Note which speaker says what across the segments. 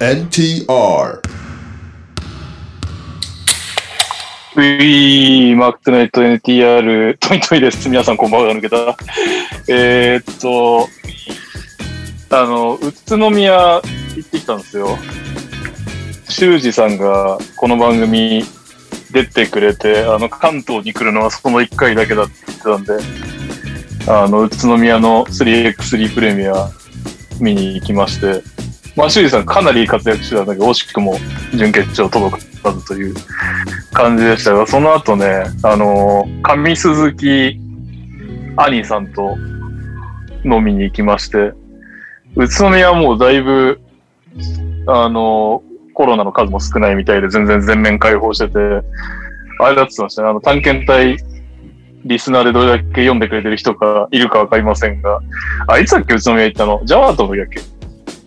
Speaker 1: NTR
Speaker 2: ういー、マークトゥナイト NTR、トイトイです。皆さんこんばんは、抜けた。 えーっと、あの、宇都宮行ってきたんですよ。修二さんがこの番組出てくれて、あの、関東に来るのはその1回だけだって言ってたんで、あの、宇都宮の 3x3 プレミア見に行きまして、まあ、修二さんかなり活躍してたんだけど、惜しくも準決勝届かずという感じでしたが、その後ね、あのー上鈴木兄さんと飲みに行きまして、宇都宮はもうだいぶ、あのーコロナの数も少ないみたいで、全然全面開放してて、あれだって言ってましたね、あの、探検隊、リスナーでどれだけ読んでくれてる人がいるかわかりませんが、あ、いつだっけ宇都宮行ったのジャワートの時だっけ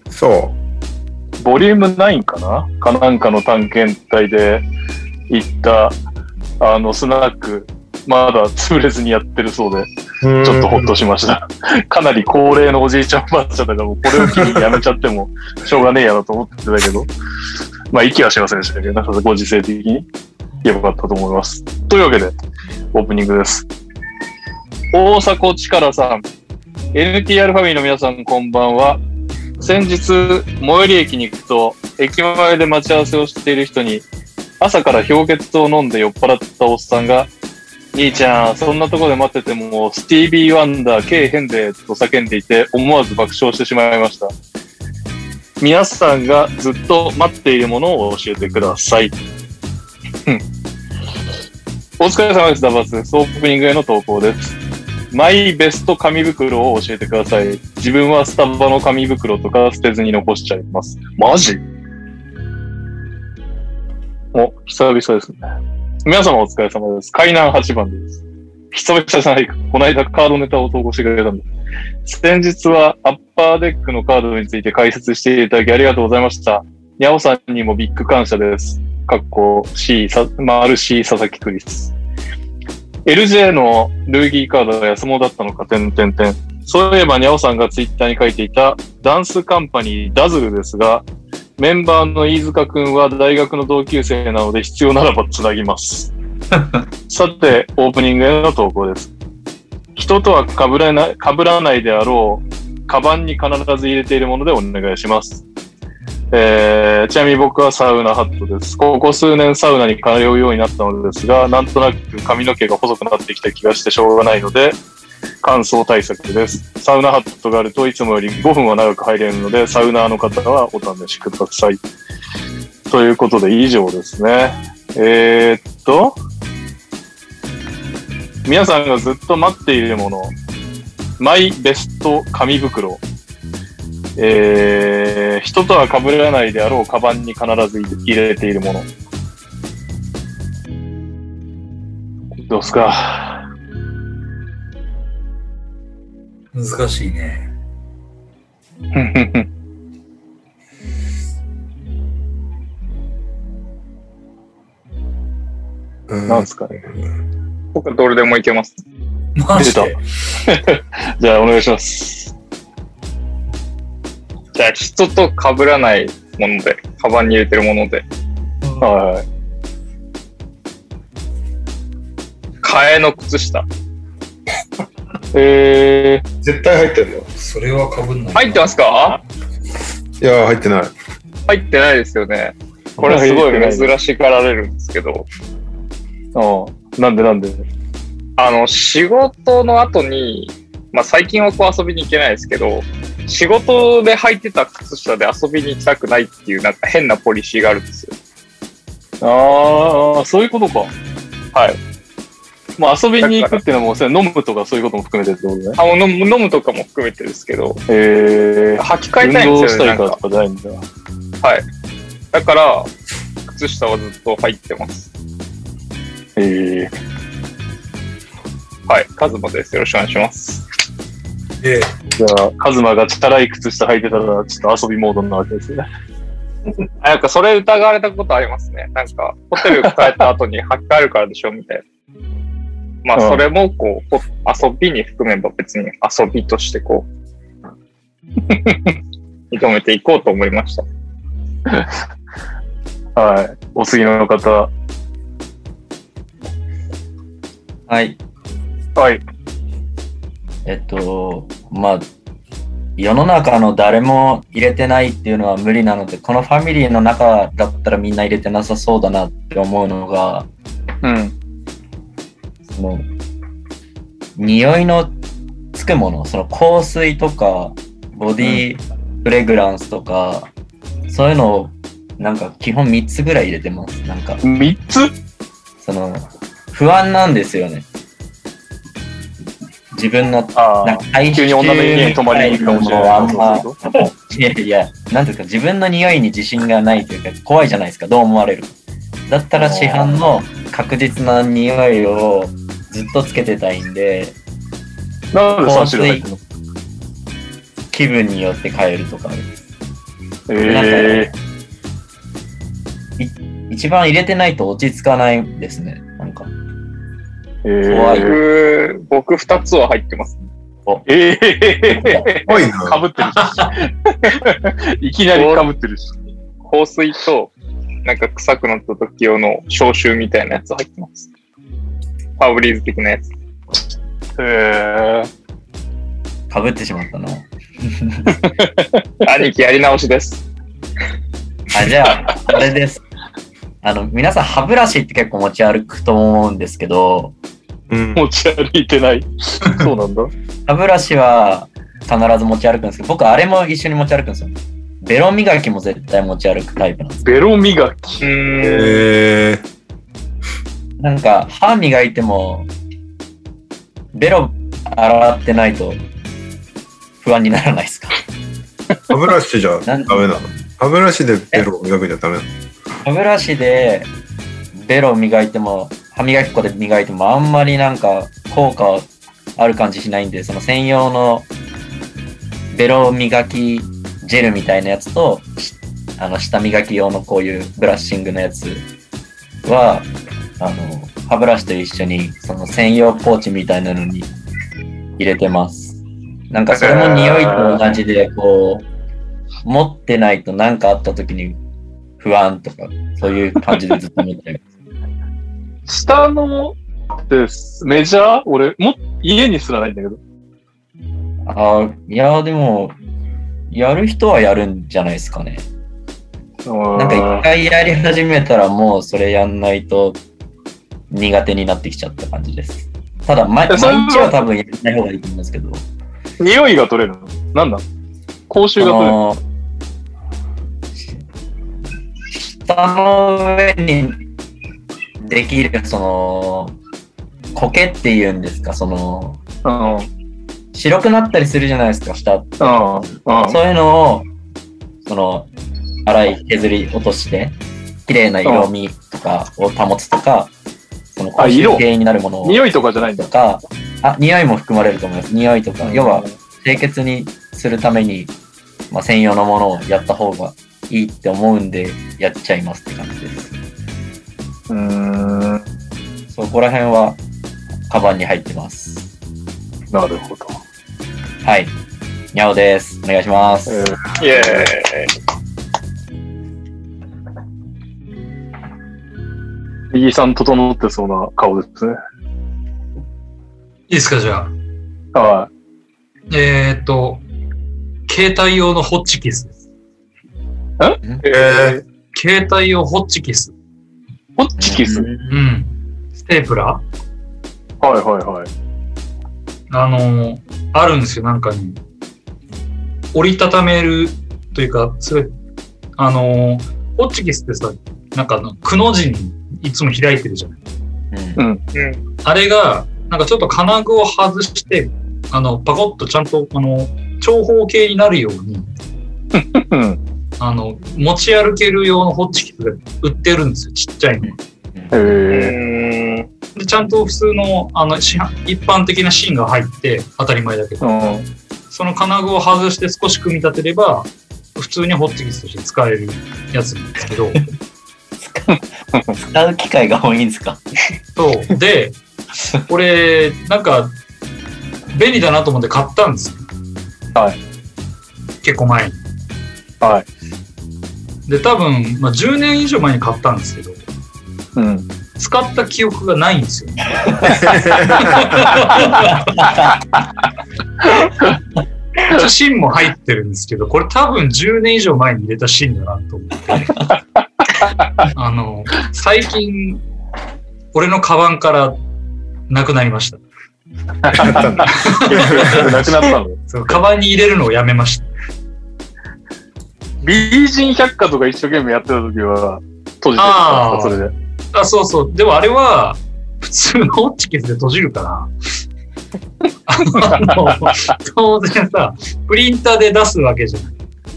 Speaker 1: そ
Speaker 2: ボリューム9かなかなんかの探検隊で行った、あの、スナック、まだ潰れずにやってるそうで、
Speaker 1: う
Speaker 2: ちょっとほっとしました。かなり高齢のおじいちゃんおばあちゃんだから、もうこれを機にやめちゃっても、しょうがねえやろと思ってたけど、まあ、息はしませんでしたけど、なんかご時世的に良かったと思います。というわけで、オープニングです。大迫力さん、NTR ファミリーの皆さんこんばんは。先日、最寄り駅に行くと、駅前で待ち合わせをしている人に、朝から氷結を飲んで酔っ払ったおっさんが、兄ちゃん、そんなとこで待ってても、スティービー・ワンダー、K 変で、と叫んでいて、思わず爆笑してしまいました。皆さんがずっと待っているものを教えてください。 うんお疲れ様です、ダバスです。オープニングへの投稿です。マイベスト紙袋を教えてください。自分はスタバの紙袋とか捨てずに残しちゃいます。マジお、久々ですね。皆様お疲れ様です。海南8番です。久々じゃないか。この間カードネタを投稿してくれたんで。先日はアッパーデックのカードについて解説していただきありがとうございました。にゃおさんにもビッグ感謝です。かっこ C、さ、丸 C 佐々木クリス。LJ のルーギーカードが安物だったのか、てんてんてん。そういえばにゃおさんがツイッターに書いていたダンスカンパニーダズルですが、メンバーの飯塚くんは大学の同級生なので必要ならばつなぎます。さて、オープニングへの投稿です。人とは被らない被らないであろう、カバンに必ず入れているものでお願いします。えー、ちなみに僕はサウナハットです。ここ数年サウナに通うようになったのですが、なんとなく髪の毛が細くなってきた気がしてしょうがないので、乾燥対策です。サウナハットがあるといつもより5分は長く入れるので、サウナーの方はお試しください。ということで以上ですね。えー、っと、皆さんがずっと待っているもの、マイベスト紙袋。えー、人とは被らないであろうカバンに必ず入れているもの。どうっすか
Speaker 3: 難しいね。
Speaker 1: うん
Speaker 2: なんすかね。
Speaker 4: 僕はどれでもいけます。
Speaker 3: マジ
Speaker 2: 出
Speaker 3: で
Speaker 2: じゃあお願いします。
Speaker 4: じゃあ、人と被らないもので、カバンに入れてるもので、
Speaker 2: はいはい。
Speaker 4: 替えの靴下。
Speaker 2: え
Speaker 1: 絶対入ってんのい
Speaker 3: それはかぶんない。
Speaker 4: 入ってますか
Speaker 1: や入ってない
Speaker 4: 入ってないですよね。これすごい珍しがられるんですけど、
Speaker 2: ー、うん。なんでなんで
Speaker 4: あの、仕事の後に、まあ最近はこう遊びに行けないですけど、仕事で履いてた靴下で遊びに行きたくないっていうなんか変なポリシーがあるんですよ。
Speaker 2: ああ、そういうことか。
Speaker 4: はい。
Speaker 2: まあ遊びに行くっていうのはもうそれ飲むとかそういうことも含めてってことね。
Speaker 4: あの飲む飲むとかも含めてですけど、
Speaker 2: えー、
Speaker 4: 履き替えたいん
Speaker 2: 運動
Speaker 4: で
Speaker 2: し
Speaker 4: すよ
Speaker 2: た
Speaker 4: ね。ないん
Speaker 2: から
Speaker 4: か
Speaker 2: とかじゃないんだ。
Speaker 4: だから、靴下はずっと入ってます。
Speaker 2: えー、
Speaker 4: はい。カズマです。よろしくお願いします。
Speaker 3: で、
Speaker 2: じゃあ、カズマがチャラい靴下履いてたら、ちょっと遊びモードなわけですね。
Speaker 4: なんかそれ疑われたことありますね。なんかホテル帰った後に履き替えるからでしょみたいな。ま
Speaker 2: うん
Speaker 4: あそれもこう、ほ遊びに含めば別に遊び としてこう、認めていこうと思いました。
Speaker 2: はい。お次の方。
Speaker 5: はい。
Speaker 2: はい。
Speaker 5: えっと、まあ、世の中の誰も入れてないっていうのは無理なので、このファミリーの中だったらみんな入れてなさそうだなって思うのが、
Speaker 2: うん。
Speaker 5: その、匂いのつくもの、その香水とか、ボディフレグランスとか、そういうのを、なんか基本3つぐらい入れてます。なんか、
Speaker 2: 三つ
Speaker 5: その、不安なんですよね。自分の
Speaker 2: あ
Speaker 5: なん
Speaker 2: あ
Speaker 5: か。体
Speaker 2: 急に女の家に泊まりに行くかもしれない
Speaker 5: あんまいやいや、なんていうか自分の匂いに自信がないというか怖いじゃないですか、どう思われるかだったら市販の確実な匂いをずっとつけてたいんで、
Speaker 2: なんで三種類入ってるの
Speaker 5: 気分によって変えるとかある。
Speaker 2: ええ
Speaker 5: 一番入れてないと落ち着かないんですね。なんか、
Speaker 2: ええ
Speaker 5: 怖い
Speaker 4: 僕、僕2つは入ってます。
Speaker 2: ええ
Speaker 1: 怖い
Speaker 2: か
Speaker 1: な。
Speaker 2: ぶってるし。い きなりかぶってるし。
Speaker 4: 香水と、なんか臭くなった時用の消臭みたいなやつ入ってます。ファブリーズ的なやつ。
Speaker 2: ええ
Speaker 5: かぶってしまったな。
Speaker 4: 兄貴やり直しです。
Speaker 5: あ、じゃ あ、あれです。あの、皆さん歯ブラシって結構持ち歩くと思うんですけど、
Speaker 1: うん。
Speaker 2: 持ち歩いてない。そうなんだ。
Speaker 5: 歯ブラシは必ず持ち歩くんですけど、僕あれも一緒に持ち歩くんですよ。ベロ磨きも絶対持ち歩くタイプなんです。
Speaker 2: ベロ磨き。
Speaker 4: うーん。
Speaker 1: えー、
Speaker 5: なんか歯磨いても、ベロ洗ってないと不安にならないですか。
Speaker 1: 歯ブラシじゃダ
Speaker 5: なん
Speaker 1: メなの歯ブラシでベロを磨くじゃダメなの
Speaker 5: 歯ブラシでベロ磨いても、歯磨き粉で磨いてもあんまりなんか効果ある感じしないんで、その専用のベロ磨きジェルみたいなやつと、しあの、舌磨き用のこういうブラッシングのやつは、あの、歯ブラシと一緒に、その専用ポーチみたいなのに入れてます。なんかそれも匂いと同じで、こう、持ってないと何かあった時に不安とか、そういう感じでずっと持ってる。
Speaker 2: 下のです。メジャー俺、も、家にすらないんだけど。
Speaker 5: ああ、いや、でも、やる人はやるんじゃないですかね。なんか一回やり始めたらもうそれやんないと苦手になってきちゃった感じです。ただ、ま、毎
Speaker 2: えそれは
Speaker 5: 日は多分やらない方がいいと思うんですけど、
Speaker 2: 匂いが取れるのなんだ口臭
Speaker 5: そ
Speaker 2: が取れる
Speaker 5: の、下の上にできる、その、苔っていうんですか、その、
Speaker 2: うん。うん。
Speaker 5: 白くなったりするじゃないですか、下っ
Speaker 2: うん。
Speaker 5: て。そういうのを、その、洗い削り落として、綺麗な色味とかを保つとか、その、
Speaker 2: あ色
Speaker 5: 原因になるものを
Speaker 2: 匂いとかじゃないんだ
Speaker 5: と。か、あ、匂いも含まれると思います。匂いとか、要は清潔にするために、まあ、専用のものをやった方がいいって思うんで、やっちゃいますって感じです。
Speaker 2: うーん。
Speaker 5: そこら辺は、カバンに入ってます。
Speaker 2: なるほど。
Speaker 5: はい。にゃおです。お願いします。
Speaker 2: えー
Speaker 4: イエ
Speaker 2: 右さん整ってそうな顔ですね。
Speaker 3: いいですか、じゃあ。
Speaker 2: は
Speaker 3: えーっと、携帯用のホッチキスです。
Speaker 4: ーイ。
Speaker 1: え
Speaker 3: 携帯用ホッチキス。
Speaker 2: い。ホッチキス。
Speaker 5: う
Speaker 2: はい
Speaker 3: うん。ステープラ
Speaker 2: はいはい。
Speaker 3: ーあのーあるんですよ、なんかに。折りたためるというか、それ、あのーホッチキスってさ、なんかあの、くの字にいつも開いてるじゃない。
Speaker 5: う
Speaker 4: う
Speaker 5: ん
Speaker 4: ん。
Speaker 3: あれが、なんかちょっと金具を外して、あの、パコッとちゃんと、あの、長方形になるよう に、
Speaker 2: うん。
Speaker 3: あの、持ち歩ける用のホッチキスが売ってるんですよ、ちっちゃいの。
Speaker 2: え
Speaker 4: う
Speaker 3: で、ちゃんと普通の、あの、市販一般的な芯が入って、当たり前だけ
Speaker 2: ー。う
Speaker 3: ど、
Speaker 2: ん。
Speaker 3: その金具を外して少し組み立てれば、普通にホッチキスとして使えるやつなんです けど、
Speaker 5: 使う機会が多いんですか
Speaker 3: そ う。で、これ、なんか、便利だなと思って買ったんですよ。
Speaker 2: はい。
Speaker 3: 結構前に。
Speaker 2: はい。
Speaker 3: で、多分、まあ、10年以上前に買ったんですけど、
Speaker 2: うん。
Speaker 3: 使った記憶がないんで すよね。一応芯も入ってるんですけど、これ多分10年以上前に入れた芯だなと 思って。あの、最近、俺のカバンからなくなりました。
Speaker 2: なくなったの。
Speaker 3: そうカバンに入れるのをやめました。
Speaker 2: 美人百科とか一生懸命やってた時は、閉じて
Speaker 3: あー
Speaker 2: た。それで。
Speaker 3: あ、そうそう。でもあれは、普通のホッチキスで閉じる から。あの当然さ、プリンターで出すわけじゃない。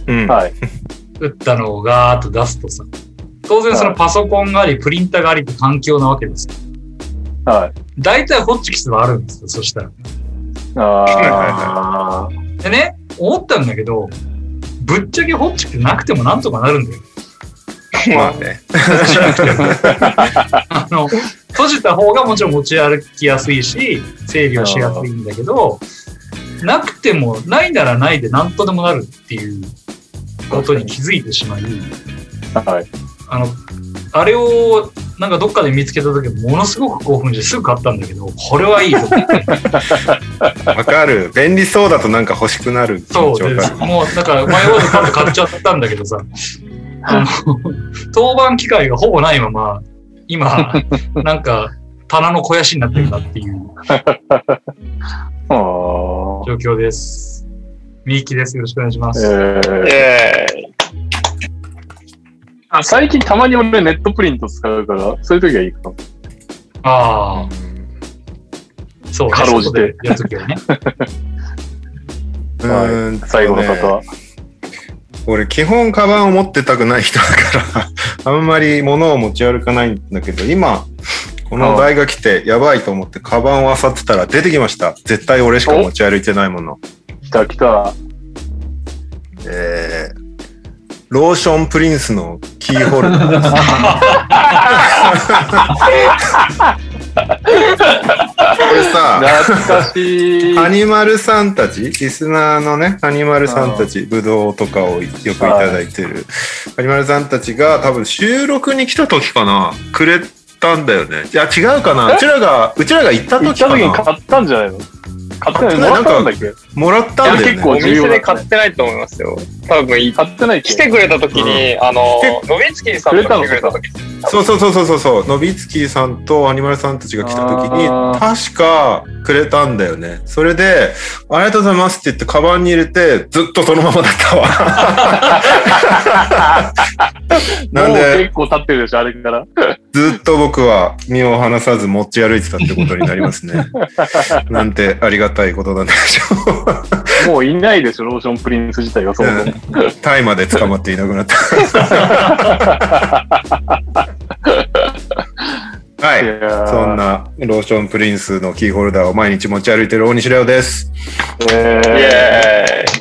Speaker 1: うん。
Speaker 2: はい。
Speaker 3: 打ったのをガーッと出すとさ、当然そのパソコンがあり、プリンターがありって環境なわけですよ。
Speaker 2: はい。
Speaker 3: 大体ホッチキスはあるんですよ、そしたら。
Speaker 2: あー
Speaker 3: でね、思ったんだけど、ぶっちゃけホッチキスなくてもなんとかなるんだよ。
Speaker 1: まあね。
Speaker 3: あの、閉じた方がもちろん持ち歩きやすいし、整理はしやすいんだけど、なくても、ないならないでなんとでもなるっていうことに気づいてしまい、
Speaker 2: はい。
Speaker 3: あの、あれをなんかどっかで見つけた時ものすごく興奮してすぐ買ったんだけど、これはいいぞ。
Speaker 1: わかる。便利そうだとなんか欲しくなる気
Speaker 3: そ
Speaker 1: 持
Speaker 3: う
Speaker 1: ちわ
Speaker 3: で
Speaker 1: か
Speaker 3: す
Speaker 1: る。。
Speaker 3: もうだから迷わず買って買っちゃったんだけどさ、あの、当番機会がほぼないまま、今、なんか棚の肥やしになってるなっていう。
Speaker 2: あー
Speaker 3: 状況です。みゆきです。よろしくお願いしま
Speaker 2: え
Speaker 3: す。
Speaker 4: イ
Speaker 2: ー
Speaker 4: エーイ
Speaker 2: あ最近たまに俺ネットプリント使うから、そういう時はいいかも。
Speaker 3: ああ、そう、
Speaker 2: かろうじて
Speaker 3: そういうことでやるとき はね。
Speaker 1: うーんとね
Speaker 2: 最後の方は。
Speaker 1: 俺、基本カバンを持ってたくない人だから、 あんまり物を持ち歩かないんだけど、今、この台が来て、やばいと思って、カバンを漁ってたら出てきました。絶対俺しか持ち歩いてないもの。
Speaker 2: 来た来た。
Speaker 1: えー、ローションプリンスのキーホルダ ー。これさ、
Speaker 2: 懐か しい。
Speaker 1: アニマルさんたち、リスナーのね、アニマルさんたち、ブドウとかをよくいただいてる、アニマルさんたちが多分収録に来た時かな、くれたんだよね。いや、違うかな。うちらが、うちらが行った
Speaker 2: 行っ
Speaker 1: 時
Speaker 2: た
Speaker 1: か
Speaker 2: 時に
Speaker 1: な。
Speaker 2: 買ったんじゃないの買ってない
Speaker 1: 買ってない
Speaker 2: もらっ
Speaker 1: もらったんだよ
Speaker 2: たんだっけ
Speaker 1: ね。
Speaker 2: いや結構
Speaker 4: お店で買ってないと思いますよ。多分い
Speaker 2: 買ってないっけ
Speaker 4: 来てくれた時に、あの、ノビツキーさんが来てくれた時
Speaker 1: そうそうそうそうそうそう。ノビツキーさんとアニマルさんたちが来た時に
Speaker 2: あ、
Speaker 1: 確かくれたんだよね。それで、ありがとうございますって言って、カバンに入れて、ずっとそのままだったわ。 なん
Speaker 2: もう
Speaker 1: で、
Speaker 2: 結構経ってるでしょ、あれから。
Speaker 1: ずっと僕は身を離さず持ち歩いてたってことになります ね。なんてありがたいことなんでしょう。
Speaker 2: もういないでしょ、ローションプリンス自体がそも そも。
Speaker 1: タイまで捕まっていなくなった。はいい。
Speaker 2: やー
Speaker 1: そん。なローションプリンスのキーホルダーを毎日持ち歩いてる大西レオです。
Speaker 2: え
Speaker 4: イ
Speaker 2: ー
Speaker 4: エーイ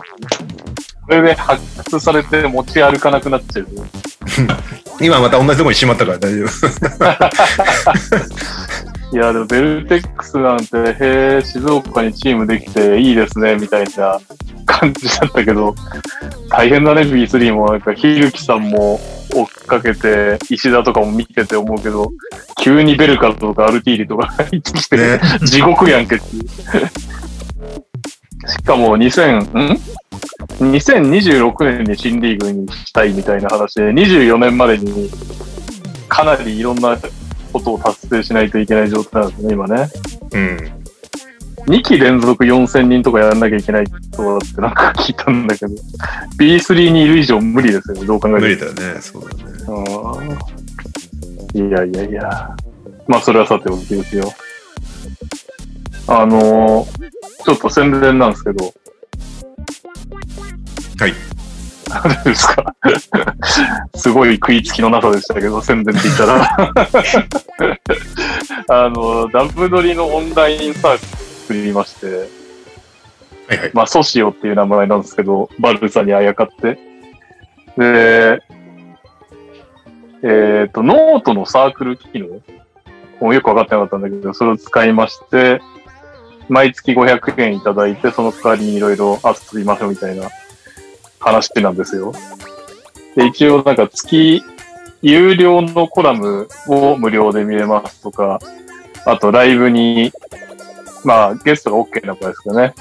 Speaker 2: これで発掘されて持ち歩かなくなっちゃう。
Speaker 1: 今また同じとこにしまったから大丈夫。
Speaker 2: いや、でもベルテックスなんて、へえ、静岡にチームできていいですね、みたいな感じだったけど、大変だね、B3 も。なんか、ひるきさんも追っかけて、石田とかも見てて思うけど、急にベルカとかアルティーリとか入ってきて、
Speaker 1: ね。
Speaker 2: 地獄やんけっていう。しかも2000、ん ?2026 年に新リーグにしたいみたいな話で、24年までにかなりいろんなことを達成しないといけない状態なんですね、今ね。
Speaker 1: うん。
Speaker 2: 2期連続4000人とかやらなきゃいけないとかってなんか聞いたんだけど、B3 にいる以上無理ですよね、どう考えても
Speaker 1: 無理だよね。そうだね。
Speaker 2: うんいやいやいや。まあ、それはさておきですよ。あのーちょっと宣伝なんですけど。
Speaker 1: はい。
Speaker 2: 大丈夫ですかすごい食いつきのなさでしたけど、宣伝って言ったら。 あの、ダブドリのオンラインサークルにいまして、
Speaker 1: はいはい。
Speaker 2: まあ、ソシオっていう名前なんですけど、バルサにあやかって。で、えっ、と、ノートのサークル機能もうよくわかってなかったんだけど、それを使いまして、毎月500円いただいて、その代わりにいろいろ遊びましょうみたいな話なんですよ。で、一応なんか月、有料のコラムを無料で見れますとか、あとライブに、まあゲストが OK な子ですけどね。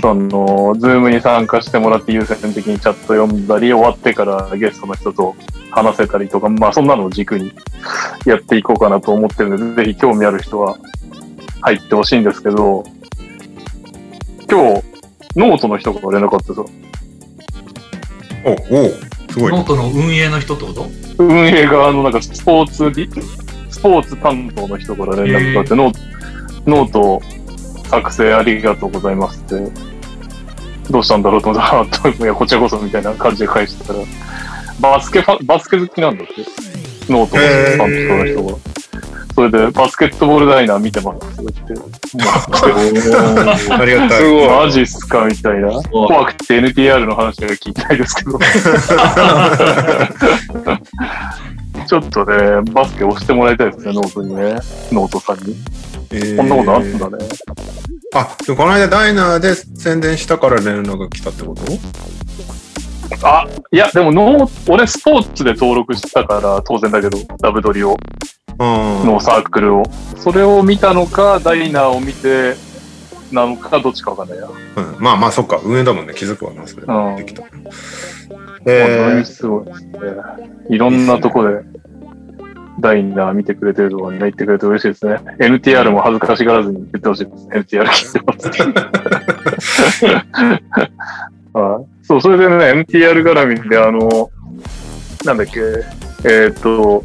Speaker 2: その、ズームに参加してもらって優先的にチャット読んだり、終わってからゲストの人と話せたりとか、まあそんなのを軸にやっていこうかなと思ってるので、ぜひ興味ある人は入ってほしいんですけど、今日、ノートの人から連絡あってさ、
Speaker 1: おおすごい。
Speaker 3: ノートの運営の人ってこと
Speaker 2: 運営側のなんかスポーツリ、スポーツ担当の人から連絡があって、ノーノート作成ありがとうございますって、どうしたんだろうと思ったらあと、いや、こちらこそみたいな感じで返してたら、バスケファン、バスケ好きなんだって、ノートの担当の人が。それで、バスケットボールダイナー見てますとか言って、もう
Speaker 1: ありが たい。
Speaker 4: すごい
Speaker 2: マジっすかみたいな。怖くて NTR の話が聞いてないですけ ど。ちょっとね、バスケ押してもらいたいですね、ノートにね。ノートさんに。
Speaker 1: えー
Speaker 2: こんなことあったんだね。
Speaker 1: あ、でもこの間ダイナーで宣伝したから連絡が来たってこと
Speaker 2: あ、いや、でもノー、俺スポーツで登録したから、当然だけど、ダブドリを、
Speaker 1: うん。
Speaker 2: のサークルを。それを見たのか、ダイナーを見て、なのか、どっちかわかんないな。
Speaker 1: うんまあまあ、そっか。運営だもんね。気づくわな、それ。
Speaker 2: うん
Speaker 1: できた。
Speaker 2: 本当
Speaker 1: え
Speaker 2: にすごいですね。いろんなとこで、ダイナー見てくれてるとかね、言ってくれて嬉しいですね。NTR も恥ずかしがらずに言ってほしいです。NTR 聞いてます。はいそう、それでね、NTR 絡みで、あの、なんだっけ、えーっと、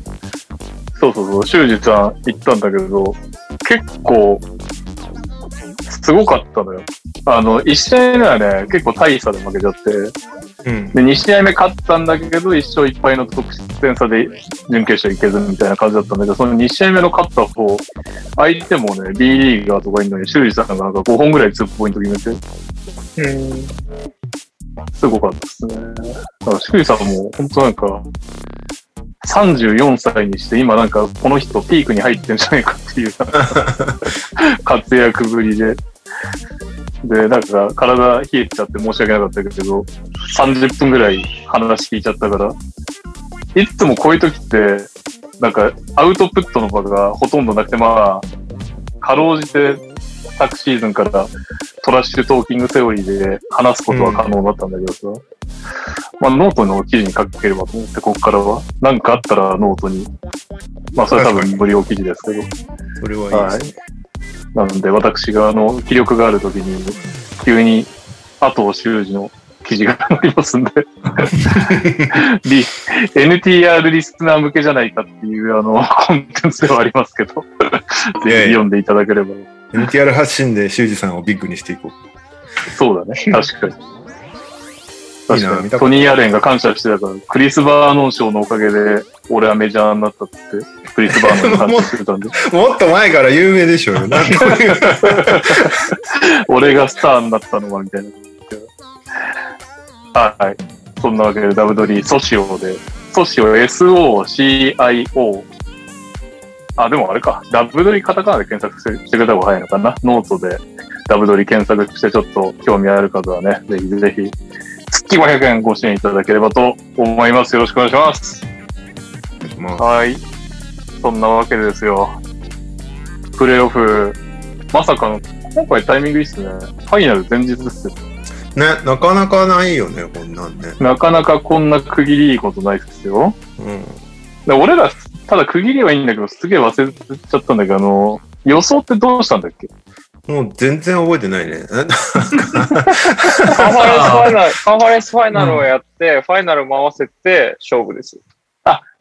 Speaker 2: そうそうそう、修二さん行ったんだけど、結構、すごかったのよ。あの、1試合目はね、結構大差で負けちゃって、
Speaker 1: ーうん。
Speaker 2: で、2試合目勝ったんだけど、1勝1敗の得点差で準決勝いけずみたいな感じだったんだけど、その2試合目の勝った方、相手もね、B リーガーとかいるのに、修二さんがなんか5本ぐらいツーポイント決めて、
Speaker 4: うん。
Speaker 2: すごかったですね。だから修二さんも本当なんか、34歳にして、今なんかこの人ピークに入ってんじゃないかっていう活躍ぶりで。で、なんか体冷えちゃって申し訳なかったけど、30分ぐらい話聞いちゃったから、いつもこういう時って、なんかアウトプットの場がほとんどなくて、まあ、かろうじて昨シーズンからトラッシュトーキングセオリーで話すことは可能だったんだけどさ、まあノートの記事に書ければと思って、ここからは。なんかあったらノートに。まあそれ多分無料記事ですけど。
Speaker 1: それはいいですね。
Speaker 2: なので、私があの、気力があるときに、急に、後を修二の記事が載ります んで、リ NTR リスナー向けじゃないかっていう、あの、コンテンツではありますけど、
Speaker 1: いやいや
Speaker 2: ぜひ読んでいただければ。
Speaker 1: NTR 発信で修二さんをビッグにしていこう。
Speaker 2: そう だね、確かに。確か
Speaker 1: 見た
Speaker 2: に。
Speaker 1: こと
Speaker 2: トニー・アレンが感謝してたから、クリス・バーノン 賞のおかげで、俺はメジャーになったって、クリス・バーノンが感謝してたんで、
Speaker 1: もっと前から有名でしょ うよ。なんかこういう
Speaker 2: 俺がスターになったのはみたいな。はい。そんなわけで、ダブドリー、ソシオで、ソシオ、SOCIO。あ、でもあれか、ダブドリーカタカナで検索してしてくれた方が早いのかな。ノートでダブドリ検索して、ちょっと興味ある方はね、ぜひぜひ、月500円ご支援いただければと思います。よろしくお願いします。
Speaker 1: まあ
Speaker 2: はい。そんなわけですよ。プレーオフ、まさかの、今回タイミングいいっすね。ファイナル前日っすよ。
Speaker 1: ね、なかなかないよね、こんなんね。
Speaker 2: なかなかこんな区切りいいことないっすよ。
Speaker 1: うん。
Speaker 2: で俺ら、ただ区切りはいいんだけど、すげえ忘れちゃったんだけど、あの、予想ってどうしたんだっけ
Speaker 1: もう全然覚えてないね。
Speaker 4: カンファレンスファ イナル、カンファレンスファイナルをやって、ファイナルも合わせて勝負です。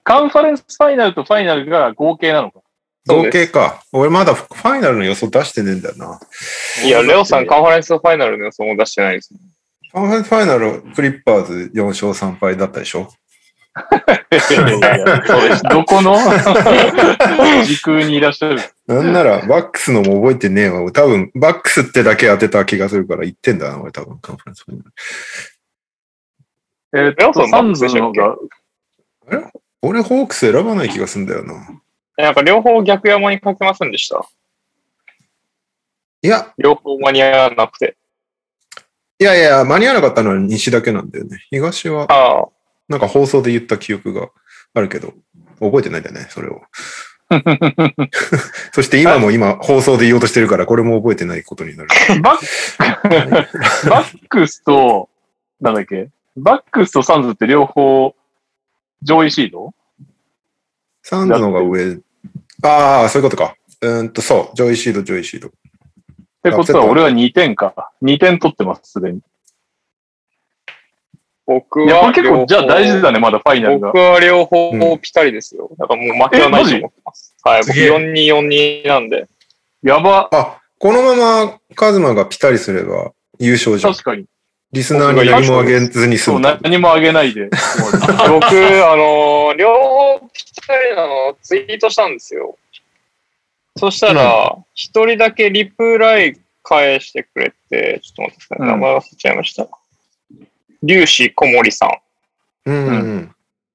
Speaker 2: カンファレンスファイナルとファイナルが合計なのか。
Speaker 4: そう
Speaker 1: 合計
Speaker 4: です
Speaker 1: か。俺まだファイナルの予想出してねえんだよな。
Speaker 4: いや、レオさん、カンファレンスファイナルの予想も出してないです。
Speaker 1: ファイナル、クリッパーズ4勝3敗だったでしょ
Speaker 2: どこ の時空にいらっしゃる。
Speaker 1: なんなら、バックスのも覚えてねえわ。多分、バックスってだけ当てた気がするから言ってんだな、俺多分、カンファレンスファイナル。
Speaker 2: えっ
Speaker 4: レオさ
Speaker 2: と、
Speaker 4: ん
Speaker 2: サンズの方が、
Speaker 1: 俺、ホークス選ばない気がすんだよな。
Speaker 4: なんか両方逆山にかけませんでした。
Speaker 1: いや、
Speaker 4: 両方間に合わなくて。
Speaker 1: いやいや、間に合わなかったのは西だけなんだよね。東は
Speaker 4: ああ、
Speaker 1: なんか放送で言った記憶があるけど、覚えてないんだよね、それを。 そして今も今放送で言おうとしてるから、これも覚えてないことになる。
Speaker 2: バック、バックスと、なんだっけバックスとサンズって両方、上位シード
Speaker 1: サンズの方が上。ああ、そういうことか。うーんと、そう。上位シード、上位シード。
Speaker 2: ってことは、俺は2点か。2点取ってます、すでに。
Speaker 4: 僕
Speaker 2: いや、こ
Speaker 4: は
Speaker 2: れ結構、じゃあ大事だね、まだファイナルが
Speaker 4: 僕。は両方ぴったりですよ。だからもう負けはないと思ってます。はい、
Speaker 3: す
Speaker 4: 僕
Speaker 3: げえ
Speaker 4: 4242なん で。
Speaker 2: やば、
Speaker 1: あ、このままカズマがピタリすれば優勝じゃん。
Speaker 2: 確かに。
Speaker 1: リスナーに何もあげずに済
Speaker 2: そう、
Speaker 1: む。
Speaker 2: 何もあげない で。終わる
Speaker 4: 僕、あのー両方ぴったりなのをツイートしたんですよ。そしたら、一、人だけリプライ返してくれて、ちょっと待ってください。
Speaker 2: う
Speaker 4: 名
Speaker 2: ん
Speaker 4: 前忘れちゃいました。粒子小森さんっ
Speaker 1: うんうん。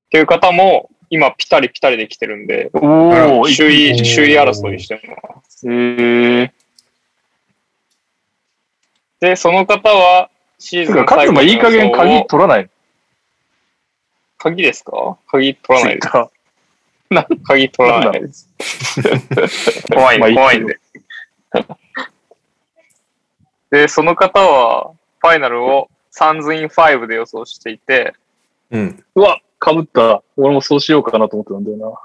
Speaker 4: ていう方も、今ピタリピタリで来てるんで、
Speaker 2: おー、
Speaker 4: 首位、
Speaker 3: おー
Speaker 4: 首位争いしてます。
Speaker 2: えー。
Speaker 4: で、その方は、シーズ
Speaker 2: て
Speaker 4: ンの
Speaker 2: か、カズマいい加減
Speaker 4: 最後の予想を
Speaker 2: 鍵取らない。
Speaker 4: 鍵ですか鍵取らないです。
Speaker 2: Twitter
Speaker 4: 鍵取らないです。怖いん
Speaker 2: まあい
Speaker 4: で、
Speaker 2: い
Speaker 4: 怖いんで。 で、その方は、ファイナルをサンズイン5で予想していて、
Speaker 1: うん。
Speaker 2: うわ、かぶった。俺もそうしようかなと思ってたんだよ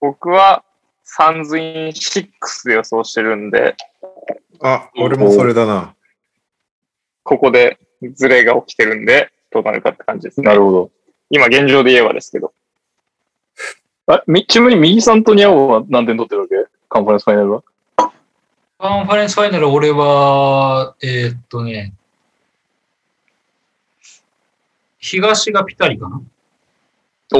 Speaker 4: 僕はサンズイン6で予想してるんで、
Speaker 1: あ、俺もそれだな。
Speaker 4: ここでズレが起きてるんで、どうなるかって感じです
Speaker 2: な。な
Speaker 4: ね。
Speaker 2: るほ
Speaker 4: 今現状で言えばですけど。
Speaker 2: ど。あ、みちなみに右さんとニャオは何点取ってるわけカンファレンスファイナルは。
Speaker 3: カンファレンスファイナル、俺は、えーっとね、東がピタリかな。
Speaker 2: お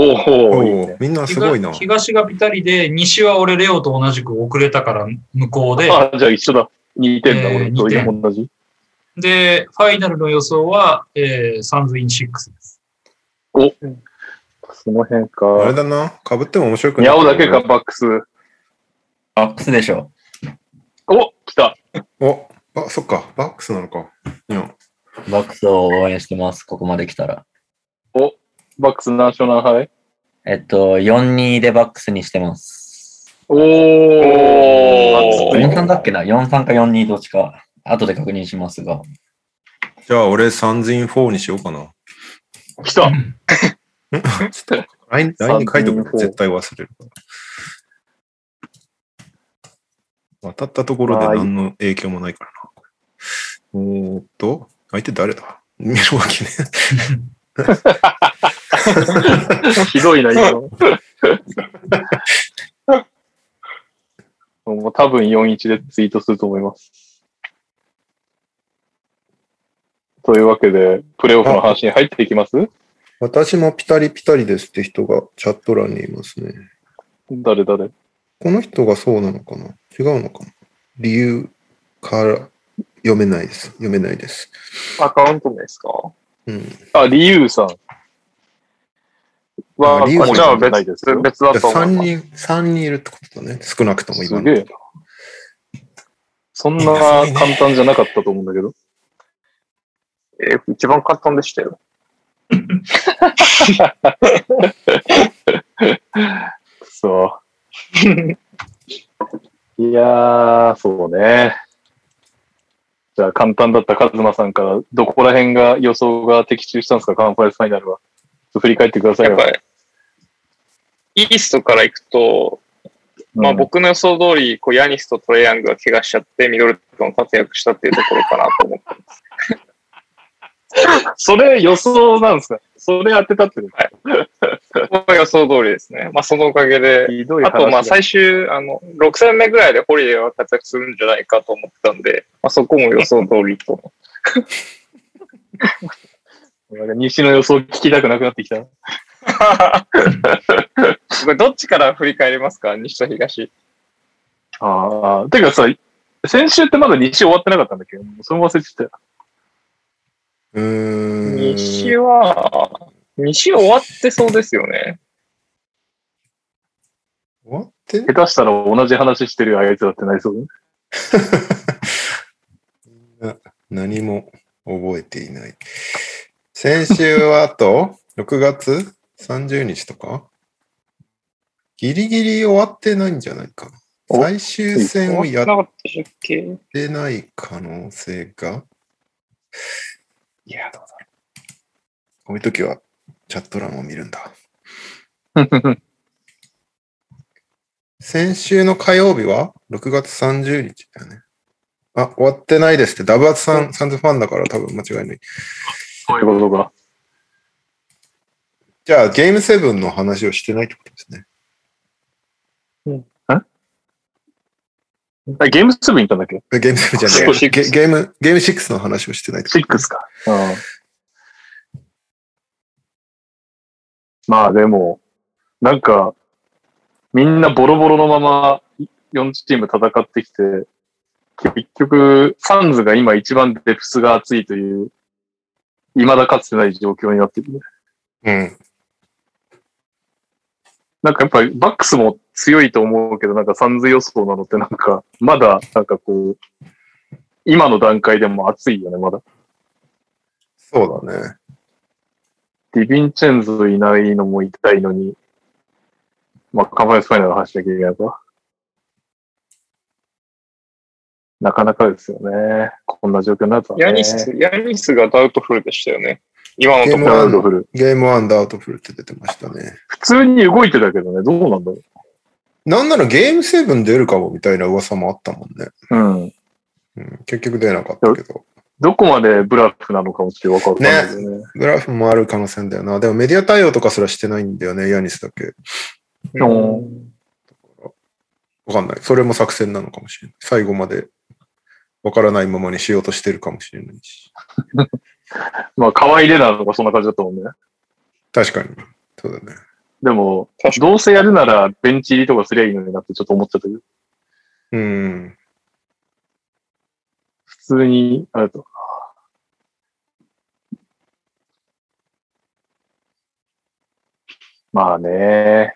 Speaker 2: おいい
Speaker 1: おお、
Speaker 2: ね。
Speaker 1: みんなすごいな。
Speaker 3: 東がピタリで、西は俺、レオと同じく遅れたから、向こうで、
Speaker 2: あ、じゃあ一緒だ。2点だ、
Speaker 3: えー
Speaker 2: 俺と
Speaker 3: 二
Speaker 2: 今
Speaker 3: 点
Speaker 2: 同じ。
Speaker 3: で、ファイナルの予想は、えー、サンズイン6です。
Speaker 2: その
Speaker 1: あ
Speaker 2: 辺
Speaker 1: れ
Speaker 2: か。
Speaker 1: だな。かぶっても面白くない。
Speaker 2: ニャオだけか、。バックス。
Speaker 5: バックスでしょ。
Speaker 2: お来た。
Speaker 1: お、あ、そっか。バックスなのか。いや
Speaker 5: バックスを応援してます、ここまで来たら。
Speaker 2: バックス何勝何敗
Speaker 5: えっと、4-2でバックスにしてます。
Speaker 2: お
Speaker 4: おー
Speaker 2: 熱い
Speaker 5: 4-3だっけな ?4-3 か4-2どっちか。後で確認しますが。
Speaker 1: じゃあ俺、サンズイン4にしようかな。
Speaker 2: 来た。
Speaker 1: ちょっと、LINE に書いておく
Speaker 2: サンズイン4
Speaker 1: と絶対忘れるから。渡ったところで何の影響もないからな。えーっと、相手誰だ見るわけね。
Speaker 2: ひどいな、今の。もう多分41でツイートすると思います。というわけで、プレイオフの話に入っていきます
Speaker 1: 私もピタリピタリですって人がチャット欄にいますね。
Speaker 2: 誰誰
Speaker 1: この人がそうなのかな違うのかな理由から読めないです。読めないです。
Speaker 4: アカウント名ですか
Speaker 1: うん。
Speaker 2: あ、リユウさん。は、
Speaker 1: あリユウさん
Speaker 2: じ
Speaker 4: じ
Speaker 2: ゃ
Speaker 4: ゃ
Speaker 2: あ
Speaker 4: あ
Speaker 2: 別
Speaker 4: 別
Speaker 2: ですよ。
Speaker 4: 別だと思
Speaker 1: 3
Speaker 4: います。
Speaker 1: 人、三人いるってことだね。少なくとも今
Speaker 2: す
Speaker 1: の。
Speaker 2: げえな。そんな簡単じゃなかったと思うんだけど。
Speaker 4: えー一番簡単でしたよ。
Speaker 2: そう。いやー、そうね。じゃあ、簡単だったカズマさんから、どこら辺が予想が的中したんですか、カンファレンスファイナルは。振り返ってください
Speaker 4: や
Speaker 2: よ
Speaker 4: っ。ぱり、イーストから行くと、まあ
Speaker 2: うん
Speaker 4: 僕の予想通り、こう、ヤニスとトレイヤングが怪我しちゃって、ミドルトン活躍したっていうところかなと思って。
Speaker 2: それ予想なんですかそれ当てたってこと
Speaker 4: こ れは予想通りですね。まあそのおかげで、
Speaker 2: ひどい話
Speaker 4: あ
Speaker 2: だ
Speaker 4: とまあ最終、あの、6戦目ぐらいでホリデーは活躍するんじゃないかと思ってたんで、まあそこも予想通り と。
Speaker 2: なんか西の予想聞きたくなくなってきた。
Speaker 4: これどっちから振り返りますか西と東。
Speaker 2: ああ、てかさ、先週ってまだ西終わってなかったんだけど、もうそれも忘れてたよ。
Speaker 1: うーん。
Speaker 4: 西は、西終わってそうですよね。
Speaker 1: 終わって
Speaker 2: 下手したら同じ話してるよあいつだってなりそうだね。
Speaker 1: 何も覚えていない。先週はあと、 6月30日とかギリギリ終わってないんじゃないかな。
Speaker 4: お
Speaker 1: 最終戦をやっ
Speaker 4: なかったっけ
Speaker 1: てない可能性が。いや、どうだろう。こういう時はチャット欄を見るんだ。先週の火曜日は6月30日だよね。あ、終わってないですって。ダブアツさん、サンズファンだから多分間違いない。
Speaker 2: そういうことか。
Speaker 1: じゃあ、ゲームセブンの話をしてないってことですね。
Speaker 2: あゲームセブン行ったんだっけ
Speaker 1: えゲームセブンじゃ
Speaker 4: そう
Speaker 1: ねえゲゲーム、ゲーム6の話をしてないってこと
Speaker 2: ?6 か。うん。まあでも、なんか、みんなボロボロのまま4チーム戦ってきて、結局、サンズが今一番デプスが熱いという、未だかつてない状況になってるね。
Speaker 1: うん。
Speaker 2: なんかやっぱりバックスも強いと思うけど、なんかサンズ予想なのってなんか、まだなんかこう、今の段階でも熱いよね、まだ。
Speaker 1: そうだね。
Speaker 2: ディヴィンチェンズいないのも痛いのに、まあ、カバネスファイナルの話しなきゃいけないのか。なかなかですよね。こんな状況になるとはね。
Speaker 4: ヤニス、ヤニスがダウトフルでしたよね。今のところ。
Speaker 2: ラウンドフル。
Speaker 1: ゲームワンダウトフルって出てましたね。
Speaker 2: 普通に動いてたけどね、どうなんだろう。
Speaker 1: なんならゲームセブン出るかもみたいな噂もあったもんね。
Speaker 2: うん。
Speaker 1: うん、結局出なかったけど。
Speaker 2: どこまでブラフなのかもちょっとわかんないけどね。
Speaker 1: グラフもある可能性だよな。でもメディア対応とかすらしてないんだよね、ヤニスだけ。
Speaker 2: うん
Speaker 1: わかんない。それも作戦なのかもしれない。最後までわからないままにしようとしてるかもしれないし。
Speaker 2: まあ、河合レナーとかそんな感じだったもんね。
Speaker 1: 確かに。そうだね。
Speaker 2: でも
Speaker 4: 確、
Speaker 2: どうせやるならベンチ入りとかすりゃいいのになってちょっと思っちゃったけど、
Speaker 1: うん。
Speaker 2: 普通に、あれと。まあね。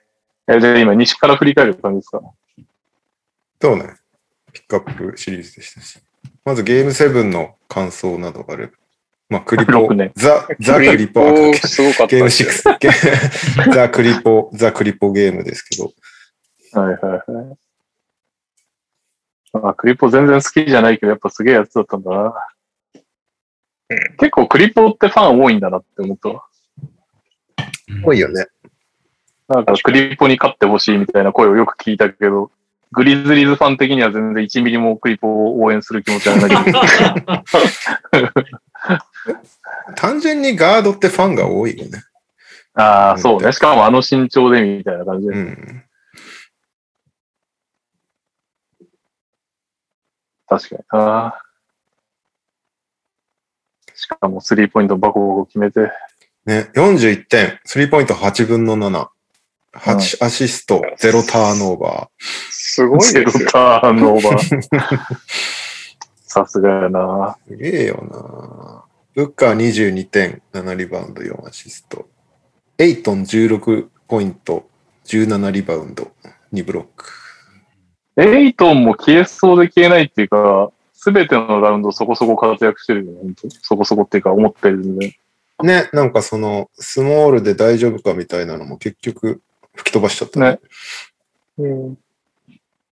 Speaker 2: え、じゃあ今、西から振り返る感じですか
Speaker 1: そうね。ピックアップシリーズでしたし。まずゲームセブンの感想などがあれば。まあ、クリポ
Speaker 2: 六年。
Speaker 1: ザ、ザクリポ。あ関
Speaker 4: おー
Speaker 1: 係
Speaker 4: すごかった
Speaker 1: ゲーム
Speaker 4: ですよ
Speaker 1: 6。
Speaker 4: ね。
Speaker 1: ゲームザクリポ、ザクリポゲームですけど。
Speaker 2: はいはいはい。あ、クリポ全然好きじゃないけど、やっぱすげえやつだったんだな。結構クリポってファン多いんだなって思ったわ。
Speaker 1: 多いよね。
Speaker 2: なんかクリポに勝ってほしいみたいな声をよく聞いたけど、グリズリーズファン的には全然1ミリもクリポを応援する気持ちはない。
Speaker 1: 単純にガードってファンが多いよね。
Speaker 2: ああ、そうね。しかもあの身長でみたいな感じで。
Speaker 1: うん。
Speaker 2: 確かにな。しかもスリーポイントバコバコ決めて。
Speaker 1: ね、41点、スリーポイント8分の7。8アシスト、0ターンオーバ
Speaker 4: すごい
Speaker 2: ゼ
Speaker 4: で
Speaker 2: ロ
Speaker 4: すよ。
Speaker 2: ターンオーバー。 さすがやな。
Speaker 1: ー。すげえよなウッカー22点、7リバウンド、4アシスト。エイトン16ポイント、17リバウンド、2ブロック。
Speaker 2: エイトンも消えそうで消えないっていうか、すべてのラウンドそこそこ活躍してるよね。本当そこそこっていうか思ったよりね。
Speaker 1: ね、なんかその、スモールで大丈夫かみたいなのも結局吹き飛ばしちゃったね。
Speaker 2: ね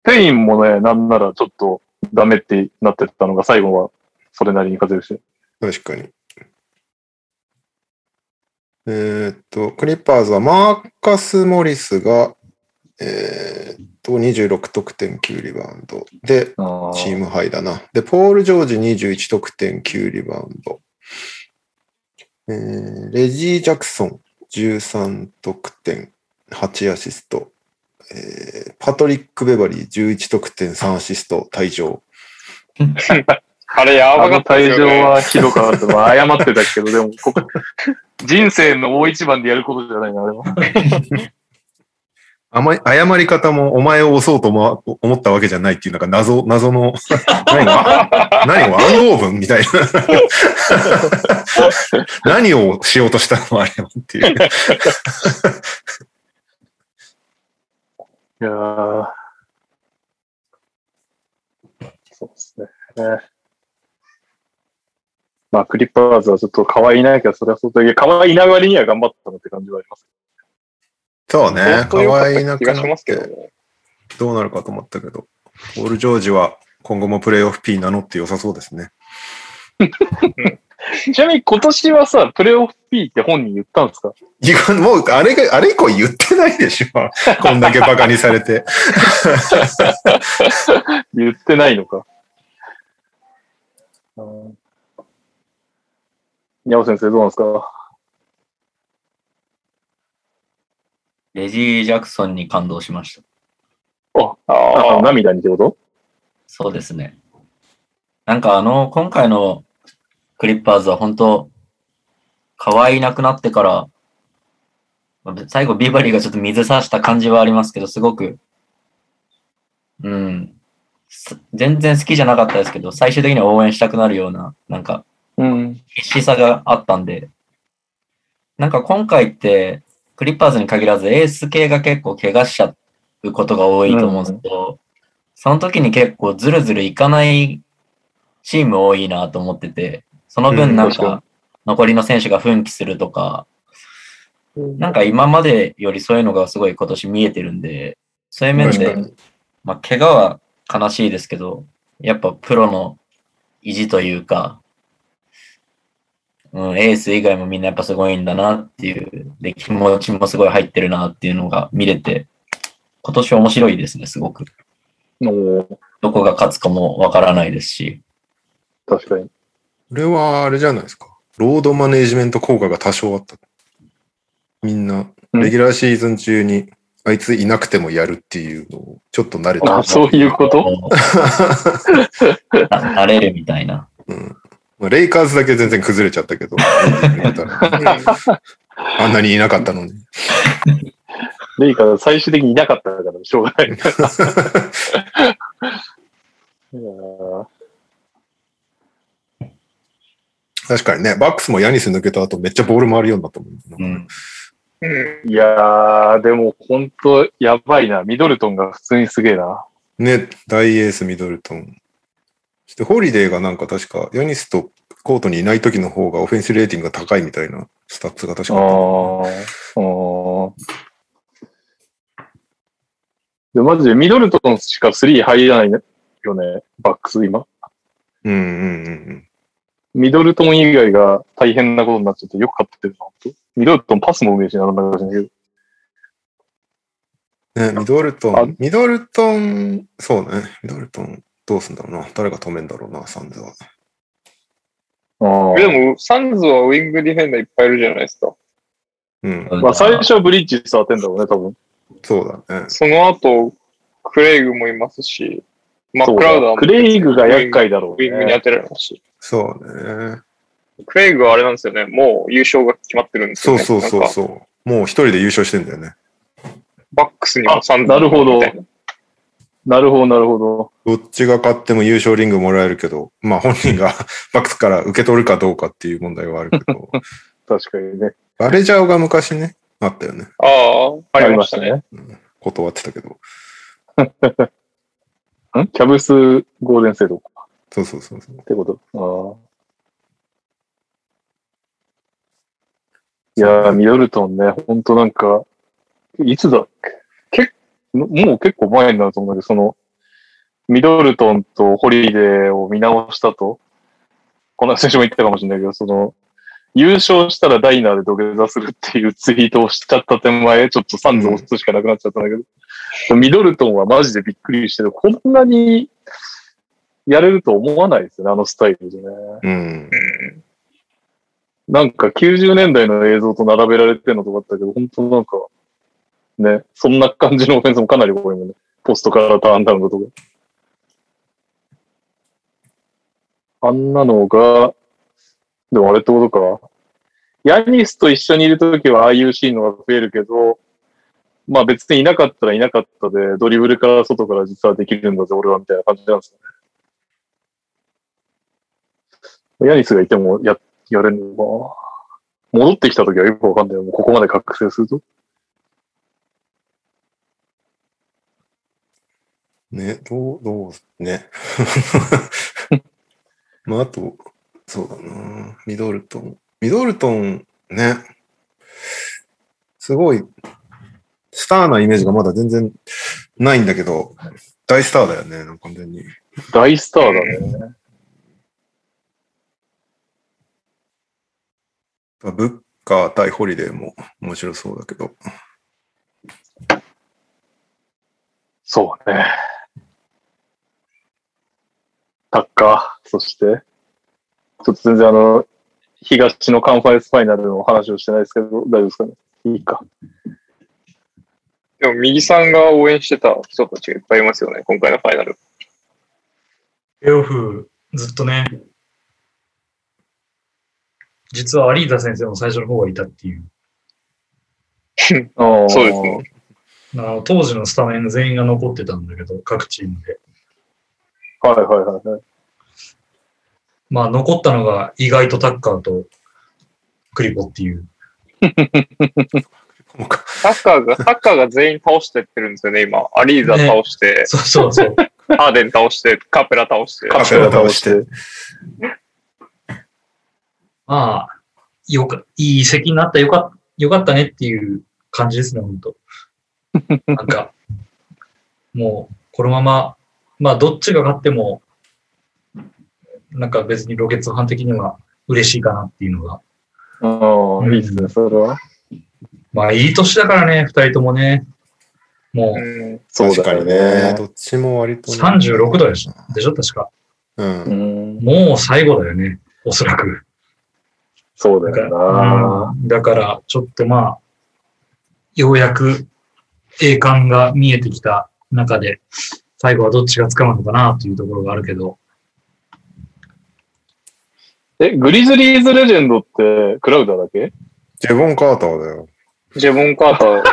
Speaker 2: ペインもね、なんならちょっとダメってなってたのが最後はそれなりに活躍して。
Speaker 1: 確かに。えーっと、クリッパーズはマーカス・モリスが、えーっと、26得点9リバウンド。で、
Speaker 2: あ
Speaker 1: チームハイだな。で、ポール・ジョージ21得点9リバウンド。えーレジー・ジャクソン13得点8アシスト。えーパトリック・ベバリー11得点3アシスト退場。
Speaker 4: あれやば
Speaker 2: あ
Speaker 4: か
Speaker 2: の
Speaker 4: ったです
Speaker 2: 退
Speaker 4: よ
Speaker 2: 場
Speaker 4: ね。
Speaker 2: はひどかった。まあ、謝ってたけど、でも、ここ、人生の大一番でやることじゃないな、あれは。
Speaker 1: 甘い謝り方もお前を押そうと思わ思ったわけじゃないっていう、なんか謎、謎の、 何が何を暗号文みたいな。 何をしようとしたのあれはっていう。
Speaker 2: いやーそうですね。まあ、クリッパーズはちょっと可愛いなきゃ、それはそうだけど、可愛いながりには頑張ったのって感じはあります。
Speaker 1: そうね。可
Speaker 4: 相当良かった
Speaker 1: 愛いなく
Speaker 4: 気
Speaker 1: な
Speaker 4: が
Speaker 1: っ
Speaker 4: しますけど
Speaker 1: て、
Speaker 4: ね。
Speaker 1: どうなるかと思ったけど、ポール・ジョージは今後もプレイオフ P 名乗って良さそうですね。
Speaker 2: ちなみに今年はさ、プレイオフ P って本人言ったんですか
Speaker 1: いやもう、あれが、あれ以降言ってないでしょ。 こんだけバカにされて。
Speaker 2: 言ってないのか。にゃお先生どうなんですか
Speaker 5: レジー・ジャクソンに感動しました。
Speaker 2: あ
Speaker 4: あ
Speaker 2: の
Speaker 4: あ、
Speaker 2: 涙にってこと
Speaker 5: そうですね。なんかあの、今回のクリッパーズは本当、可愛いなくなってから、まあ最後ビバリーがちょっと水差した感じはありますけど、すごく、うん、す全然好きじゃなかったですけど、最終的には応援したくなるような、なんか、
Speaker 2: うん。
Speaker 5: 必死さがあったんで、なんか今回って、クリッパーズに限らずエース系が結構怪我しちゃうことが多いと思うんですけど、その時に結構ずるずるいかないチーム多いなと思ってて、その分なん
Speaker 2: うん確か
Speaker 5: か残りの選手が奮起するとか、なんか今までよりそういうのがすごい今年見えてるんで、そういう面
Speaker 1: 確
Speaker 5: で
Speaker 1: か、に。
Speaker 5: まあ、怪我は悲しいですけど、やっぱプロの意地というか、うん、エース以外もみんなやっぱすごいんだなっていう、で、気持ちもすごい入ってるなっていうのが見れて、今年面白いですね、すごく。
Speaker 2: の
Speaker 5: どこが勝つかもわからないですし、
Speaker 2: 確かに。
Speaker 1: これはあれじゃないですか。ロードマネージメント効果が多少あった。みんな、
Speaker 2: うん
Speaker 1: レギュラーシーズン中に、あいついなくてもやるっていうのを、ちょっと慣れた
Speaker 2: あ、。そういうこと
Speaker 5: こうななれるみたいな。
Speaker 1: うんまあレイカーズだけ全然崩れちゃったけ ど、あんなにいなかったのに。
Speaker 2: レイカが最終的にいなかったからしょうが ない。いやー
Speaker 1: 確かにね、バックスもヤニス抜けた後めっちゃボール回るようになったもん、
Speaker 5: うん。
Speaker 4: うん。
Speaker 2: いやー、でも本当やばいな。ミドルトンが普通にすげえな。
Speaker 1: ね、大エース、ミドルトン。そしてホリデーがなんか確か、ヤニスとコートにいない時の方がオフェンスレーティングが高いみたいなスタッツが確
Speaker 2: あ
Speaker 1: かあった
Speaker 2: ー。でマジでミドルトンしか3入らないよね、バックス今。
Speaker 1: うんうんうんうん。
Speaker 2: ミドルトン以外が大変なことになっちゃってよく勝ってるな、本当ミドルトンパスもうめえしな、なんだか知らないけど。
Speaker 1: ね、ミドルト
Speaker 2: あ
Speaker 1: ン、ミドルトン、そうね、ミドルトン、どうすんだろうな。誰が止めんだろうな、サンズは。
Speaker 2: あ
Speaker 4: でも、サンズはウィングディフェンダーいっぱいいるじゃないですか。
Speaker 1: うん、
Speaker 2: まあ、最初はブリッジス当てんだろうね、多分。
Speaker 1: そうだね。
Speaker 4: その後、クレイグもいますし、まあ、
Speaker 2: そう
Speaker 4: ク
Speaker 2: だ
Speaker 4: ラウダーも
Speaker 2: クレイグが厄介だろ
Speaker 4: ウ
Speaker 2: う、
Speaker 4: ィングに
Speaker 2: ね。
Speaker 4: 当てられますし。
Speaker 1: そうね。
Speaker 4: クレイグはあれなんですよね。もう優勝が決まってるんです
Speaker 1: そ
Speaker 4: よ、
Speaker 1: う
Speaker 4: ね。
Speaker 1: そうそうん
Speaker 4: なか
Speaker 1: そう。もう一人で優勝してんだよね。
Speaker 4: バックスにもサンズ
Speaker 2: なるほど
Speaker 4: みたいな
Speaker 2: なるほど、なるほど。
Speaker 1: どっちが勝っても優勝リングもらえるけど、まあ本人が バックスから受け取るかどうかっていう問題はあるけど、
Speaker 2: 確かにね。
Speaker 1: バレジャオが昔ね、あったよね。
Speaker 4: ああ、ありましたね。
Speaker 2: ね。
Speaker 1: 断ってたけど。
Speaker 2: んキャブスゴールデンセードっ
Speaker 1: そうそうそうそう。
Speaker 2: てこと。ああ。いやー、ミドルトンね、ほんとなんか、いつだっけけもう結構前になると思うんだけど、その、ミドルトンとホリデーを見直したと、この選手も言ってたかもしれないけど、その、優勝したらダイナーで土下座するっていうツイートをしちゃった手前、ちょっとサンズを押すしかなくなっちゃったんだけど、ミドルトンはマジでびっくりしてる。こんなにやれると思わないですよね、あのスタイルでね。
Speaker 1: うん。
Speaker 2: なんか90年代の映像と並べられてるのとかあったけど、本当なんか、ね、そんな感じのオフェンスもかなり多いもんね。ポストからターンダウンとか。あんなのが、でもあれってことか。ヤニスと一緒にいるときはああいうシーンのが増えるけど、まあ別にいなかったらいなかったで、ドリブルから外から実はできるんだぜ、俺はみたいな感じなんですよね。ヤニスがいてもや、やれるのかな。戻ってきたときはよくわかんないよ。もうここまで覚醒すると。
Speaker 1: ね、どう、どう、ね。まああと、そうだな。ミドルトン。ミドルトンね。すごい、スターなイメージがまだ全然ないんだけど、大スターだよね、なんか完全に。
Speaker 2: 大スターだね。
Speaker 1: ブッカー対ホリデーも面白そうだけど。
Speaker 2: そうね。タッカー、そして、ちょっと全然あの、東のカンファレンスファイナルの話をしてないですけど、大丈夫ですかねいいか。
Speaker 4: でも右さんが応援してた人たちがいっぱいいますよね、今回のファイナル。
Speaker 3: プレーオフ、ずっとね、実はアリーダ先生も最初の方がいたっていう。
Speaker 2: そう
Speaker 4: そうですね。
Speaker 3: あの当時のスタメン全員が残ってたんだけど、各チームで。
Speaker 2: はいはいはいはい。
Speaker 3: まあ、残ったのが意外とタッカーとクリポっていう。
Speaker 1: なんか
Speaker 4: サッカーが、サッカーが全員倒してってるんですよね、今。アリーザ倒して、
Speaker 3: そうそうそう。
Speaker 4: ハーデン倒して、カペラ倒して。
Speaker 1: カフェラ倒して。
Speaker 3: まあ、よか、いい席になったよか、よかったねっていう感じですね、 本当なんか、もう、このまま、まあ、どっちが勝っても、なんか別にロケッツファン的には嬉しいかなっていうのが。
Speaker 2: ああ、いいですね、それは。
Speaker 3: まあ、いい年だからね、二人ともね。も
Speaker 4: う
Speaker 3: う、
Speaker 4: ん、
Speaker 2: そうだよね。
Speaker 1: どっちも割とね。
Speaker 3: 36度でしょ、でしょ、確か。
Speaker 1: うん。
Speaker 2: うん、
Speaker 3: もう最後だよね、おそらく。
Speaker 2: そうだよな。
Speaker 3: うんだから、ちょっとまあ、ようやく栄冠が見えてきた中で、最後はどっちが掴むのかなというところがあるけど、
Speaker 2: え、グリズリーズレジェンドって、クラウダーだけ
Speaker 1: ジェボン・カーターだよ。
Speaker 4: ジェボン・カーター。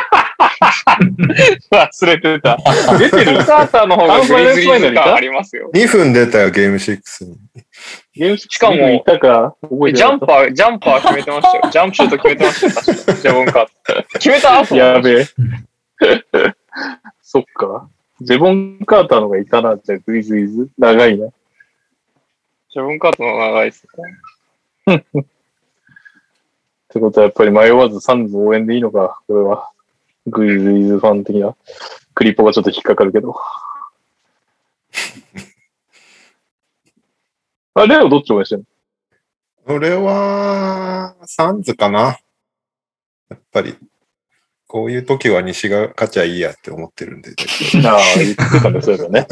Speaker 2: 忘れてた。出て
Speaker 4: ジェボ
Speaker 2: る
Speaker 4: ンカーターの方が
Speaker 2: カンファレンス
Speaker 4: グリズリーズ感ありますよ。
Speaker 1: 2分出たよ、ゲーム6に。
Speaker 2: ゲームし
Speaker 4: しかも
Speaker 2: いたか、覚えて
Speaker 4: ジ
Speaker 2: な
Speaker 4: ャ
Speaker 2: かっ
Speaker 4: ンパー、ジャンパー決めてましたよ。ジャンプシュート決めてましたよ確か。ジェボンカーター。決めた
Speaker 2: た
Speaker 4: 後
Speaker 2: やべえ。 そっか。ジェボン・カーターの方がいたな、じゃあ、グリズリーズ。長いな。
Speaker 4: ジェボンカーターの方が長いですね。
Speaker 2: ってことは、やっぱり迷わずサンズ応援でいいのか、これは。グリズリーズファン的な。クリポがちょっと引っかかるけ ど。あ、レオどっち応援してんの
Speaker 1: 俺は、サンズかな。やっぱり、こういう時は西が勝ちゃいいやって思ってるんで。
Speaker 2: ああ、言ってたね、そういえば ね。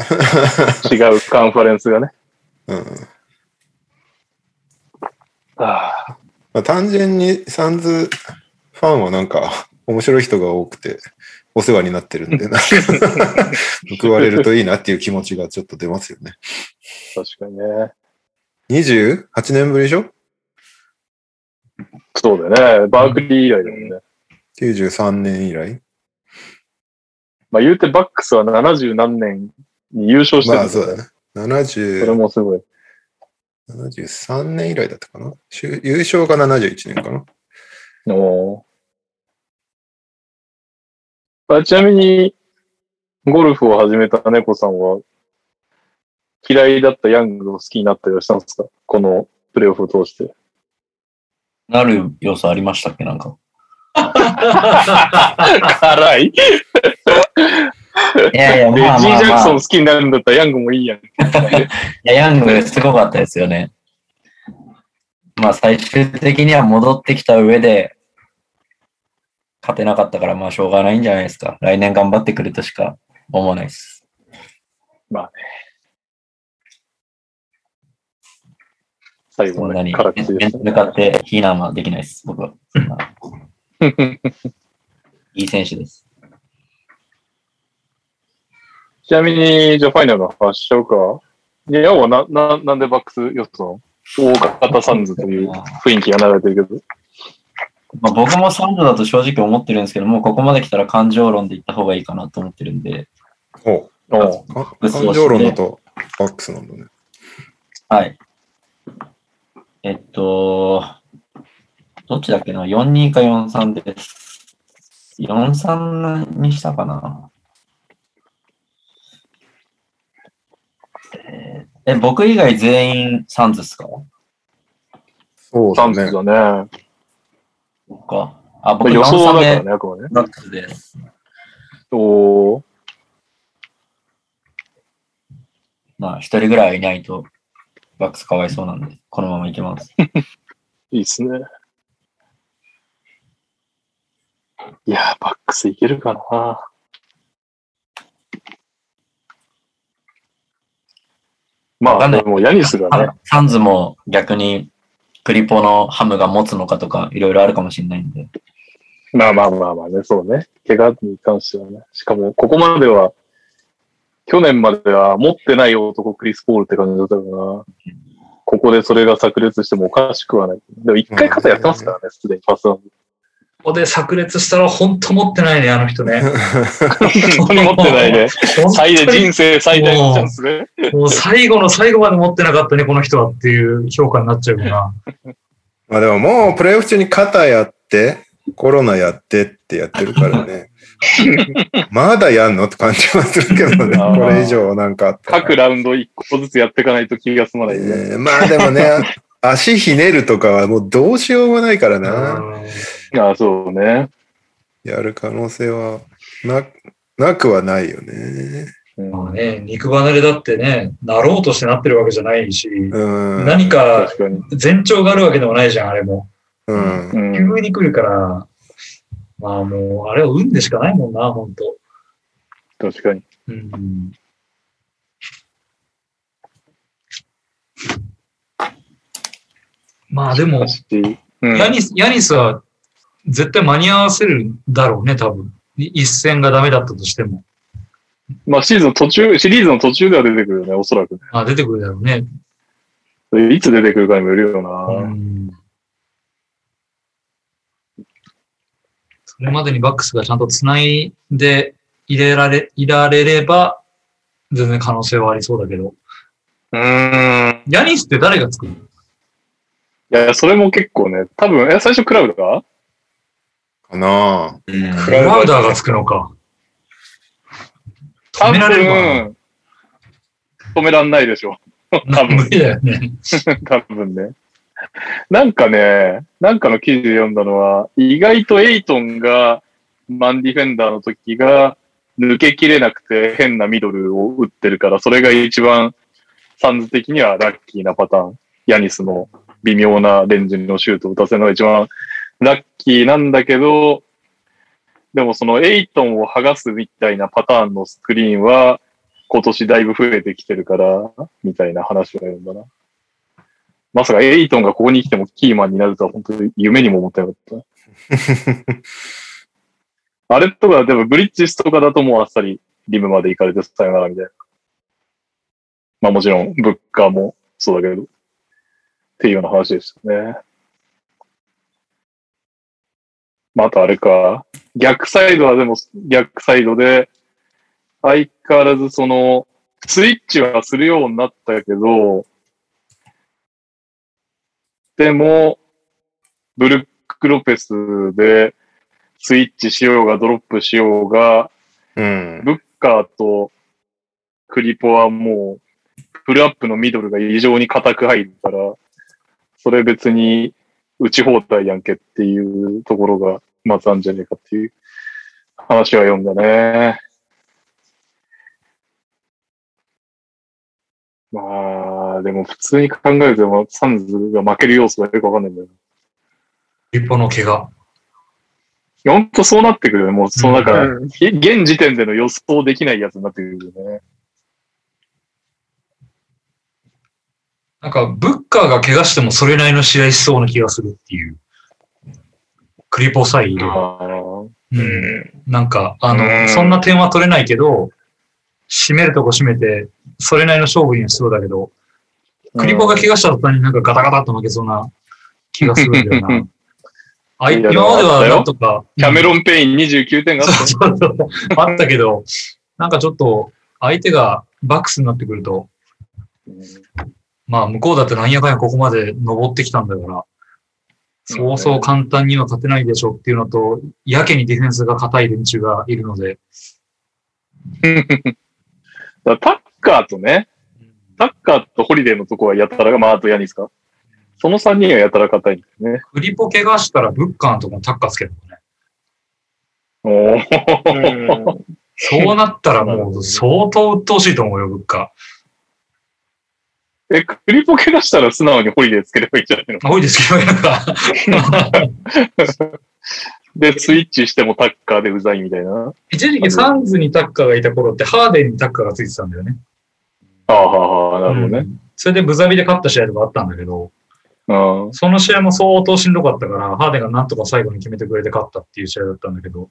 Speaker 2: 違うカンファレンスがね。
Speaker 1: うん。
Speaker 2: ああ、
Speaker 1: まあ、単純にサンズファンはなんか、面白い人が多くて、お世話になってるんで、なんか報われるといいなっていう気持ちがちょっと出ますよね。
Speaker 2: 確かにね。
Speaker 1: 28年ぶりでしょ
Speaker 2: そうだよね。バークリー以来だもんね。
Speaker 1: ?93 年以来。
Speaker 2: まあ言うてバックスは70何年に優勝してる、
Speaker 1: まあそうだね。
Speaker 2: それ
Speaker 1: 70
Speaker 2: もすごい。
Speaker 1: 73年以来だったかなしゅ優勝が71年かな
Speaker 2: おーまあ、ちなみに、ゴルフを始めた猫さんは、嫌いだったヤングを好きになったりはしたんですかこのプレイオフを通して。
Speaker 5: なる要素ありましたっけな んか。
Speaker 2: 辛い
Speaker 5: いやいや、
Speaker 2: レ
Speaker 5: まあ
Speaker 2: ジ
Speaker 5: ま
Speaker 2: ー・
Speaker 5: あ、
Speaker 2: ジャク
Speaker 5: ま
Speaker 2: ソ
Speaker 5: あ、
Speaker 2: ン
Speaker 5: い
Speaker 2: 好きになるんだったらヤングもいいやん。
Speaker 5: やヤングすごかったですよね。まあ最終的には戻ってきた上で、勝てなかったから、まあしょうがないんじゃないですか。来年頑張ってくるとしか思わないです。
Speaker 2: 最後
Speaker 5: そん
Speaker 2: ま
Speaker 5: な
Speaker 2: で
Speaker 5: に、
Speaker 2: 辛口で
Speaker 5: 面
Speaker 2: した
Speaker 5: と向かって非難はできないです、僕は。そんな
Speaker 2: ね。
Speaker 5: いい選手です。
Speaker 2: ちなみに、じゃあファイナルの話しちゃうか。いや、はな、な、なんでバックス予想大型サンズという雰囲気が流れてるけど。
Speaker 5: まあ、僕もサンドだと正直思ってるんですけど、もうここまで来たら感情論で言った方がいいかなと思ってるんで、
Speaker 1: ほ
Speaker 2: おう
Speaker 1: う。か
Speaker 5: 嘘をして
Speaker 1: 感情論だとバックスなんだね。
Speaker 5: はい。えっと、どっちだっけな ?42 か43です。43にしたかなえーえ、僕以外全員サンズっすか
Speaker 1: そう
Speaker 2: サ
Speaker 1: だ
Speaker 2: ンズ
Speaker 1: ね。
Speaker 2: だね。
Speaker 5: そっか。あ、
Speaker 2: こ
Speaker 5: 僕
Speaker 2: れ予
Speaker 5: 4
Speaker 2: 想だか
Speaker 5: 三
Speaker 2: ら
Speaker 5: で
Speaker 2: ね、あくまでね。
Speaker 5: ラックスです。
Speaker 2: おー
Speaker 5: まあ、一人ぐらいはいないと、バックスかわいそうなんで、このままいきます。
Speaker 2: いいっすね。いやー、バックスいけるかな。ま
Speaker 5: わか
Speaker 2: あ、
Speaker 5: んな
Speaker 2: で
Speaker 5: い
Speaker 2: もヤニスがね、
Speaker 5: サンズも逆に、クリポのハムが持つのかとか、いろいろあるかもしれないんで。
Speaker 2: まあまあまあまあね、そうね。怪我に関してはね。しかも、ここまでは、去年までは持ってない男クリス・ポールって感じだったからな。ここでそれが炸裂してもおかしくはない。でも一回肩やってますからね、すでにパスワン。
Speaker 3: ここで炸裂したら本当持ってないね、あの人ね。
Speaker 2: 本当に持ってないね。
Speaker 3: 本当
Speaker 2: 最
Speaker 3: に
Speaker 2: 大、人生最大のチャンスね。
Speaker 3: もう最後の最後まで持ってなかったね、この人はっていう評価になっちゃうよな。
Speaker 1: まあでももうプレイオフ中に肩やって、コロナやってってやってるから ね。まだやんのって感じはするけどね。
Speaker 2: あー
Speaker 1: これ以上なんかあったら
Speaker 2: 各ラウンド一個ずつやっていかないと気が済まないね。
Speaker 1: えーまあで もね、足ひねるとかはもうどうしようもないからな。
Speaker 3: うん
Speaker 2: ああ、そうね。
Speaker 1: やる可能性はな、なくはないよね。
Speaker 3: まあね、肉離れだってね、なろうとしてなってるわけじゃないし、
Speaker 1: うん。
Speaker 3: 何か
Speaker 2: 確かに。
Speaker 3: 前兆があるわけでもないじゃん、あれも。
Speaker 1: うん。
Speaker 2: う
Speaker 3: 急
Speaker 2: ん、
Speaker 3: に来るから、まあもう、あれは運でしかないもんな、本当
Speaker 2: 確かに。
Speaker 3: うん。まあでも、
Speaker 2: 私うん
Speaker 3: ヤニス、ヤニスは絶対間に合わせるだろうね、多分。い一戦がダメだったとしても。
Speaker 2: まあ、シーズン途中、シリーズの途中では出てくるよね、おそらく
Speaker 3: まあ出てくるだろうね。
Speaker 2: ね。いつ出てくるかにもよるよな。
Speaker 3: うんそれまでにバックスがちゃんと繋いで入れられ、いられれば、全然可能性はありそうだけど。
Speaker 2: うん。
Speaker 3: ヤニスって誰が作るの
Speaker 2: いや、それも結構ね、多分、え、最初クラウダー
Speaker 1: かな
Speaker 5: うん
Speaker 2: ク
Speaker 3: クラウダー
Speaker 2: ー
Speaker 3: が作るのか。
Speaker 2: 多
Speaker 3: 止められるか
Speaker 2: 分、止めらんないでしょ。
Speaker 3: な。
Speaker 2: 多分
Speaker 3: 無理だよね。
Speaker 2: 多分ね。なんかね、なんかの記事で読んだのは、意外とエイトンがマンディフェンダーの時が抜けきれなくて変なミドルを打ってるから、それが一番サンズ的にはラッキーなパターン。ヤニスの微妙なレンジのシュートを打たせるのが一番ラッキーなんだけど、でもそのエイトンを剥がすみたいなパターンのスクリーンは今年だいぶ増えてきてるから、みたいな話を読んだな。まさかエイトンがここに来てもキーマンになるとは本当に夢にも思ってなかった。あれとか、でもブリッジスとかだともうあっさりリムまで行かれてさよならみたいな。まあもちろん、ブッカーもそうだけど、っていうような話でしたね。まああとあれか、逆サイドはでも逆サイドで、相変わらずその、スイッチはするようになったけど、でも、ブルック・ロペスでスイッチしようがドロップしようが、
Speaker 1: うん。
Speaker 2: ブッカーとクリポはもう、フルアップのミドルが異常に硬く入るから、それ別に打ち放題やんけっていうところが、まずあんじゃねえかっていう話は読んだね。まあ、でも普通に考えると、まあサンズが負ける要素がよくわかんないんだよな
Speaker 3: 一方の怪我。
Speaker 2: いや本当そうなってくるよね。もう、そうだから、
Speaker 4: うん
Speaker 2: げ現時点での予想できないやつになってくるよね。
Speaker 3: なんか、ブッカーが怪我してもそれなりの試合しそうな気がするっていう。クリポさえいれば
Speaker 2: あの
Speaker 3: うんなんか、あ
Speaker 2: う
Speaker 3: の、
Speaker 2: ん
Speaker 3: そんな点は取れないけど、締めるとこ締めて、それなりの勝負にはしそうだけど、クリポが怪我した途端になんかガタガタっと負けそうな気がするんだよ な。あい
Speaker 2: いや
Speaker 3: 今ま
Speaker 2: あった
Speaker 3: では
Speaker 2: よ
Speaker 3: なんとか、
Speaker 2: キャメロン・ペイン29点があっ
Speaker 3: そうそうそう あったけど、なんかちょっと、相手がバックスになってくると、まあ、向こうだってなんやかんやここまで登ってきたんだから、そうそう簡単には勝てないでしょっていうのと、やけにディフェンスが硬い連中がいるので、
Speaker 2: た。だからタッカーとね、タッカーとホリデーのとこはやたらが、まあ、あとヤニスか。その3人はやたら硬いんですね。
Speaker 3: クリポ怪我したらブッカーのとこにタッカーつけるの ね。
Speaker 2: おー
Speaker 4: うん
Speaker 3: そうなったらもう相当鬱陶しいと思うよ、ブッカ
Speaker 2: え、クリポ怪我したら素直にホリデーつければいいんじゃないの
Speaker 3: ー。多いですけど、なんか。
Speaker 2: で、スイッチしてもタッカーでうざいみたいな。
Speaker 3: 一時期サンズにタッカーがいた頃ってハーデンにタッカーがついてたんだよね。
Speaker 2: ああ、はあ、はあ、なるほどね。
Speaker 3: うんそれでブザビで勝った試合とかあったんだけど、
Speaker 2: うん。
Speaker 3: その試合も相当しんどかったから、ハーデンがなんとか最後に決めてくれて勝ったっていう試合だったんだけど、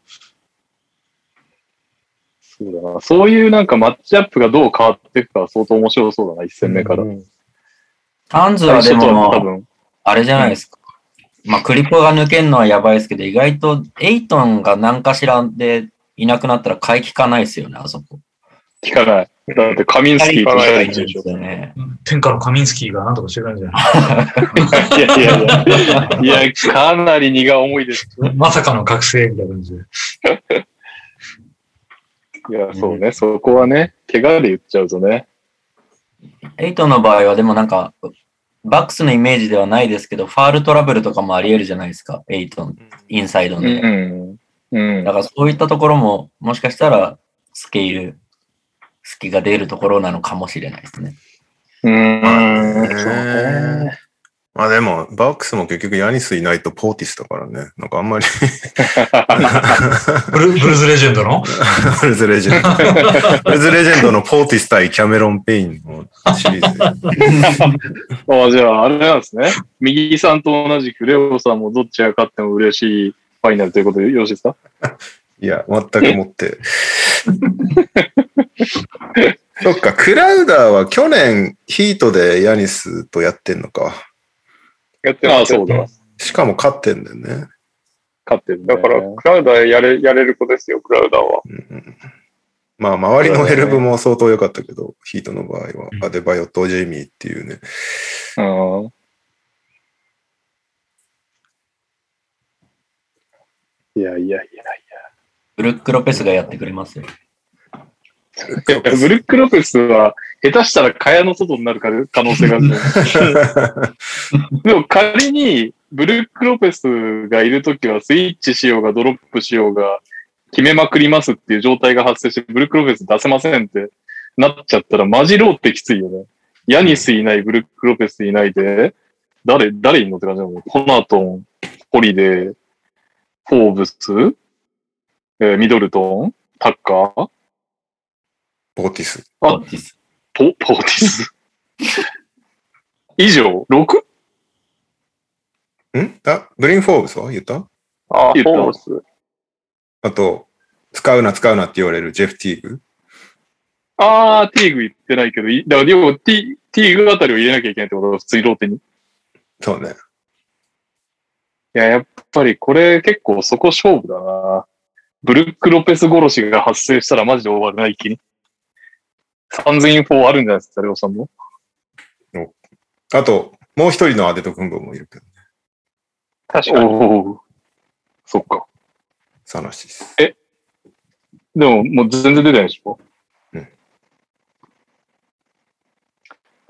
Speaker 2: そうだな。そういうなんかマッチアップがどう変わっていくかは相当面白そうだな、一戦目から。
Speaker 1: うん
Speaker 5: サンズはで
Speaker 2: 最初とは多
Speaker 5: も、
Speaker 2: 分。
Speaker 5: あれじゃないですか。まあ、クリポが抜けるのはやばいですけど、意外とエイトンが何かしらでいなくなったら買い聞かないですよね、あそこ。
Speaker 2: 聞かない。だってカミンスキーとダリッチでしょ。
Speaker 5: よね。
Speaker 3: 天下のカミンスキーがなんとかしてくれるんじゃない
Speaker 2: い やいやいや。いや、かなり荷が重いです。
Speaker 3: まさかの覚醒みたいな感じで。
Speaker 2: いや、そうね。そこはね、怪我で言っちゃうとね。
Speaker 5: エイトンの場合はでもなんか、バックスのイメージではないですけど、ファールトラブルとかもあり得るじゃないですか、エイトン、インサイド
Speaker 2: う
Speaker 5: で。
Speaker 2: ん。うん
Speaker 5: だ。からそういったところも、もしかしたら、スケール、隙が出るところなのかもしれないですね。
Speaker 2: うん。そうね
Speaker 1: ねまあでも、バックスも結局ヤニスいないとポーティスだからね。なんかあんまり、
Speaker 3: ブルブルーズレジェンドの
Speaker 1: ブルーズレジ ェンド。ブルーズレジェンドのポーティス対キャメロン・ペインのシリーズ。
Speaker 2: あじゃあ、あれなんですね。右さんと同じく、レオさんもどっちが勝っても嬉しいファイナルということでよろしいですか
Speaker 1: いや、全くも って。そっか、クラウダーは去年ヒートでヤニスとやってんのか。
Speaker 4: やって
Speaker 2: あ
Speaker 4: ま
Speaker 2: あ、
Speaker 4: す
Speaker 2: そ
Speaker 4: よ
Speaker 2: うだ。
Speaker 1: しかも勝ってんだよね。
Speaker 2: 勝ってるね。
Speaker 4: だから、クラウダーやれ、やれる子ですよ、クラウダーは。
Speaker 1: うんまあ、周りのヘルプも相当良かったけど、ヒートの場合は、アデバヨとジェイミーっていうね。
Speaker 2: うん。いやいやい
Speaker 5: ブルック・ロペスがやってくれますよ。
Speaker 2: やいや。 ブルック・ロペスは、下手したら蚊帳の外になる可能性がある。でも仮に、ブルック・ロペスがいるときは、スイッチしようが、ドロップしようが、決めまくりますっていう状態が発生して、ブルック・ロペス出せませんってなっちゃったら、マジローってきついよね。ヤニスいない、ブルック・ロペスいないで、誰、誰いんのって感じなのコナートン、ホリデー、フォーブス、えーミドルトン、タッカー、
Speaker 1: ポーティス。
Speaker 2: あ
Speaker 5: こっちです
Speaker 2: ポ、ポーティス。以上、6?
Speaker 1: んあ、グリーン・フォーブスは言った
Speaker 4: ああ、
Speaker 2: 言った
Speaker 4: ホース。
Speaker 1: あと、使うな、使うなって言われるジェフ・ティーグ。
Speaker 2: ああ、ティーグ言ってないけど、いだから、要はティティーグあたりを入れなきゃいけないってことは普通にローテに。い
Speaker 1: そうね。
Speaker 2: や、やっぱりこれ結構そこ勝負だな。ブルック・ロペス殺しが発生したらマジで終わるな、一気に。3004あるんじゃないですか、レオさんも。
Speaker 1: あと、もう一人のアデト君分もいるけど、
Speaker 4: 確かに。
Speaker 2: おお。そっか。
Speaker 1: サナシス。
Speaker 2: でも、もう全然出てないでしょ。
Speaker 1: うん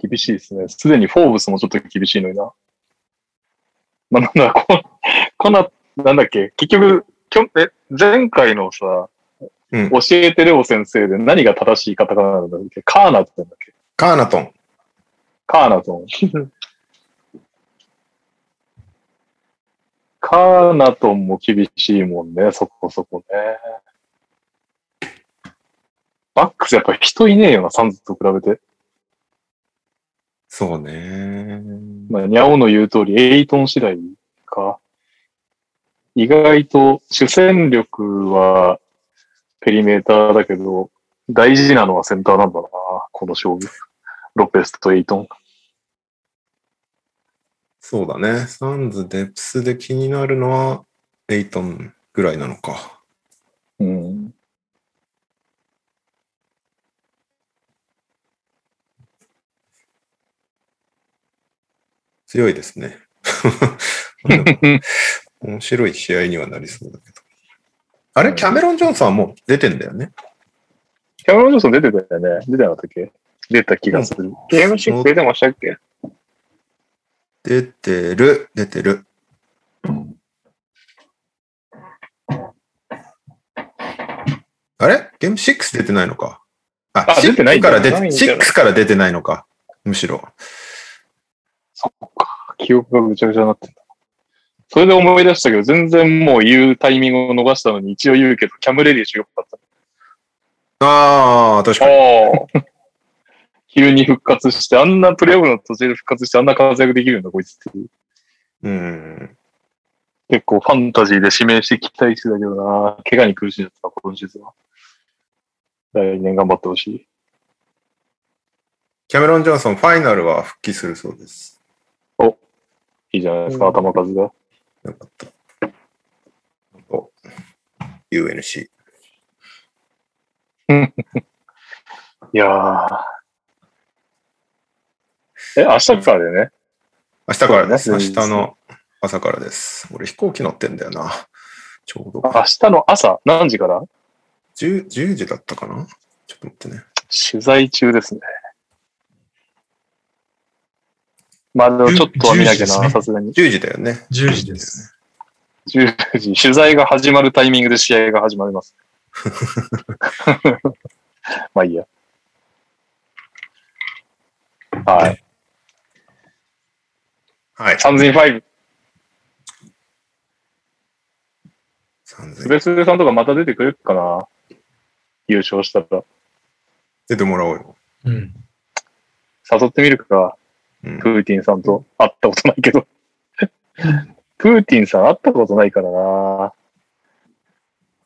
Speaker 2: 厳しいですね。すでにフォーブスもちょっと厳しいのにな。まあ、なんだ、こ、こんな、なんだっけ、結局、きょえ前回のさ、
Speaker 1: うん
Speaker 2: 教えてレオ先生で何が正しいカタカナなんだっけカーナって言うんだっけ
Speaker 1: カーナトン。
Speaker 2: カーナトン。カーナトンも厳しいもんね、そこそこね。バックスやっぱ人いねえよな、サンズと比べて。
Speaker 1: そうね。
Speaker 2: まあ、ニャオの言う通り、エイトン次第か。意外と主戦力はペリメーターだけど、大事なのはセンターなんだな、この勝負。ロペスとエイトン。
Speaker 1: そうだね。サンズ、デプスで気になるのは、エイトンぐらいなのか。
Speaker 2: うん。
Speaker 1: 強いですね。面白い試合にはなりそうだけど。あれ、キャメロン・ジョンソンはもう出てんだよね。
Speaker 2: キャメロン・ジョンソン出てたよね。出てなかったっけ出た気がする。
Speaker 4: ゲームシック出てましたっけ
Speaker 1: 出てる、出てる。あれゲーム6出てないのか。あ、
Speaker 2: あ出てない
Speaker 1: 6
Speaker 2: ん
Speaker 1: か
Speaker 2: だ
Speaker 1: ら出て、
Speaker 2: ないんじゃない
Speaker 1: 6から出てないのか。むしろ。
Speaker 2: そっか。記憶がぐちゃぐちゃになってんだ。それで思い出したけど、全然もう言うタイミングを逃したのに、一応言うけど、キャムレディッシュよかった。
Speaker 1: ああ、確かに。
Speaker 4: おー
Speaker 2: 急に復活して、あんなプレイオフの途中で復活して、あんな活躍できるんだ、こいつっていう。
Speaker 1: うん。
Speaker 2: 結構ファンタジーで指名して期待してたけどな、怪我に苦しんじゃった、今シーズンは。来年頑張ってほしい。
Speaker 1: キャメロン・ジョンソン、ファイナルは復帰するそうです。
Speaker 2: いいじゃないですか、頭数が。
Speaker 1: よかった。お UNC。
Speaker 2: いやー。え、明日からだよね。
Speaker 1: 明日からです。
Speaker 2: そ
Speaker 1: 明
Speaker 2: うで
Speaker 1: 日
Speaker 2: すね
Speaker 1: の朝からです。俺飛行機乗ってんだよな。ちょうど
Speaker 2: 明日の朝、何時から
Speaker 1: 10、10時だったかなちょっと待ってね。
Speaker 2: 取材中ですね。まあでもちょっとは見なきゃ
Speaker 3: 10時ですね
Speaker 2: な、さすがに。
Speaker 1: 10時だよね。
Speaker 3: 10時です。
Speaker 2: 10時、取材が始まるタイミングで試合が始まります。 まあいいや。はい。
Speaker 1: はい。
Speaker 2: 3005、
Speaker 1: 3000
Speaker 2: スベスベさんとかまた出てくれるかな優勝したら。
Speaker 1: 出てもらおうよ。
Speaker 3: うん。
Speaker 2: 誘ってみるか、
Speaker 1: うん
Speaker 2: プ、ーティンさんと会ったことないけ ど。プーティンさん会ったことないからな。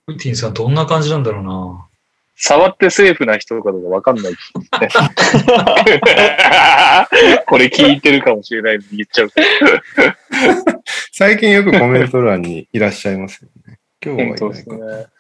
Speaker 3: プーティンさんどんな感じなんだろうな。
Speaker 2: 触ってセーフな人かどうかわかん ない。これ聞いてるかもしれないのに言っちゃう。
Speaker 1: 最近よくコメント欄にいらっしゃいますよ ね。今日はい
Speaker 2: 本
Speaker 1: な
Speaker 2: 当
Speaker 1: い
Speaker 2: で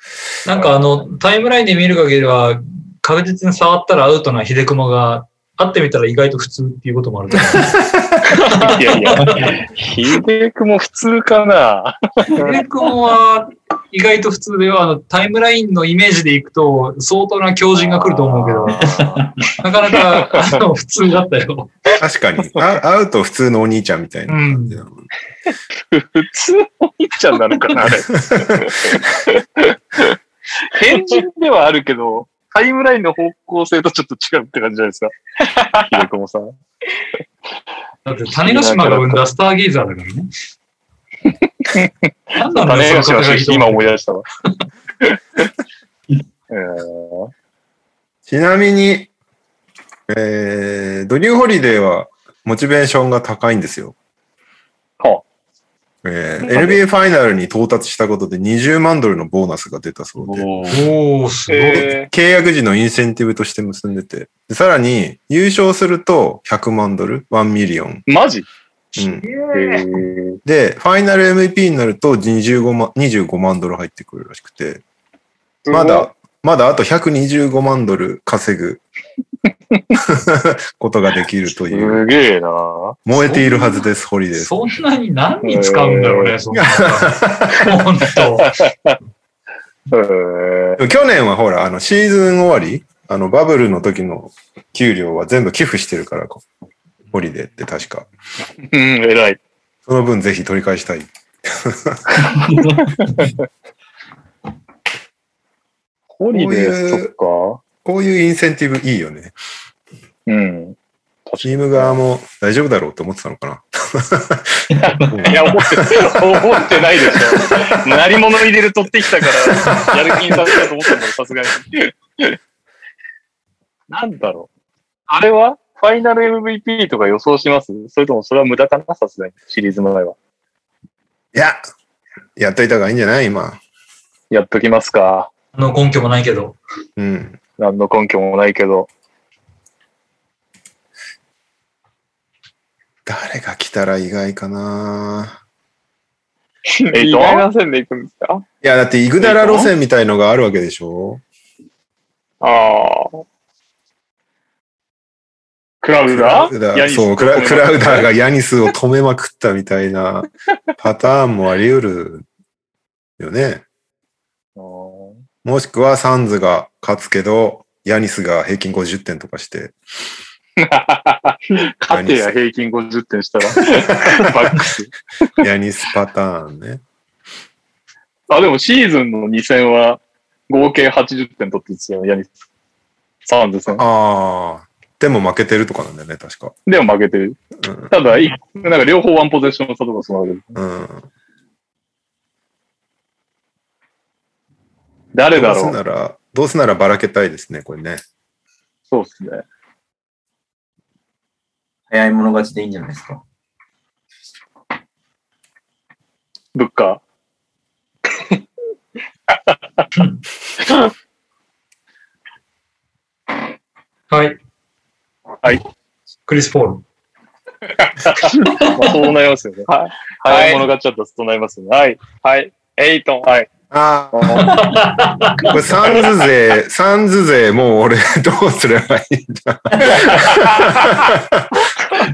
Speaker 2: す
Speaker 1: か。
Speaker 2: ね。
Speaker 3: なんかあの、タイムラインで見る限りは、確実に触ったらアウトな秀雲が、会ってみたら意外と普通っていうこともあるから。
Speaker 2: いやいや、ひでくも普通かな。
Speaker 3: 秀雲は意外と普通では、あのタイムラインのイメージでいくと、相当な強靭が来ると思うけど、なかなか、あの、普通だったよ。
Speaker 1: 確かに。あ会うと普通のお兄ちゃんみたいな感じだもんね
Speaker 2: 普通のいっちゃんなのかな、あれ。変人ではあるけど、タイムラインの方向性とちょっと違うって感じじゃないですか。ひでくもさん。
Speaker 3: だって種子島が生んだスターゲイザーだからね。なんだろうね、
Speaker 2: 種子島出
Speaker 3: その肩書
Speaker 2: 身
Speaker 3: き
Speaker 2: 今思い出した わ。えー
Speaker 1: ちなみに、えー、ドリューホリデーはモチベーションが高いんですよ。
Speaker 2: は
Speaker 1: えー
Speaker 2: なんで
Speaker 1: NBA ファイナルに到達したことで20万ドルのボーナスが出たそうで、
Speaker 5: おー
Speaker 3: おー、すごい。
Speaker 2: え
Speaker 1: 契約時のインセンティブとして結んでて、でさらに優勝すると100万ドル、1ミリオン。
Speaker 2: ー、マジ
Speaker 1: うん、
Speaker 2: えー、
Speaker 1: で、ファイナル MVP になると25万 ,25 万ドル入ってくるらしくて、まだ、まだあと125万ドル稼ぐことができるという、
Speaker 2: すげえ な。
Speaker 1: 燃えているはずです、ホリデーさん。
Speaker 3: そんなに何に使うんだろう
Speaker 2: え
Speaker 3: ね、
Speaker 2: ー
Speaker 3: そんな の。本当。
Speaker 2: えー、
Speaker 1: でも去年はほら、あの、シーズン終わり、あの、バブルの時の給料は全部寄付してるから、こうホリデーって確か。
Speaker 2: うん、偉い。
Speaker 1: その分ぜひ取り返したい。
Speaker 2: ホリデ
Speaker 1: こうい
Speaker 2: ー、
Speaker 1: う
Speaker 2: そっか。
Speaker 1: こういうインセンティブいいよね。
Speaker 2: うん。
Speaker 1: チーム側も大丈夫だろうって思ってたのか
Speaker 2: いや、思って、思ってないでしょ。鳴り物入れる取ってきたから、やる気にさせようと思ったんだよ、さすがに。なんだろう。あれはファイナル MVP とか予想しますそれともそれは無駄かなさすがに。シリーズ前は。
Speaker 1: な。いや、やっといた方がいいんじゃない今。
Speaker 2: やっときますか。
Speaker 3: あの根拠もないけど。
Speaker 1: うん。
Speaker 2: 何の根拠もないけど。
Speaker 1: 誰が来たら意外かな。
Speaker 2: え
Speaker 4: 意
Speaker 2: っと、
Speaker 4: 外な線で行くんですか
Speaker 1: いや、だってイグダラ路線みたいのがあるわけでしょ
Speaker 4: ああ。
Speaker 2: クラウ
Speaker 1: クラ
Speaker 2: ダ
Speaker 1: ウダ
Speaker 2: ー
Speaker 1: ーそうクラ、クラウダーがヤニスを止めまくったみたい なパターンもあり得るよね。
Speaker 2: ー。
Speaker 1: もしくはサンズが勝つけど、ヤニスが平均50点とかして、
Speaker 2: 家庭や平均50点したら、 バックス。
Speaker 1: ヤニスパターンね。
Speaker 2: あ、でもシーズンの2戦は、合計80点取ってるんですよ、ヤニス。サンズ戦。
Speaker 1: ああ。でも負けてるとかなんだよね、確か。
Speaker 2: でも負けてる。
Speaker 1: うん
Speaker 2: ただ、いなんか両方ワンポゼッションの差とかそうなる。
Speaker 1: うん。
Speaker 2: 誰だ
Speaker 1: どう
Speaker 2: ろ
Speaker 1: せ
Speaker 2: う
Speaker 1: なら、どうせならばらけたいですね、これね。
Speaker 2: そうですね。
Speaker 5: 早い者勝ちでいいんじゃないですか。
Speaker 2: ブッカ
Speaker 3: はい。
Speaker 2: はい。
Speaker 3: クリス・ポール。
Speaker 2: ー。まあそうなりま すよね。
Speaker 4: はい。
Speaker 2: 早い者勝っちゃったらそうなりますよね。はい。
Speaker 4: はい。エイトン。はい。
Speaker 1: ああ。 これサンズ勢、サンズ勢、もう俺、どうすればいいん だ。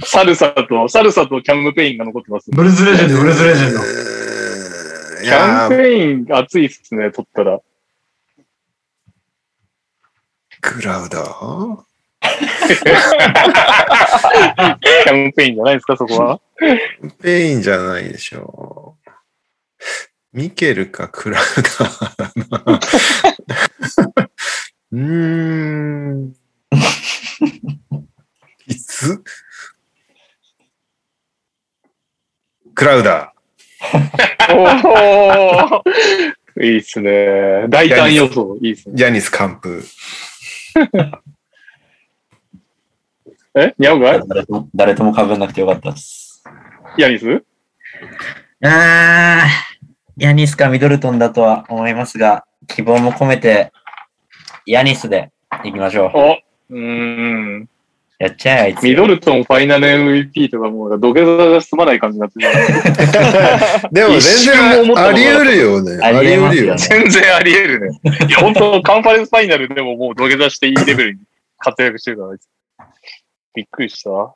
Speaker 2: サルサと、サルサとキャムペインが残ってます、
Speaker 3: ブルーズレジェンド、ブルーズレジェンド。
Speaker 1: うーんい
Speaker 2: キャ
Speaker 1: や
Speaker 2: ン
Speaker 1: ー、
Speaker 2: ペイン熱いっすね、取ったら。
Speaker 1: クラウダー
Speaker 2: キャンペインじゃないですか、そこ は。
Speaker 1: ペインじゃないでしょう。ミケルかクラウダーだな。 うーん。いつクラウダ
Speaker 2: おおいいっすね。大胆予想、いいっすね。
Speaker 1: ー、ヤニス・カンプ。
Speaker 2: えニャオが
Speaker 5: 誰とも誰とも被んなくてよかったです。
Speaker 2: ヤニス
Speaker 5: あー、ヤニスかミドルトンだとは思いますが、希望も込めて、ヤニスでいきましょう。
Speaker 2: おうーん。
Speaker 5: やっちゃえ、あいつ。
Speaker 2: ミドルトンファイナル MVP とかもう、土下座が済まない感じになってる。
Speaker 1: でも
Speaker 2: 一
Speaker 1: 全
Speaker 2: 瞬も
Speaker 1: 然
Speaker 2: 思ったこと
Speaker 1: あ
Speaker 2: なかっ
Speaker 1: り
Speaker 2: た
Speaker 1: 得るよね。
Speaker 5: あ
Speaker 1: あ
Speaker 5: り
Speaker 1: り
Speaker 5: えま
Speaker 1: 得
Speaker 5: す
Speaker 1: るよ
Speaker 5: よ
Speaker 1: ね。
Speaker 5: ね。
Speaker 2: 全然あり得るね。いや、本当カンファレンスファイナルでももう土下座していいレベルに活躍してるから、あいつびっくりしたわ。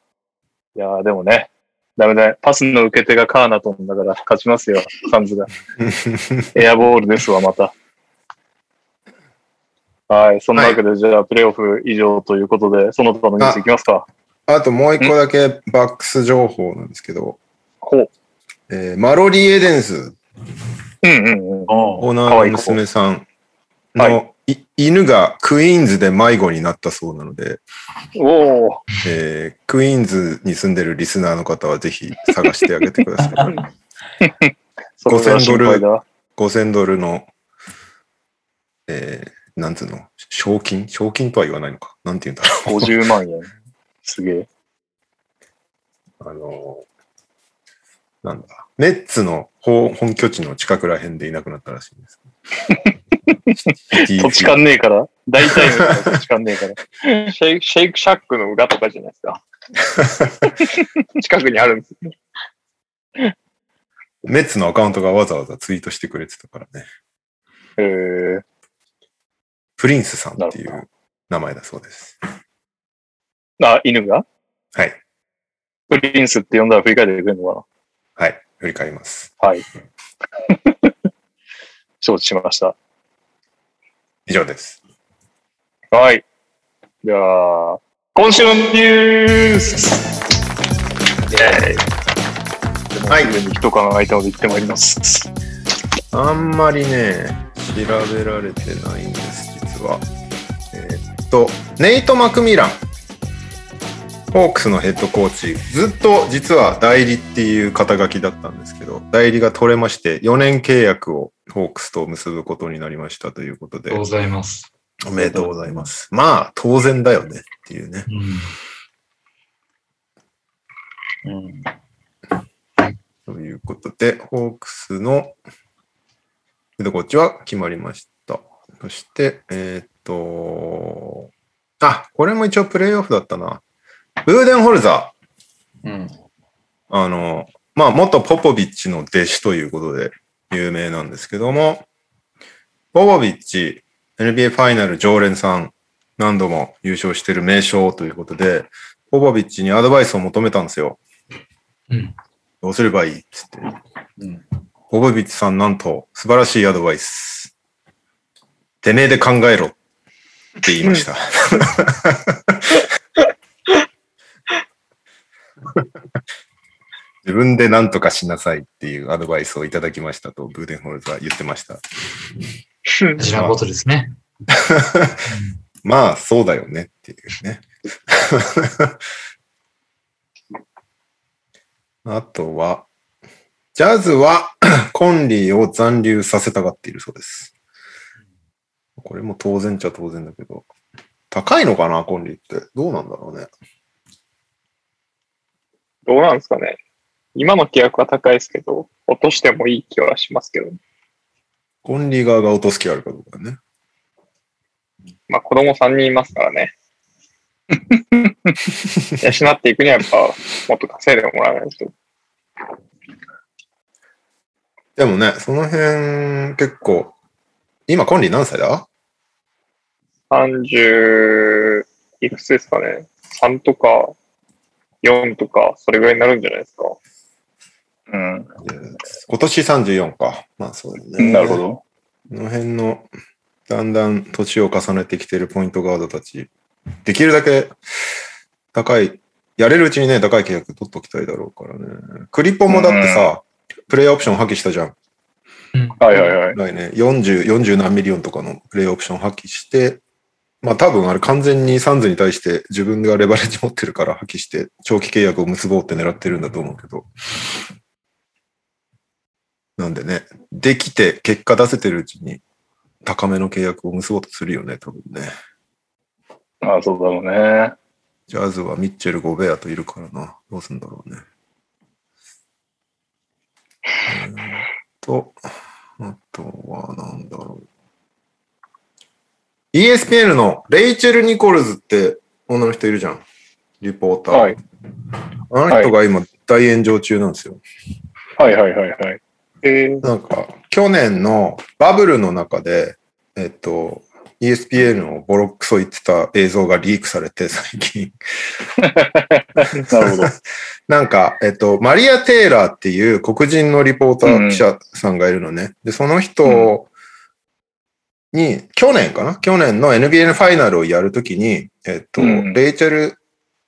Speaker 2: いやー、でもね、ダメだね。パスの受け手がカーナトンだから勝ちますよ、サン ズが。エアボールですわ、また。はい、そんなわけで、じゃあ、プレイオフ以上ということで、その他のニュースいきますか。
Speaker 1: あともう一個だけバックス情報なんですけど、
Speaker 2: ほう。
Speaker 1: えーマロリー・エデンス、
Speaker 2: うんうんうん。
Speaker 5: おう
Speaker 1: オーナーの娘さん
Speaker 2: かわいい
Speaker 1: のい犬がクイーンズで迷子になったそうなので、
Speaker 2: おお。
Speaker 1: えークイーンズに住んでるリスナーの方はぜひ探してあげてください。
Speaker 2: それは心配だ。
Speaker 1: 5000ドルの、えーなんつうの、賞金賞金とは言わないのか。なんて言うんだろ
Speaker 2: 50万円。すげえ。
Speaker 1: う。あのーなんだ。メッツの本本拠地の近くら辺でいなくなったらしいんです。
Speaker 2: 土地勘ねえから。大体の人は土地勘ねえか ら。
Speaker 4: シェイク、シェイクシャックの裏とかじゃないですか。近くにあるんです。
Speaker 1: メッツのアカウントがわざわざツイートしてくれてたからね。
Speaker 2: えー、
Speaker 1: プリンスさんってい
Speaker 2: なる
Speaker 1: う名前だそうです。
Speaker 2: あ、犬が
Speaker 1: はい。
Speaker 2: プリンスって呼んだら振り返ってくれるのか
Speaker 1: はい。振り返ります。
Speaker 2: なはい。承知しました。
Speaker 1: 以上です。
Speaker 2: はい。じゃあ、今週のニュース
Speaker 1: はい
Speaker 2: すでに一缶空いたので行ってまいります。
Speaker 1: あんまりね、調べられてないんです、実は。えーっと、ネイト・マクミラン、ホークスのヘッドコーチ、ずっと実は代理っていう肩書きだったんですけど、代理が取れまして、4年契約をホークスと結ぶことになりましたということ
Speaker 3: ありがと
Speaker 1: で
Speaker 3: うご、ざいます。
Speaker 1: おめでとうございます。まあ、当然だよねっていうね。
Speaker 3: うん。
Speaker 5: うん
Speaker 1: ということで、ホークスのヘッドコーチは決まりました。そして、えーっと、あ、これも一応プレイオフだったな。ブーデンホルザ
Speaker 5: うん。
Speaker 1: ー、あの、まあ、元ポポビッチの弟子ということで有名なんですけども、ポポビッチ NBA ファイナル常連さん、何度も優勝してる名将ということで、ポポビッチにアドバイスを求めたんですよ。
Speaker 3: うん
Speaker 1: どうすればいいっつって。
Speaker 5: うん。
Speaker 1: ボブビッチさん、なんと、素晴らしいアドバイス。てめえで考えろって言いました。自分で何とかしなさいっていうアドバイスをいただきましたと、ブーデンホルズは言ってました。
Speaker 3: 大事なことですね。
Speaker 1: まあ、そうだよねっていうね。 あとは、ジャズは コンリーを残留させたがっているそうです。これも当然っちゃ当然だけど、高いのかな、コンリーって。どうなんだろうね。
Speaker 4: どうなんですかね。今の規約は高いですけど、落としてもいい気はしますけど、
Speaker 1: コンリー側が落とす気あるかどうかね。
Speaker 4: まあ子供3人いますから ね。養っていくにはやっぱ、もっと稼いでもらわないと。
Speaker 1: でもね、その辺結構、今コンリー何歳だ
Speaker 4: 30、いくつですかね。3とか、4とか、それぐらいになるんじゃないですか。
Speaker 2: うん。
Speaker 1: 今年34か。まあそうだね。
Speaker 2: なるほ。ど。
Speaker 1: この辺の、だんだん年を重ねてきてるポイントガードたち、できるだけ高い、やれるうちにね、高い契約取っときたいだろうからね。クリポもだってさ、プレイヤーオプション破棄したじゃん。
Speaker 2: はいはいはい。
Speaker 1: 来年、40、40何ミリオンとかのプレイヤーオプション破棄して、まあ多分あれ完全にサンズに対して自分がレバレッジ持ってるから破棄して、長期契約を結ぼうって狙ってるんだと思うけど。なんでね、できて結果出せてるうちに高めの契約を結ぼうとするよね、多分ね。
Speaker 2: ああ、そうだろうね。
Speaker 1: ジャズはミッチェル・ゴベアといるからな。どうすんだろうね。えーっと、あとはなんだろう。ESPN のレイチェル・ニコルズって女の人いるじゃん。リポーター。
Speaker 2: はい。
Speaker 1: あの人が今大炎上中なんですよ。
Speaker 2: はいはいはいはい。
Speaker 4: えー、
Speaker 1: なんか、去年のバブルの中で、えっと、ESPN をボロクソ言ってた映像がリークされて、最近。
Speaker 2: なるほど。
Speaker 1: なんか、えっと、マリア・テイラーっていう黒人のリポーター記者さんがいるのね。で、その人に、去年かな去年の NBA のファイナルをやるときに、えっと、
Speaker 2: うん
Speaker 1: レイチェル・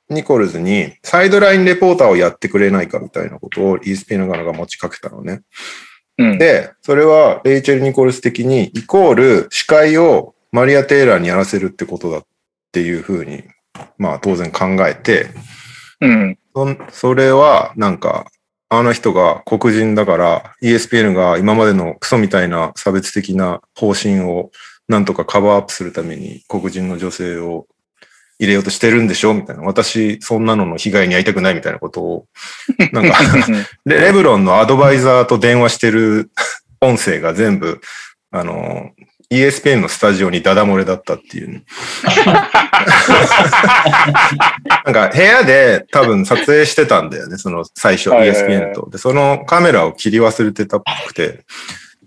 Speaker 1: ニコルズにサイドラインレポーターをやってくれないかみたいなことを ESPN 側が持ちかけたのね。
Speaker 2: うん。
Speaker 1: で、それはレイチェル・ニコルス的に、イコール司会をマリア・テイラーにやらせるってことだっていうふうに、まあ当然考えて、
Speaker 2: うん。
Speaker 1: そんそれはなんか、あの人が黒人だから、ESPN が今までのクソみたいな差別的な方針をなんとかカバーアップするために黒人の女性を入れようとしてるんでしょみたいな。私、そんなのの被害に遭いたくないみたいなこと を、なんか、レレブロンのアドバイザーと電話してる 音声が全部、あの、ESPN のスタジオにダダ漏れだったっていう、 ね。なんか部屋で多分撮影してたんだよね、その最初
Speaker 2: はいはいはい
Speaker 1: ESPN と。で、そのカメラを切り忘れてたっぽくて、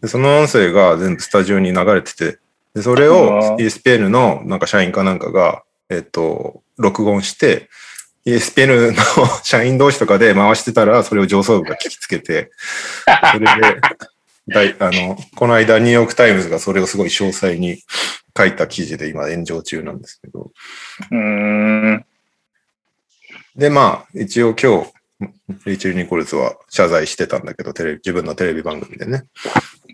Speaker 1: でその音声が全部スタジオに流れてて、でそれ
Speaker 2: う
Speaker 1: を
Speaker 2: わ
Speaker 1: ESPN のなんか社員かなんかが、えっと、録音して、ESPN の 社員同士とかで回してたら、それを上層部が聞きつけて、それで、だいあの、この間ニューヨークタイムズがそれをすごい詳細に書いた記事で今炎上中なんですけど。
Speaker 2: うーん。
Speaker 1: で、まあ、一応今日、レイチェル・ニコルズは謝罪してたんだけど、テレビ、自分のテレビ番組でね。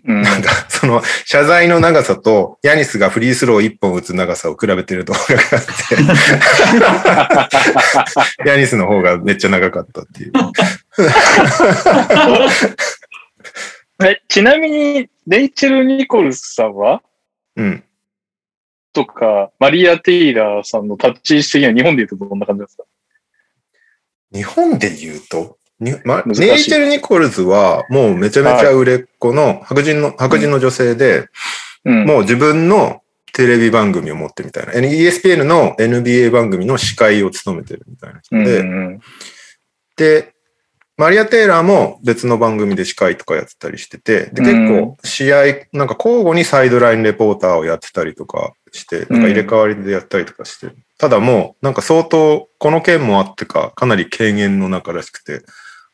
Speaker 2: うん。
Speaker 1: なんか、その、謝罪の長さと、ヤニスがフリースロー1本打つ長さを比べてる動画が あって、ヤニスの方がめっちゃ長かったっていう。
Speaker 2: え、ちなみに、レイチェル・ニコルスさんは
Speaker 1: うん。
Speaker 2: とか、マリア・テイラーさんの立ち位置的には日本で言うとどんな感じですか
Speaker 1: 日本で言うと、にま、
Speaker 2: 難しい
Speaker 1: ネイチェル・ニコルズは、もうめちゃめちゃ売れっ子の白人の、白人の女性で、
Speaker 2: うん。
Speaker 1: もう自分のテレビ番組を持ってみたいな。ESPN の NBA 番組の司会を務めてるみたいな人
Speaker 2: うん
Speaker 1: で、
Speaker 2: うん
Speaker 1: で、マリア・テイラーも別の番組で司会とかやってたりしてて、で、結構試合、なんか交互にサイドラインレポーターをやってたりとかして、なんか入れ替わりでやったりとかして、ただもう、なんか相当、この件もあってか、かなり軽減の中らしくて、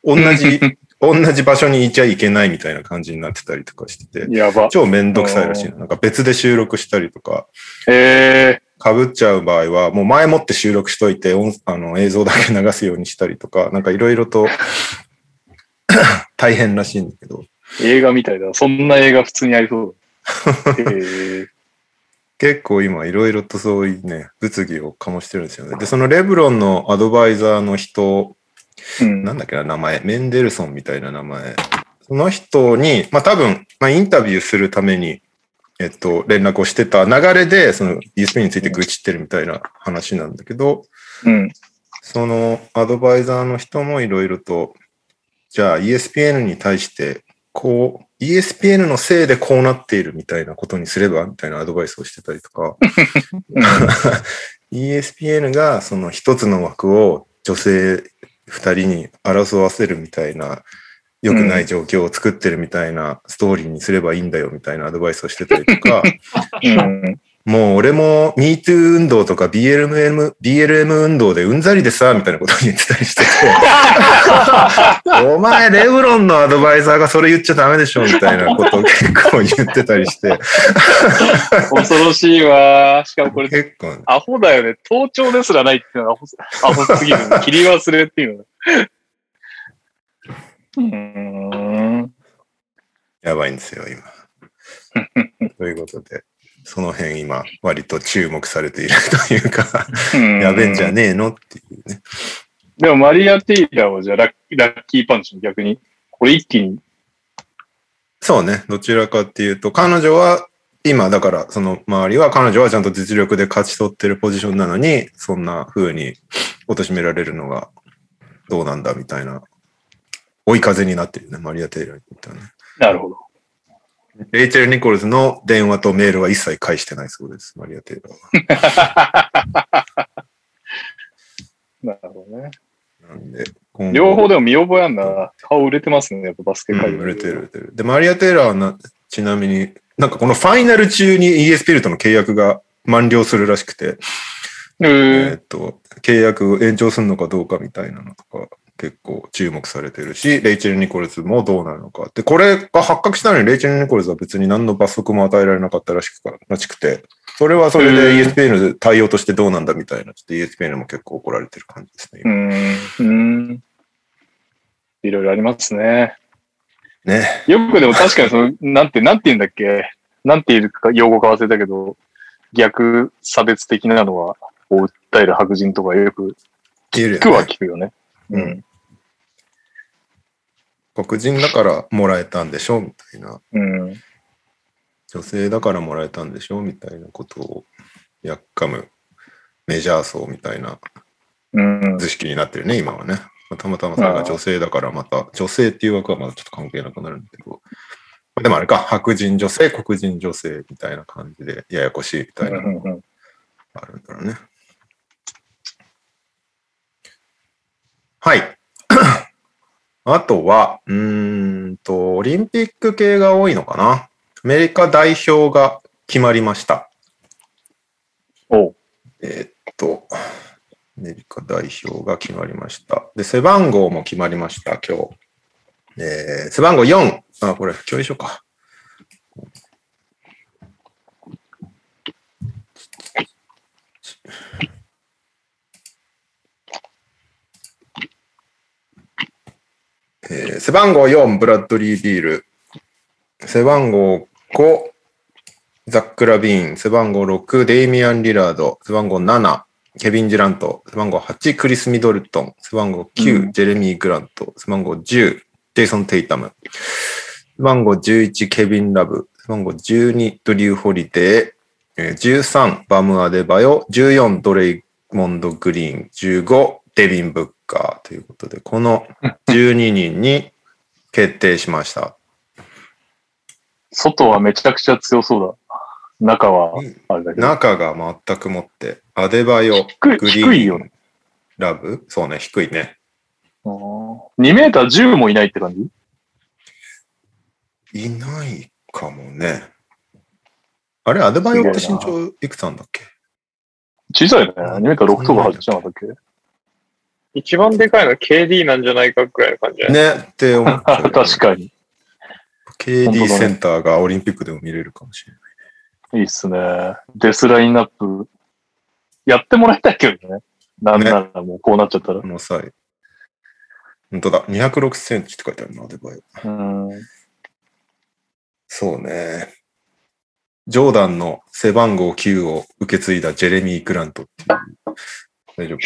Speaker 1: 同 じ、同じ場所にいちゃいけないみたいな感じになってたりとかしてて
Speaker 2: う、ん。やば。
Speaker 1: 超めんどくさいらしいな。なんか別で収録したりとか、
Speaker 2: え
Speaker 1: 被っちゃう場合は、もう前もって収録しといて、音あの映像だけ流すようにしたりとか、なんかいろいろと 大変らしいんだけど、
Speaker 2: 映画みたいだ。そんな映画普通にありそうだ。え ー、
Speaker 1: 結構今いろいろとそういうね、物議を醸してるんですよね。で、そのレブロンのアドバイザーの人
Speaker 2: うん。
Speaker 1: なんだっけな、名前、メンデルソンみたいな名前。その人に、まあ多分、まあ、インタビューするために、えっと、連絡をしてた流れで、その ESP について愚痴ってるみたいな話なんだけど、
Speaker 2: うん。
Speaker 1: そのアドバイザーの人もいろいろと、じゃあ ESPN に対して、こう、ESPN のせいでこうなっているみたいなことにすればみたいなアドバイスをしてたりとか、ESPN がその一つの枠を女性二人に争わせるみたいな、良くない状況を作ってるみたいなストーリーにすればいいんだよみたいなアドバイスをしてたりとか、
Speaker 2: うん。
Speaker 1: もう俺も MeToo 運動とか BLM、BLM 運動でうんざりでさ、みたいなことを言ってたり してて、お前レブロンのアドバイザーがそれ言っちゃダメでしょ、みたいなことを結構言ってたり して、
Speaker 2: 恐ろしいわ。しかも これ、
Speaker 1: 結構、
Speaker 2: アホだよね。盗聴ですらないっていうのがアホすアホすぎる。切り忘れっていうのが。うーん。
Speaker 1: やばいんですよ、今。ということで、その辺今、割と注目されているというか、やべえんじゃねえのっていうね。
Speaker 2: でもマリア・テイラーはじゃあラッラッキーパンチの逆に、これ一気に。
Speaker 1: そうね、どちらかっていうと、彼女は、今、だから、その周りは彼女はちゃんと実力で勝ち取ってるポジションなのに、そんな風に貶められるのがどうなんだみたいな、追い風になってるね、マリア・テイラーに言ったらね。
Speaker 2: なるほど。
Speaker 1: レイチェル・ニコルズの電話とメールは一切返してないそうです、マリア・テイラーは。
Speaker 2: なるほどね。
Speaker 1: なんで、今後
Speaker 2: 両方でも見覚えあんな。顔売れてますね。やっぱバスケ界
Speaker 1: うん売れてる売れてる。で、マリア・テイラーはな、ちなみに、なんかこのファイナル中に ESPN との契約が満了するらしくて、
Speaker 2: う
Speaker 1: えー
Speaker 2: ー
Speaker 1: っと、契約を延長するのかどうかみたいなのとか、結構注目されてるし、レイチェル・ニコルズもどうなるのか。で、これが発覚したのに、レイチェル・ニコルズは別に何の罰則も与えられなかったらしくからしくて、それはそれで
Speaker 2: へ
Speaker 1: ESPN 対応としてどうなんだみたいな、ちょっと ESPN も結構怒られてる感じですね。
Speaker 2: う
Speaker 1: 今
Speaker 2: ん。うん。いろいろありますね。
Speaker 1: ね。
Speaker 2: よくでも確かにその、なんて、なんて言うんだっけなんていうか、用語か忘れたけど、逆差別的なのは、こう訴える白人とかよく
Speaker 1: いるよ
Speaker 2: 聞くは聞くよね。
Speaker 1: う
Speaker 2: うんん。
Speaker 1: 黒人だからもらえたんでしょみたいな。
Speaker 2: うん。
Speaker 1: 女性だからもらえたんでしょみたいなことをやっかむメジャー層みたいな
Speaker 2: うん。
Speaker 1: 図式になってるね、今はね。まあたまたまそれが女性だからまた、女性っていう枠はまだちょっと関係なくなるんだけど。まあでもあれか、白人女性、黒人女性みたいな感じで、ややこしいみたいなの
Speaker 2: うんうん
Speaker 1: があるんだろうね。はい。 あとは、うーんと、オリンピック系が多いのかな。アメリカ代表が決まりました。
Speaker 2: おう
Speaker 1: えーっと、アメリカ代表が決まりました。で、背番号も決まりました、今日。えー背番号4。あ、これ、共有しようか。えー背番号4、ブラッドリー・ビール。背番号5、ザック・ラビーン、背番号6、デイミアン・リラード、背番号7、ケビン・ジュラント、背番号8、クリス・ミドルトン、背番号9、
Speaker 2: う
Speaker 1: ジェレミー・グラント、背番号10、ジェイソン・テイタム、背番号11、ケビン・ラブ、背番号12、ドリュー・ホリデー、えー13、バム・アデバヨ、14、ドレイモンド・グリーン、15、デビン・ブッカーということで、この12人に決定しました。
Speaker 2: 外はめちゃくちゃ強そうだ。中は、あれだけど。
Speaker 1: 中が全くもって、アデバヨ、
Speaker 2: 低い
Speaker 1: グリーン
Speaker 2: 低いよね
Speaker 1: ラブそうね、低いね。
Speaker 2: 2メーター10もいないって感じ
Speaker 1: いないかもね。あれ、アデバヨって
Speaker 2: すご
Speaker 1: 身
Speaker 2: いな
Speaker 1: 長いくつなんだっけ
Speaker 2: 小さいよね。2メーター6とか8じゃなかったっ
Speaker 4: 一番でかいのは KD なんじゃないかくらいの感じじゃない
Speaker 1: ねって思っちゃう
Speaker 2: け 確かに。
Speaker 1: KD
Speaker 2: 本当だね
Speaker 1: センターがオリンピックでも見れるかもしれない。
Speaker 2: いいっすね。デスラインナップ、やってもらいたいけどね。なんならもうこうなっちゃったら。
Speaker 1: この際。本当だ。206センチって書いてあるな、デバイ。
Speaker 2: うん。
Speaker 1: そうね。ジョーダンの背番号9を受け継いだジェレミー・グラントっていう。大丈夫。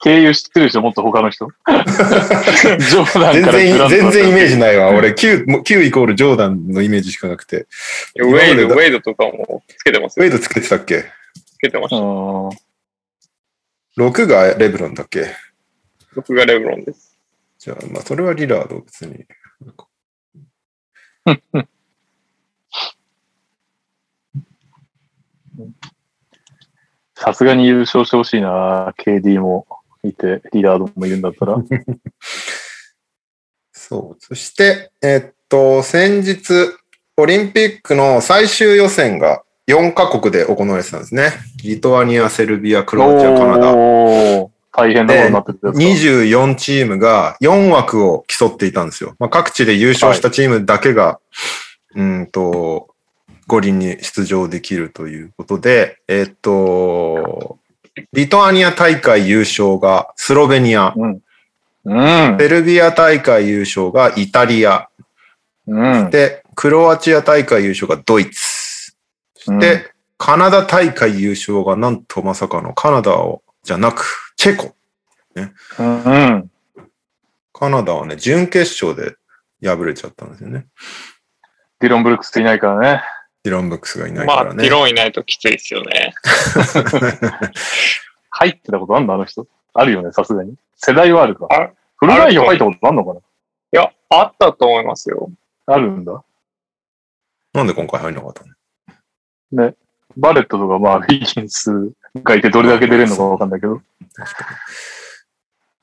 Speaker 2: 経由してる人、もっと他 の人。冗談
Speaker 1: 全
Speaker 2: からグラ
Speaker 1: 然、
Speaker 2: ンド
Speaker 1: 全
Speaker 2: まで
Speaker 1: 然イメージないわ。俺、9、もう9イコールジョーダンのイメージしかなくて。
Speaker 4: ウェイド、ウェイドとかもつけてます
Speaker 1: ウ
Speaker 4: よ
Speaker 1: ェイ。ドつけてたっけ
Speaker 4: つけてまし
Speaker 2: う
Speaker 4: た。
Speaker 2: ん。
Speaker 1: ?6 がレブロンだっけ
Speaker 4: 僕がレブロンです。
Speaker 1: じゃあ、まあ、それはリラード、別に。
Speaker 2: さすがに優勝してほしいな。KD もいて、リラードもいるんだったら。
Speaker 1: そう。そして、えっと、先日、オリンピックの最終予選が4カ国で行われてたんですね。リトアニア、セルビア、クロアチア、カナダ。
Speaker 2: おー大変なことになってるやつか
Speaker 1: 24チームが4枠を競っていたんですよ。まあ、各地で優勝したチームだけが、うーんと、五輪に出場できるということで、えっと、リトアニア大会優勝がスロベニア、
Speaker 2: うん。
Speaker 1: セルビア大会優勝がイタリア、
Speaker 2: うん。
Speaker 1: で、クロアチア大会優勝がドイツ。そして、
Speaker 2: うん
Speaker 1: カナダ大会優勝がなんとまさかのカナダを、じゃなく、チェコ。
Speaker 2: うん。
Speaker 1: カナダはね、準決勝で敗れちゃったんですよね。
Speaker 2: ディロン・ブルックスいないからね。
Speaker 1: ディロン・ブックスがいない
Speaker 4: ま
Speaker 1: か
Speaker 4: あ、
Speaker 1: ら
Speaker 4: ディ
Speaker 1: ね。
Speaker 4: ロンいないときついですよね。
Speaker 2: 入ってたことあんのあの人。あるよね、さすがに。世代はあるか。
Speaker 4: あ
Speaker 2: フルライン入ったことあんのか
Speaker 4: いや、あったと思いますよ。
Speaker 2: なあるんだ。
Speaker 1: なんで今回入んなかったの
Speaker 2: バレットとか、まあ、ウィギンスがいてどれだけ出れるのかわかんないけど。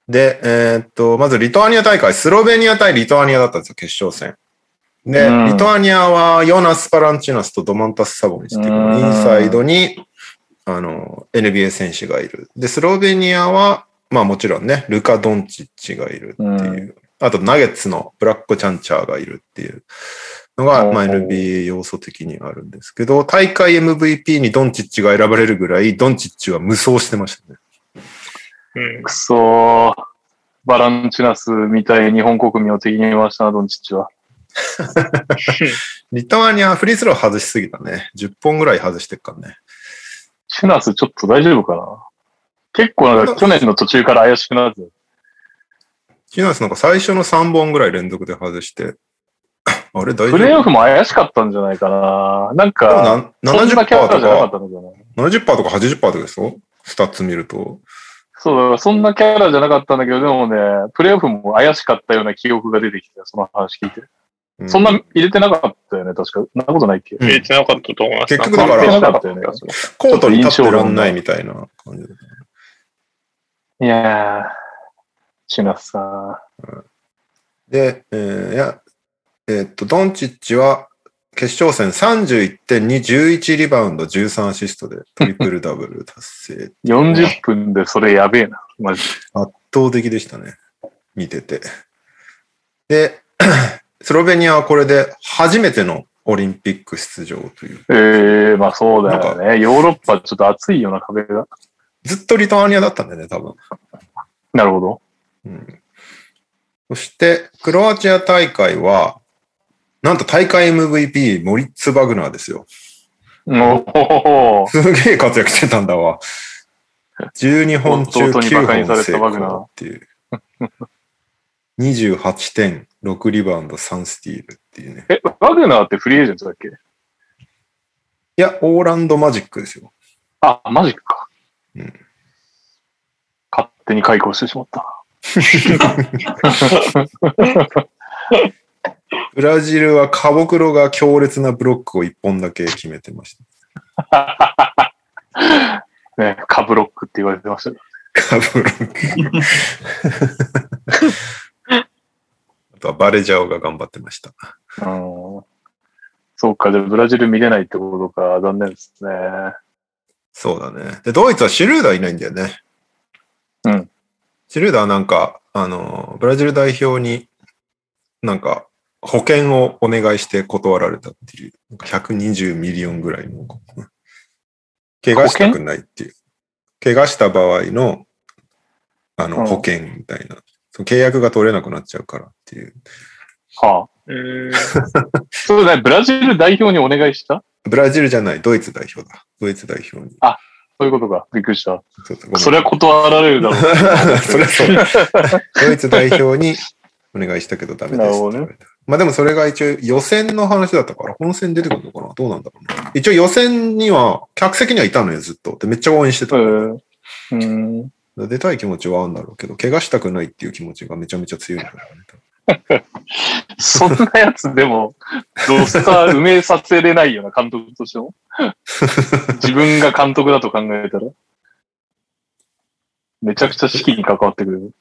Speaker 1: で、えーっと、まずリトアニア大会、スロベニア対リトアニアだったんですよ、決勝戦。で、
Speaker 2: うん
Speaker 1: リトアニアはヨナス・パランチュナスとドマンタス・サボニスっていう、
Speaker 2: うん
Speaker 1: インサイドに、あの、NBA 選手がいる。で、スロベニアは、まあもちろんね、ルカ・ドンチッチがいるっていう。あと、ナゲッツのブラック・チャンチャーがいるっていうのが、まあ
Speaker 2: おー
Speaker 1: NBA 要素的にあるんですけど、大会 MVP にドンチッチが選ばれるぐらい、ドンチッチは無双してましたね。
Speaker 4: うん
Speaker 2: く。そー。バランチュナスみたい日本国民を敵に回したな、ドンチッチは。
Speaker 1: リトアニアフリースロー外しすぎたね。10本ぐらい外してっからね。
Speaker 2: チュナスちょっと大丈夫かな結構なんか去年の途中から怪しくなって
Speaker 1: チュナスなんか最初の3本ぐらい連続で外して。あれ大丈
Speaker 2: プレー
Speaker 1: 夫
Speaker 2: オフも怪しかったんじゃないかななん
Speaker 1: でも
Speaker 2: か、
Speaker 1: な
Speaker 2: そん
Speaker 1: 70%
Speaker 2: なキャラじ
Speaker 1: と
Speaker 2: ゃなかっ
Speaker 1: か、
Speaker 2: たんだよね。
Speaker 1: 70%とか80%とかですよ。スタッツ見ると。
Speaker 2: そう、だからそんなキャラじゃなかったんだけど、でもね、プレーオフも怪しかったような記憶が出てきて、その話聞いて。
Speaker 1: う
Speaker 2: そんな入れてなかったよね、確か。そんなことないっけ
Speaker 1: うん
Speaker 4: 入れてなかったと思います。
Speaker 1: 結局だから
Speaker 2: 入れて
Speaker 4: な
Speaker 2: なんか
Speaker 4: か
Speaker 2: ったよね。
Speaker 1: コートに立ってらんないみたいな感じだった
Speaker 2: いやー、チュナスさ
Speaker 1: で、えーいや、えーっと、ドンチッチは決勝戦31点に11リバウンド、13アシストでトリプルダブル 達成。
Speaker 2: ん、40分でそれやべえな。マジ
Speaker 1: 圧倒的でしたね。見てて。で、 スロベニアはこれで初めてのオリンピック出場という。
Speaker 2: ええー、まあそうだよね。ヨーロッパちょっと暑いような壁が。
Speaker 1: ずっとリトアニアだったんだよね、多分。
Speaker 2: なるほど。
Speaker 1: うん、そして、クロアチア大会は、なんと大会 MVP、モリッツ・バグナーですよ。
Speaker 2: おお
Speaker 1: すげえ活躍してたんだわ。12本中
Speaker 2: 弟に馬鹿
Speaker 1: 9
Speaker 2: にさ
Speaker 1: 本
Speaker 2: れ
Speaker 1: 成
Speaker 2: たバグナー
Speaker 1: 功っていう。28点、6リバウンド、3スティールっていうね。
Speaker 2: え、ワグナーってフリーエージェントだっけ
Speaker 1: いや、オーランドマジックですよ。
Speaker 2: あ、マジか。
Speaker 1: うん
Speaker 2: 勝手に解雇してしまった。
Speaker 1: ブラジルはカボクロが強烈なブロックを1本だけ決めてました。
Speaker 2: ね、カブロックって言われてましたよ。
Speaker 1: カブロック。あとはバレジャオが頑張ってました。
Speaker 2: うん。そうか、じゃあブラジル見れないってことか、残念ですね。
Speaker 1: そうだね。で、ドイツはシュルーダーいないんだよね。
Speaker 2: うん。
Speaker 1: シュルーダーはなんか、あの、ブラジル代表になんか保険をお願いして断られたっていう、なんか120ミリオンぐらいの怪我したくないっていう。怪我した場合の、あ
Speaker 2: う
Speaker 1: の、
Speaker 2: ん
Speaker 1: 保険みたいな。その契約が取れなくなっちゃうからっていう。
Speaker 2: はあ。
Speaker 4: うん。
Speaker 2: そうだね、ブラジル代表にお願いした
Speaker 1: ブラジルじゃない、ドイツ代表だ。ドイツ代表に。
Speaker 2: そういうことか。びっくりした。
Speaker 1: ちょっとごめん
Speaker 2: それは断られるだろ
Speaker 1: そりゃそう。ドイツ代表にお願いしたけどダメですって言われた。
Speaker 2: なる
Speaker 1: まあでもそれが一応予選の話だったから、本戦出てくるのかなどうなんだろうな。一応予選には、客席にはいたのよ、ずっと。で、めっちゃ応援してた。
Speaker 2: う。 うん。うん。
Speaker 1: 出たい気持ちはあるんだろうけど、怪我したくないっていう気持ちがめちゃめちゃ強いんだろうね。
Speaker 2: そんなやつでも、ロスター埋めさせれないよな、監督としても。自分が監督だと考えたら。めちゃくちゃ士気に関わってくる。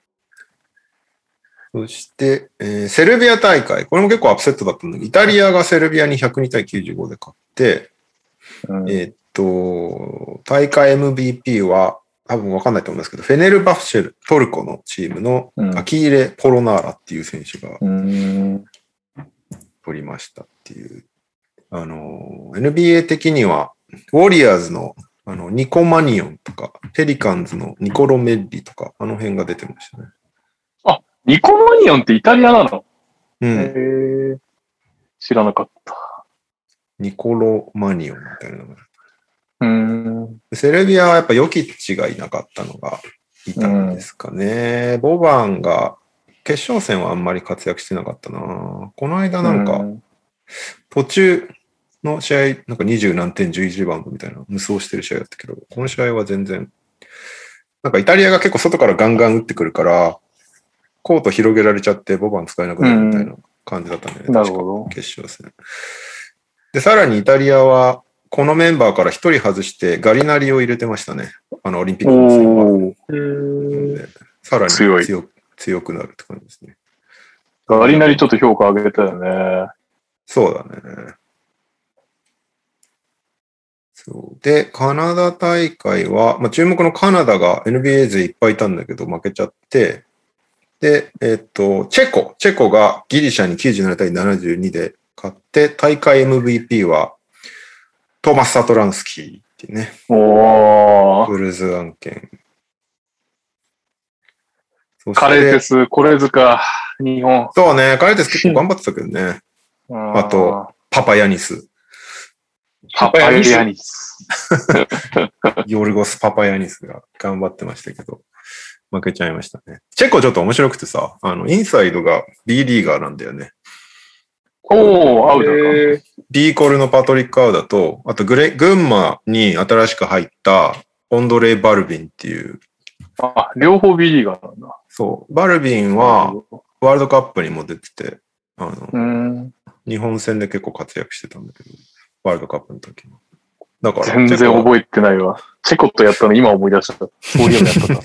Speaker 1: そして、えーセルビア大会。これも結構アップセットだったんだけど、イタリアがセルビアに102対95で勝って、
Speaker 2: うん
Speaker 1: えーっと、大会 MVP は、多分わかんないと思いますけど、フェネルバッシェル、トルコのチームの
Speaker 2: うん
Speaker 1: アキーレ・ポロナーラっていう選手が
Speaker 2: うん。
Speaker 1: 取りましたっていう。あの、NBA 的には、ウォリアーズのあのニコマニオンとか、ペリカンズのニコロメッリとか、あの辺が出てましたね。
Speaker 2: ニコマニオンってイタリアなの、
Speaker 1: うん。
Speaker 2: へえ知らなかった。
Speaker 1: ニコロマニオンみたいなのが。
Speaker 2: うん。
Speaker 1: セルビアはやっぱヨキッチがいなかったのがいたんですかね。ボバンが決勝戦はあんまり活躍してなかったな。この間なん
Speaker 2: う
Speaker 1: か途中の試合、なんか20何点11リバウンドみたいな無双してる試合だったけど、この試合は全然、なんかイタリアが結構外からガンガン打ってくるから、コート広げられちゃってボバン使えなくなるみたいな感じだったんだよね。
Speaker 2: なる
Speaker 1: 確か
Speaker 2: ほ
Speaker 1: 決勝戦。で、さらにイタリアは、このメンバーから一人外して、ガリナリを入れてましたね。あの、オリンピッ
Speaker 2: ど。
Speaker 1: クのメンバー
Speaker 2: おお。
Speaker 4: うん
Speaker 1: でさらに
Speaker 2: 強い
Speaker 1: 強く強くなるって感じですね。
Speaker 2: ガリナリちょっと評価上げたよね。
Speaker 1: そうだね。そう。で、カナダ大会は、まあ、注目のカナダが NBA 勢いっぱいいたんだけど、負けちゃって、で、えっと、チェコ、チェコがギリシャに97対72で勝って、大会 MVP は、トーマス・サトランスキーっていうね。
Speaker 2: おお。
Speaker 1: ブルーズ案件。そして
Speaker 2: カレーテス、コレズか、日本。
Speaker 1: そうね、カレーテス結構頑張ってたけどね。
Speaker 2: あ
Speaker 1: と、パパヤニス。
Speaker 2: パパヤニス。
Speaker 1: ヨルゴス・パパヤニスが頑張ってましたけど、負けちゃいましたね。チェコちょっと面白くてさ、あの、インサイドが B リーガーなんだよね。
Speaker 2: おお、アウダか。
Speaker 4: えー
Speaker 1: B コルのパトリック・アウダと、あとグレ、群馬に新しく入ったオンドレイ・バルビンっていう、
Speaker 2: あ、両方 B リーガーなんだ。
Speaker 1: そう、バルビンはワールドカップにも出てて、あの、
Speaker 2: うん。
Speaker 1: 日本戦で結構活躍してたんだけど、ワールドカップの時も。だから、
Speaker 2: 全然
Speaker 1: チェコは
Speaker 2: 覚えてないわ。チェコとやったの今思い出した。そういうのやったんだ。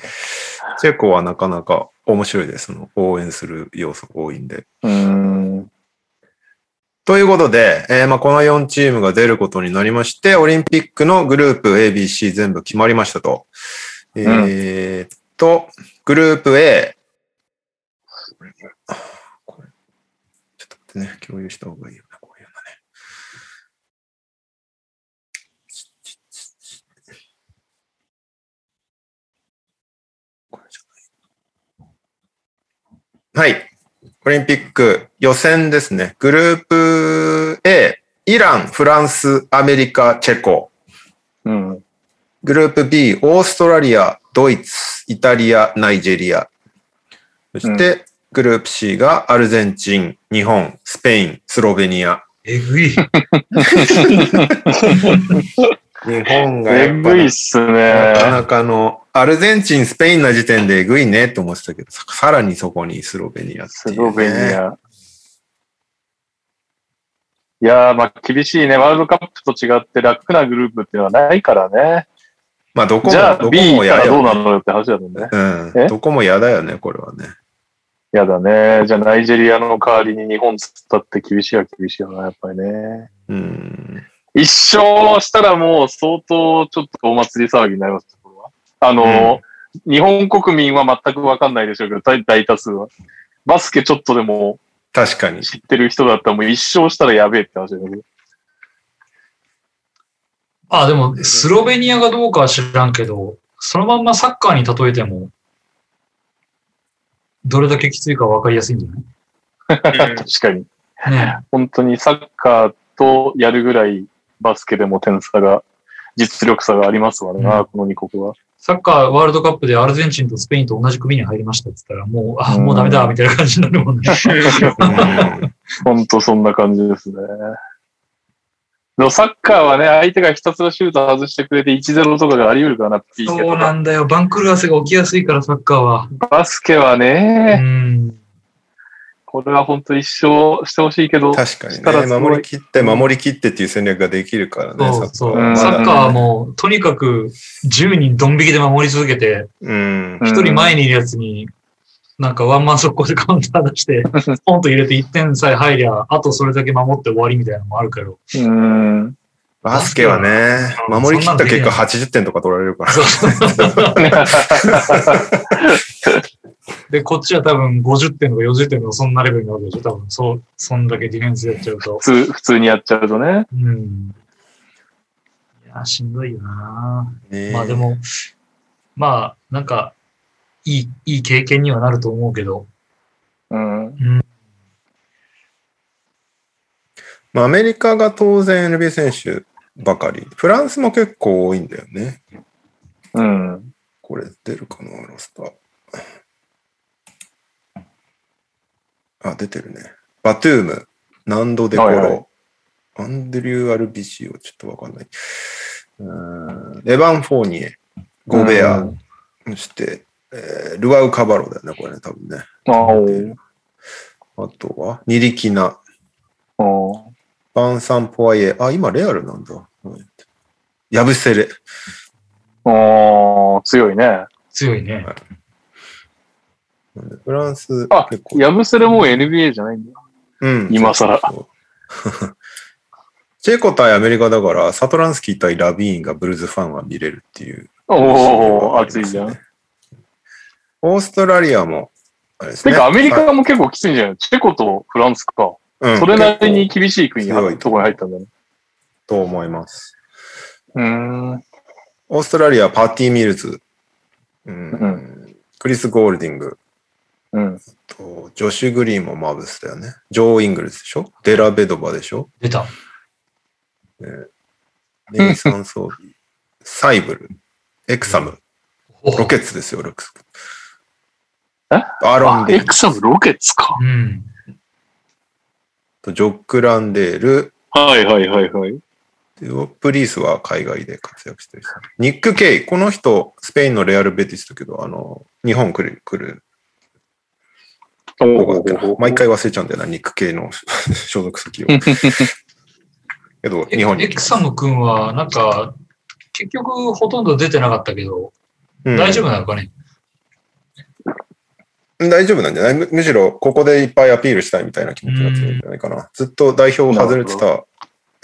Speaker 1: チェコはなかなか面白いです。その応援する要素が多いんで。
Speaker 2: うん。
Speaker 1: ということで、えーまあこの4チームが出ることになりまして、オリンピックのグループ ABC 全部決まりましたと。えーっと、グループ A。これちょっと待ってね、共有した方がいいよな、こういうのね。これじゃないはい。オリンピック予選ですね。グループ A、イラン、フランス、アメリカ、チェコ。
Speaker 2: うん。
Speaker 1: グループ B、オーストラリア、ドイツ、イタリア、ナイジェリア。そして、グループ C がアルゼンチン、日本、スペイン、スロベニア。
Speaker 3: えぐい。
Speaker 1: 日本がや
Speaker 2: え
Speaker 1: っぱ
Speaker 2: ぐい
Speaker 1: な
Speaker 2: っす
Speaker 1: か
Speaker 2: ね。
Speaker 1: なかの、アルゼンチン、スペインの時点でえぐいねと思ってたけど、ささらにそこにスロベニアってい
Speaker 2: ス
Speaker 1: うね
Speaker 2: ロベニア。いやー、まあ厳しいね。ワールドカップと違って楽なグループっていうのはないからね。
Speaker 1: まあ、どこも、
Speaker 2: じゃ
Speaker 1: ど
Speaker 2: あ
Speaker 1: こ
Speaker 2: B
Speaker 1: も
Speaker 2: か
Speaker 1: や
Speaker 2: ら
Speaker 1: だ
Speaker 2: どうな
Speaker 1: よ、
Speaker 2: るのよって話だもんね。
Speaker 1: うん。
Speaker 2: え
Speaker 1: どこもやだよね、これはね。
Speaker 2: やだね。じゃあナイジェリアの代わりに日本つったって厳しいは厳しいよな、やっぱりね。
Speaker 1: うん。
Speaker 2: 一勝したらもう相当ちょっとお祭り騒ぎになりますよこれはあの、日本国民は全くわかんないでしょうけど、大大多数は。バスケちょっとでも
Speaker 1: 確 かに。
Speaker 2: 知ってる人だったらもう一勝したらやべえって話だけど。
Speaker 3: あ、でも、スロベニアがどうかは知らんけど、そのまんまサッカーに例えても、どれだけきついか分かりやすいんじゃない
Speaker 4: うん
Speaker 2: 確かに。
Speaker 3: ね
Speaker 2: 本当にサッカーとやるぐらいバスケでも点差が、実力差がありますわな、この2国は。
Speaker 3: えサッカーワールドカップでアルゼンチンとスペインと同じ組に入りましたって言ったら、もう、あ、もうダメだ、みたいな感じになるもんね。
Speaker 2: 本当そんな感じですね。でもサッカーはね、相手がひたすらシュート外してくれて1-0とかがあり得るからな、PK
Speaker 3: そ
Speaker 2: と
Speaker 3: うな
Speaker 2: か。
Speaker 3: んだよ。番狂わせが起きやすいから、サッカーは。
Speaker 2: バスケは
Speaker 3: う
Speaker 2: ね、
Speaker 3: ん。
Speaker 2: これは本当一生してほしいけど、
Speaker 1: 確か
Speaker 2: したら
Speaker 1: に
Speaker 2: す
Speaker 1: ね、
Speaker 2: ごい
Speaker 1: 守り切って、守り切ってっていう戦略ができるからね、
Speaker 3: そうそ
Speaker 1: サッ
Speaker 3: う
Speaker 1: カーは。
Speaker 3: サ
Speaker 2: ん
Speaker 3: ッカーはもう、とにかく、10人ドン引きで守り続けて、
Speaker 1: うん。
Speaker 2: うん
Speaker 3: 一人前にいるやつに、なんかワンマン速攻でカウンター 出して、ポンと入れて1点さえ入りゃ、あとそれだけ守って終わりみたいなのもあるけど。
Speaker 2: うん。
Speaker 1: バスケはね、
Speaker 3: うん
Speaker 1: 守り切った
Speaker 3: そんなのでき
Speaker 1: 結
Speaker 3: な
Speaker 1: 果
Speaker 3: い
Speaker 1: 80点とか取られるから。
Speaker 3: で、こっちは多分50点とか40点とかそんなレベルなわけでしょ多分、そう、そんだけディフェンスやっちゃうと
Speaker 2: 普。通、普通にやっちゃうとね。
Speaker 3: うん。いや、しんどいよな
Speaker 1: ね
Speaker 3: まあでも、まあ、なんか、いい、いい経験にはなると思うけど。
Speaker 2: うん。
Speaker 1: まあアメリカが当然 NBA 選手ばかり。フランスも結構多いんだよね。
Speaker 2: うん。
Speaker 1: これ出るかな、ロスター。あ、出てるね。バトゥーム、ナンド・デコロ、
Speaker 2: はいはい
Speaker 1: アンドリュー・アルビシオ、ちょっとわかんない。うーんエヴァン・フォーニエ、ゴベア、
Speaker 2: うん
Speaker 1: そして、えールアウ・カバロだよね、これね、多分ね。
Speaker 2: あー
Speaker 1: あとは、ニリキナ、
Speaker 2: あー。
Speaker 1: バンサン・ポワイエ、あ、今レアルなんだ。うんヤブセレ。
Speaker 2: ああ、強いね。
Speaker 3: 強いね。
Speaker 1: フランス
Speaker 2: あ
Speaker 1: 結、構。
Speaker 2: ヤブセレもう NBA じゃないんだよ。
Speaker 1: うん、
Speaker 2: 今更。
Speaker 1: そう チェコ対アメリカだから、サトランスキー対ラビーンがブルーズファンは見れるっていう。
Speaker 2: おお、熱いじゃん。て
Speaker 1: オーストラリアも、あれですね。
Speaker 2: か、アメリ
Speaker 1: は
Speaker 2: カも結構きついんじゃないチェコとフランスか。
Speaker 1: うん
Speaker 2: それなりに厳しい国
Speaker 1: 結構強い
Speaker 2: に、とこに入ったんだね。
Speaker 1: と思います。
Speaker 2: うーん。
Speaker 1: オーストラリア、パーティー・ミルズ、うん
Speaker 2: う
Speaker 1: クリス・ゴールディング、
Speaker 2: うん。
Speaker 1: とジョシュ・グリーンもマブスだよね。ジョー・イングルスでしょデラ・ベドバでしょ
Speaker 3: 出た。
Speaker 1: ネイサン・ソービー、サイ ブル、エクサム、
Speaker 3: お
Speaker 1: ロケッツですよ、ロケッツ。
Speaker 2: え
Speaker 1: アーロン・
Speaker 2: あ、
Speaker 1: デイ
Speaker 2: エクサムロケッツか。
Speaker 3: うん。
Speaker 1: とジョック・ランデール、
Speaker 2: はいはいはいはい。
Speaker 1: プリースは海外で活躍してる人。ニック・ケイ、この人、スペインのレアル・ベティスだけど、あの、日本来る、来る。
Speaker 2: お
Speaker 1: どこだっけな
Speaker 2: お。
Speaker 1: 毎回忘れちゃうんだよな、ニック・ケイの 所属先 を。けど、
Speaker 3: え
Speaker 1: 日本に
Speaker 3: エクサム君は、なんか、結局ほとんど出てなかったけど、
Speaker 1: うん
Speaker 3: 大丈夫なのかね、
Speaker 1: 大丈夫なんじゃないむむしろ、ここでいっぱいアピールしたいみたいな気持ちが強いんじゃないかな。ずっと代表を外れてた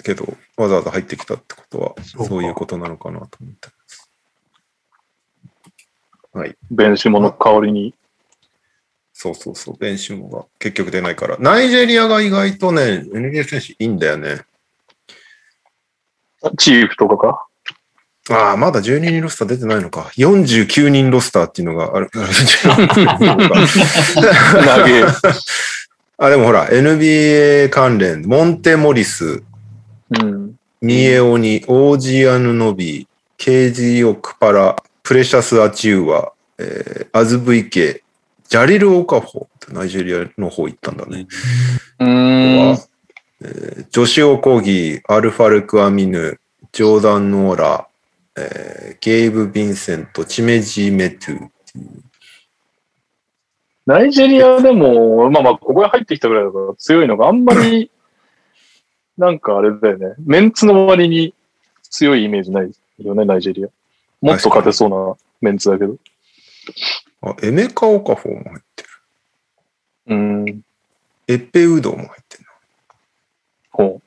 Speaker 1: けど、わざわざ入ってきたってことは、
Speaker 3: そうか
Speaker 1: そういうことなのかなと思って。
Speaker 2: ベンシモの代わりに。
Speaker 1: そうそうそう、練習もが結局出ないから。ナイジェリアが意外とね、NBA 選手いいんだよね。
Speaker 2: チーフとかか。
Speaker 1: ああ、まだ12人ロスター出てないのか。49人ロスターっていうのがある。
Speaker 2: 投げ。
Speaker 1: あ、でもほら、NBA 関連、モンテ・モリス、
Speaker 2: うん。
Speaker 1: ミエオニ、オージアヌ・ノビー、ケージ・オクパラ、プレシャス・アチウア、えーアズブイケ、ジャリル・オカフォってナイジェリアの方行ったんだね。
Speaker 2: う
Speaker 1: は
Speaker 2: ーん。
Speaker 1: えージョシオ・コギー、アルファルク・アミヌ、ジョーダン・ノーラ、えーゲイブ・ヴィンセント、チメジー・メトゥ。
Speaker 2: ナイジェリアでも、まあまあ、ここへ入ってきたぐらいだから強いのがあんまり、なんかあれだよね。メンツの割に強いイメージないよね、ナイジェリア。もっと勝てそうなメンツだけど。
Speaker 1: あ、エメカ・オカフォーも入って
Speaker 2: うん。
Speaker 1: る。エッペ・ウドウも入ってる
Speaker 2: ほ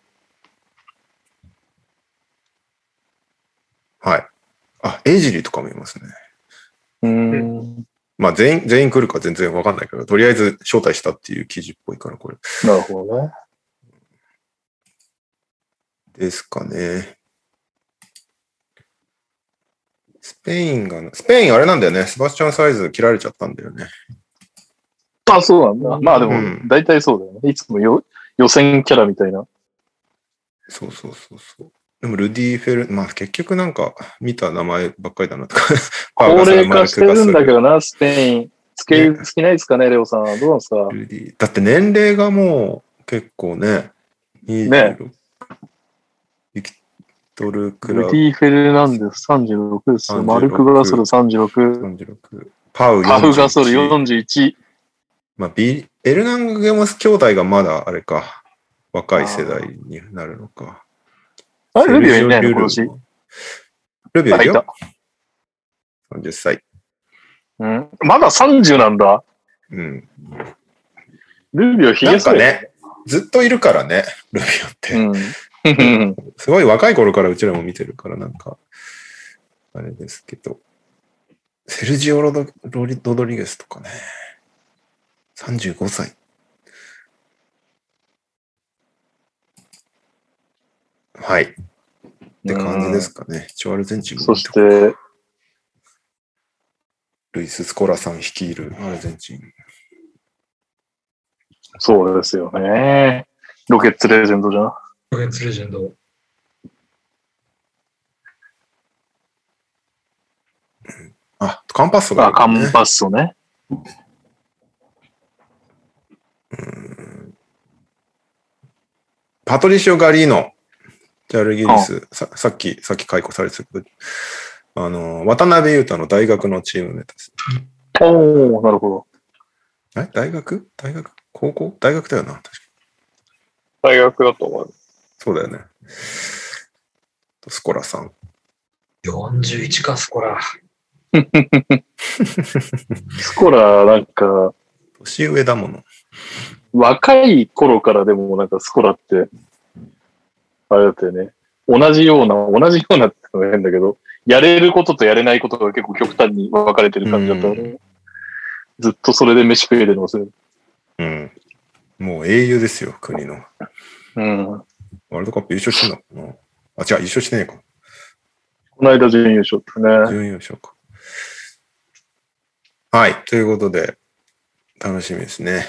Speaker 1: な。はい。あ、エイジリーとかもいますね。
Speaker 2: う。うん。
Speaker 1: まあ全員、全員来るか全然わかんないけど、とりあえず招待したっていう記事っぽいから、これ。
Speaker 2: なるほどね。
Speaker 1: ですかね。スペインがな、スペインあれなんだよね。セバスチャンサイズ切られちゃったんだよね。
Speaker 2: あ、そうなんだ。まあで
Speaker 1: う
Speaker 2: も
Speaker 1: ん、
Speaker 2: 大体そうだよね。いつもよ予選キャラみたいな。
Speaker 1: そうそうそうそう。でもルディ・フェル、まあ結局なんか見た名前ばっかりだなとか。
Speaker 2: 高齢化してるんだけ
Speaker 1: ど。
Speaker 2: どな、スペイン。つけ
Speaker 1: ね
Speaker 2: つきないですかね、レオさん。どうなんですか
Speaker 1: ルディだって年齢がもう結構ね、
Speaker 2: ね
Speaker 1: 26ビクトル・ク
Speaker 2: ル
Speaker 1: ラ
Speaker 2: ディ・フェルナンデス36ですよ。
Speaker 1: 36
Speaker 2: マルク・ガソル36。
Speaker 1: 36、パウ41
Speaker 2: パフ・ガソル41。
Speaker 1: まあ、ビエルナンゲモス兄弟がまだあれか、若い世代になるのか。
Speaker 2: あれ、ルビオいないの
Speaker 1: セ
Speaker 2: 今
Speaker 1: ルジ
Speaker 2: 年
Speaker 1: オ。ルビオ
Speaker 2: あ、
Speaker 1: いる
Speaker 2: いた
Speaker 1: よ。。30歳。
Speaker 2: うん。まだ30なんだ。
Speaker 1: うん。
Speaker 2: ルビオ、ヒ
Speaker 1: な
Speaker 2: ゲ
Speaker 1: んか
Speaker 2: す
Speaker 1: ね、ずっといるからね、ルビオって。
Speaker 2: うん。
Speaker 1: すごい若い頃からうちらも見てるから、なんか、あれですけど。セルジオロドロリ・ロドリゲスとかね。35歳。はい。って感じですかね。チョアルゼンチンも
Speaker 2: そして、
Speaker 1: ルイス・スコラさん率いるアルゼンチン。
Speaker 2: そうですよね。ロケッツ・レジェンドじゃん。
Speaker 3: ロケッツレジェンド。
Speaker 1: あ、カンパッソがい
Speaker 2: あ、
Speaker 1: るか
Speaker 2: カ
Speaker 1: らね、
Speaker 2: ンパッソね。
Speaker 1: パトリシオ・ガリーノ。ジャルギリス、ささっき、さっき解雇されてたけど、あの、渡辺裕太の大学のチームメイトです。
Speaker 2: おおなるほど。
Speaker 1: え大学大学高校大学だよな。確か
Speaker 4: 大学だと思う。
Speaker 1: そうだよね。スコラさん。
Speaker 3: 41か、そこら。
Speaker 2: スコラ、なんか、
Speaker 1: 年上だもの。
Speaker 2: 若い頃からでもなんかスコラって、あれだったよね。同じような、同じようなってのが変だけど、やれることとやれないことが結構極端に分かれてる感じだったよね。ずっとそれで飯食えるのをする。
Speaker 1: うん。もう英雄ですよ、国の。
Speaker 2: うん。
Speaker 1: ワールドカップ優勝してんだもんな。あ、違う、優勝してねえか。
Speaker 2: この間準優勝ってね。
Speaker 1: 準優勝か。はい。ということで、楽しみですね。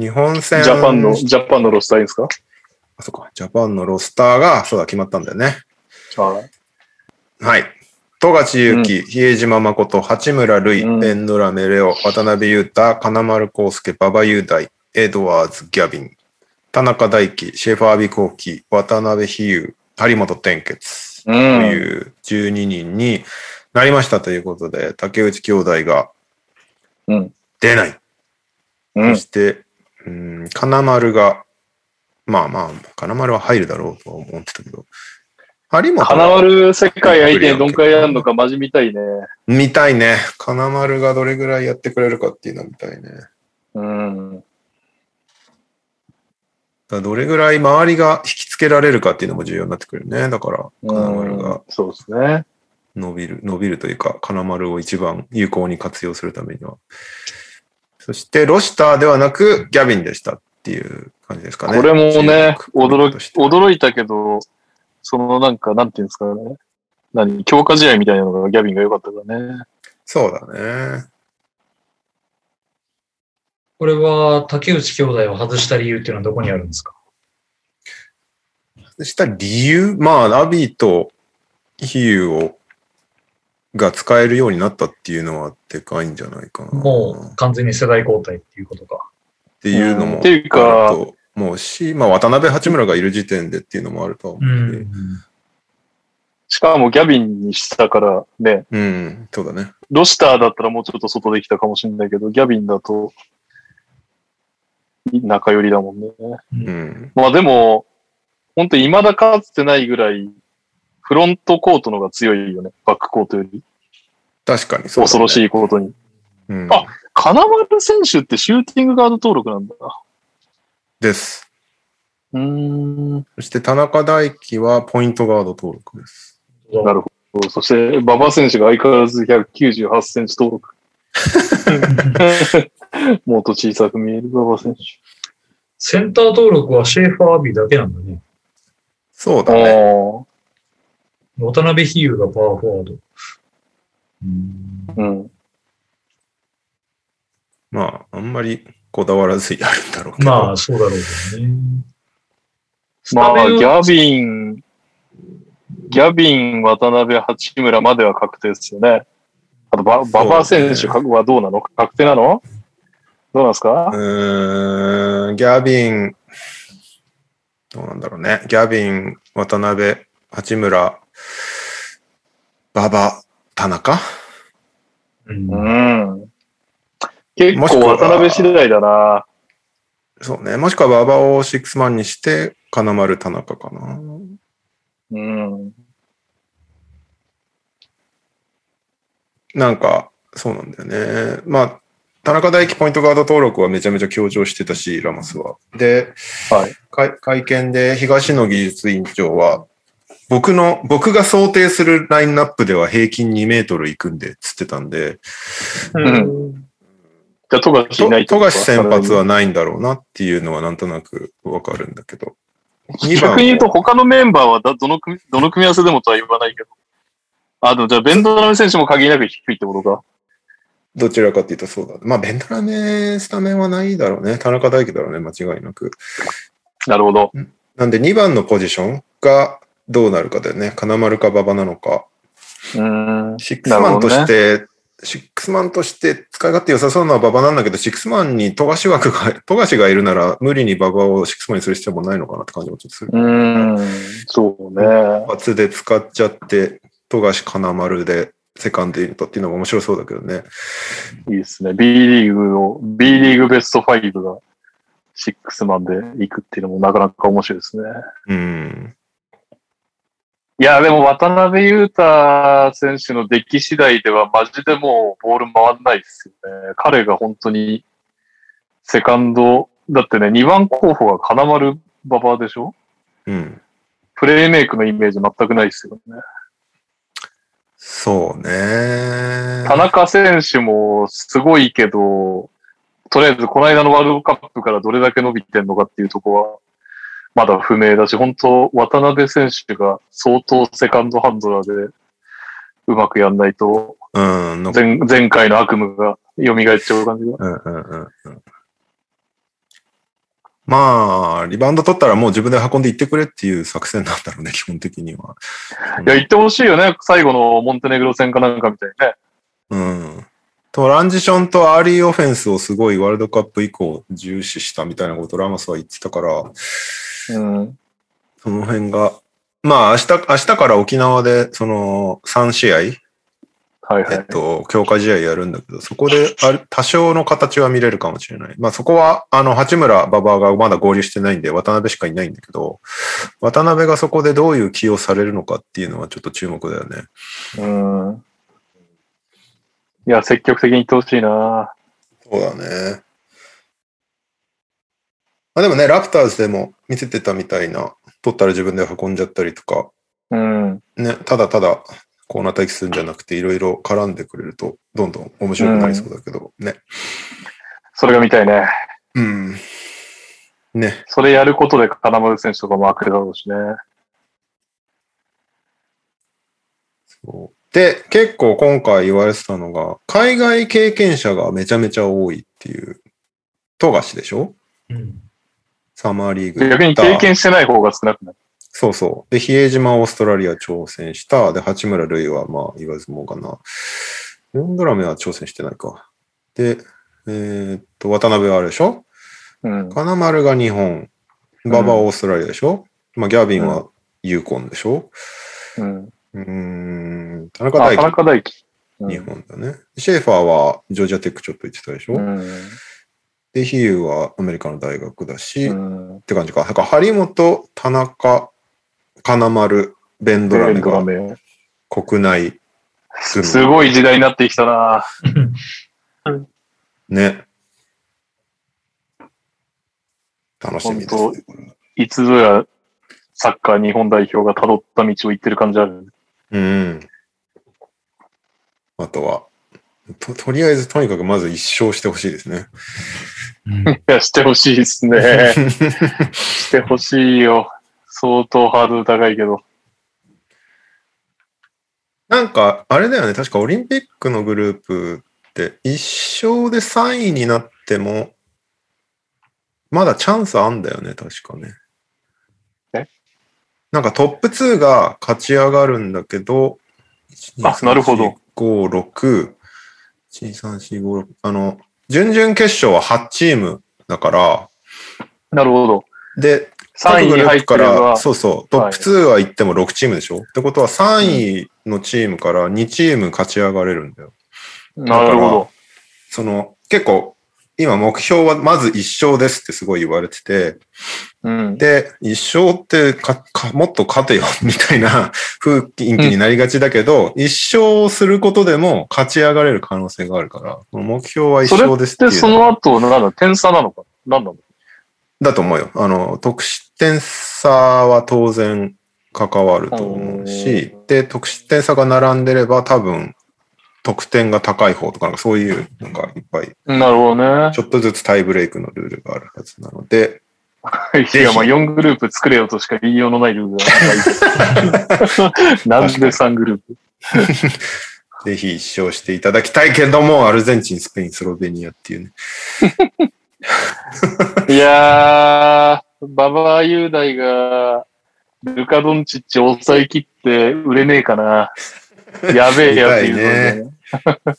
Speaker 1: 日本戦。
Speaker 2: ジャパンの、ジャパンのロスターいいんですか
Speaker 1: あ、そうか。ジャパンのロスターが、そうだ、決まったんだよね。
Speaker 2: はい。
Speaker 1: はい。富樫勇樹、比江島誠、八村塁、
Speaker 2: うん
Speaker 1: エンドラメレオ、渡辺裕太、金丸康介、馬場雄大、エドワーズ、ギャビン、田中大輝、シェファー・ビコーキ、渡辺比喩、張本天傑と
Speaker 2: うん。
Speaker 1: いう12人になりましたということで、竹内兄弟が
Speaker 2: うん
Speaker 1: 出ない。
Speaker 2: うん
Speaker 1: そして、うん、金丸が、まあまあ、金丸は入るだろうとは思ってたけど、張本
Speaker 2: 花丸世界相手にどんくらいやるのかマジみたいね。
Speaker 1: 見たいね。金丸がどれぐらいやってくれるかっていうのは見たいね。だか
Speaker 2: うん。
Speaker 1: らどれぐらい周りが引きつけられるかっていうのも重要になってくるね。だから、金丸
Speaker 2: うん
Speaker 1: が
Speaker 2: そうですね。
Speaker 1: 伸びる、伸びるというか、金丸を一番有効に活用するためには。そして、ロシターではなく、ギャビンでしたっていう感じですかね。
Speaker 2: これもね、驚き、
Speaker 1: き、
Speaker 2: 驚いたけど、そのなんか、なんていうんですかね。何、強化試合みたいなのがギャビンが良かったからね。
Speaker 1: そうだね。
Speaker 3: これは、竹内兄弟を外した理由っていうのはどこにあるんですか
Speaker 1: そした理由、まあ、ラビーと比喩を、が使えるようになったっていうのはでかいんじゃないかな。
Speaker 3: もう完全に世代交代っていうことか。
Speaker 1: っていうの
Speaker 2: うん
Speaker 1: も
Speaker 2: っていうか
Speaker 1: あると思うし、まあ、渡辺八村がいる時点でっていうのもあると思
Speaker 3: う
Speaker 1: うん
Speaker 3: ん
Speaker 1: で、。
Speaker 2: しかもギャビンにしたからね、
Speaker 1: うん、そうだね。
Speaker 2: ロシターだったらもうちょっと外できたかもしれないけど、ギャビンだと、中寄りだもんね。
Speaker 1: うん、
Speaker 2: まあでも、本当に未だかつてないぐらい、フロントコートのが強いよね。バックコートより。
Speaker 1: 確かにそう、
Speaker 2: 恐ろし
Speaker 1: い。
Speaker 2: いコートに。
Speaker 1: うん、
Speaker 2: あ金丸選手ってシューティングガード登録なんだ。
Speaker 1: です。
Speaker 2: うーん。
Speaker 1: そして田中大輝はポイントガード登録です。
Speaker 2: なるほど。そして、馬場選手が相変わらず198センチ登録。もっと小さく見える馬場選手。
Speaker 3: センター登録はシェーファー・アビーだけなんだね。
Speaker 1: そうだね。
Speaker 2: あ
Speaker 3: 渡辺比喩がパワーフォワード。
Speaker 2: うん。
Speaker 1: まあ、あんまりこだわらずやるんだろうけど。
Speaker 3: まあ、そうだろうけどね。
Speaker 2: ま
Speaker 3: スタ
Speaker 2: あ、
Speaker 3: メンを
Speaker 2: ギャビン、ギャビン、渡辺、八村までは確定ですよね。あとバ、ババ選手はどうなの確定なのどうなんですか、
Speaker 1: うーん、ギャビン、どうなんだろうね。ギャビン、渡辺、八村、馬場、田中
Speaker 3: うん
Speaker 2: うん。結
Speaker 1: もしく
Speaker 2: 構
Speaker 1: は
Speaker 2: 渡辺次第だな。
Speaker 1: そうね。もしくは馬場をシックスマンにして、金丸、田中かな。
Speaker 2: うん。
Speaker 1: なんか、そうなんだよね。まあ、田中大輝ポイントガード登録はめちゃめちゃ強調してたし、ラマスは。で、
Speaker 2: はい
Speaker 1: か会見で東野技術委員長は、僕の、僕が想定するラインナップでは平均2メートルいくんで、つってたんで、
Speaker 2: うん。じゃあ、富樫いないって
Speaker 1: 富
Speaker 2: ことか
Speaker 1: 樫先発はないんだろうなっていうのはなんとなくわかるんだけど。2番
Speaker 2: 逆に言うと、他のメンバーはだどの組、どの組み合わせでもとは言わないけど。あ、でもじゃあ、ベンドラメ選手も限りなく低いってことか。
Speaker 1: どちらかっていうとそうだ。まあ、ベンドラメスタメンはないだろうね。田中大輝だろうね、間違いなく。
Speaker 2: なるほど。
Speaker 1: なんで2番のポジションがどうなるかだよね。金丸か馬場なのか。
Speaker 2: うん。
Speaker 1: シックスマンとして、シックスマンとして使い勝手良さそうなのは馬場なんだけど、シックスマンに富樫枠が、富樫がいるなら無理に馬場をシックスマンにする必要もないのかなって感じもちょっとする。
Speaker 2: うん。そうね。
Speaker 1: 一発で使っちゃって、富樫金丸でセカンドユニットっていうのも面白そうだけどね。
Speaker 2: いいですね。B リーグの、B リーグベスト5がシックスマンで行くっていうのもなかなか面白いですね。
Speaker 1: うん。
Speaker 2: いや、でも渡辺裕太選手の出来次第ではマジでもうボール回らないですよね。彼が本当にセカンド、だってね、2番候補が金丸馬場でしょ
Speaker 1: うん。
Speaker 2: プレイメイクのイメージ全くないですよね。
Speaker 1: そうね。
Speaker 2: 田中選手もすごいけど、とりあえずこの間のワールドカップからどれだけ伸びてんのかっていうところは、まだ不明だし、本当渡辺選手が相当セカンドハンドラーでうまくやんないと、
Speaker 1: うん。の
Speaker 2: 前前回の悪夢が蘇っちゃう感じが。
Speaker 1: うんうんうんうんまあ、リバウンド取ったらもう自分で運んでいってくれっていう作戦なんだろうね、基本的には。
Speaker 2: いや、言ってほしいよね。最後のモンテネグロ戦かなんかみたいにね。
Speaker 1: うん。トランジションとアーリーオフェンスをすごいワールドカップ以降重視したみたいなことをラマスは言ってたから、
Speaker 2: うん。
Speaker 1: その辺が、まあ明日、明日から沖縄でその3試合、
Speaker 2: はいは
Speaker 1: え
Speaker 2: い。
Speaker 1: っと、強化試合やるんだけど、そこである多少の形は見れるかもしれない。まあそこは、あの、八村馬場がまだ合流してないんで、渡辺しかいないんだけど、渡辺がそこでどういう起用されるのかっていうのはちょっと注目だよね。
Speaker 2: うん。いや、積極的に言ってほしいな。
Speaker 1: そうだね。まあでもね、ラプターズでも見せてたみたいな、取ったら自分で運んじゃったりとか、
Speaker 2: うん。
Speaker 1: ね、ただただコーナー待機するんじゃなくて、いろいろ絡んでくれると、どんどん面白くなりそうだけど、ね。
Speaker 2: それが見たいね。
Speaker 1: うん。ね。
Speaker 2: それやることで金丸選手とかも開くだろうしね。
Speaker 1: そうで、結構今回言われてたのが、海外経験者がめちゃめちゃ多いっていう、富樫でしょ
Speaker 3: うん
Speaker 1: サマーリーグ。
Speaker 2: 逆に経験してない方が少なくなる。
Speaker 1: そうそう。で、比江島、オーストラリア挑戦した。で、八村塁は、まあ、言わずもがな。ヨンドラメは挑戦してないか。で、えーっと、渡辺はあれでしょ
Speaker 2: うん。
Speaker 1: 金丸が日本。馬場はオーストラリアでしょ、まあ、ギャビンはユーコンでしょ
Speaker 2: うん。
Speaker 1: うーん、田中
Speaker 2: あ、
Speaker 1: 大輝、
Speaker 2: 田中大輝。うん
Speaker 1: 日本だね。シェーファーはジョージアテックちょっと行ってたでしょ、で、ヒューはアメリカの大学だし、
Speaker 2: う
Speaker 1: っ
Speaker 2: ん。うん。
Speaker 1: て感じか。だから、張本、田中、金丸、ベンドラメ
Speaker 2: ドラ
Speaker 1: が
Speaker 2: メ。
Speaker 1: 国内組
Speaker 2: すごい時代になってきたな。
Speaker 1: ね。楽しみです、
Speaker 2: 本
Speaker 1: ね。これはい
Speaker 2: つぞやサッカー日本代表が辿った道を行ってる感じある。
Speaker 1: うん。あとは、と、とりあえずとにかくまず一勝してほしいですね。
Speaker 3: うん
Speaker 2: いや、してほしいで すね。してほしいよ。相当ハードル高いけど。
Speaker 1: なんか、あれだよね、確かオリンピックのグループって、一勝で3位になっても、まだチャンスあんだよね、確かね。
Speaker 2: え
Speaker 1: なんかトップ2が勝ち上がるんだけど、
Speaker 2: あなるほど。
Speaker 1: 5、6、1、3、4、5、6、あの、準々決勝は8チームだから、
Speaker 2: なるほど。
Speaker 1: で、
Speaker 2: 3位に入って
Speaker 1: 各グ
Speaker 2: る
Speaker 1: ループから、
Speaker 2: のは、
Speaker 1: そうそう、トップ2は行っても6チームでしょ、ってことは3位のチームから2チーム勝ち上がれるんだよ。
Speaker 2: なるほど。
Speaker 1: その、結構、今目標はまず1勝ですってすごい言われてて、
Speaker 2: うん。
Speaker 1: で、1勝ってかかもっと勝てよみたいな風景になりがちだけど、1勝することでも勝ち上がれる可能性があるから、この目標は1
Speaker 2: それ
Speaker 1: 勝
Speaker 2: っ
Speaker 1: ですってい
Speaker 2: て
Speaker 1: う。
Speaker 2: その後、なんだ、点差なのかなんだろ
Speaker 1: だと思うよ。あの、得失点差は当然関わると思うし、で、得失点差が並んでれば多分、得点が高い方とか、なんかそういう、なんかいっぱい、
Speaker 2: うなるほどね。
Speaker 1: ちょっとずつタイブレイクのルールがあるはずなので、
Speaker 2: いや、まあ4グループ作れよとしか言いようのないルールだな。なんで3グループ
Speaker 1: ぜひ一勝していただきたいけども、アルゼンチン、スペイン、スロベニアっていうね。
Speaker 2: いやー、馬場雄大が、ルカ・ドンチッチ抑え切って売れねえかな。やべえやついるので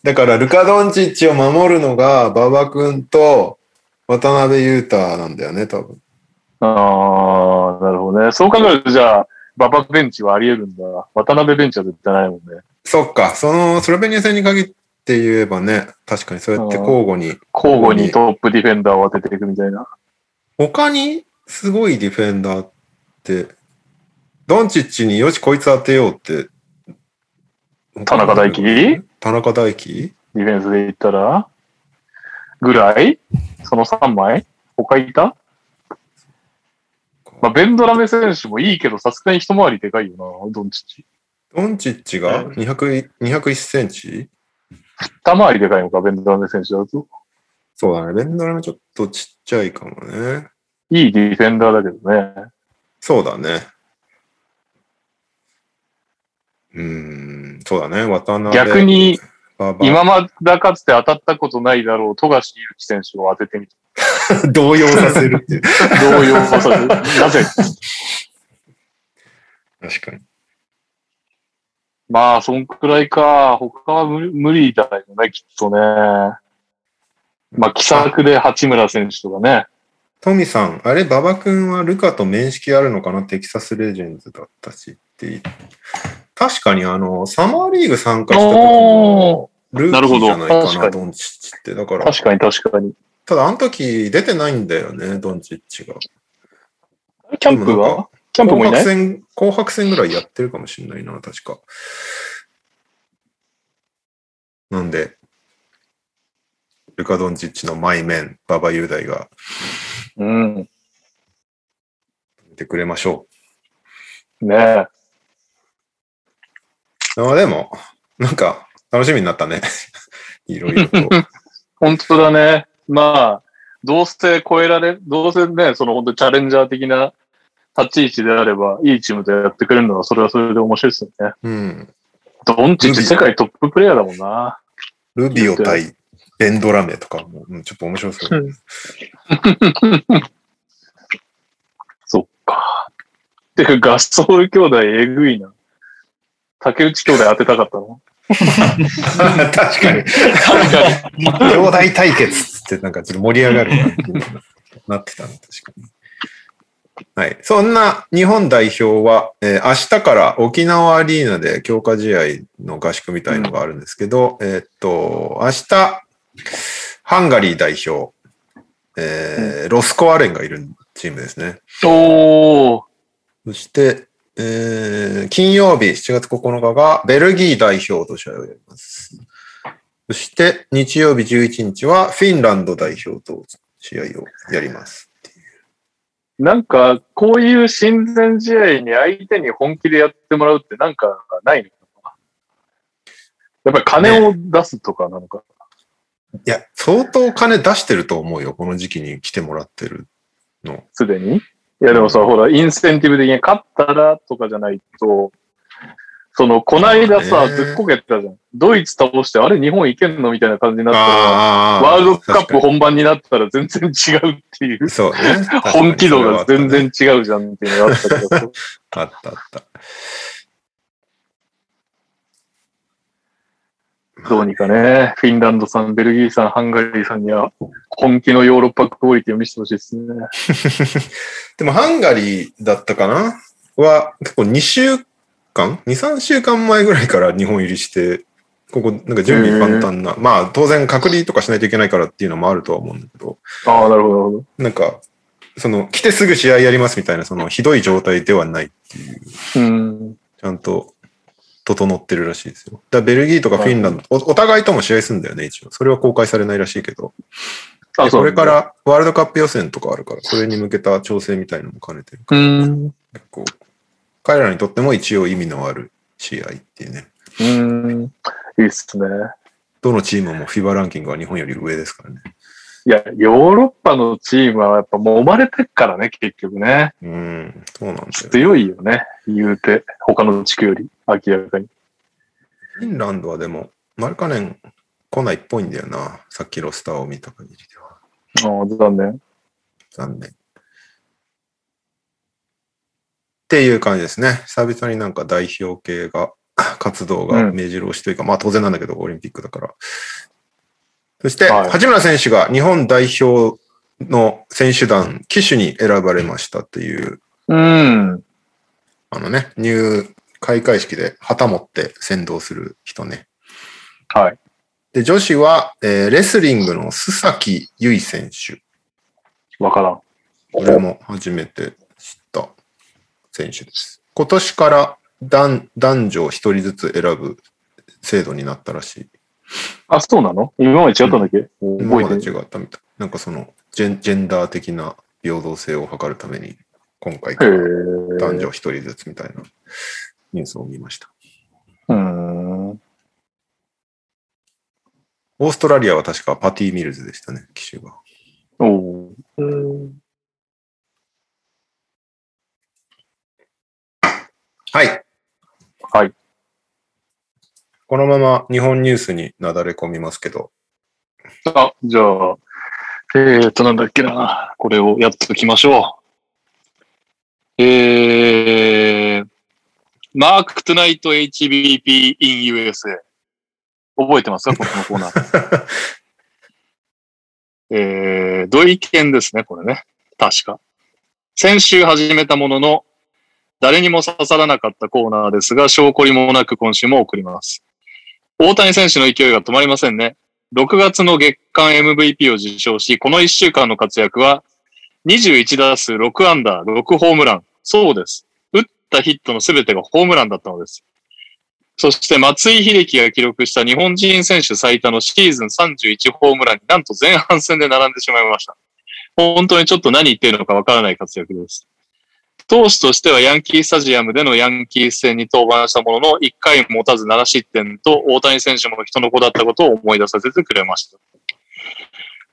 Speaker 1: だから、ルカ・ドンチッチを守るのが、馬場君と渡辺裕太なんだよね、多分。
Speaker 2: ああ、なるほどね。そう考えると、じゃあ、馬場ベンチはあり得るんだ。渡辺ベンチは絶対ないもんね。
Speaker 1: そっか、その、スロベニア戦に限って言えばね、確かにそうやって交互に
Speaker 2: 交互にトップディフェンダーを当てていくみたいな。
Speaker 1: 他にすごいディフェンダーって、ドンチッチによしこいつ当てようって。
Speaker 2: 田中大輝
Speaker 1: 田中大輝
Speaker 2: ディフェンスで言ったらぐらいその3枚他いたまあ、ベンドラメ選手もいいけど、さすがに一回りでかいよな、ドンチッチ。
Speaker 1: ドンチッチが
Speaker 2: うん
Speaker 1: 200 201センチ
Speaker 2: 二回りでかいのか、ベンドラメ選手だと。
Speaker 1: そうだね。ベンドラムちょっとちっちゃいかもね。
Speaker 2: いいディフェンダーだけどね。
Speaker 1: そうだね。うーん、そうだね。渡辺。
Speaker 2: 逆に、
Speaker 1: 馬場、
Speaker 2: 今まだかつて当たったことないだろう、富樫勇樹選手を当ててみて。
Speaker 1: 動揺させるっていう。
Speaker 2: 動揺させる。なぜ
Speaker 1: 確かに。
Speaker 2: まあ、そんくらいか。他は無無理だよね、きっとね。まあ、気さくで八村選手とかね。
Speaker 1: トミさん、あれ、馬場君はルカと面識あるのかなテキサスレジェンズだったしって。確かに、あの、サマーリーグ参加した時の
Speaker 2: お
Speaker 1: ルーキーじゃないか
Speaker 2: なる
Speaker 1: な、
Speaker 2: ほど
Speaker 1: ドンチッチって。だか
Speaker 2: ー
Speaker 1: ら、
Speaker 2: 確かに確かに。
Speaker 1: ただ、あの時出てないんだよね、ドンチッチが。
Speaker 2: キャンプ
Speaker 1: でもなん
Speaker 2: は
Speaker 1: か
Speaker 2: キャンプもい
Speaker 1: 紅
Speaker 2: な
Speaker 1: 白
Speaker 2: い
Speaker 1: 戦、紅白戦ぐらいやってるかもしれないな、確か。なんで、ルカ・ドンチッチのマイメン、馬場雄大が
Speaker 2: うん。ね
Speaker 1: 出てくれましょ
Speaker 2: え。
Speaker 1: う。あでも、なんか、楽しみになったね。 いろいろと。
Speaker 2: 本当だね。まあ、どうせ超えられ、どうせね、その本当にチャレンジャー的な立ち位置であれば、いいチームでやってくれるのは、それはそれで面白いですよね。
Speaker 1: うん。
Speaker 2: ドンチッチ世界トッププレイヤーだもんな。
Speaker 1: ルビオ対ベンドラメとかも、うんちょっと面白そう。
Speaker 2: そっか。てか、ガストル兄弟えぐいな。竹内兄弟当てたかったの
Speaker 1: 確かに。
Speaker 2: 確かに。
Speaker 1: 兄弟対決っつって、なんかちょっと盛り上がるなっていうのなってたの、確かに。はい。そんな日本代表は、えー明日から沖縄アリーナで強化試合の合宿みたいのがあるんですけど、えーっと、明日、ハンガリー代表、えーロスコアレンがいるチームですね。
Speaker 2: おー。
Speaker 1: そして、えー金曜日7月9日がベルギー代表と試合をやります。そして、日曜日11日はフィンランド代表と試合をやります。
Speaker 2: なんか、こういう親善試合に相手に本気でやってもらうってなんかないのかなやっぱり金を出すとかなのか。
Speaker 1: いや、相当金出してると思うよ。この時期に来てもらってるの。
Speaker 2: すでに。いや、でもさ、ほら、インセンティブ的に勝ったらとかじゃないと、その、こないだ
Speaker 1: そ
Speaker 2: さ、
Speaker 1: うね
Speaker 2: ずっこけたじゃん。ドイツ倒して、あれ日本いけんのみたいな感じになったら、
Speaker 1: あ
Speaker 2: ワールドカッ
Speaker 1: 確
Speaker 2: プ
Speaker 1: か
Speaker 2: 本番になったら全然違うっていう
Speaker 1: に、そうね。
Speaker 2: 本気度が全然違うじゃんっていうのがあったけど、
Speaker 1: あったあった。
Speaker 2: どうにかね、フィンランドさん、ベルギーさん、ハンガリーさんには、本気のヨーロッパクオリティを見せてほしいですね。
Speaker 1: でもハンガリーだったかなは、結構2週間 ?2、3週間前ぐらいから日本入りして、ここ、なんか準備万端な。まあ、当然隔離とかしないといけないからっていうのもあるとは思うんだけど、
Speaker 2: ああ、なるほど、なるほど。
Speaker 1: なんか、その、来てすぐ試合やりますみたいな、その、ひどい状態ではない。
Speaker 2: うん。
Speaker 1: ちゃんと、整ってるらしいですよ。だからベルギーとかフィンランド、おお互いとも試合するんだよね、一応。それは公開されないらしいけど。
Speaker 2: あ、
Speaker 1: で
Speaker 2: そ
Speaker 1: こ
Speaker 2: うなん
Speaker 1: れ
Speaker 2: だ
Speaker 1: か。らワールドカップ予選とかあるから、それに向けた調整みたいのも兼ねてる
Speaker 2: うん。
Speaker 1: 結構、彼らにとっても一応意味のある試合っていうね。
Speaker 2: うん。いいっすね。
Speaker 1: どのチームも FIBA ランキングは日本より上ですからね。
Speaker 2: いや、ヨーロッパのチームはやっぱ揉まれてっからね、結局ね。
Speaker 1: うん、そうなんだよ。フ
Speaker 2: 強いよね、言うて。他の地区より、明らかに。
Speaker 1: ィンランドはでも、マルカネン来ないっぽいんだよな。さっきロスターを見た限りでは。
Speaker 2: ああ、残念。
Speaker 1: 残念。っていう感じですね。久々になんか代表系が、 活動が
Speaker 2: うん
Speaker 1: 目白押しというか、まあ当然なんだけど、オリンピックだから。そして、
Speaker 2: はい
Speaker 1: 八村選手が日本代表の選手団、旗手に選ばれましたという、
Speaker 2: うん。
Speaker 1: あのね、入開会式で旗持って先導する人ね。
Speaker 2: はい。
Speaker 1: で、女子は、えーレスリングの須崎優衣選手。
Speaker 2: わからん。
Speaker 1: これも初めて知った選手です。今年から男男女を一人ずつ選ぶ制度になったらしい。
Speaker 2: あ、そうなの今まで違ったんだっけ、
Speaker 1: 今ま
Speaker 2: 覚
Speaker 1: で
Speaker 2: えて
Speaker 1: 違
Speaker 2: る。
Speaker 1: ったみたい。なんかそのジェンジェンダー的な平等性を図るために、今回
Speaker 2: へ
Speaker 1: から男
Speaker 2: え。
Speaker 1: 女一人ずつみたいなニュースを見ました。
Speaker 2: うん。
Speaker 1: オーストラリアは確かパティ・ミルズでしたね、騎手が。
Speaker 2: おお。
Speaker 1: はい。
Speaker 2: はい。
Speaker 1: このまま日本ニュースになだれ込みますけど、
Speaker 2: あ、じゃあ、えーっと、なんだっけな。これをやっときましょう。えー、マークトゥナイト HBP in USA。覚えてますかこのコーナー。えー、土井犬ですね、これね。確か。先週始めたものの、誰にも刺さらなかったコーナーですが、証拠りもなく今週も送ります。大谷選手の勢いが止まりませんね。6月の月間 MVP を受賞し、この1週間の活躍は、21打数6安打、6ホームラン。そうです。打ったヒットの全てがホームランだったのです。そして松井秀喜が記録した日本人選手最多のシーズン31ホームランになんと前半戦で並んでしまいました。本当にちょっと何言ってるのかわからない活躍です。投手としてはヤンキースタジアムでのヤンキース戦に登板したものの、1回も持たず7失点と大谷選手も人の子だったことを思い出させてくれました。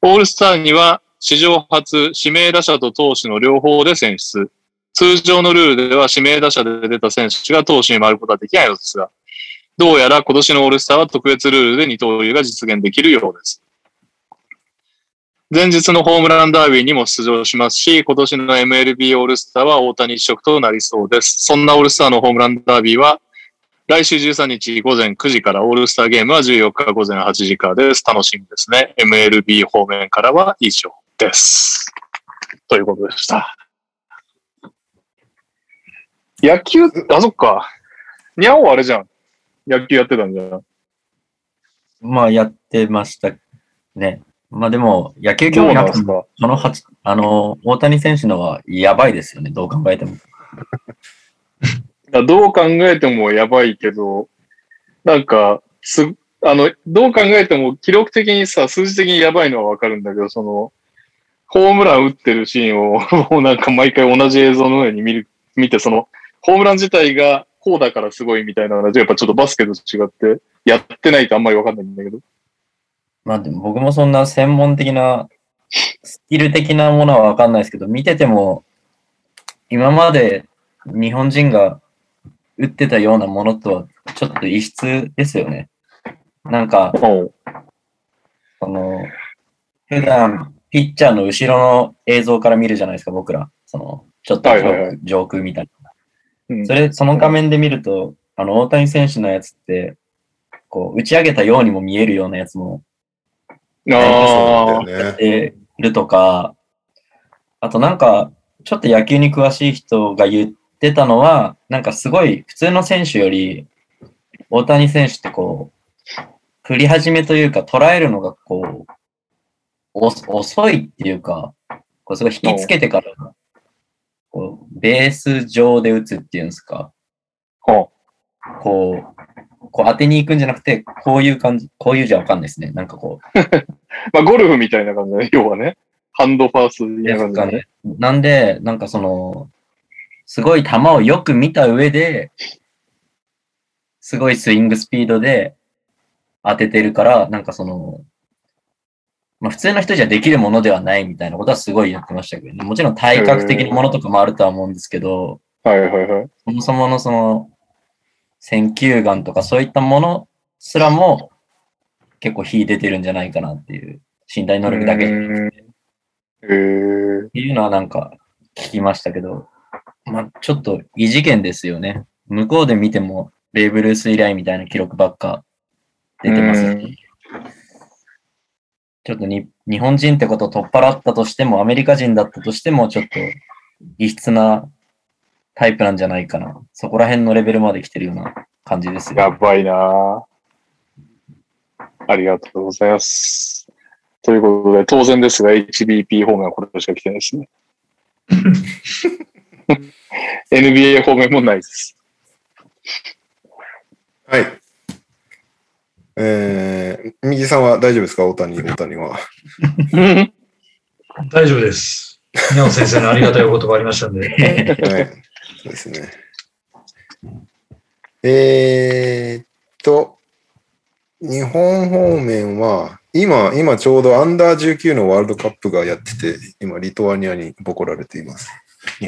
Speaker 2: オールスターには史上初指名打者と投手の両方で選出。通常のルールでは指名打者で出た選手が投手に回ることはできないのですが、どうやら今年のオールスターは特別ルールで二刀流が実現できるようです。前日のホームランダービーにも出場しますし、今年の MLB オールスターは大谷一色となりそうです。そんなオールスターのホームランダービーは、来週13日午前9時から、オールスターゲームは14日午前8時からです。楽しみですね。MLB 方面からは以上です。ということでした。野球、あ、そっか。にゃおあれじゃん。野球やってたんじゃん。
Speaker 5: まあやってましたね。まあでも、野球興味なくても、この八あの、大谷選手のはやばいですよね、どう考えても。
Speaker 2: だからどう考えてもやばいけど、なんか、す、あの、どう考えても記録的にさ、数字的にやばいのはわかるんだけど、その、ホームラン打ってるシーンを、 もうなんか毎回同じ映像のように見る、見て、その、ホームラン自体がこうだからすごいみたいなのはやっぱちょっとバスケと違って、やってないとあんまりわかんないんだけど。
Speaker 5: まあでも僕もそんな専門的な、スキル的なものはわかんないですけど、見てても、今まで日本人が売ってたようなものとはちょっと異質ですよね。なんか、
Speaker 2: おう
Speaker 5: その、普段、ピッチャーの後ろの映像から見るじゃないですか、僕ら。その、ちょっと
Speaker 2: はいはいは
Speaker 5: 上空みたいな。
Speaker 2: うん
Speaker 5: それ、その画面で見ると、あの、大谷選手のやつって、こう、打ち上げたようにも見えるようなやつも
Speaker 2: あ
Speaker 1: そう
Speaker 2: あ、
Speaker 1: だよね。
Speaker 5: えるとか、あとなんか、ちょっと野球に詳しい人が言ってたのは、なんかすごい普通の選手より、大谷選手ってこう、振り始めというか、捉えるのがこう、お遅いっていうか、こうすごい引きつけてから、こうベース上で打つっていうんですか、
Speaker 2: ほ
Speaker 5: こう、こう当てに行くんじゃなくて、こういう感じ、こういうじゃわかんないですね。なんかこう、
Speaker 2: うまあ、ゴルフみたいな感じだね、要はね。ハンドファーストみたいな感じだね。
Speaker 5: なんで、なんかその、すごい球をよく見た上で、すごいスイングスピードで当ててるから、なんかその、まあ普通の人じゃできるものではないみたいなことはすごい言ってましたけどね。もちろん体格的なものとかもあるとは思うんですけど、
Speaker 2: はいはいはい。
Speaker 5: そもそものその、選球眼とかそういったものすらも結構秀でてるんじゃないかなっていう、身体能力だけじゃなくて
Speaker 2: へえ。
Speaker 5: っていうのはなんか聞きましたけど、まあ、ちょっと異次元ですよね。向こうで見ても、ベーブ・ルース以来みたいな記録ばっか出てます
Speaker 2: う
Speaker 5: し。ちょっとに日本人ってことを取っ払ったとしても、アメリカ人だったとしても、ちょっと異質なタイプなんじゃないかな。そこら辺のレベルまで来てるような感じですよ。
Speaker 2: やばいなぁありがとうございます。ということで、当然ですが、HBP 方面はこれしか来てないですね。NBA 方面もないです。
Speaker 1: はい。えー、右さんは大丈夫ですか大谷、大谷は。
Speaker 3: 大丈夫です。宮本先生のありがたいお言葉ありましたんで。
Speaker 1: はい。そうですね。えーっと、日本方面は、今、今ちょうどアンダー19のワールドカップがやってて、今、リトアニアにボコられています。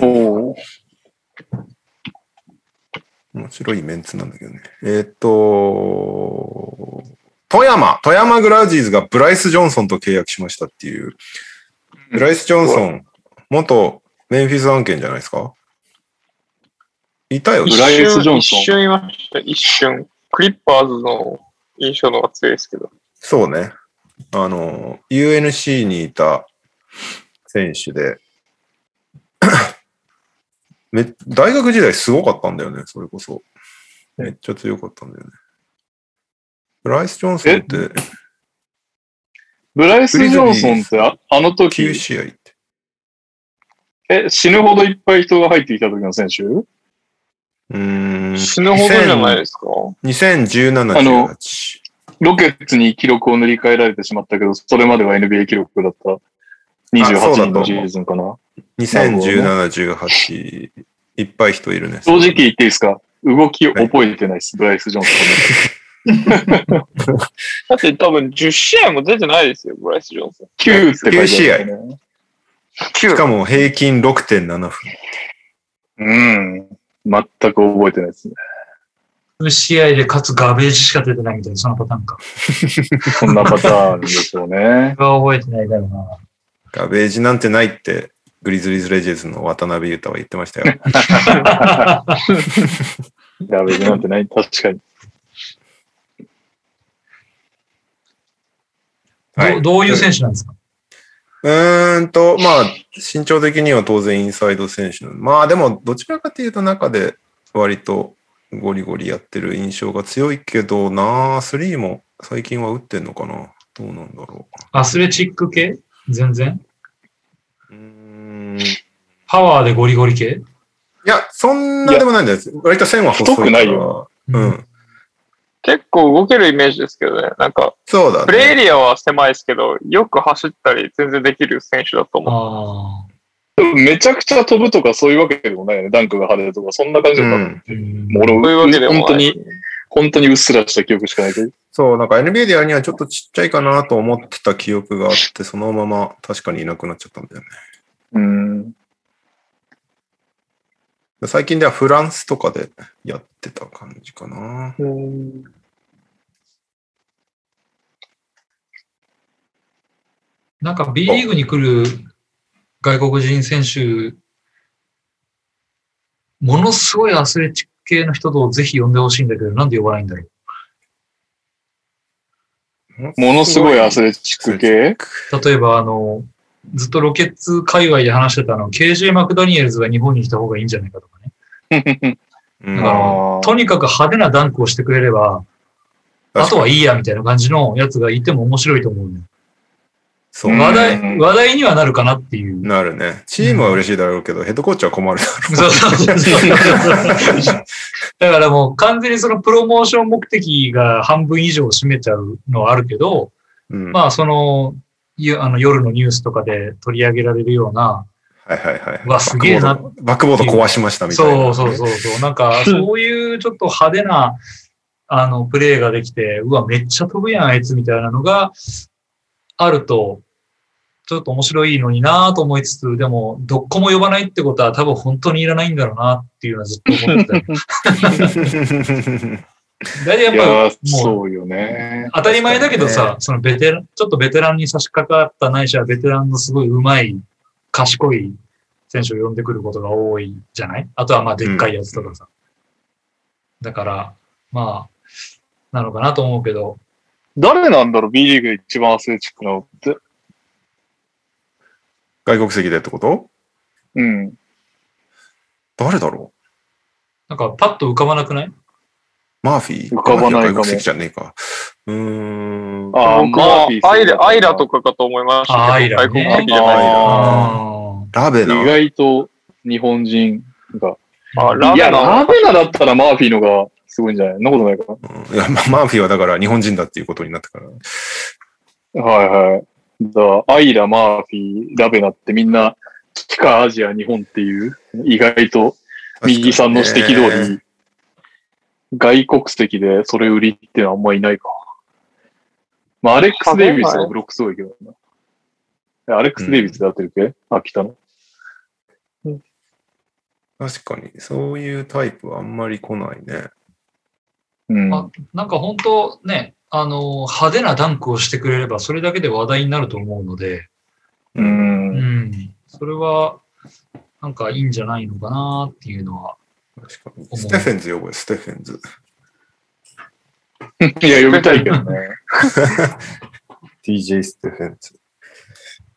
Speaker 2: おー
Speaker 1: 面白いメンツなんだけどね。えーっと、富山、富山グラウジーズがブライス・ジョンソンと契約しましたっていう。ブライス・ジョンソン、元メンフィス案件じゃないですかいたよね
Speaker 4: 一
Speaker 2: ブライアンスジョン
Speaker 4: 瞬、一
Speaker 2: ソン
Speaker 4: 瞬いました。一瞬。クリッパーズの印象の方が強いですけど。
Speaker 1: そうね。あの、UNC にいた選手で、 め大学時代すごかったんだよね、それこそ。めっちゃ強かったんだよね。ブライス・ジョンソンって
Speaker 2: ブライス・ジョンソンってああの
Speaker 1: 9
Speaker 2: 時、
Speaker 1: 試合って。
Speaker 2: え、死ぬほどいっぱい人が入ってきた時の選手
Speaker 1: うーん。
Speaker 4: 死ぬほどじゃないですか。
Speaker 1: 2017、
Speaker 2: あの
Speaker 1: 18。
Speaker 2: ロケッツに記録を塗り替えられてしまったけど、それまでは NBA 記録だった28人のシーズンかな。
Speaker 1: 2017、18。いっぱい人いるね。
Speaker 2: 正直言っていいですか動き覚えてないです、ブライス・ジョンソンの。
Speaker 4: だって多分10試合も出てないですよ、ブライス・ジョンソン。
Speaker 2: 9って書いてある、ね。
Speaker 1: しかも平均6.7分。
Speaker 2: うん。全く覚えてないですね。
Speaker 3: 試合で勝つガベージしか出てないみたいな、そのパターンか。
Speaker 2: こんなパターンでしょうね。
Speaker 3: 僕は覚えてないだろうな。
Speaker 1: ガベージなんてないって、グリズリーズ・レジェンズの渡辺裕太は言ってま したよ。
Speaker 2: ラベルなんてない。確かに。
Speaker 1: は
Speaker 3: どどういう選手なんですか、
Speaker 1: うーんと、まあ、身長的には当然インサイド選手なのまあでも、どちらかというと中で割とゴリゴリやってる印象が強いけどなあ、スリーも最近は打ってんのかなどうなんだろ
Speaker 3: アスレチック系全然
Speaker 1: う。うーん。い
Speaker 3: パワーでゴリゴリ系
Speaker 1: や、そんなでもないんです。割と線は細いから。
Speaker 2: 太くないよ。
Speaker 1: う
Speaker 3: うん
Speaker 1: ん。
Speaker 4: 結構動けるイメージですけどね。なんか、
Speaker 1: そうだ
Speaker 4: プレーエ
Speaker 1: ね。
Speaker 4: リアは狭いですけど、よく走ったり全然できる選手だと思う。
Speaker 3: あ
Speaker 2: でもめちゃくちゃ飛ぶとかそういうわけでもないよね。ダンクが派手とか、そんな感じ
Speaker 1: う
Speaker 2: だった。
Speaker 1: ん。
Speaker 3: あ。うん
Speaker 2: もう俺
Speaker 4: そういうわけでもない。
Speaker 2: 本当に、本当にうっすらした記憶しかないけど。
Speaker 1: そう、なんか NBA でやるにはちょっとちっちゃいかなと思ってた記憶があって、そのまま確かにいなくなっちゃったんだよね。
Speaker 2: うん。
Speaker 1: 最近ではフランスとかでやってた感じかな。
Speaker 4: うん
Speaker 3: なんか B リーグに来る外国人選手、ものすごいアスレチック系の人とぜひ呼んでほしいんだけど、なんで呼ばないんだろ
Speaker 2: ものすごいアスレチック系
Speaker 3: う。例えば、あの、ずっとロケッツ界隈で話してたの、KJ マクダニエルズが日本に来た方がいいんじゃないかとかね。
Speaker 1: う
Speaker 3: だ
Speaker 1: ん
Speaker 3: か
Speaker 1: あ
Speaker 3: ら、とにかく派手なダンクをしてくれれば、あとはいいやみたいな感じのやつがいても面白いと思うね。
Speaker 1: そう
Speaker 2: うん
Speaker 3: 話題、話題にはなるかなっていう。
Speaker 1: なるね。チームは嬉しいだろうけど、ヘッドコーチは困るだろ
Speaker 3: そうそうそうそう。だからもう完全にそのプロモーション目的が半分以上を占めちゃうのはあるけど、
Speaker 1: う。うん、
Speaker 3: まあその、いあの夜のニュースとかで取り上げられるような、
Speaker 1: はいはいはい。
Speaker 3: うわすげえな
Speaker 1: バックボード。バックボード壊しましたみたいな、
Speaker 3: そうそうそうそう、なんかそういうちょっと派手な、あの、プレーができて、うわ、めっちゃ飛ぶやん、あいつみたいなのがあると、ちょっと面白いのになぁと思いつつ、でも、どっこも呼ばないってことは多分本当にいらないんだろうなっていうのはずっと思ってたよ。 大体やっ
Speaker 2: い
Speaker 3: ぱ
Speaker 2: やー、
Speaker 3: もう
Speaker 2: そうよね。
Speaker 3: 当たり前だけどさ、そのベテラン、ちょっとベテランに差し掛かったないしはベテランのすごい上手い、賢い選手を呼んでくることが多いじゃないあとはまあでっかいやつとかさ。だから、まあ、なのかなと思うけど、
Speaker 2: 誰なんだろう ?B リーグで一番アスレチックなのって。
Speaker 1: 外国籍でってこと
Speaker 2: うん。
Speaker 1: 誰だろ
Speaker 3: なんかパッと浮かばなくないう
Speaker 1: マーフィー
Speaker 2: 浮かばないかも
Speaker 1: マーフィーは外国籍じゃねえか。うーん。
Speaker 2: あー
Speaker 4: 僕
Speaker 2: マー
Speaker 4: は
Speaker 2: フィー
Speaker 4: アイラ、アイラ
Speaker 2: か
Speaker 4: とかかと思いましたけ
Speaker 3: あ
Speaker 4: ど。
Speaker 3: アイラね
Speaker 4: 外国籍じゃないな。
Speaker 2: あ
Speaker 3: あ
Speaker 1: ラベ
Speaker 2: 意
Speaker 1: ナ。
Speaker 2: 外と日本人が。
Speaker 4: あ、ラ
Speaker 2: い
Speaker 4: ベ
Speaker 2: や、
Speaker 4: ナ
Speaker 2: ラベナだったらマーフィーのがすごいんじゃないそんなことないか
Speaker 1: うんいや、まマーフィーはだから日本人だっていうことになったから。
Speaker 2: な。はいはい。だアイラ、マーフィー、ラベナってみんな、地下アジア、日本っていう、意外と右さんの指摘通り、外国籍でそれ売りっていうのはあんまいないか。まあ、アレックス・デイビスがブロックすごいけどな。えアレックス・デイビスで当てるけ、秋田の。
Speaker 1: り。確かに、そういうタイプはあんまり来ないね。
Speaker 2: うん。
Speaker 3: あなんか本当ね、あの、派手なダンクをしてくれればそれだけで話題になると思うので、
Speaker 2: う。
Speaker 3: うんん、それは、なんかいいんじゃないのかなっていうのは。
Speaker 1: 確か
Speaker 3: う
Speaker 1: に。ステフェンズ呼ぼうよステフェンズ。
Speaker 2: いや、呼びたいけどね。
Speaker 1: TJ ステフェンズ。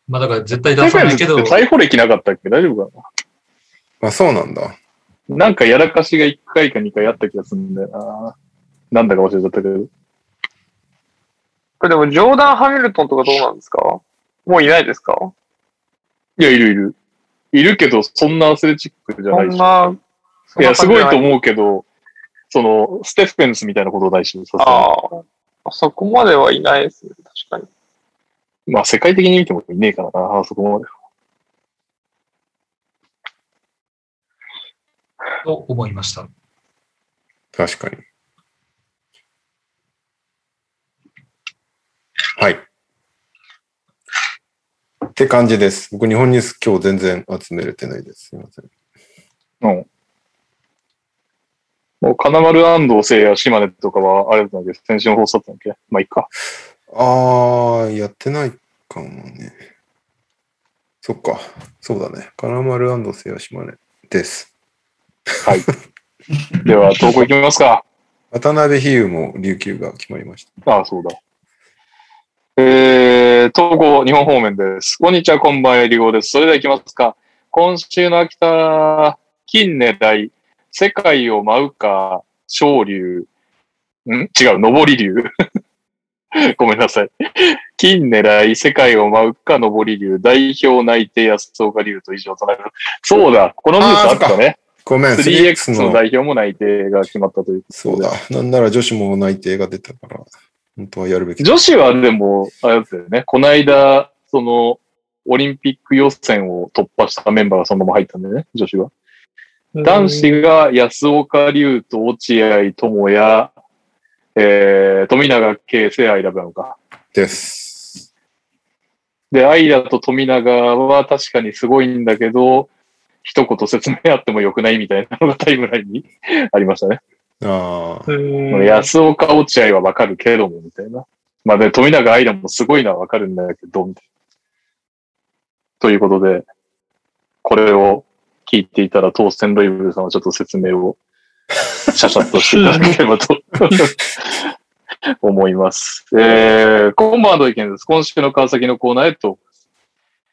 Speaker 3: まあだから絶対出
Speaker 2: 大
Speaker 3: さ
Speaker 2: 会
Speaker 3: な
Speaker 2: の
Speaker 3: いけ
Speaker 2: 時っ
Speaker 3: ど、
Speaker 2: て 逮捕歴なかったっけ大丈夫か
Speaker 1: あ、そうなんだ。
Speaker 2: ななんかやらかしが1回か2回あった気がするんだよな。なんだか忘れちゃったけど。
Speaker 4: これでも、ジョーダン・ハミルトンとかどうなんですかもういないですか
Speaker 2: いや、いるいる。いるけど、そんなアスレチックじゃ
Speaker 4: そ
Speaker 2: ない
Speaker 4: ん
Speaker 2: し。
Speaker 4: な、そ
Speaker 2: い
Speaker 4: んな
Speaker 2: や、す
Speaker 4: 感じ
Speaker 2: ご
Speaker 4: じ
Speaker 2: い
Speaker 4: ゃな
Speaker 2: と思うけど、その、ステフェンスみたいなことないし、さすがに
Speaker 4: ああ、そこまではいないですね。確か
Speaker 2: まあ、世界的に見てもいねえからな、あそこまで。
Speaker 3: と思いました。
Speaker 1: 確かに。はい。って感じです。僕、日本ニュース今日全然集めれてないです。すいません。
Speaker 2: もう、金丸安藤聖や島根とかは、あれだっけど、先週の放送だったんだっけまあ、いっか。
Speaker 1: あー、やってないかもね。そっか。そうだね。金丸瀬谷島根です。
Speaker 2: では、投稿いきますか。
Speaker 1: 渡辺比喩も琉球が決まりました。
Speaker 2: ああ、そうだ。えー、東郷、日本方面です。こんにちは、こんばんは、りごです。それでは行きますか。今週の秋田、近年来、世界を舞うか、昇竜、ん違う、上り竜。 ごめんなさい。金狙い、世界を舞うか、上り竜、代表内定、安岡竜と以上となる。そうだ、このニュースあったね。
Speaker 1: ごめん、
Speaker 2: 3X の代表も内定が決まったという。
Speaker 1: そうだ。なんなら女子も内定が出たから、本当はやるべきだ。
Speaker 2: 女子はでも、あれですよね、この間、その、オリンピック予選を突破したメンバーがそのまま入ったんでね、女子は。
Speaker 4: に。
Speaker 2: 男子が安岡龍と落合智也、えー、富永啓生愛ラブなのか。
Speaker 1: です。
Speaker 2: で、愛ラと富永は確かにすごいんだけど、一言説明あってもよくないみたいなのがタイムラインにありましたね。
Speaker 1: ああ。
Speaker 2: この安岡落合はわかるけども、みたいな。まあね、富永愛らもすごいのはわかるんだけど、みたいな。ということで、これを聞いていたら、当選ロイブルさんはちょっと説明を、シャシャっとしていただければと思います。えー、今晩の意見です。今週の川崎のコーナーへと、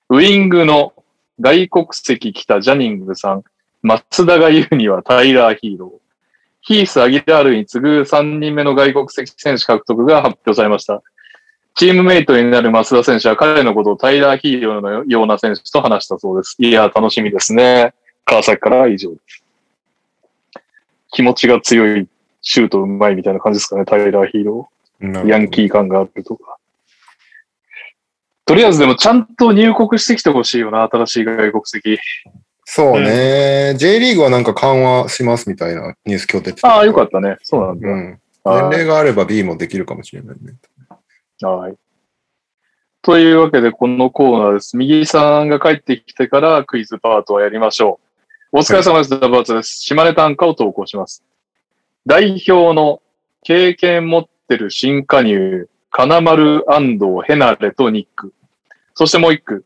Speaker 2: ウイングの外国籍来たジャニングさん、松田が言うにはタイラーヒーロー。ヒース・アギラールに次ぐ3人目の外国籍選手獲得が発表されました。チームメイトになる増田選手は彼のことをタイラー・ヒーローのような選手と話したそうです。いやー、楽しみですね。川崎からは以上です。気持ちが強い、シュートうまいみたいな感じですかね、タイラー・ヒーロー。ヤンキ
Speaker 1: ー。
Speaker 2: ー感があるとか。とりあえずでもちゃんと入国してきてほしいよな、新しい外国籍。
Speaker 1: そうね。J リーグはなんか緩和しますみたいなニュース今日出てた。
Speaker 2: ああ、よかったね。そうなんだ。
Speaker 1: うん。
Speaker 2: はい
Speaker 1: 年齢があれば B もできるかもしれないね。
Speaker 2: はい。というわけで、このコーナーです。右さんが帰ってきてからクイズパートをやりましょう。お疲れ様です。ダブアツです。島根短歌を投稿します。代表の経験持ってる新加入、金丸ヘナレとニック。そしてもう一句。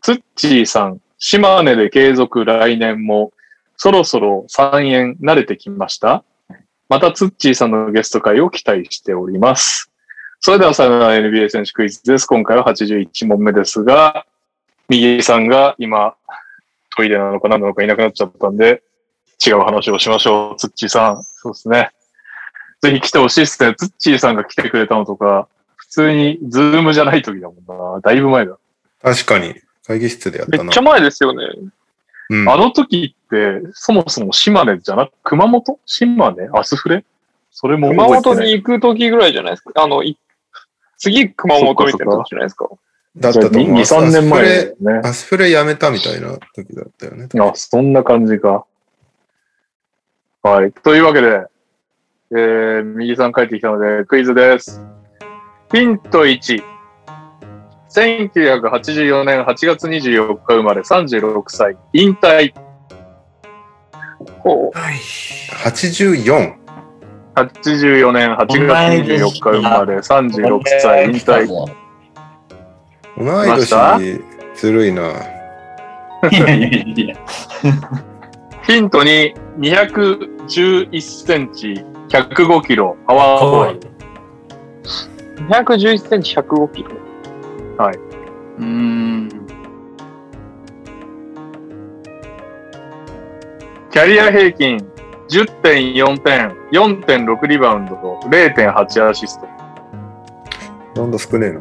Speaker 2: ツッチーさん、島根で継続来年も、そろそろ3円慣れてきました。またツッチーさんのゲスト会を期待しております。それではさよなら NBA 選手クイズです。今回は81問目ですが、右さんが今、トイレなのか何なのかいなくなっちゃったんで、違う話をしましょう。ツッチーさん。そうですね。ぜひ来てほしいですね。ツッチーさんが来てくれたのとか、普通にズームじゃない時だもんな。だいぶ前だ。
Speaker 1: 確かに。会議室でやっ
Speaker 4: め
Speaker 1: た
Speaker 4: っ
Speaker 1: な
Speaker 4: ちゃ。前ですよね。
Speaker 1: うん
Speaker 2: あの時って、そもそも島根じゃなく、熊本島根アスフレそれも
Speaker 4: 熊
Speaker 2: 覚えてない
Speaker 4: 本に行く時ぐらいじゃないですか。あの、い次熊本みたいな時じゃないですか。
Speaker 1: だったと
Speaker 2: じゃあ
Speaker 1: 思う。
Speaker 2: 2、3年前だ
Speaker 1: アス
Speaker 2: よね
Speaker 1: フレ。アスフレやめたみたいな時だったよね。
Speaker 2: あ、そんな感じか。はい。というわけで、えー、右さん帰ってきたので、クイズです。ヒント1。1984年8月24日生まれ、36歳、引退。
Speaker 4: ほう。
Speaker 1: 84。
Speaker 2: 84年8月24日生まれ、36歳、引退。
Speaker 1: 同い
Speaker 2: ました
Speaker 1: 年ずるいな。
Speaker 5: いやいやいやいや。
Speaker 2: ヒント2。211センチ、105キロ、パワーフォワード
Speaker 3: 怖い。
Speaker 4: 211センチ105キロ。
Speaker 5: うーん。
Speaker 2: キャリア平均10.4点、4.6リバウンド、0.8アシスト。
Speaker 1: なんだ少ねえな。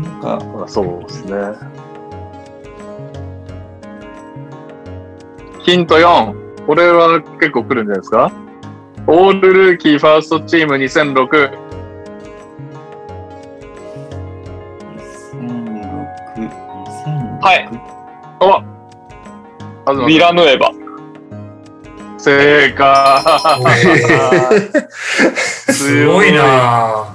Speaker 5: なんか、
Speaker 2: まあそうですね。ヒント4。これは結構来るんじゃないですかオールルーキーファーストチーム2006。
Speaker 5: 2006、2006。
Speaker 4: はい。
Speaker 2: 東
Speaker 4: ビラヌエバ。
Speaker 2: 正解。
Speaker 3: すごいな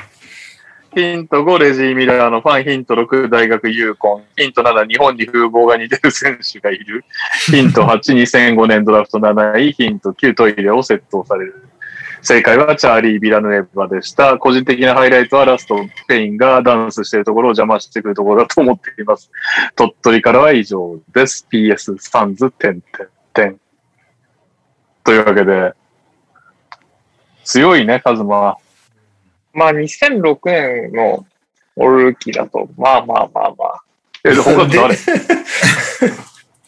Speaker 2: ヒント5、レジー・ミラーのファン。ヒント6、大学ユーコン。ヒント7、日本に風貌が似てる選手がいる。ヒント8、2005年ドラフト7位。ヒント9、トイレを窃盗される。正解はチャーリー・ビラヌエバでした。個人的なハイライトはラスト、ペインがダンスしているところを邪魔してくるところだと思っています。鳥取からは以上です。PS、サンズ、点点点。というわけで、強いね、カズマは。
Speaker 4: まあ2006年のオールルーキーだと、まあまあまあまあ。
Speaker 2: え、他誰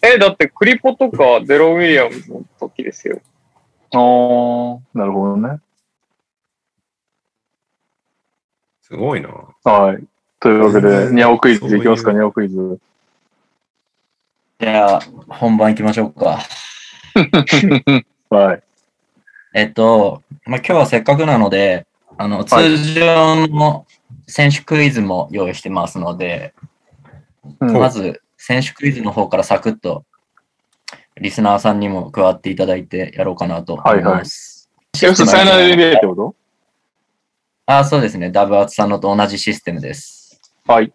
Speaker 4: え、だってクリポとかデロ・ウィリアムズの時ですよ。
Speaker 2: ああ、なるほどね。
Speaker 1: すごいな。
Speaker 2: はい。というわけ
Speaker 1: え
Speaker 2: で、
Speaker 1: ー
Speaker 2: ニャオクイズいきますか、
Speaker 1: そう
Speaker 2: ニャオクイズ。
Speaker 5: じゃあ、本番行きましょうか。
Speaker 2: はい。
Speaker 5: えっと、まあ、今日はせっかくなので、あの、通常の選手クイズも用意してますので、
Speaker 2: うん
Speaker 5: まず選手クイズの方からサクッと、リスナーさんにも加わっていただいてやろうかなと思います。
Speaker 2: 要するに、サイナル NBA ってこ
Speaker 5: あ、そうですね。ダブアツさんのと同じシステムです。
Speaker 2: とはい。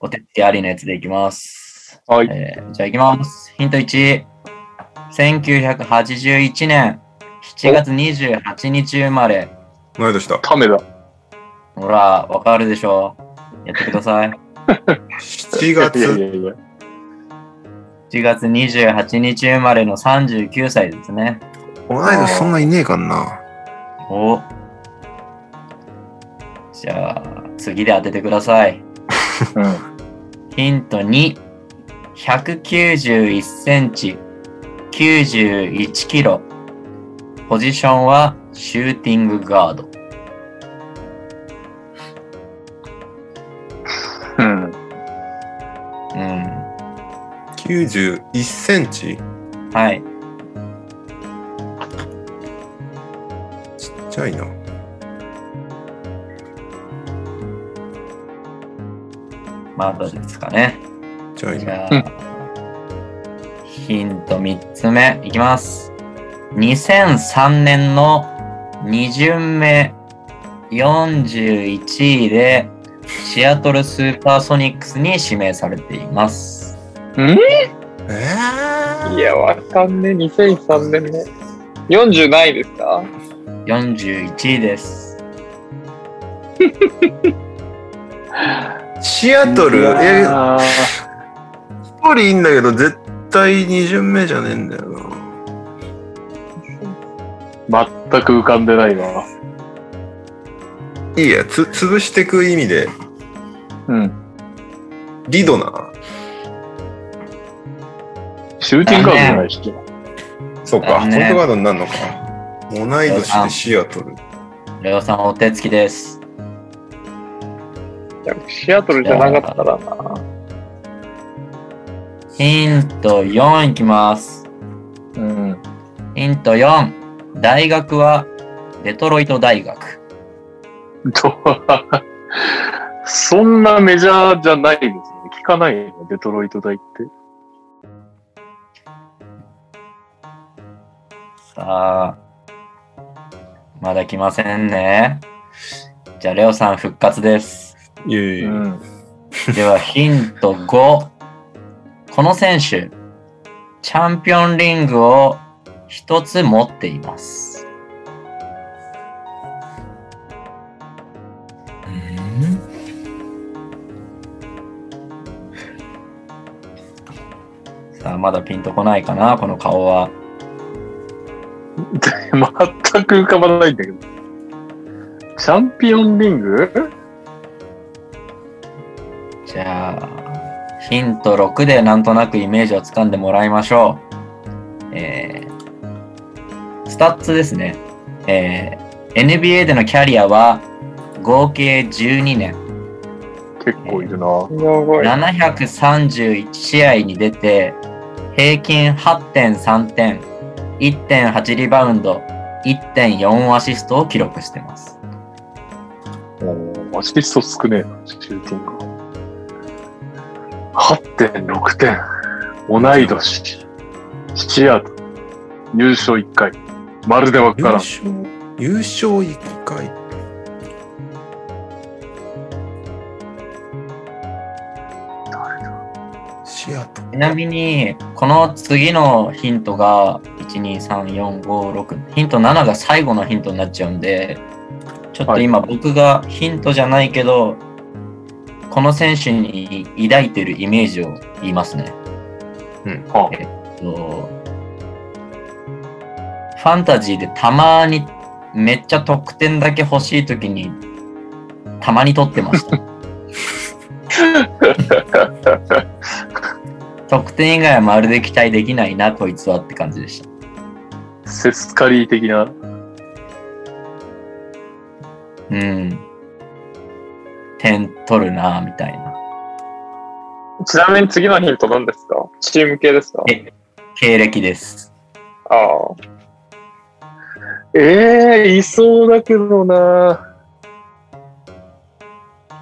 Speaker 5: お手つきありのやつでいきます。
Speaker 2: はい。
Speaker 5: えーじゃあ行きます。ヒント1。1981年7月28日生まれ。
Speaker 1: 同い年だ。
Speaker 2: 亀だ。
Speaker 5: ほら、わかるでしょやってください。
Speaker 1: 7
Speaker 2: いやい
Speaker 1: 月。
Speaker 2: やいや。
Speaker 5: 7月28日生まれの39歳ですね。
Speaker 1: 同い年そんないねえかんな。
Speaker 5: おじゃあ、次で当ててください。
Speaker 2: うん。
Speaker 5: ヒント2。191センチ、91キロ。ポジションはシューティングガード。
Speaker 2: うん。
Speaker 5: うん。
Speaker 1: 91センチ
Speaker 5: はい。
Speaker 1: ちっちゃいな。
Speaker 5: まだですかね。
Speaker 1: ちっちゃい
Speaker 5: じ
Speaker 1: な。
Speaker 5: ゃあ、ヒント3つ目いきます。2003年の2巡目41位でシアトルスーパーソニックスに指名されています。
Speaker 1: え
Speaker 4: いや、わかんねえ、2003年ね。40ないですか
Speaker 5: 41位です。
Speaker 1: ー、シアトル、え、
Speaker 2: あ
Speaker 1: 一人いいんだけど、絶対二巡目じゃねえんだよな。
Speaker 2: ー全く浮かんでないわ。
Speaker 1: いいや、つ、潰してく意味で、
Speaker 2: うん。
Speaker 1: リドな。
Speaker 2: シューティングカードじゃないし。
Speaker 1: そうか、
Speaker 5: あ
Speaker 1: コン
Speaker 5: の
Speaker 1: ト
Speaker 5: ね
Speaker 1: ガードになるのか。同い年でシアトル。
Speaker 5: レオさんお手つきです。
Speaker 4: いやシアトルじゃなかったらな。
Speaker 5: ヒント4いきます。
Speaker 2: うん。
Speaker 5: ヒント4。大学はデトロイト大学。
Speaker 2: とそんなメジャーじゃないですね。聞かないよ、デトロイト大って。
Speaker 5: さあ、まだ来ませんね。じゃあ、レオさん復活です。
Speaker 1: いえいえ
Speaker 2: うん。
Speaker 5: では、ヒント5。この選手、チャンピオンリングを一つ持っています。
Speaker 3: うん
Speaker 5: さあ、まだピンとこないかな、この顔は。
Speaker 2: 全く浮かばないんだけど。チャンピオンリング
Speaker 5: じゃあ、ヒント6でなんとなくイメージをつかんでもらいましょう。えー、スタッツですね。えー、NBA でのキャリアは合計12年、
Speaker 2: 結構いるな。
Speaker 4: すごい。
Speaker 5: 731試合に出て、平均8.3点、1.8リバウンド、1.4アシストを記録してます。
Speaker 2: おアシスト少ねえな、シューティング。8.6点。同い年。シアトル。優勝1回。まるでわ
Speaker 1: 優
Speaker 2: からん。
Speaker 1: 勝、優勝一回。シアトル。
Speaker 5: ちなみに、この次のヒントが、1、2、3、4、5、6、ヒント7が最後のヒントになっちゃうんで、ちょっと今僕がヒントじゃないけど、この選手に抱いてるイメージを言いますね。
Speaker 1: うん
Speaker 2: はあ
Speaker 5: えっと、ファンタジーでたまにめっちゃ得点だけ欲しいときに、たまに取ってました。得点以外はまるで期待できないな、こいつはって感じでした。
Speaker 2: セスカリー的な。
Speaker 5: うん。点取るな、みたいな。
Speaker 4: ちなみに次のヒント何ですかチーム系ですか
Speaker 5: え経歴です。
Speaker 4: ああ。
Speaker 2: ええいそうだけどな。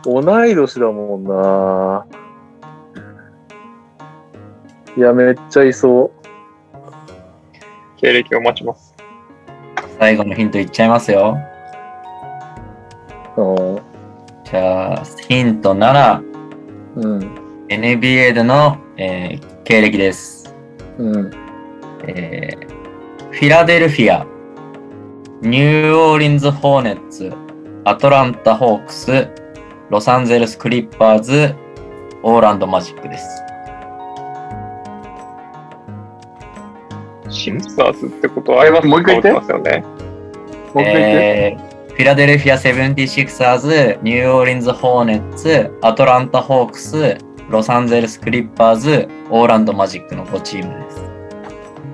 Speaker 2: 同い年だもんな。いや、めっちゃいそう。
Speaker 4: 経歴を待ちます。
Speaker 5: 最後のヒントいっちゃいますよ。
Speaker 2: うん
Speaker 5: じゃあ、ヒントなら、
Speaker 2: うん。
Speaker 5: NBA での、えー経歴です。
Speaker 4: うん。
Speaker 5: えーフィラデルフィア、ニューオーリンズ・ホーネッツ、アトランタ・ホークス、ロサンゼルス・クリッパーズ、オーランド・マジックです。
Speaker 4: シンサーズってことは、アイバス
Speaker 2: もう一回言って
Speaker 4: ますよね。
Speaker 2: もう一回言って。
Speaker 5: えーフィラデルフィア・セブンティシクサーズ、ニューオーリンズ・ホーネッツ、アトランタ・ホークス、ロサンゼルス・クリッパーズ、オーランド・マジックの5チームです。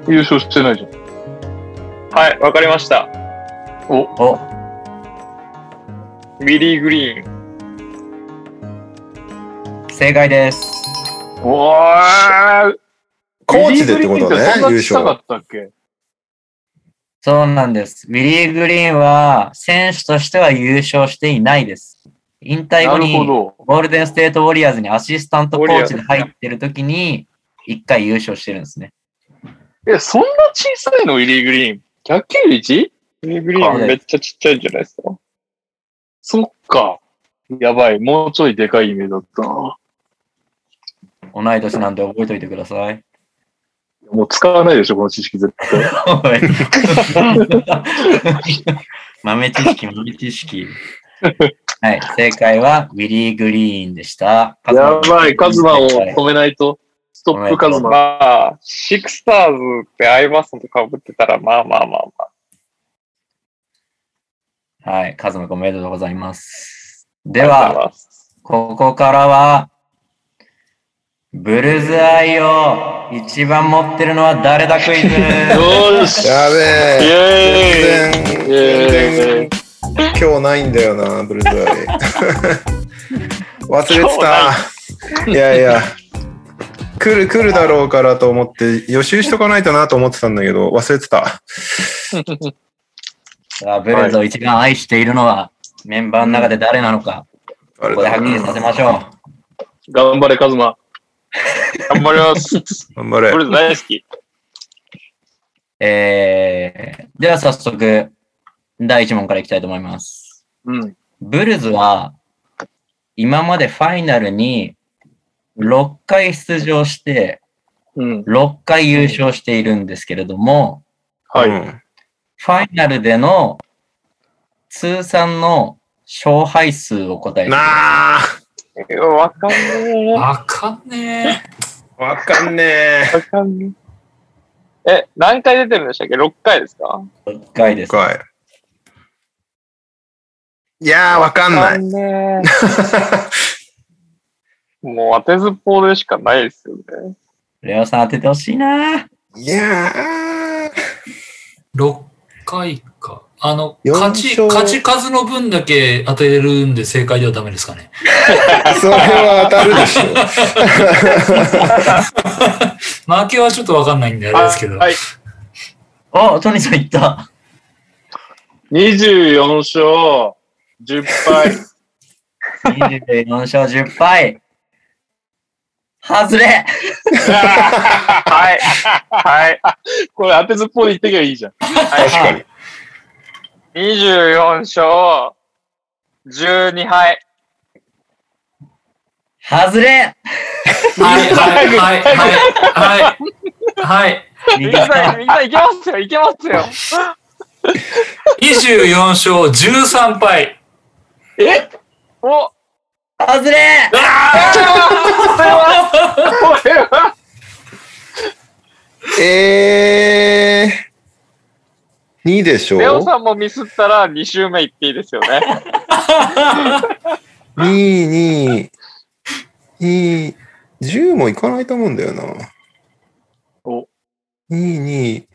Speaker 2: 優勝してないじゃん。
Speaker 4: はい、わかりました。
Speaker 5: お、
Speaker 4: ビリー・グリーン。
Speaker 5: 正解です。
Speaker 2: おーい
Speaker 1: コーチでってこと
Speaker 2: ビリーグリーンって
Speaker 1: ね
Speaker 2: そん、
Speaker 1: 優
Speaker 2: な近か
Speaker 1: 勝。
Speaker 2: ったっけ
Speaker 5: そうなんです。ウィリー・グリーンは選手としては優勝していないです。引退
Speaker 2: な
Speaker 5: 後
Speaker 2: るほ
Speaker 5: に
Speaker 2: ど。
Speaker 5: ゴールデン・ステート・ウォリアーズにアシスタントコーチで入ってる時に1回優勝してるんですね。
Speaker 2: え、そんな小さいのウィリー・グリーン。191?
Speaker 4: ビリー・グリーンめっちゃちっちゃいんじゃないですか。
Speaker 2: そっか。やばい。もうちょいでかいイメージだったな。
Speaker 5: 同い年なんで覚えておいてください。
Speaker 2: もう使わないでしょ、この知識絶対。
Speaker 5: おい豆知識、豆知識。はい、正解はウィリー・グリーンでした。
Speaker 2: やばい。カズマを
Speaker 5: はい
Speaker 2: 止めないと。ストップカズマ。
Speaker 4: まあ、シクサーズってアイバスとかぶってたら、まあまあまあまあ。
Speaker 5: はい、カズマくんおめでとうございます。で
Speaker 4: で
Speaker 5: は、、ここからは、ブルズアイを一番持ってるのは誰だクイズ
Speaker 2: よーし
Speaker 1: やべ
Speaker 2: イ
Speaker 1: え。
Speaker 2: ェーイ
Speaker 1: 全然、
Speaker 2: イエ
Speaker 1: 全然、今日ないんだよな、ブルズアイ。 忘れてた。いやいや。来る来るだろうからと思って予習しとかないとなと思ってたんだけど忘れてた。
Speaker 5: さあブルズを一番愛しているのはメンバーの中で誰なの
Speaker 1: あ
Speaker 5: か、こ
Speaker 1: れ
Speaker 5: こではっきりさせましょう。
Speaker 2: 頑張れ、カズマ。頑張ります。
Speaker 1: 頑張れ
Speaker 2: こ。れ大好き。
Speaker 5: えー、では早速、第1問からいきたいと思います。
Speaker 2: うん。
Speaker 5: ブルズは、今までファイナルに6回出場して、
Speaker 2: うん。
Speaker 5: 6回優勝しているんですけれども、
Speaker 2: はい。
Speaker 1: うん
Speaker 5: ファイナルでの通算の勝敗数を答えて。
Speaker 1: なあ
Speaker 4: いやわかんねえ。わ
Speaker 3: わかんねえ。
Speaker 1: わかんねえ。
Speaker 4: かんねえ。え、何回出てるんでしたっけ ?6 回ですか
Speaker 5: 6回です。
Speaker 1: かい。いやー、わかんない。
Speaker 4: い。ねえ。もう当てずっぽうでしかないですよね。
Speaker 5: レオさん当ててほしいな。
Speaker 1: いやー。
Speaker 3: 6回か。あの、
Speaker 1: 四
Speaker 3: 勝ち、
Speaker 1: 勝
Speaker 3: 勝ち数の分だけ当てるんで正解ではダメですかね。
Speaker 1: それは当たるでしょ。
Speaker 3: 負けはちょっとわかんないんであれですけど。
Speaker 2: はい。
Speaker 5: お、トニーさんいった。
Speaker 2: 24勝10敗。
Speaker 5: 24勝10敗。外れ
Speaker 2: はい。はい。これ当てずっぽうで言ってきゃいいじゃん。
Speaker 1: 確かに。
Speaker 4: 24勝12敗。
Speaker 5: 外れ
Speaker 3: はい、はい、はい、はい、はい。はい
Speaker 5: 右
Speaker 4: みんな、
Speaker 5: さ
Speaker 4: みんないけますよ、いけますよ。
Speaker 3: 24勝13敗。
Speaker 4: お
Speaker 5: 外
Speaker 2: これ
Speaker 5: れ
Speaker 2: は、
Speaker 1: えー。2でし
Speaker 4: レオ
Speaker 1: ょ
Speaker 4: さんもミスったら2周目いっていいですよね。
Speaker 1: ?2、2、2、10もいかないと思うんだよな。
Speaker 2: お
Speaker 1: 2、2、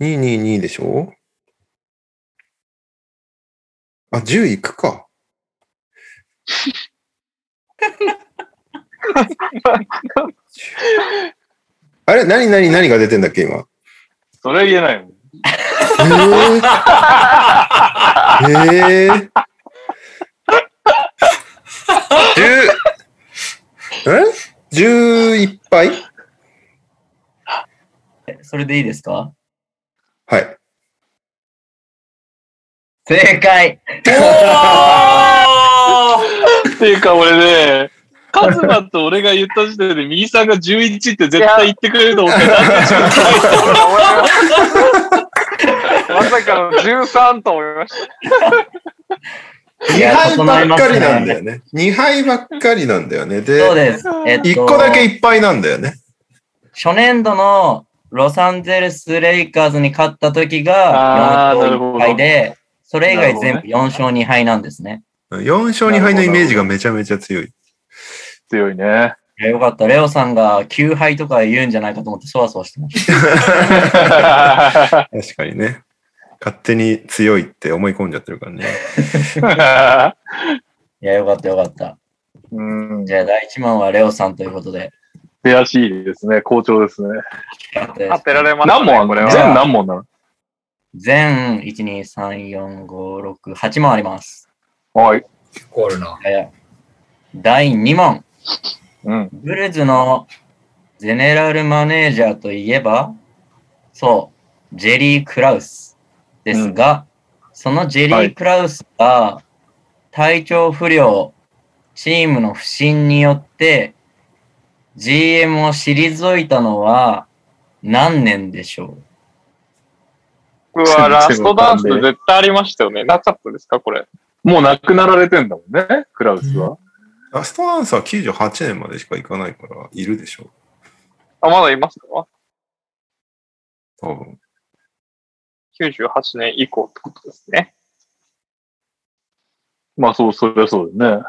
Speaker 1: 2、2、2でしょあ、10いく か。あれ何何何が出てんだっけ今。
Speaker 2: それ言えないもん。
Speaker 1: えー、えー、10え ?11 杯
Speaker 5: それでいいですか
Speaker 1: はい。
Speaker 5: 正解
Speaker 3: おー
Speaker 2: っていうか、俺ね、カズマと俺が言った時点で、右さんが11って絶対言ってくれると思って、なんで11
Speaker 4: 俺は まさかの13と思いました。
Speaker 1: 2杯ばっかりなんだよね。2杯ばっかりなんだよね。
Speaker 5: そう
Speaker 1: で、
Speaker 5: です。えっと、
Speaker 1: 1個だけいっぱいなんだよね。
Speaker 5: 初年度のロサンゼルス・レイカーズに勝った時
Speaker 2: あ
Speaker 5: が
Speaker 2: ー
Speaker 5: 4勝1敗で、それ以外全部
Speaker 2: なるほど
Speaker 5: 4勝2敗なんですね。
Speaker 1: 4勝2敗のイメージがめちゃめちゃ強い。
Speaker 2: 強い ね。
Speaker 5: いやよかった。レオさんが9敗とか言うんじゃないかと思ってそわそわしてました。
Speaker 1: 確かにね。勝手に強いって思い込んじゃってるからね。
Speaker 5: いや、よかったよかった。
Speaker 2: うん
Speaker 5: じゃあ、第1問はレオさんということで。
Speaker 2: 悔しいですね。好調ですね。
Speaker 5: よかったです
Speaker 4: 当てられました、
Speaker 2: 何
Speaker 4: ね。
Speaker 2: 問あん
Speaker 4: こ
Speaker 2: の
Speaker 4: れ
Speaker 2: 全
Speaker 4: は。
Speaker 2: 何問なの
Speaker 5: 全1、2、3、4、5、6、8問あります。
Speaker 2: はい。
Speaker 3: 結構あるな。
Speaker 5: いやいや第2問。
Speaker 2: うん。
Speaker 5: ブルズのゼネラルマネージャーといえば、そう、ジェリー・クラウスですが、そのジェリ
Speaker 2: は
Speaker 5: ー・
Speaker 2: い
Speaker 5: クラウスが体調不良、チームの不振によって、GM を退いたのは何年でしょ
Speaker 4: 僕はラストダンス絶対ありましたよね。なかったですかこれ。
Speaker 2: もう亡くなられてんだもんね、クラウスは。
Speaker 1: ラストダンスは98年までしか行かないから、いるでしょ
Speaker 4: あ、まだいますか
Speaker 1: う。多分。
Speaker 4: ?98 年以降ってことですね。
Speaker 2: まあそう、そりゃそうだよね。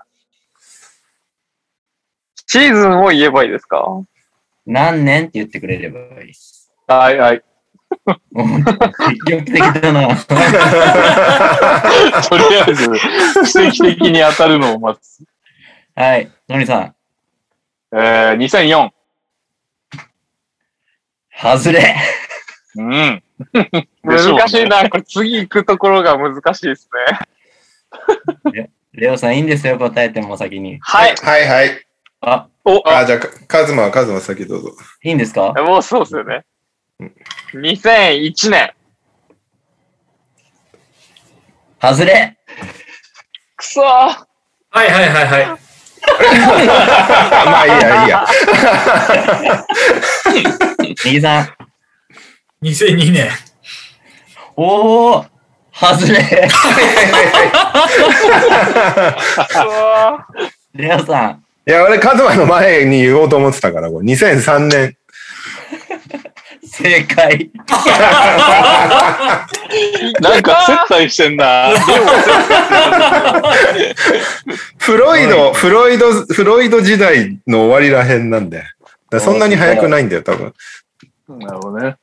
Speaker 4: シーズンを言えばいいですか
Speaker 5: う何年って言ってくれればいいです。
Speaker 2: はいはい。
Speaker 5: もう 積極的だな。
Speaker 2: とりあえず、 奇跡的に当たるのを待つ。
Speaker 5: はい、のりさん、
Speaker 2: えー、2004。
Speaker 5: 外れ。
Speaker 2: うん。 でしょうね
Speaker 4: 難しいな。これ次行くところが難しいですね。
Speaker 5: レオさん、いいんですよ、答えても先に。
Speaker 4: はい。
Speaker 1: はいはい。
Speaker 5: あ、
Speaker 4: お、
Speaker 1: あ、じゃあ、カズマはカズマ先どうぞ。
Speaker 5: いいんですか
Speaker 4: もうそうですよね。2001年。
Speaker 5: 外れ
Speaker 4: くそー
Speaker 3: はいはいはいはい。
Speaker 1: まあいいや、いいや。
Speaker 5: 右さん。
Speaker 3: 2002年。
Speaker 5: おお外れ
Speaker 4: くそー
Speaker 5: レオさん。
Speaker 1: いや、俺、カズマの前に言おうと思ってたから、これ2003年。
Speaker 5: 正解。
Speaker 2: なんか接待してんな。
Speaker 1: フロイド、フロイド、フロイド時代の終わりらへんなんで。だからそんなに早くないんだよ、多分。
Speaker 2: なるほどね。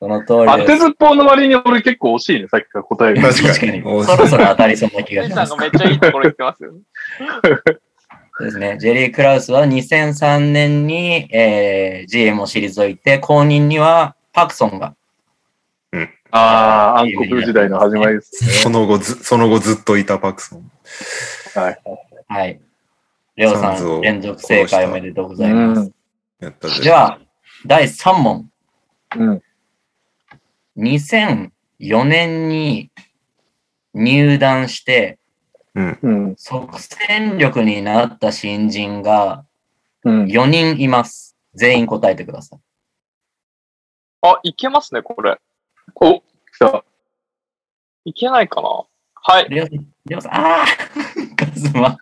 Speaker 5: その通
Speaker 2: 当
Speaker 5: り
Speaker 2: て
Speaker 5: です。
Speaker 2: ずっぽうの割に俺結構惜しいね、さっきから答えが。
Speaker 1: 確
Speaker 5: 確
Speaker 1: か
Speaker 5: か
Speaker 1: に。
Speaker 5: に。そろそろ当たりそうな気が
Speaker 4: ジ
Speaker 5: し
Speaker 4: ェイさん
Speaker 5: ます
Speaker 4: が。めっちゃいいところ言ってますよ。
Speaker 5: そうですね。ジェリー・クラウスは2003年に、えー、GM を退いて、後任にはパクソンが。
Speaker 2: ああ、暗黒時代の始まりですね。
Speaker 1: その後ず、その後ずっといたパクソン。
Speaker 2: はい。
Speaker 5: はい。レオさ
Speaker 1: サンズを
Speaker 5: ん、連続正解おめでとうございます。
Speaker 1: やったぜ
Speaker 5: では、第3問。
Speaker 2: うん。
Speaker 5: 2004年に入団して
Speaker 2: うん。
Speaker 5: 即戦力になった新人が
Speaker 2: うん。
Speaker 5: 4人います。全員答えてください。
Speaker 4: あ、いけますね、これ。
Speaker 2: お、来た。
Speaker 4: いけないかなはい。
Speaker 5: レオレオさん、ああ カズマ。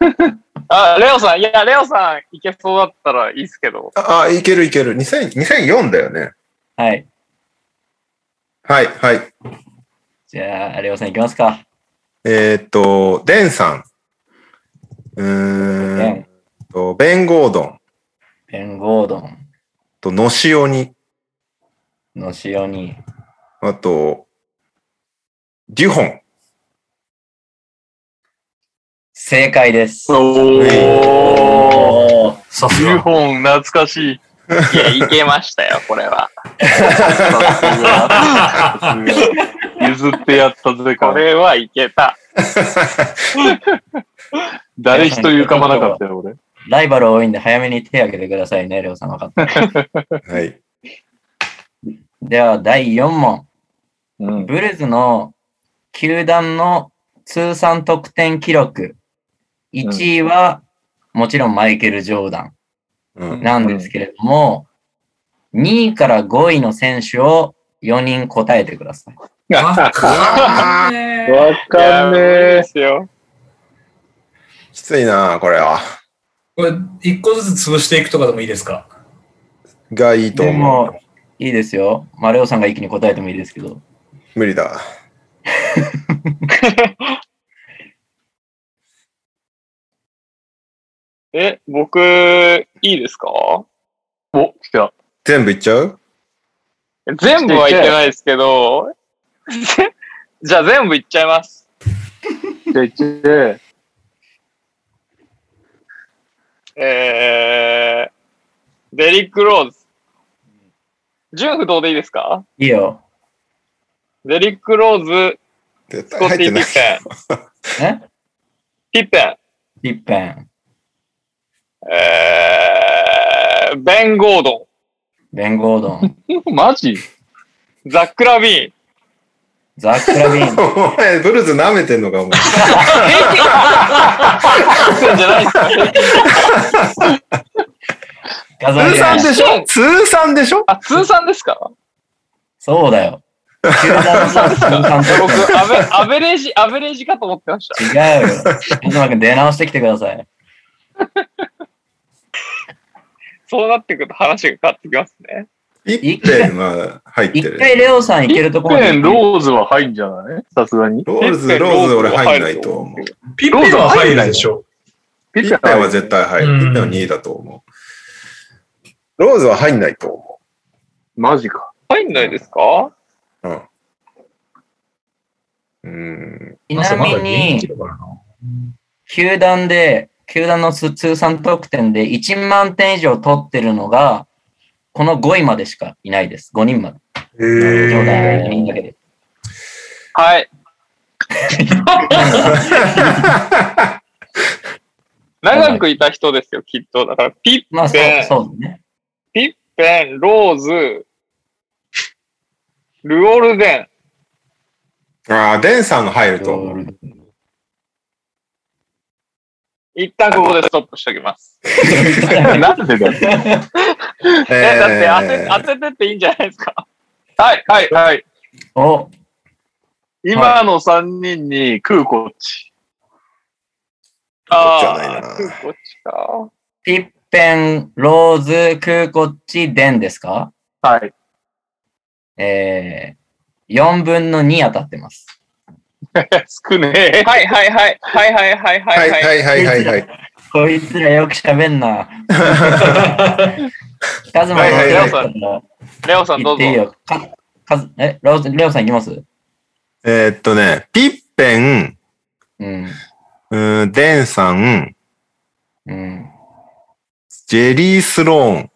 Speaker 4: あ、レオさん、いや、レオさん、いけそうだったらいいですけど。
Speaker 1: あ、あいけるいける。2000 2004だよね。
Speaker 5: はい。
Speaker 1: はい、はい。
Speaker 5: じゃあ、レオさんいきますか。
Speaker 1: えーっと、デンさん。う
Speaker 5: ベ
Speaker 1: ーん
Speaker 5: ン、
Speaker 1: と、ベン・ゴードン
Speaker 5: ベン・ゴードン、
Speaker 1: と、ノシオニ。
Speaker 5: のしおに、
Speaker 1: あと、デュホ ン。
Speaker 5: 正解です。
Speaker 2: おー。
Speaker 5: おー
Speaker 3: さすが。
Speaker 2: UFO 懐かしい。
Speaker 4: いや、いけましたよ、これは。
Speaker 2: 譲ってやったぜ
Speaker 4: こ
Speaker 2: か。
Speaker 4: れはいけた。
Speaker 2: 誰一人浮かばなかったよ、俺。
Speaker 5: ライバル多いんで早めに手挙げてくださいね、レオさん分かった。
Speaker 1: はい。
Speaker 5: では、第4問。
Speaker 2: うん。
Speaker 5: ブルズの球団の通算得点記録、1位はもちろんマイケル・ジョーダン。
Speaker 1: うん。
Speaker 5: なんですけれども、2位から5位の選手を4人答えてください。
Speaker 3: あ
Speaker 1: あー
Speaker 2: わかんね
Speaker 4: で
Speaker 2: え。
Speaker 4: すよ。
Speaker 1: きついな、これは。
Speaker 6: これ、一個ずつ潰していくとかでもいいですか
Speaker 1: がいいと
Speaker 5: で
Speaker 1: 思う
Speaker 5: も。、いいですよ。マレオさんが一気に答えてもいいですけど。
Speaker 1: 無理だ。
Speaker 4: え、僕、いいですか
Speaker 2: お、来た。
Speaker 1: 全部いっちゃう
Speaker 4: 全部はいけないですけど、 じゃあ全部いっちゃいます。
Speaker 2: じゃあ行って、
Speaker 4: えー、デリック・ローズ。純不動でいいですか
Speaker 5: いいよ。
Speaker 4: デリック・ローズ、
Speaker 1: 絶
Speaker 4: ス
Speaker 1: 対
Speaker 4: コ
Speaker 1: 入っ
Speaker 4: ッテ
Speaker 1: て
Speaker 4: ィ・ピ
Speaker 1: ない。
Speaker 4: ッペン。
Speaker 5: え
Speaker 4: ピッペ
Speaker 5: ピッペン、
Speaker 4: ン。えー、ベン・ゴード
Speaker 5: ベン・ゴードン、
Speaker 2: マジ
Speaker 4: ン。ザック・ラビーン。
Speaker 5: ザック・ラビーン、
Speaker 1: お前、ブルーズ舐めてんのか、お前。
Speaker 4: そうじゃないですか。
Speaker 5: ガザ
Speaker 1: 通
Speaker 5: ビア
Speaker 1: 算
Speaker 5: ン。
Speaker 1: でしょ通算でしょ
Speaker 4: あ、通算ですか
Speaker 5: そうだよ。球団のさ、通算
Speaker 4: いや
Speaker 5: ト
Speaker 4: 僕
Speaker 5: ッ
Speaker 4: ア ベ、アベレージ、アベレージかと思ってました。
Speaker 5: プ違うよ。 東間君出直してきてください。
Speaker 4: そうなってくると話が変わってきますね。
Speaker 1: 一点は入って
Speaker 5: 一
Speaker 1: る。
Speaker 5: 回レオさんいけるところまで
Speaker 2: ペン、ローズは入んじゃないさすがに。
Speaker 1: ロールズ、ロールズ俺入んないと思う。
Speaker 3: ピッペンは入るでしょ。
Speaker 2: ピ
Speaker 1: 一点は絶。対入
Speaker 3: う
Speaker 1: る。
Speaker 3: ん
Speaker 1: 一点は2位だと思う。ローズは入んないと思
Speaker 2: マジ か。
Speaker 4: 入んないですか
Speaker 1: う。うん。
Speaker 5: ちなみに、
Speaker 3: だからな。
Speaker 5: 球団で、球団の通通算得点で1万点以上取ってるのが、この5位までしかいないです。5人まで。冗談が4人だけで。
Speaker 4: はい。長くいた人ですよ、きっと。だから、ピ
Speaker 5: まあ、
Speaker 4: ッ
Speaker 5: そう
Speaker 4: ペン、
Speaker 5: そうだね。
Speaker 4: ピッペン、ローズ、ルオルデ
Speaker 1: ああ、デンさんが入ると思 う。
Speaker 4: ン。一旦ここでストップしておきます。
Speaker 2: なんでだよ。
Speaker 4: え
Speaker 1: えー
Speaker 4: だって当て当ててっていいんじゃないですか。はい、はい、はい。
Speaker 5: お、
Speaker 2: 今の3人に空こっち。
Speaker 1: こっちはない
Speaker 4: あ
Speaker 1: な
Speaker 4: あー、こっちか。
Speaker 5: ピッペン、ローズ、クーコッチ、デンですか
Speaker 2: はい。
Speaker 5: えー、4分の2当たってます。
Speaker 2: 少ねえ。
Speaker 4: はい、はい、はい。はい、はい、はい、は
Speaker 1: はいい
Speaker 4: はい。
Speaker 1: はいはいはいはい。
Speaker 5: こいつらよく喋んな。 カズマ
Speaker 1: はいはい
Speaker 5: レ
Speaker 1: はい
Speaker 5: オさんの
Speaker 4: レオさん
Speaker 5: 言
Speaker 4: ど
Speaker 5: っ
Speaker 4: うぞ
Speaker 5: ていい。よ。かカズえローズレオさんいきます
Speaker 1: えーっとね、ピッペン、
Speaker 5: うん。
Speaker 1: うーんデンさん、
Speaker 5: うん。
Speaker 1: ジェリー・スローン。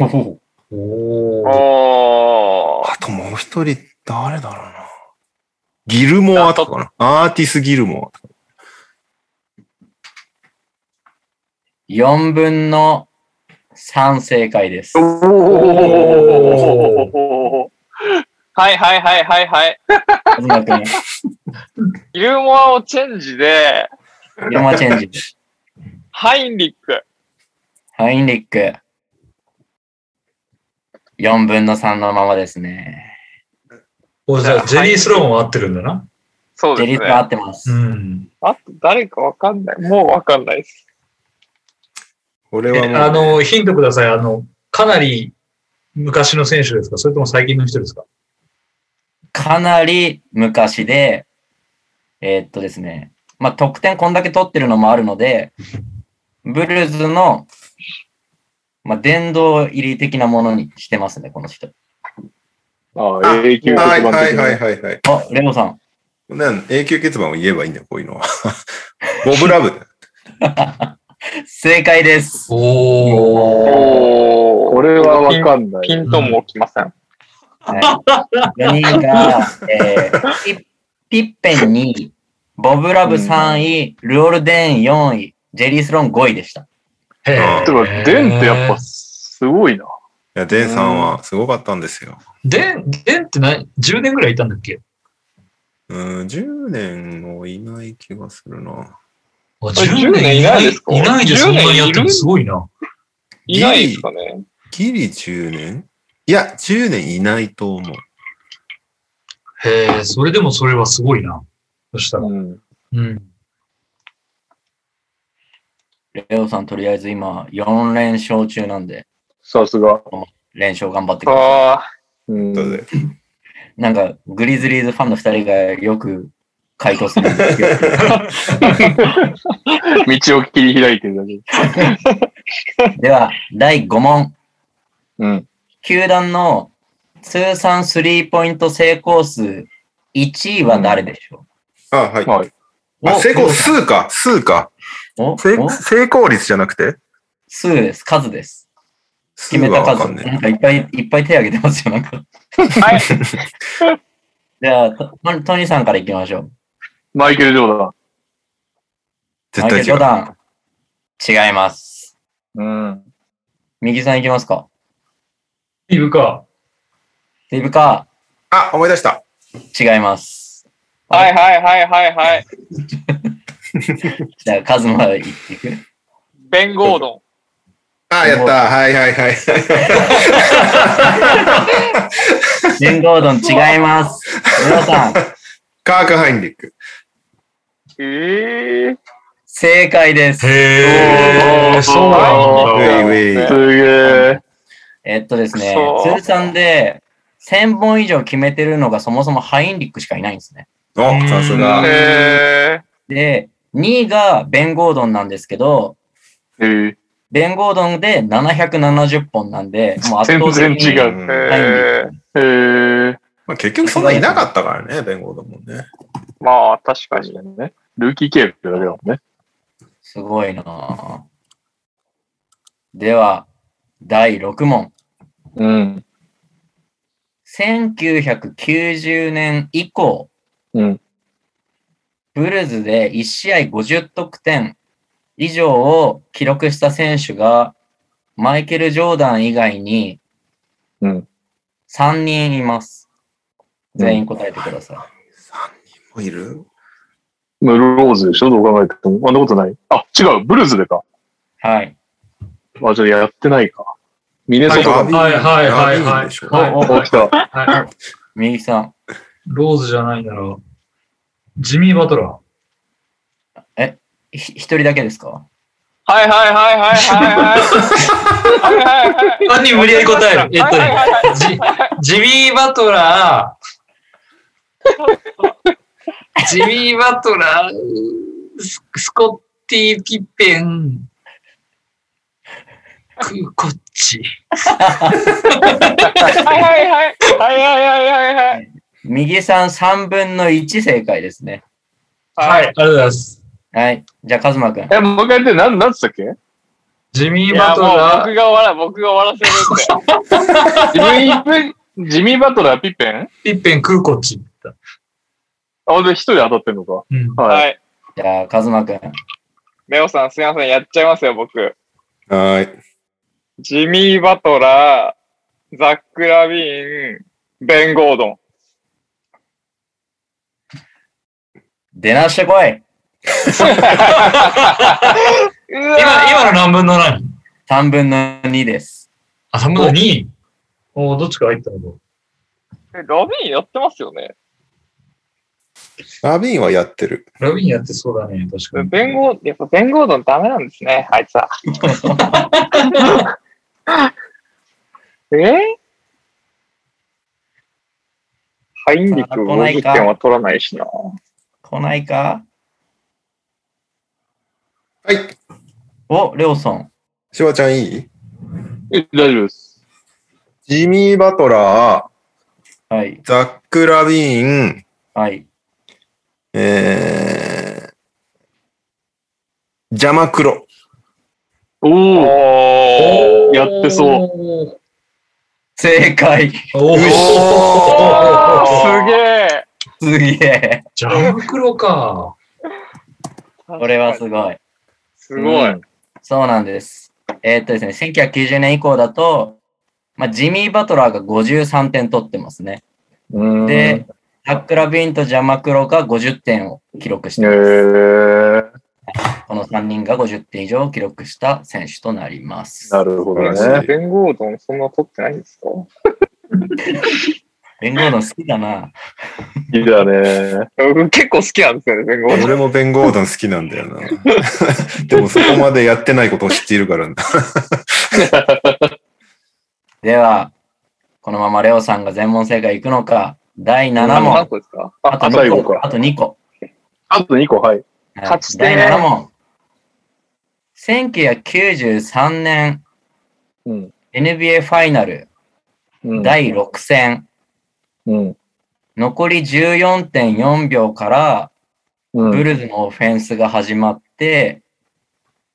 Speaker 3: おー。
Speaker 4: おー。
Speaker 1: あともう一人、誰だろうな。ギルモアとかかな。アーティス・ギルモアとか。
Speaker 5: 4分の3正解です。
Speaker 3: おー
Speaker 4: おーはいはいはいはいはい。
Speaker 5: カズマ君、
Speaker 4: ギルモアをチェンジで、
Speaker 5: ユーマチェンジ。
Speaker 4: ハインリック。
Speaker 5: ハインリック。4分の3のままですね。
Speaker 3: おじゃあ、ジェリー・スローンは合ってるんだな。
Speaker 4: そう
Speaker 5: ジェ
Speaker 4: で
Speaker 5: リ
Speaker 4: す
Speaker 5: スが合
Speaker 4: ね。
Speaker 5: ってます
Speaker 3: う。ん。
Speaker 4: あと誰かわかんない。もうわかんないです。
Speaker 1: 俺
Speaker 3: え
Speaker 1: はもう、
Speaker 3: あの、ヒントください。あの、かなり昔の選手ですかそれとも最近の人ですか
Speaker 5: かなり昔で、えーっとですね、まあ、得点こんだけ取ってるのもあるので、ブルーズの、まあ、殿堂入り的なものにしてますね、この人。
Speaker 2: あ
Speaker 1: あ
Speaker 2: あ、永久
Speaker 1: はい
Speaker 2: 黒板
Speaker 1: はい
Speaker 2: 的
Speaker 1: はい
Speaker 2: な。
Speaker 1: はいはい。
Speaker 5: あ、レオさん。
Speaker 1: なん永久欠番を言えばいいんだよ、こういうのは。 ボブラブ。
Speaker 5: 正解です。
Speaker 3: おー。
Speaker 4: お
Speaker 2: これはわかんない。
Speaker 4: ピンとも起きません。
Speaker 5: はい、4人が、えーピッ、ピッペン2位、ボブラブ3位、ルオルデン4位、ジェリースローン5位でした。
Speaker 3: へー
Speaker 2: てか、デンってやっぱすごいな。
Speaker 1: いや、デンさんはすごかったんですよ。
Speaker 3: デン、デンって何 ?10 年ぐらいいたんだっけ
Speaker 1: うん、10年もいない気がするな。
Speaker 3: ああ
Speaker 4: 10年いないですか
Speaker 3: いないでそんなにやって
Speaker 4: 10年い
Speaker 3: る
Speaker 4: る
Speaker 3: すごいな。
Speaker 4: いないですかね。
Speaker 1: ギリ10年いや、10年いないと思う。
Speaker 3: へえ、それでもそれはすごいな。そしたら。
Speaker 4: うん。
Speaker 3: うん。
Speaker 5: レオさん、とりあえず今、4連勝中なんで、
Speaker 2: さすが。
Speaker 5: 連勝頑張ってください
Speaker 4: ああ。うん。
Speaker 1: だって
Speaker 5: なんか、グリズリーズファンの2人がよく回答するんですけど、
Speaker 2: 道を切り開いてるだけ。
Speaker 5: では、第5問。
Speaker 2: うん。
Speaker 5: 球団の通算スリーポイント成功数1位は誰でしょ
Speaker 1: あ、はい。
Speaker 2: はい。
Speaker 5: う、
Speaker 1: あ、
Speaker 5: お
Speaker 1: 成功、数か、数か。
Speaker 5: おお
Speaker 1: せ成功率じゃなくて
Speaker 5: 数です。数です。
Speaker 1: 数
Speaker 5: 決め
Speaker 1: は
Speaker 5: た
Speaker 1: わか
Speaker 5: 数。
Speaker 1: んね
Speaker 5: なんかいっぱいいっぱい手挙げてますよ、なんか。
Speaker 4: はい。
Speaker 5: じゃあ、トトニーさんからいきましょう。
Speaker 2: マイケル・ジョーダン。
Speaker 1: 絶対
Speaker 5: マ
Speaker 1: 違う
Speaker 5: イケルジ。ョーダン違います。
Speaker 2: うん。
Speaker 5: 右さんいきますか。
Speaker 3: いるか。
Speaker 5: スティーブカ
Speaker 1: あ、思い出した。
Speaker 5: ー違います。
Speaker 4: はいはいはいはいはい。
Speaker 5: じゃあ、カズマいって いく。
Speaker 4: ベン・ゴードン。
Speaker 1: あ、やった。はいはいはい。
Speaker 5: ベン・ゴードン違います。皆さん、
Speaker 1: カーク・ハインディック。
Speaker 4: ええ
Speaker 5: 正解です。
Speaker 3: へ
Speaker 2: お
Speaker 3: え、
Speaker 2: ー
Speaker 3: そ
Speaker 1: ウ
Speaker 2: そ
Speaker 3: う
Speaker 2: う
Speaker 4: だ
Speaker 1: ェイウ
Speaker 2: す
Speaker 1: ェイ。
Speaker 2: げえ。
Speaker 5: えっとですね
Speaker 4: くそ、ー
Speaker 5: 通算で1000本以上決めてるのがそもそもハインリックしかいないんですね。
Speaker 1: お、さす
Speaker 4: ー。
Speaker 1: が。
Speaker 4: え
Speaker 5: で、2位がベン・ゴードンなんですけど、
Speaker 2: えー
Speaker 5: ベン・ゴードンで770本なんで、もう圧倒的に
Speaker 2: 全然違う
Speaker 1: うん
Speaker 4: ー。
Speaker 5: ハイ
Speaker 4: え
Speaker 5: ンリック
Speaker 4: ー。
Speaker 2: えー
Speaker 1: まあ、結局そんないなかったからね、弁護だもんね。
Speaker 4: まあ、確か
Speaker 2: 確
Speaker 4: に。
Speaker 2: かにね。ルーキーケーブってだけだもんね。
Speaker 5: すごいなぁでは、第6問。
Speaker 2: うん。
Speaker 5: 1990年以降、
Speaker 2: うん
Speaker 5: ブルズで1試合50得点以上を記録した選手が、マイケル・ジョーダン以外に
Speaker 2: うん
Speaker 5: 3人います。全員答えてくださ
Speaker 1: もういる
Speaker 2: ムローズでしょどう考えても。あんなことない。あ、違う。ブルーズでか。
Speaker 5: い。はい。
Speaker 2: あ、じゃあやってないか。ミネソ
Speaker 1: は
Speaker 2: タ
Speaker 1: い
Speaker 2: だ。
Speaker 3: はいはいは
Speaker 1: ラ
Speaker 3: い
Speaker 1: ビーン
Speaker 3: はい
Speaker 1: でしょ。
Speaker 5: おお
Speaker 2: お来た。
Speaker 3: はい。
Speaker 5: 右さん。
Speaker 3: ローズじゃないなら、ジミー・バトラ
Speaker 5: ひ一人だけですか
Speaker 4: はいはいはいはいはいはい。はいはいはい。
Speaker 3: ー。あに無理やり答える。えっと
Speaker 4: はい
Speaker 3: ね、
Speaker 4: はいはい
Speaker 3: ジジミー・バトラー、ジミー・バトラー、ススコッティ・ピッペン、クコッチ。
Speaker 4: はいはいはいはいはいはいはい。
Speaker 5: 右さん3分の1正解ですね。
Speaker 3: はい、ありがとうございます。
Speaker 5: はい。じゃあ、カズマくん。
Speaker 2: え、もう一回やって、なん、なんつったっけ
Speaker 3: ジミー・
Speaker 4: い
Speaker 3: バ
Speaker 4: や、
Speaker 3: ト
Speaker 4: もう
Speaker 3: ラー
Speaker 4: 僕、が終わら、僕が終わらせるんで。
Speaker 2: ジミーペン、ジミーバトラー、ピッペン
Speaker 3: ピッペン、クコッチ。
Speaker 2: あ、で、一人当たってんのか。
Speaker 3: うん。
Speaker 2: はい。
Speaker 4: はい。
Speaker 5: じゃあ、カズマくん。
Speaker 4: レオさん、すいません。やっちゃいますよ、僕。
Speaker 1: はーい。
Speaker 4: ジミー・バトラー、ザック・ラビーン、ベン・ゴードン。
Speaker 5: 出なしてこ
Speaker 4: 今、
Speaker 5: い
Speaker 3: 今、今の何分の何
Speaker 5: !3 分の2です。
Speaker 3: あ、3分の2。おおどっちか入ったの
Speaker 4: ラビーンやってますよね。
Speaker 1: ラビーンはやってる。
Speaker 3: ラビンやってそうだね、確かに。
Speaker 4: ベンゴー、やっぱベンゴードンダメなんですね、あいつは。えーハインリック50点は取らないしな。
Speaker 5: 来ないか
Speaker 1: はい。
Speaker 5: お、レオソン。
Speaker 1: シワちゃんいい
Speaker 2: え大丈夫です。
Speaker 1: ジミー・バトラ
Speaker 5: はい
Speaker 1: ー、、ザック・ラビーン、
Speaker 5: はい。
Speaker 1: えー、ジャマクロ。
Speaker 2: おお
Speaker 4: おー。
Speaker 2: やってそう。
Speaker 3: う。
Speaker 5: 正解
Speaker 3: おお
Speaker 1: うっ
Speaker 4: おーすげえ。
Speaker 5: すげえ
Speaker 3: ジャムクロか。
Speaker 5: これはすごい。
Speaker 4: すごい。
Speaker 5: そうなんです。えーっとですね、1990年以降だと、まあ、ジミー・バトラーが53点取ってますね。
Speaker 2: うん
Speaker 5: で、ザック・ラビーンとジャマクロが50点を記録し
Speaker 2: え
Speaker 5: てます。
Speaker 2: ー、
Speaker 5: この3人が50点以上を記録した選手となります。
Speaker 2: なるほど
Speaker 1: 素晴ら
Speaker 2: ね
Speaker 1: し。
Speaker 4: ベン・ゴードンそんな取ってないんですか
Speaker 5: 弁護の好きだな。
Speaker 2: いいだね。
Speaker 4: 僕結構好きなんですよね、ベン・ゴードン。
Speaker 1: 俺もベン・ゴードン好きなんだよな。でもそこまでやってないことを知っているからな。
Speaker 5: では、このままレオさんが全問正解いくのか、第7
Speaker 4: 何個
Speaker 5: 問。
Speaker 4: ですか
Speaker 5: あと
Speaker 2: あ最
Speaker 5: 2
Speaker 2: 後
Speaker 5: 個。
Speaker 2: か
Speaker 5: あと2個。
Speaker 2: あと2個、はい。
Speaker 5: はい
Speaker 4: 勝ち
Speaker 5: 第
Speaker 4: 点
Speaker 5: 7問。1993年
Speaker 2: うん
Speaker 5: NBA ファイナル
Speaker 2: うん。
Speaker 5: 第6戦、
Speaker 2: うん。
Speaker 5: 残り14.4秒から
Speaker 2: うん。
Speaker 5: ブルズのオフェンスが始まっ
Speaker 2: う
Speaker 5: て、
Speaker 2: ん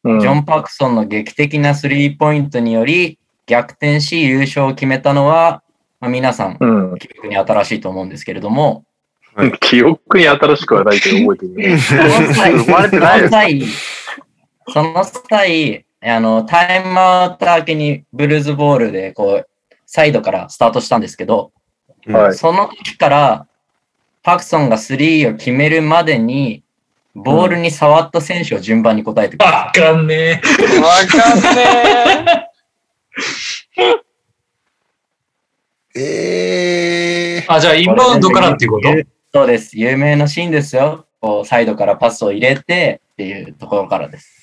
Speaker 5: ジョン・パクソンの劇的なスリーポイントにより逆転し優勝を決めたのは、まあ、皆さん
Speaker 2: うん。
Speaker 5: 記憶に新しいと思うんですけれども、
Speaker 2: 記憶に新しくはないけど覚えてるね。
Speaker 5: その際、
Speaker 4: 生まれてないです
Speaker 5: その際、その際あの、タイムアウト明けにブルーズボールで、こう、サイドからスタートしたんですけど、
Speaker 2: はい
Speaker 5: その時から、パクソンがスリーを決めるまでに、ボールに触った選手を順番に答えてください。
Speaker 6: わかんねえ。
Speaker 4: わかんね
Speaker 1: え
Speaker 3: あ、じゃあインバウンドからっていうこと
Speaker 5: そうです。有名なシーンですよ。こう、サイドからパスを入れてっていうところからです。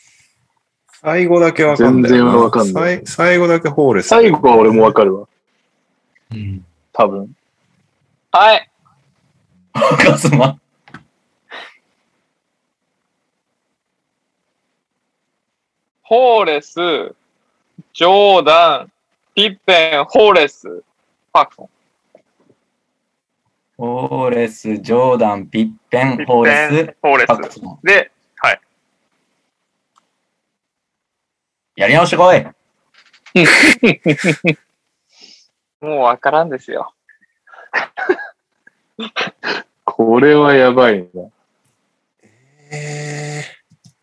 Speaker 1: 最後だけわかんない。
Speaker 2: 全然わかんない
Speaker 1: さい最後だけホーレス。
Speaker 2: 最後は俺もわかるわ。
Speaker 3: うん。
Speaker 2: 多分。
Speaker 4: ーはい。
Speaker 5: カズマ。
Speaker 4: ホーレス、ジョーダン、ピッペン、ホーレス、パクソン。
Speaker 5: ホーレス、ジョーダン、ピッペ
Speaker 4: ピ
Speaker 5: ン、ホー
Speaker 4: ッペ
Speaker 5: レ
Speaker 4: ン、ホーレ
Speaker 5: ス、パク
Speaker 4: ス。
Speaker 5: ソン。
Speaker 4: で、
Speaker 5: やり直してこい
Speaker 4: もうわからんですよ。
Speaker 2: これはやばいな。
Speaker 1: えー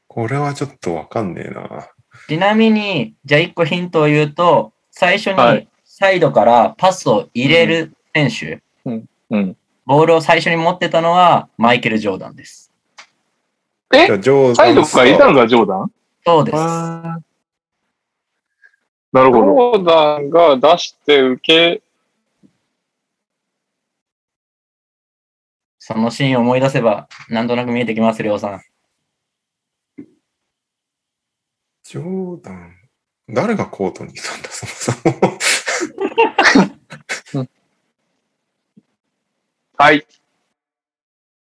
Speaker 1: これはちょっとわかんねえな。
Speaker 5: ちなみに、じゃあ一個ヒントを言うと、最初
Speaker 2: は
Speaker 5: に
Speaker 2: い
Speaker 5: サイドからパスを入れる選手、
Speaker 2: うん。
Speaker 5: ボールを最初に持ってたのはマイケル・ジョーダンです。
Speaker 1: じゃあ、ジョー
Speaker 2: サ
Speaker 1: ダ
Speaker 2: イド
Speaker 1: ンス
Speaker 2: からいたのがジョーダン
Speaker 5: そうです。
Speaker 2: あーなる
Speaker 4: ジ
Speaker 2: ほど。
Speaker 4: ョーダンが出して受け、
Speaker 5: そのシーンを思い出せば、なんとなく見えてきます、りょうさん。
Speaker 1: ジョーダン。誰がコートにいたんだ、そもそも。
Speaker 2: はい。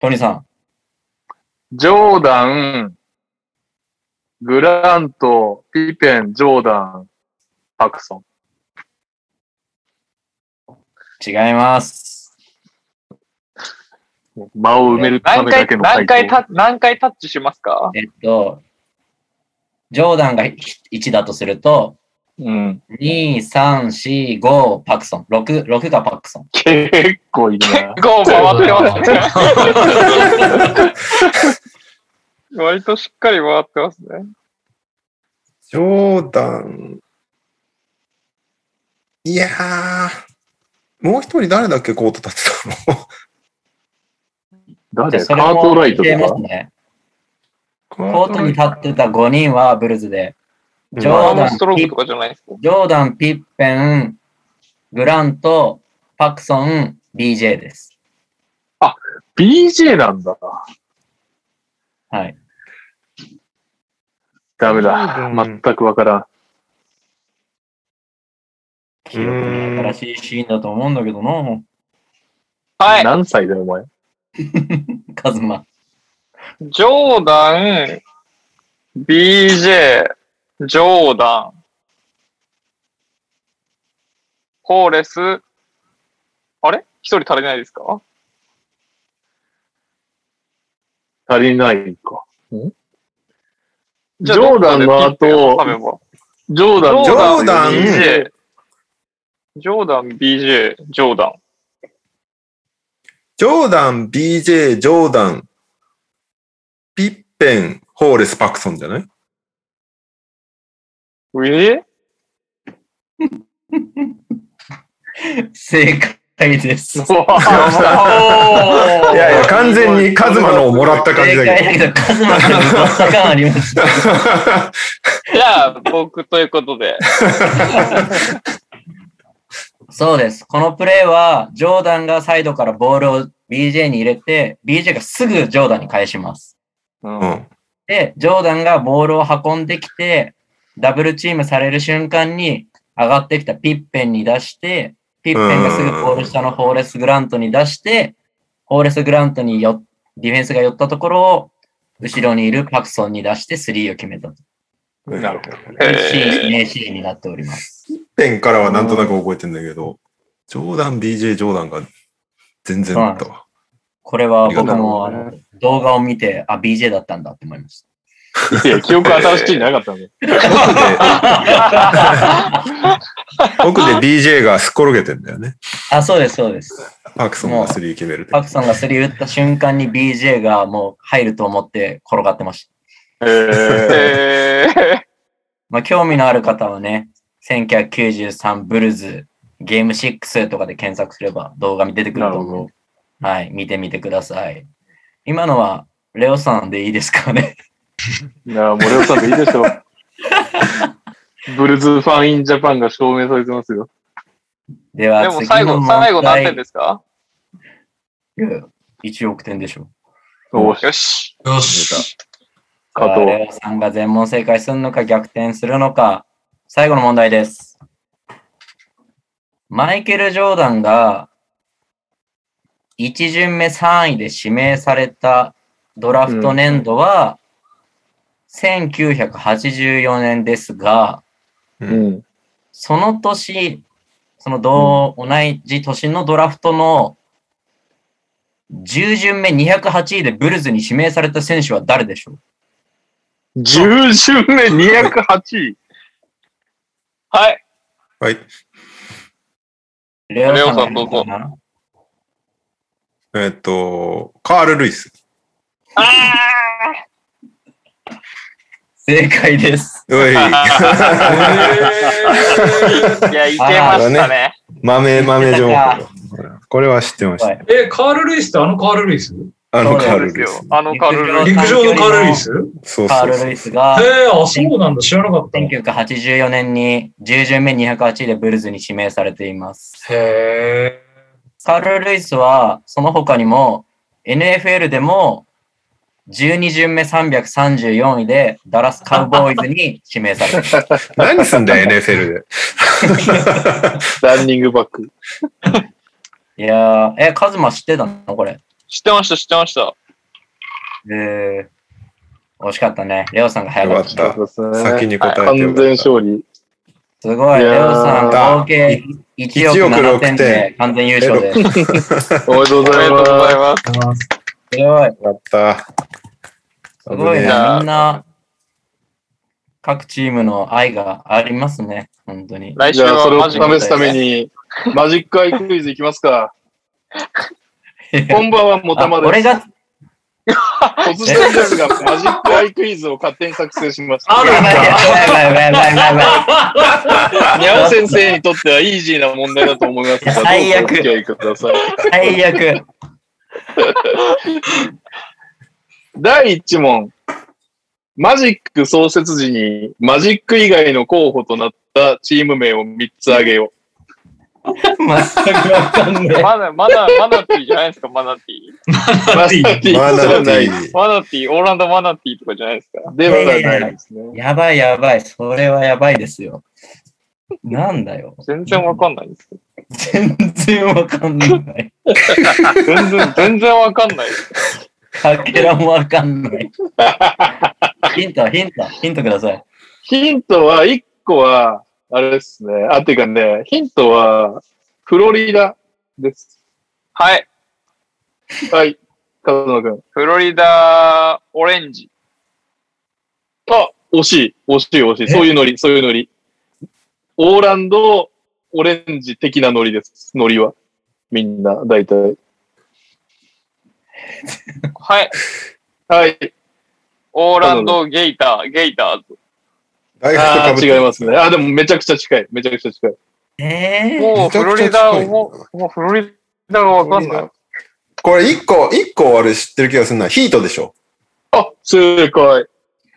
Speaker 5: トニーさん。
Speaker 2: ジョーダン、グラント、ピペン、ジョーダン、パクソン。
Speaker 5: 違います。
Speaker 2: 間を埋めるた
Speaker 4: 何
Speaker 2: めだ
Speaker 4: 回、
Speaker 2: けの
Speaker 4: 何回
Speaker 2: 回
Speaker 4: タ
Speaker 2: 答。
Speaker 4: ッ何回タッチします か
Speaker 5: えっと、ジョーダンが1だとすると、
Speaker 2: うん。
Speaker 5: 2、3、4、5、パクソン。6、6がパクソン。
Speaker 2: 結構いい な。
Speaker 4: ?5 回ってますね。割としっかり回ってますね。
Speaker 1: ジョーダン。いやー。もう一人誰だっけ、コート立ってたの
Speaker 2: 誰
Speaker 5: で
Speaker 2: カートライト
Speaker 5: 消えま
Speaker 2: と
Speaker 5: す
Speaker 2: か。
Speaker 5: ね。コートに立ってた5人はブルズで、ジョ
Speaker 4: ア
Speaker 5: ー
Speaker 4: ーム
Speaker 5: ダン
Speaker 4: ストロークとかじゃないですか。
Speaker 5: ジョーダン、ピッペン、グラント、パクソン、BJ です。
Speaker 2: BJ なんだ。
Speaker 5: はい。
Speaker 2: ダメ
Speaker 1: ジョ
Speaker 2: だ。
Speaker 1: ーダン
Speaker 2: 全くわからん。
Speaker 5: 記憶に新しいシーンだと思うんだけどな、
Speaker 4: はい。
Speaker 2: 何歳だよ、お前。
Speaker 5: カズマ。
Speaker 4: ジョーダン、BJ、ジョーダン、ホーレス、あれ一人足りないですか
Speaker 2: 足りないか。
Speaker 4: じゃ
Speaker 2: ジョ
Speaker 4: あ
Speaker 2: ーダンの
Speaker 4: どっかでピッて
Speaker 2: 後
Speaker 4: 挟めば
Speaker 2: ジョーダン、
Speaker 1: ジョーダン
Speaker 4: ジョーダン BJ、ジョーダン、BJ、ジョーダン。
Speaker 1: ジョーダン、BJ、ジョーダン、ピッペン、ホーレス、パクソンじゃない
Speaker 4: え
Speaker 5: 正タイです。
Speaker 1: いやいや、完全にカズマのをもらった感じだ
Speaker 5: 正
Speaker 1: け
Speaker 5: 解だけど、カズマからの圧感あります。
Speaker 1: ど。
Speaker 4: じゃあ、僕ということで。
Speaker 5: そうです。このプレーは、ジョーダンがサイドからボールを BJ に入れて、BJ がすぐジョーダンに返します。
Speaker 1: うん
Speaker 5: で、ジョーダンがボールを運んできて、ダブルチームされる瞬間に、上がってきたピッペンに出して、ピッペンがすぐゴール下のホーレス・グラントに出して、ホーレス・グラントによディフェンスが寄ったところを、後ろにいるパクソンに出してスリーを決めたと。
Speaker 1: なるほど。
Speaker 5: シ
Speaker 4: え
Speaker 5: ーン、名シーンになっております。
Speaker 1: ペンからはなんとなく覚えてんだけど、ジョーダン、BJ ジョーダンが全然だったわ。
Speaker 5: これは僕
Speaker 1: ありがとう
Speaker 5: もあの動画を見て、あ、BJ だったんだって思いました。
Speaker 2: いや、記憶新 しいんじゃなかったんで。
Speaker 1: 奥で BJ がすっ転げてんだよね。
Speaker 5: あ、そうです、そうです。
Speaker 1: パクソンが3決めるって
Speaker 5: パクソンがスリー打った瞬間に BJ がもう入ると思って転がってました。
Speaker 2: え
Speaker 4: え
Speaker 5: まあ、興味のある方はね、1993ブルズゲーム6とかで検索すれば動画に出てくる
Speaker 2: な
Speaker 5: と
Speaker 2: る
Speaker 5: 思う。はい、見てみてください。今のはレオさんでいいですかね。
Speaker 2: ー、いや、もうレオさんでいいでしょう。ブルズファンインジャパンが証明されてますよ。
Speaker 4: ー、
Speaker 5: で
Speaker 4: で
Speaker 5: は
Speaker 4: も
Speaker 5: 次
Speaker 4: 最
Speaker 5: の
Speaker 4: 後、
Speaker 5: 問題。
Speaker 4: 最後何点ですか
Speaker 5: す ?1 億点でしょ。
Speaker 2: おし、
Speaker 4: よし。
Speaker 6: よし。
Speaker 2: 加
Speaker 5: さあ
Speaker 2: 藤。
Speaker 5: レオさんが全問正解するのか逆転するのか、最後の問題です。マイケル・ジョーダンが1巡目3位で指名されたドラフト年度は1984年ですが、
Speaker 2: うん。
Speaker 5: その年、その同、同じ年のドラフトの10巡目208位でブルズに指名された選手は誰でしょう
Speaker 2: 10巡目208位。
Speaker 4: はい。
Speaker 1: はい。
Speaker 5: レオ
Speaker 4: レオ
Speaker 5: さ
Speaker 4: さ
Speaker 5: ん
Speaker 4: ん
Speaker 5: の
Speaker 4: どうぞ
Speaker 1: えーっと、カール・ルイス。
Speaker 4: あ
Speaker 5: 正解です。
Speaker 1: うい。
Speaker 4: ーいや、いけましたね。
Speaker 1: 豆豆情報。これは知ってました。
Speaker 6: え、カール・ルイスってあのカール・ルイス
Speaker 1: あのカー
Speaker 4: そうで
Speaker 1: ル・ル
Speaker 4: す
Speaker 1: イ
Speaker 4: よ
Speaker 1: ス。。
Speaker 4: あのカールルイ
Speaker 6: 陸上のカール・ルイス
Speaker 1: そう
Speaker 5: カー
Speaker 1: そう
Speaker 5: ル・
Speaker 1: そう
Speaker 5: ルイ。スが
Speaker 6: えー、あ、そうなんだ。知らなかった。へ
Speaker 5: 1984年に10巡目208位でブルズに指名されています。
Speaker 6: え。
Speaker 5: カール・ルイスはその他にも NFL でも12巡目334位でダラス・カウボーイズに指名されて います。
Speaker 1: 何すんだよ、NFL で。
Speaker 2: ランニングバック。
Speaker 5: いやー、え、カズマ知ってたのこれ。
Speaker 4: ス。知ってました、知ってました。
Speaker 5: えー、惜しかったね。レオさんが早か
Speaker 1: よ
Speaker 5: っ
Speaker 1: か
Speaker 5: た。
Speaker 1: った
Speaker 2: そうですね
Speaker 1: 先に答えてよかった
Speaker 2: 完全勝利。
Speaker 5: すごい、
Speaker 2: いやー
Speaker 5: レオさん合計1億7
Speaker 1: 1億
Speaker 5: 点で完全優勝です。
Speaker 2: おめでとう
Speaker 4: お
Speaker 2: ござ
Speaker 4: めで
Speaker 2: い
Speaker 4: とう
Speaker 2: ま
Speaker 4: ご
Speaker 2: す。
Speaker 4: ざいます。
Speaker 5: すごい。
Speaker 1: よかった。
Speaker 5: すごい
Speaker 1: 危ねえ
Speaker 5: な、みんな、各チームの愛がありますね、本当に。
Speaker 4: 来週
Speaker 2: じゃあ、
Speaker 4: は
Speaker 2: それ
Speaker 4: マ
Speaker 2: を
Speaker 4: ジック
Speaker 2: 試すために、マジックアイクイズいきます か。こんばんは、もた
Speaker 5: あ
Speaker 2: ま
Speaker 5: 俺
Speaker 2: です。
Speaker 5: が、
Speaker 2: 突然ですが、マジックアイクイズを勝手に作成しました。
Speaker 5: やばいやばいやばいやばいやばいやば
Speaker 2: にゃお先生にとってはイージーな問題だと思い ますが、どうぞ
Speaker 5: 最悪
Speaker 2: お付き合いください。
Speaker 5: い最悪。
Speaker 2: 第1問。マジック創設時にマジック以外の候補となったチーム名を3つ挙げよ
Speaker 5: 全くわかんねえ。
Speaker 4: マナ、マナ、マナティじゃないですか、マナティ。
Speaker 2: う。マ
Speaker 6: ティ
Speaker 2: ティ
Speaker 1: マ
Speaker 2: じゃ
Speaker 1: ナ
Speaker 2: ない
Speaker 1: テ。ィー。
Speaker 4: マナティ、オーランドマナティとかじゃないですか。
Speaker 2: ではないですね。
Speaker 5: やばいやばい、それはやばいですよ。なんだよ。
Speaker 4: 全然わかんないです。
Speaker 5: 全然わかんない。
Speaker 4: 全然、全然わかんないです。
Speaker 5: かけらもわかんない。ヒント、ヒント、ヒントください。
Speaker 2: ヒントは、1個は、あれですね。あ、てかね、ヒントは、フロリダです。
Speaker 4: はい。
Speaker 2: はい。風間君。
Speaker 4: フロリダ、オレンジ。
Speaker 2: あ、惜しい、惜しい、惜しい。そういうノリ、そういうノリ。オーランド、オレンジ的なノリです。ノリは。みんな、大体。
Speaker 4: はい。
Speaker 2: はい。
Speaker 4: オーランド、ゲイター、ゲイターズ。
Speaker 1: 大
Speaker 2: あ
Speaker 1: 学と
Speaker 2: ー
Speaker 1: 被って
Speaker 2: 違いますね。あ、でもめちゃくちゃ近い。めちゃくちゃ近い。
Speaker 5: えー、
Speaker 4: もうフロリダ、もうもうフロリダがわかん
Speaker 1: フロリ
Speaker 4: ない。
Speaker 1: これ一個、一個あれ知ってる気がするな。ヒートでしょ。
Speaker 2: あ、正解。やばい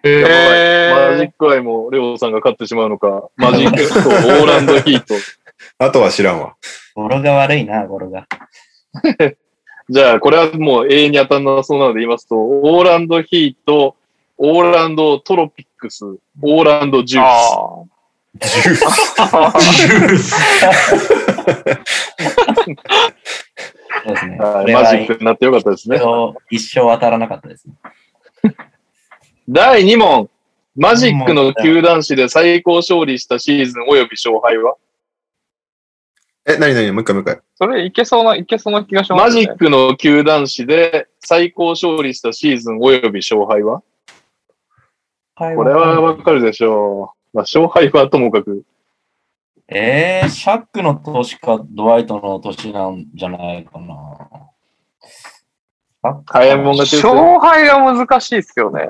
Speaker 4: えー
Speaker 2: マジックアイもレオさんが勝ってしまうのか。マジックとオーランドヒート。
Speaker 1: あとは知らんわ。
Speaker 5: 語呂が悪いな、語呂が。
Speaker 2: じゃあ、これはもう永遠に当たんなそうなので言いますと、オーランドヒート、オーランドトロピックス、オーランドジュース。
Speaker 4: あ
Speaker 1: ジュース。
Speaker 5: そうですね。
Speaker 2: はい
Speaker 5: これ
Speaker 2: マジ
Speaker 5: は
Speaker 2: ックになってよかったですね。
Speaker 5: 一生一生当たらなかったですね。
Speaker 2: 第2問。マジックの球団史で最高勝利したシーズン及び勝敗は
Speaker 1: え、なになにもう一回もう一回。
Speaker 4: それいけそうな、いけそうな気がしま
Speaker 2: マ
Speaker 4: す
Speaker 2: ジ
Speaker 4: ね。
Speaker 2: ックの球団史で最高勝利したシーズン及び勝敗はこ
Speaker 5: こ
Speaker 2: れはわかるでしょう。まあ、勝敗はともかく。
Speaker 5: えー、シャックの年かドワイトの年なんじゃないかな。
Speaker 2: 早いもん勝ちですよ。
Speaker 4: 勝敗が難しいですよね。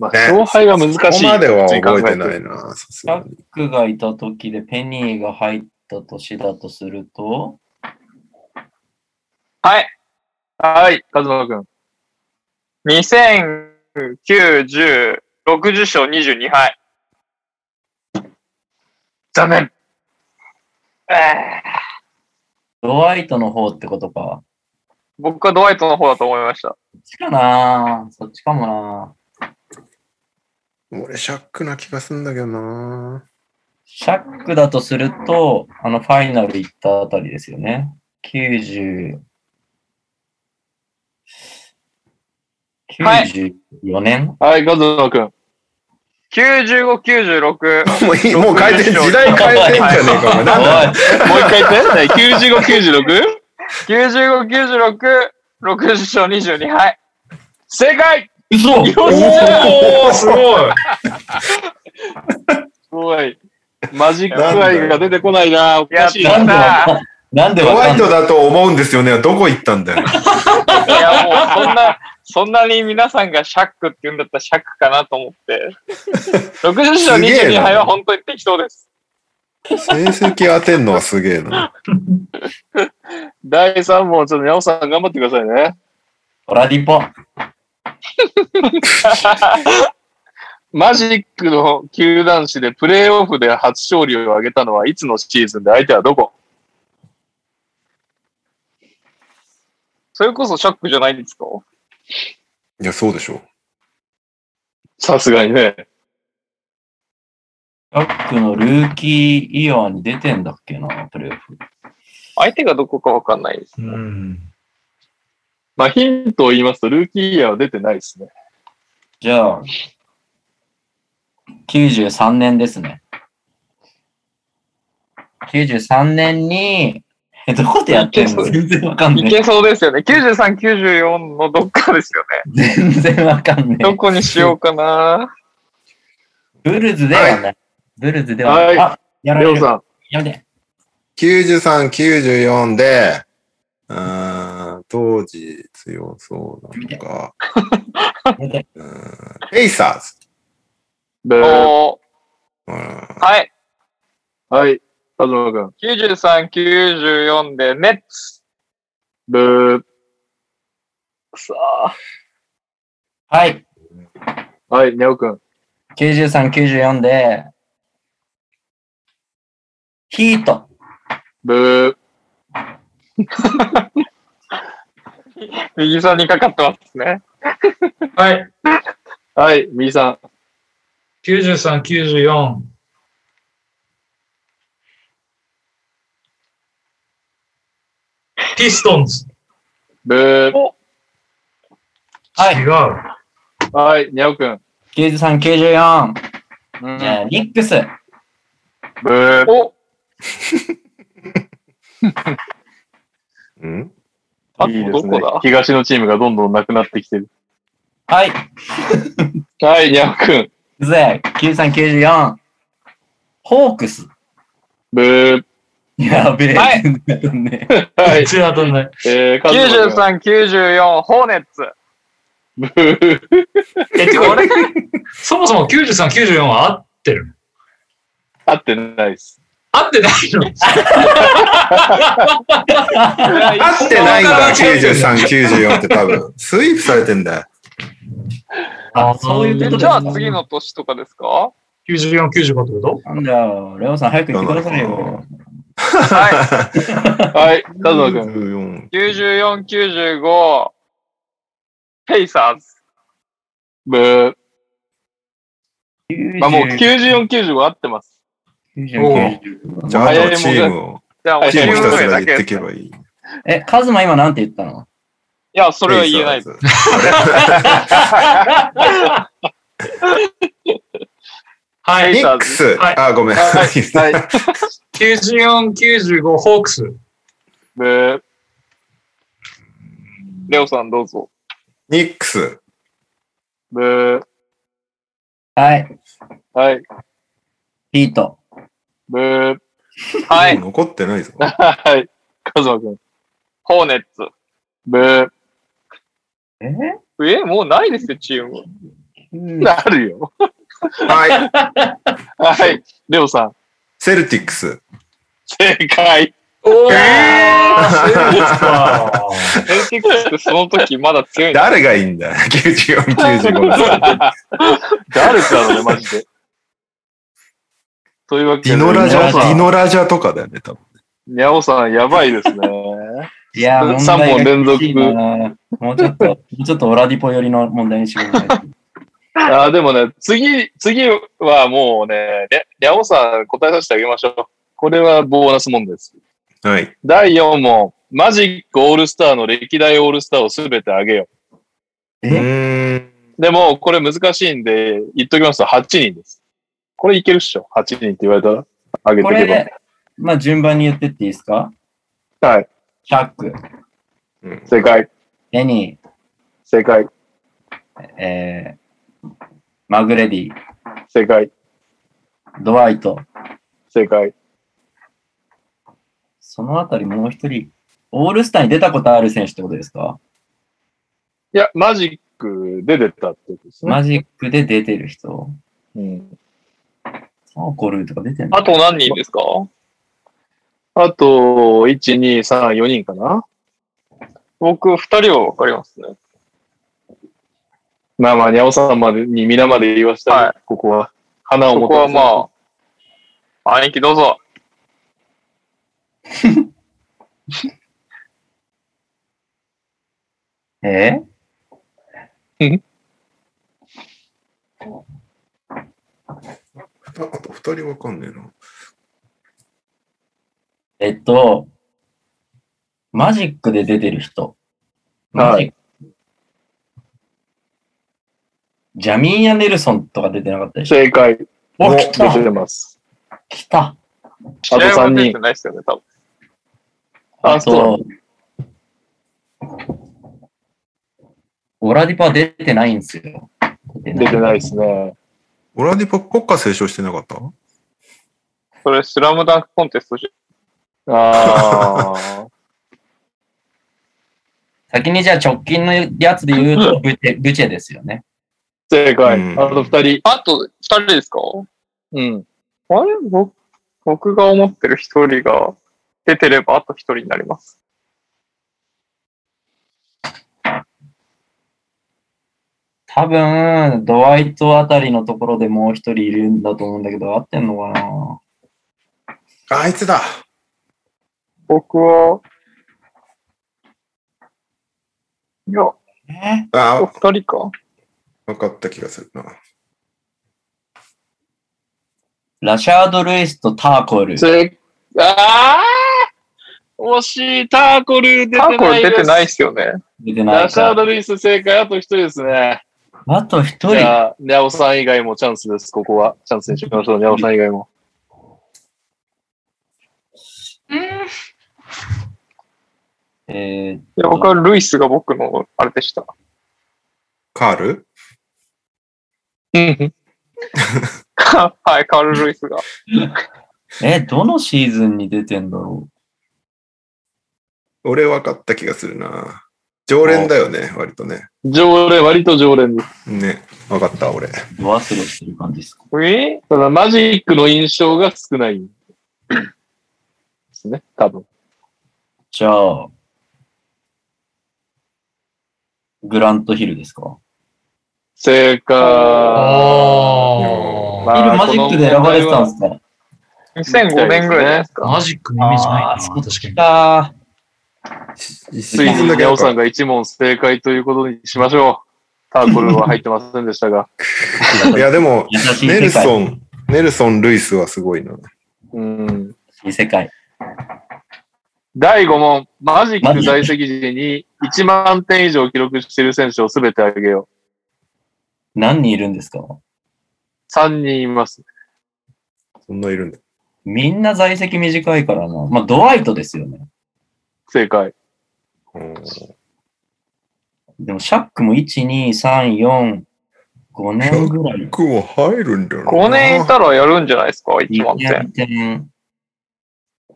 Speaker 2: まあ、
Speaker 1: ね
Speaker 2: 勝敗は難しい。
Speaker 1: ここまでは覚えて
Speaker 2: 普
Speaker 1: な
Speaker 2: 通に考
Speaker 1: いな。さす
Speaker 5: シャ
Speaker 1: が
Speaker 5: ッ
Speaker 1: に。
Speaker 5: クがいた時でペニーが入った年だとすると、
Speaker 4: はい。
Speaker 2: はい、カズマくん。
Speaker 4: 2009、10、60勝22敗。
Speaker 2: 残念。
Speaker 4: えー
Speaker 5: ドワイトの方ってことか。
Speaker 4: 僕はドワイトの方だと思いました。
Speaker 5: そっちかなそっちかもな
Speaker 1: 俺、シャックな気がすんだけどな。
Speaker 5: シャックだとすると、あのファイナル行ったあたりですよね。90、
Speaker 4: はい
Speaker 5: 94年、
Speaker 2: はい、カズマくん。
Speaker 4: 95、96。
Speaker 1: もういい、もう変えて、時代変えてんじゃねえか、お前。なんだ
Speaker 5: おい
Speaker 2: もう一 回言って。95、96?
Speaker 4: 95、96、60勝22敗。
Speaker 2: 正解
Speaker 5: 嘘
Speaker 2: よっしゃーすごいすごい。マジックアイが出てこないな。おかしい
Speaker 5: な
Speaker 2: な。
Speaker 5: んでわかんなんで
Speaker 1: ホ
Speaker 5: わ
Speaker 1: ワ
Speaker 5: か
Speaker 1: イ
Speaker 5: ん
Speaker 1: ト
Speaker 5: ない
Speaker 1: だと思うんですよね。どこ行ったんだ よ。
Speaker 4: いや、もうそんな、そんなに皆さんがシャックって言うんだったらシャックかなと思って。60勝22敗は本当に適当です。
Speaker 1: 成績当てんのはすげえな。
Speaker 2: 第3問、ちょっと宮尾さん頑張ってくださいね。
Speaker 5: オラディポ。
Speaker 2: マジックの球団史でプレーオフで初勝利を挙げたのはいつのシーズンで相手はどこ
Speaker 4: それこそシャックじゃないんですか
Speaker 1: いや、そうでしょ。
Speaker 2: さすがにね。
Speaker 5: シャックのルーキーイヤーに出てんだっけな、プレーオフ。
Speaker 4: 相手がどこかわかんないです。
Speaker 6: うん。
Speaker 2: まあヒントを言いますと、ルーキーイヤーは出てないですね。
Speaker 5: じゃあ、93年ですね。93年に、え、どこでやってんの
Speaker 4: い
Speaker 5: 全然わかん
Speaker 4: い
Speaker 5: ねえ。
Speaker 4: けそうですよね。93、94のどっかですよね。
Speaker 5: 全然わかんね
Speaker 4: どこにしようかな。
Speaker 5: え。ブルズではない。ブルズでは
Speaker 2: は
Speaker 5: ないい。あ、やら
Speaker 2: レ
Speaker 5: れ
Speaker 2: オ
Speaker 5: る。
Speaker 2: さん、
Speaker 5: やめて。
Speaker 1: 93、94で、うーん、当時強そうなのか。
Speaker 5: やめて。
Speaker 1: うーんペイサーズ。
Speaker 2: ブー
Speaker 4: おー
Speaker 1: うーん
Speaker 4: はい。
Speaker 2: はい、カズマくん、
Speaker 4: 93、94でネッツ。
Speaker 2: ブー。
Speaker 4: くそー
Speaker 5: はい。
Speaker 2: はい、ネオくん。
Speaker 5: 93、94で、ヒート。
Speaker 2: ブ
Speaker 4: 右さんにかかってますね。
Speaker 6: はい。
Speaker 2: ー。はい、右さん。
Speaker 6: 93、94。ピストンズ。
Speaker 2: ブー。
Speaker 5: はい
Speaker 6: 違う。
Speaker 2: はい、にゃおくん。
Speaker 5: 93、94。
Speaker 2: うん
Speaker 5: じゃあ、ニックス。
Speaker 2: ブー。
Speaker 4: お
Speaker 1: うん
Speaker 4: あ
Speaker 2: いい
Speaker 4: と
Speaker 2: で
Speaker 4: ど
Speaker 2: すね
Speaker 4: こだ
Speaker 2: 東のチームがどんどんなくなってきてる。
Speaker 5: はい。
Speaker 2: はい、にゃおくん。
Speaker 5: いくぜ。93、94。ホークス。
Speaker 2: ブー。
Speaker 5: やべえ。
Speaker 4: はい
Speaker 5: ね
Speaker 2: はい
Speaker 6: 全、然当たんない。
Speaker 2: えー、カズマ
Speaker 4: 93、94、ホーネッツ。
Speaker 2: くん。ブー。
Speaker 6: え、てか俺、そもそも93、94は合ってる。
Speaker 2: 合ってないです。
Speaker 3: 合ってないの
Speaker 1: 合ってないんだ、
Speaker 3: さ
Speaker 1: 93、94って多分。スイープされてんだよ。
Speaker 5: あ、そういうこと
Speaker 4: じ
Speaker 5: です
Speaker 4: ゃ
Speaker 5: か
Speaker 4: あ次の年とかですか
Speaker 3: 94、95ってこと
Speaker 5: なんだよ、レオさん早く言ってくださいよ。
Speaker 4: はい。
Speaker 2: はい、カズマ君。
Speaker 1: 94
Speaker 4: 94、95、ペイサーズ。
Speaker 2: ブー。まあもう94、
Speaker 5: 90
Speaker 2: 95合ってます。
Speaker 5: 99
Speaker 1: じゃあ、あとはチームを、
Speaker 4: じゃあ、
Speaker 2: はい
Speaker 1: チームひたすら言って
Speaker 4: い
Speaker 1: けばいい。
Speaker 5: え、カズマ今なんて言ったの
Speaker 4: や、それは言えない。
Speaker 1: ペイサーズ。
Speaker 3: は
Speaker 4: ペイ
Speaker 3: い。
Speaker 1: ニ
Speaker 4: サ
Speaker 1: ッ
Speaker 4: ー
Speaker 1: ク
Speaker 4: ズ。
Speaker 1: ス。
Speaker 3: はい
Speaker 1: あ、ごめん。
Speaker 2: はい、はい、
Speaker 3: 94、95、ホークス。
Speaker 2: ブー。
Speaker 4: レオさんどうぞ。
Speaker 1: ニックス。
Speaker 2: ブー。
Speaker 5: はい、
Speaker 2: はい、
Speaker 5: ヒート。
Speaker 2: ブー。
Speaker 4: はい。
Speaker 1: もう残ってないぞ。
Speaker 2: はい、カズマ君。
Speaker 4: ホーネッツ。
Speaker 2: ブー。
Speaker 5: え
Speaker 4: え、もうないですよ、チーム。
Speaker 2: なるよ。
Speaker 1: はい。
Speaker 2: はい、レオさん。
Speaker 1: セルティックス。
Speaker 2: 正解。
Speaker 3: お
Speaker 1: ー
Speaker 3: ー、そうですか
Speaker 4: セルティックスってその時まだ強いんだ。
Speaker 1: 誰がいいんだ ?94、95。
Speaker 2: 誰かのね、マジで。というわけ
Speaker 1: デ
Speaker 2: で、
Speaker 1: ィノラジャ、
Speaker 2: ニャ
Speaker 1: デ
Speaker 2: オさ
Speaker 1: ィ
Speaker 2: ん、
Speaker 1: ノラジャとかだよね、多分。
Speaker 2: ニャオさん、やばいですね。
Speaker 5: いや、問題が
Speaker 2: 三本連続
Speaker 5: 厳しいなもうちょっと、も うちょっとオラディポ寄りの問題にしようかな
Speaker 2: あーでもね、次、次はもうね、ねニャオさん答えさせてあげましょう。これはボーナス問題です。
Speaker 1: はい。
Speaker 2: 第4問。マジックオールスターの歴代オールスターをすべてあげよ
Speaker 1: う
Speaker 5: え
Speaker 1: ーん。
Speaker 2: う。でも、これ難しいんで、言っときますと8人です。これいけるっしょ ?8 人って言われたら、あげて
Speaker 5: こ
Speaker 2: お
Speaker 5: れ
Speaker 2: けば。
Speaker 5: で、まあ順番に言ってっていいですか
Speaker 2: はい。
Speaker 5: シャック、
Speaker 2: 正解。
Speaker 5: レニ
Speaker 2: 正解。
Speaker 5: ー、えーマグレディ、
Speaker 2: 正解。
Speaker 5: ドワイト、
Speaker 2: 正解。
Speaker 5: そのあたりもう一人、オールスターに出たことある選手ってことですか
Speaker 2: いや、マジックで出たってことですね。
Speaker 5: マジックで出てる人
Speaker 2: うん、
Speaker 5: サーコルーとか出てんの
Speaker 4: あと何人ですか
Speaker 2: あと、1、2、3、4人かな
Speaker 4: 僕、二人はわかりますね。
Speaker 2: まあまあ、にゃおさんまでに皆まで言わせたら、
Speaker 4: は
Speaker 2: ここは。花を
Speaker 4: こ
Speaker 2: 持
Speaker 4: こはまあ、兄貴どうぞ。
Speaker 5: え
Speaker 1: あと二人わかんねえな。
Speaker 5: えっと、マジックで出てる人。マジック。ジャミーン・ア・ネルソンとか出てなかったでしょ
Speaker 2: 正解。
Speaker 5: お、来
Speaker 2: 出
Speaker 5: た
Speaker 2: てます。
Speaker 5: 来た
Speaker 4: 試合は出てないですよね、多分。
Speaker 2: あ
Speaker 5: あと、オラディパは出てないんですよ。出
Speaker 2: 出てないですね。
Speaker 1: オラディポ国家斉唱してなかった
Speaker 4: それ、スラムダンクコンテストじ
Speaker 2: ああ。
Speaker 5: 先にじゃあ直近のやつで言うとブチェ、ブチェですよね。
Speaker 2: 正解。
Speaker 1: うん
Speaker 2: あと二人。
Speaker 4: ゃん。あと、二人ですか
Speaker 2: うん。
Speaker 4: あれ僕僕が思ってる一人が出てれば、あと一人になります。
Speaker 5: 多分、ドワイトあたりのところでもう一人いるんだと思うんだけど、合ってんのかな
Speaker 1: あいつだ
Speaker 4: 僕は、いや、
Speaker 5: え
Speaker 1: あ
Speaker 4: お
Speaker 1: ー、
Speaker 4: 二人か。
Speaker 1: わかった気がするな。
Speaker 5: ラシャード・ルイスとターコル。
Speaker 2: 正ああ惜しい。ターコル出て
Speaker 4: タ
Speaker 2: ない
Speaker 4: ーコル出てない
Speaker 2: い。
Speaker 4: ですよね。
Speaker 5: 出てな
Speaker 2: ラ
Speaker 5: い
Speaker 2: シャー
Speaker 5: か。
Speaker 2: ド・ルイス正解。あと一人ですね。
Speaker 5: あと一
Speaker 2: じ
Speaker 5: 人。
Speaker 2: ゃあ、ニャオさん以外もチャンスです。ここは。チャンスにしましょう。ニャオさん以外も。
Speaker 5: えー、
Speaker 4: いや、僕はルイスが僕のあれでした。
Speaker 1: カール
Speaker 2: うん。
Speaker 4: はい、カール・ルイスが。
Speaker 5: え、どのシーズンに出てんだろ
Speaker 1: 俺わかった気がするな。常連だよね、割とね。
Speaker 2: 常連、割と常連です。
Speaker 1: ね。わかった、俺。
Speaker 5: う。ドワスロしてる感じですか。
Speaker 4: え
Speaker 2: ただ、マジックの印象が少ない。ですね、多分。
Speaker 5: じゃあ、グラントヒルですか
Speaker 2: 正解。
Speaker 3: あ
Speaker 2: まあ
Speaker 5: ヒルマジックで選ばれてたんですか
Speaker 4: 2005年ぐらいじゃないです
Speaker 3: あ。
Speaker 4: か。
Speaker 3: マジックのイメージないな。
Speaker 5: あー
Speaker 3: 確
Speaker 5: そ
Speaker 3: か
Speaker 5: う
Speaker 3: に。
Speaker 5: あ
Speaker 2: ついに、ネオさんが一問正解ということにしましょう。ターコルは入ってませんでしたが。
Speaker 1: いや、でも、
Speaker 5: 優しい
Speaker 1: ネル
Speaker 5: 世界。
Speaker 1: ソン、ネルソン・ルイスはすごいな。
Speaker 2: うん。
Speaker 5: いい世界。
Speaker 2: 第5問。マジック在籍時に1万点以上記録している選手を全てあげよ
Speaker 5: 何人いるんですか
Speaker 2: う。3人います。
Speaker 1: そんないるんだ。
Speaker 5: みんな在籍短いからな。まあ、ドワイトですよね。
Speaker 2: 正解。
Speaker 1: うん
Speaker 5: でも、シャックも1、2、3、4、5年ぐらい。
Speaker 1: 僕も入るんだろうな。
Speaker 4: 5年いたらやるんじゃないですか、1万点。
Speaker 5: 2点、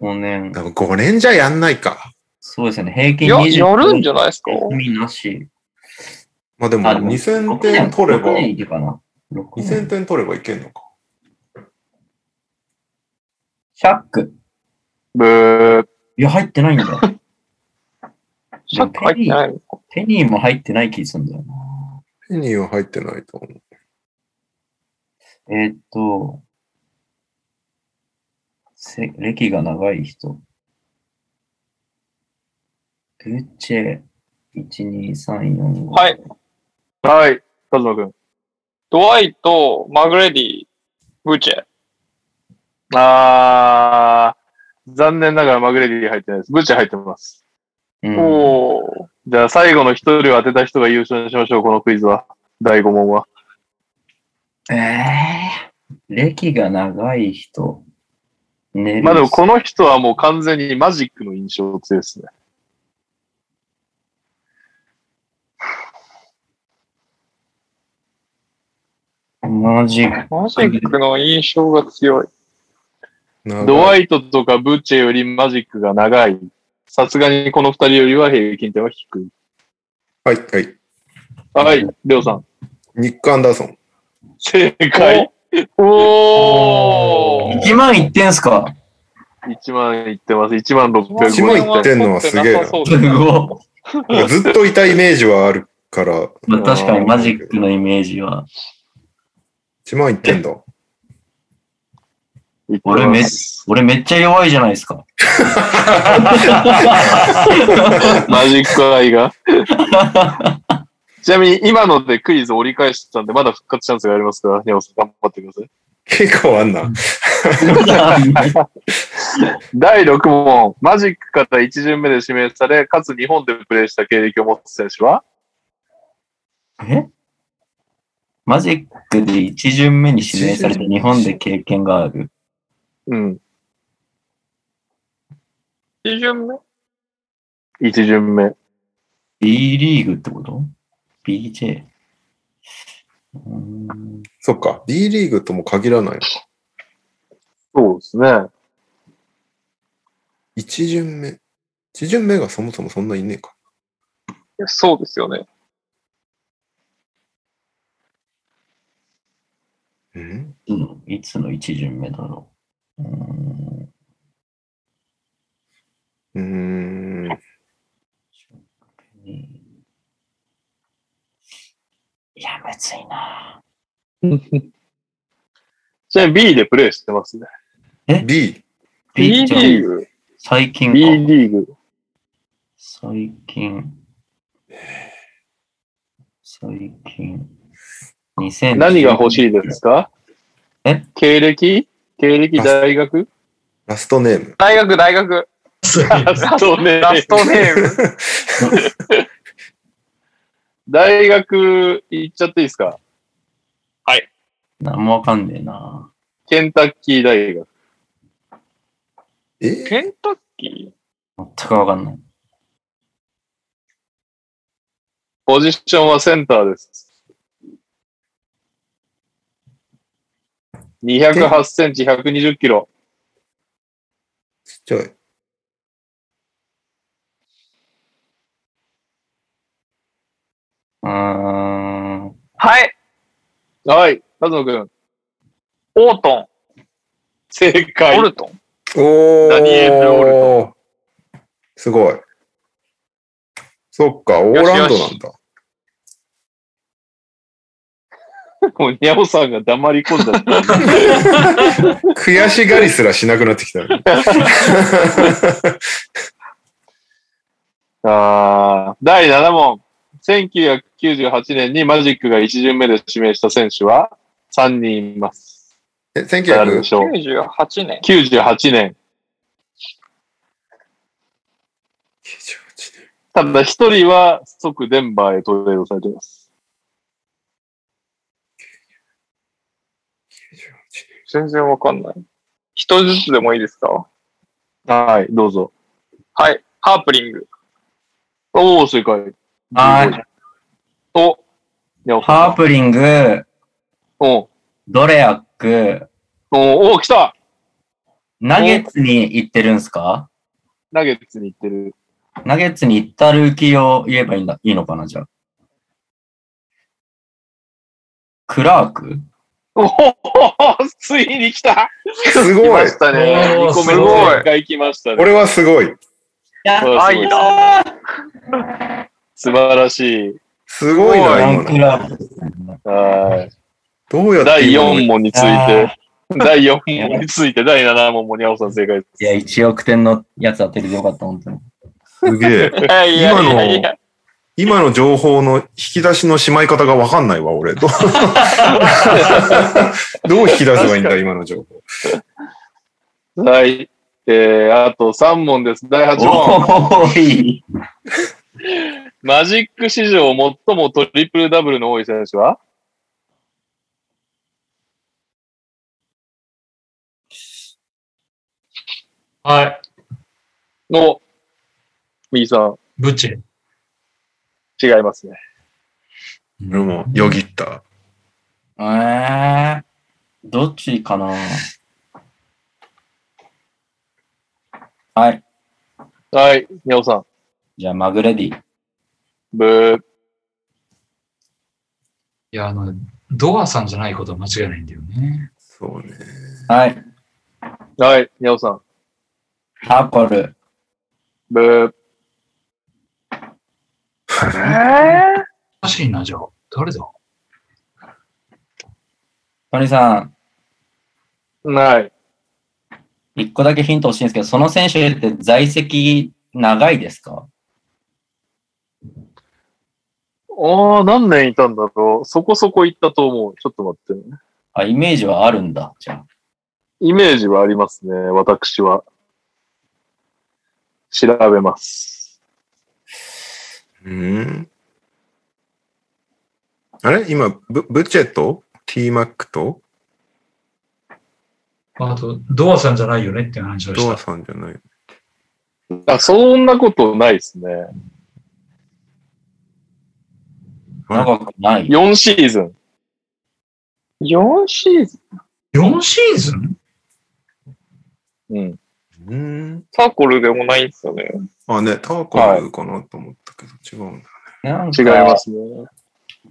Speaker 5: 5年。
Speaker 1: でも5年じゃやんないか。
Speaker 5: そうですよね。平均
Speaker 4: や、
Speaker 5: 20
Speaker 4: やるんじゃないですか
Speaker 5: 意味なし。
Speaker 1: まあでも
Speaker 5: あでも
Speaker 1: 2000点取れば、
Speaker 5: 6年いけかな。6年
Speaker 1: 2000。点取ればいけんのか。
Speaker 5: シャック。
Speaker 2: ブー。
Speaker 5: いや、入ってない んだ。
Speaker 4: シャック入ってないの
Speaker 5: ペニーも入ってない気するんだよな。
Speaker 1: ペニーは入ってないと思う。
Speaker 5: えーっと、せ歴が長い人。グッチェ、1、2、3、4、5。
Speaker 4: はい。
Speaker 2: はい。カズマ君。
Speaker 4: ドワイト、マグレディ、ブーチェ。
Speaker 2: あー、残念ながらマグレディ入ってないです。ブチ入ってます。
Speaker 5: うん、
Speaker 4: おお。
Speaker 2: じゃあ最後の一人を当てた人が優勝にしましょう、このクイズは。第5問は。
Speaker 5: えー、歴が長い人。ね
Speaker 2: まあでもこの人はもう完全にマジックの印象強いですね。
Speaker 5: マジッ
Speaker 4: マジックの印象が強い。
Speaker 1: な
Speaker 2: ドワイトとかブッチェよりマジックが長い。さすがにこの二人よりは平均点は低い。
Speaker 1: はい、はい。
Speaker 2: はい、りょうさん。
Speaker 1: ニック・アンダーソン。
Speaker 2: 正解。
Speaker 4: お
Speaker 5: ク。1万1点すか
Speaker 2: 1万いってます。1万
Speaker 1: 1万い
Speaker 2: 650
Speaker 1: ってん
Speaker 2: 点。
Speaker 1: のはすげえな
Speaker 5: すご
Speaker 1: なんかずっといたイメージはあるから、
Speaker 5: い。まあ確かにマジックのイメージは。
Speaker 1: 1万いってんだ。
Speaker 2: いって
Speaker 5: 俺め
Speaker 2: ま
Speaker 5: っ
Speaker 2: す。
Speaker 5: 俺めっちゃ弱いじゃないですか。
Speaker 2: マジックアイが。 ちなみに今のでクイズ折り返してたんで、まだ復活チャンスがありますから、ニャオさん頑張ってください。
Speaker 1: 結構あんな。
Speaker 2: 第6問、マジックから1巡目で指名され、かつ日本でプレーした経歴を持つ選手は
Speaker 5: えマジックで一巡目に指名されて日本で経験がある。
Speaker 2: うん。
Speaker 4: 基準目
Speaker 2: 1巡目。
Speaker 5: B リーグってこと ?BJ。うーん
Speaker 1: そっか。B リーグとも限らない。
Speaker 2: そうですね。
Speaker 1: 1巡目。1巡目がそもそもそんないねえか。
Speaker 4: そうですよね。
Speaker 1: うん
Speaker 5: うんいつの一巡目だろう。うーん
Speaker 1: うーん。
Speaker 5: いや、むずいな。
Speaker 2: ちなみに B でプレーしてますね。
Speaker 1: B。
Speaker 4: B
Speaker 5: じゃん
Speaker 4: リーグ。
Speaker 5: 最近
Speaker 2: B
Speaker 5: か。
Speaker 2: リーグ。
Speaker 5: 最近。最近。2000
Speaker 2: 何が欲しいですか
Speaker 5: え
Speaker 2: 経歴経歴大学
Speaker 1: ラストネーム。
Speaker 4: 大学、大学。
Speaker 6: すげえ
Speaker 2: ラストネ
Speaker 4: ラストネーム。
Speaker 2: 大学行っちゃっていいですか
Speaker 5: 何もわかんねえな。
Speaker 2: ケンタッキー大学。
Speaker 1: え
Speaker 4: ケンタッキ
Speaker 5: 全くわかんない。
Speaker 2: ポジションはセンターです。208センチ、120キロ。
Speaker 1: ちっちゃい。
Speaker 5: うーん。
Speaker 4: ーはい。
Speaker 2: はい、カズノ君。
Speaker 4: オートン。
Speaker 2: 正解
Speaker 4: オ。ルトン。
Speaker 1: おー
Speaker 4: ダニエルオルト
Speaker 1: すごい。そっか、オーランドなんだ。
Speaker 2: もう、ニャオさんが黙り込んだ。
Speaker 1: 悔しがりすらしなくなってきた。
Speaker 2: あー第7問。1998年にマジックが1巡目で指名した選手は3人います。
Speaker 1: え
Speaker 2: 誰
Speaker 1: 1900
Speaker 2: でしょう
Speaker 4: 98年。
Speaker 2: ?98 年。ただ1人は即デンバーへトレードされています。
Speaker 4: 全然わかんない。一人ずつでもいいですか
Speaker 2: はい、どうぞ。
Speaker 4: はい。ハープリング。
Speaker 2: おー、正解。
Speaker 5: はい。
Speaker 2: お、ニャオ
Speaker 5: ハー
Speaker 2: さん。
Speaker 5: プリング、
Speaker 2: おー
Speaker 5: ドレアック、
Speaker 2: おー、おー来た
Speaker 5: ナゲッツに行ってるんすか
Speaker 2: ナゲッツに行ってる。
Speaker 5: ナゲッツに行ったルーキーを言えばいいんだ、いいのかな、じゃあ。クラーク
Speaker 2: おおついに来た
Speaker 1: す
Speaker 2: 来
Speaker 1: ごい
Speaker 2: ま。したね。
Speaker 3: おー
Speaker 2: 2個目の正解来ましたね。
Speaker 1: 俺はすごい。
Speaker 2: そう
Speaker 4: 愛だ
Speaker 2: 素晴らしい。
Speaker 1: すごいな、今
Speaker 5: ラン
Speaker 1: の
Speaker 5: クラーク。
Speaker 2: はい
Speaker 1: ど うやって
Speaker 2: 第
Speaker 1: 今の
Speaker 2: 4問につい
Speaker 5: あ
Speaker 2: て、第4問について、第7問もにゃおさん正解です。
Speaker 5: いや、1億点のやつ当てれてよかった、本当に。
Speaker 1: すげえ。
Speaker 4: いやい
Speaker 1: 今の、今の情報の引き出しのしまい方がわかんないわ、俺。どうどう引き出せばいいんだ、今の情報。
Speaker 2: はい。えー、あと3問です。第8問。
Speaker 5: おーい。
Speaker 2: マジック史上最もトリプルダブルの多い選手は
Speaker 3: はい。
Speaker 2: の、右さん、
Speaker 3: ブチェ。
Speaker 2: 違いますね。
Speaker 1: 俺もよぎった。
Speaker 5: えー、どっちかなはい。
Speaker 2: はい、にゃおさん。
Speaker 5: じゃあ、マグレディ。
Speaker 2: ブー。
Speaker 3: いや、あの、ドアさんじゃないことは間違いないんだよね。
Speaker 1: そうね。
Speaker 5: はい。
Speaker 2: はい、にゃおさん。
Speaker 5: ハーポル。
Speaker 2: ブー。
Speaker 3: おかしいな、じゃあ。誰だ
Speaker 5: トニーさん、
Speaker 2: はい。
Speaker 5: 一個だけヒント欲しいんですけど、その選手って在籍長いですか
Speaker 2: ああ、何年いたんだろう。そこそこ行ったと思う。ちょっと待ってね。
Speaker 5: あ、イメージはあるんだ。じゃあ。
Speaker 2: イメージはありますね、私は。調べます。
Speaker 1: うん。あれ今、ブブチェと T マックと
Speaker 3: あと、ドアさんじゃないよねっていう話をし
Speaker 1: ド
Speaker 3: た
Speaker 1: ア。さんじゃない。
Speaker 2: あ、そんなことないですね。
Speaker 5: 長くない。
Speaker 2: 4シーズン。
Speaker 4: 4シーズン
Speaker 3: 4シーズン
Speaker 2: うん。
Speaker 1: うん。
Speaker 4: サーコルでもないんですよね。
Speaker 1: あ、ね、ターコルかなと思ったけど、違うんだ。
Speaker 5: なん
Speaker 2: 違いま
Speaker 5: か、
Speaker 2: すね。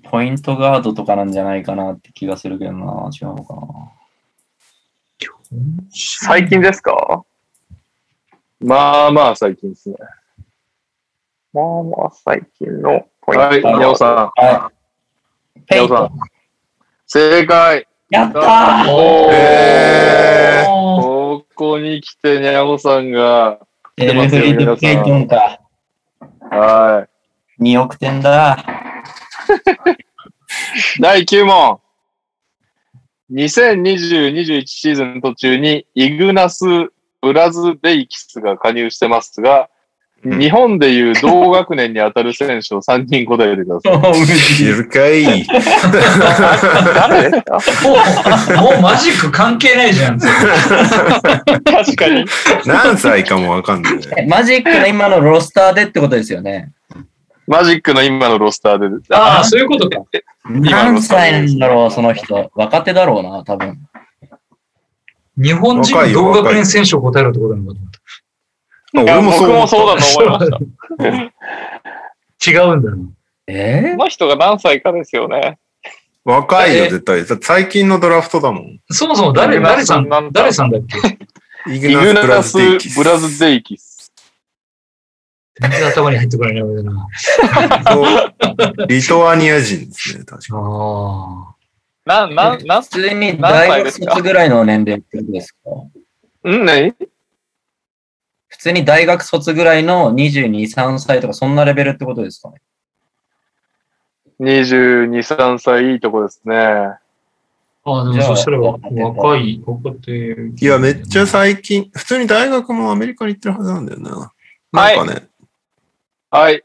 Speaker 5: ポイントガードとかなんじゃないかなって気がするけどな。違うのかな。
Speaker 4: 最近ですか
Speaker 2: まあまあ最近ですね。
Speaker 4: まあまあ最近のポイント。
Speaker 2: はい、
Speaker 5: あ
Speaker 2: にゃおさん。
Speaker 5: はい。ペ
Speaker 2: に
Speaker 5: イ
Speaker 2: ゃお
Speaker 5: ト
Speaker 2: さ。ん。正解
Speaker 5: やったー
Speaker 2: お
Speaker 1: え
Speaker 2: ーここに来てにゃおさんが、
Speaker 5: エルフリード・ペイトンか。
Speaker 2: は
Speaker 5: 2億点だ。
Speaker 2: い。第9問。2020-21シーズン途中にイグナス・ブラズベイキスが加入してますが、
Speaker 1: うん
Speaker 2: 日本でいう同学年に当たる選手を3人答えてください。
Speaker 1: 知るかい。
Speaker 4: 誰ですか
Speaker 3: もう、もうマジック関係ないじゃん。
Speaker 2: 確かに。
Speaker 1: 何歳かもわかんない。
Speaker 5: マジックの今のロスターでってことですよね。
Speaker 2: マジックの今のロスターで。
Speaker 3: ああ、そういうことか。
Speaker 5: 何歳なんだろう、その人。若手だろうな、多分。
Speaker 3: 日本人の同学年選手を答えるってことなのかと思っ
Speaker 2: いや
Speaker 1: 俺も
Speaker 2: 僕
Speaker 1: そう思
Speaker 2: も
Speaker 1: っ
Speaker 2: そうだと思いました。
Speaker 3: た。違うんだよな。
Speaker 5: え
Speaker 4: この人が何歳かですよね。
Speaker 1: た。若いよ、絶対。最近のドラフトだもん。
Speaker 3: そもそも誰、
Speaker 4: 誰が
Speaker 3: 誰さん
Speaker 4: なん、だ
Speaker 3: 誰さんだっけ
Speaker 1: イグ
Speaker 2: イ
Speaker 1: ナ
Speaker 2: グ
Speaker 1: ス・ブラ
Speaker 2: ナ
Speaker 1: ズ
Speaker 2: ス・
Speaker 1: デイキス。
Speaker 2: ブラズデイキス。
Speaker 3: 全然頭に入ってこないな、俺な。
Speaker 1: そうリトアニア人ですね、確か
Speaker 3: あ
Speaker 4: な、な、な、
Speaker 5: 普通に大学卒ぐらいの年齢ってことですか
Speaker 2: んね
Speaker 5: 普通に大学卒ぐらいの22、3歳とかそんなレベルってことですかね
Speaker 2: ?22、3歳いいとこですね。
Speaker 3: あ。ああ、でも
Speaker 5: じゃあ
Speaker 3: そしたら若い、若手。
Speaker 1: に。いや、めっちゃ最近、普通に大学もアメリカに行ってるはずなんだよな。なんかね、
Speaker 2: はい。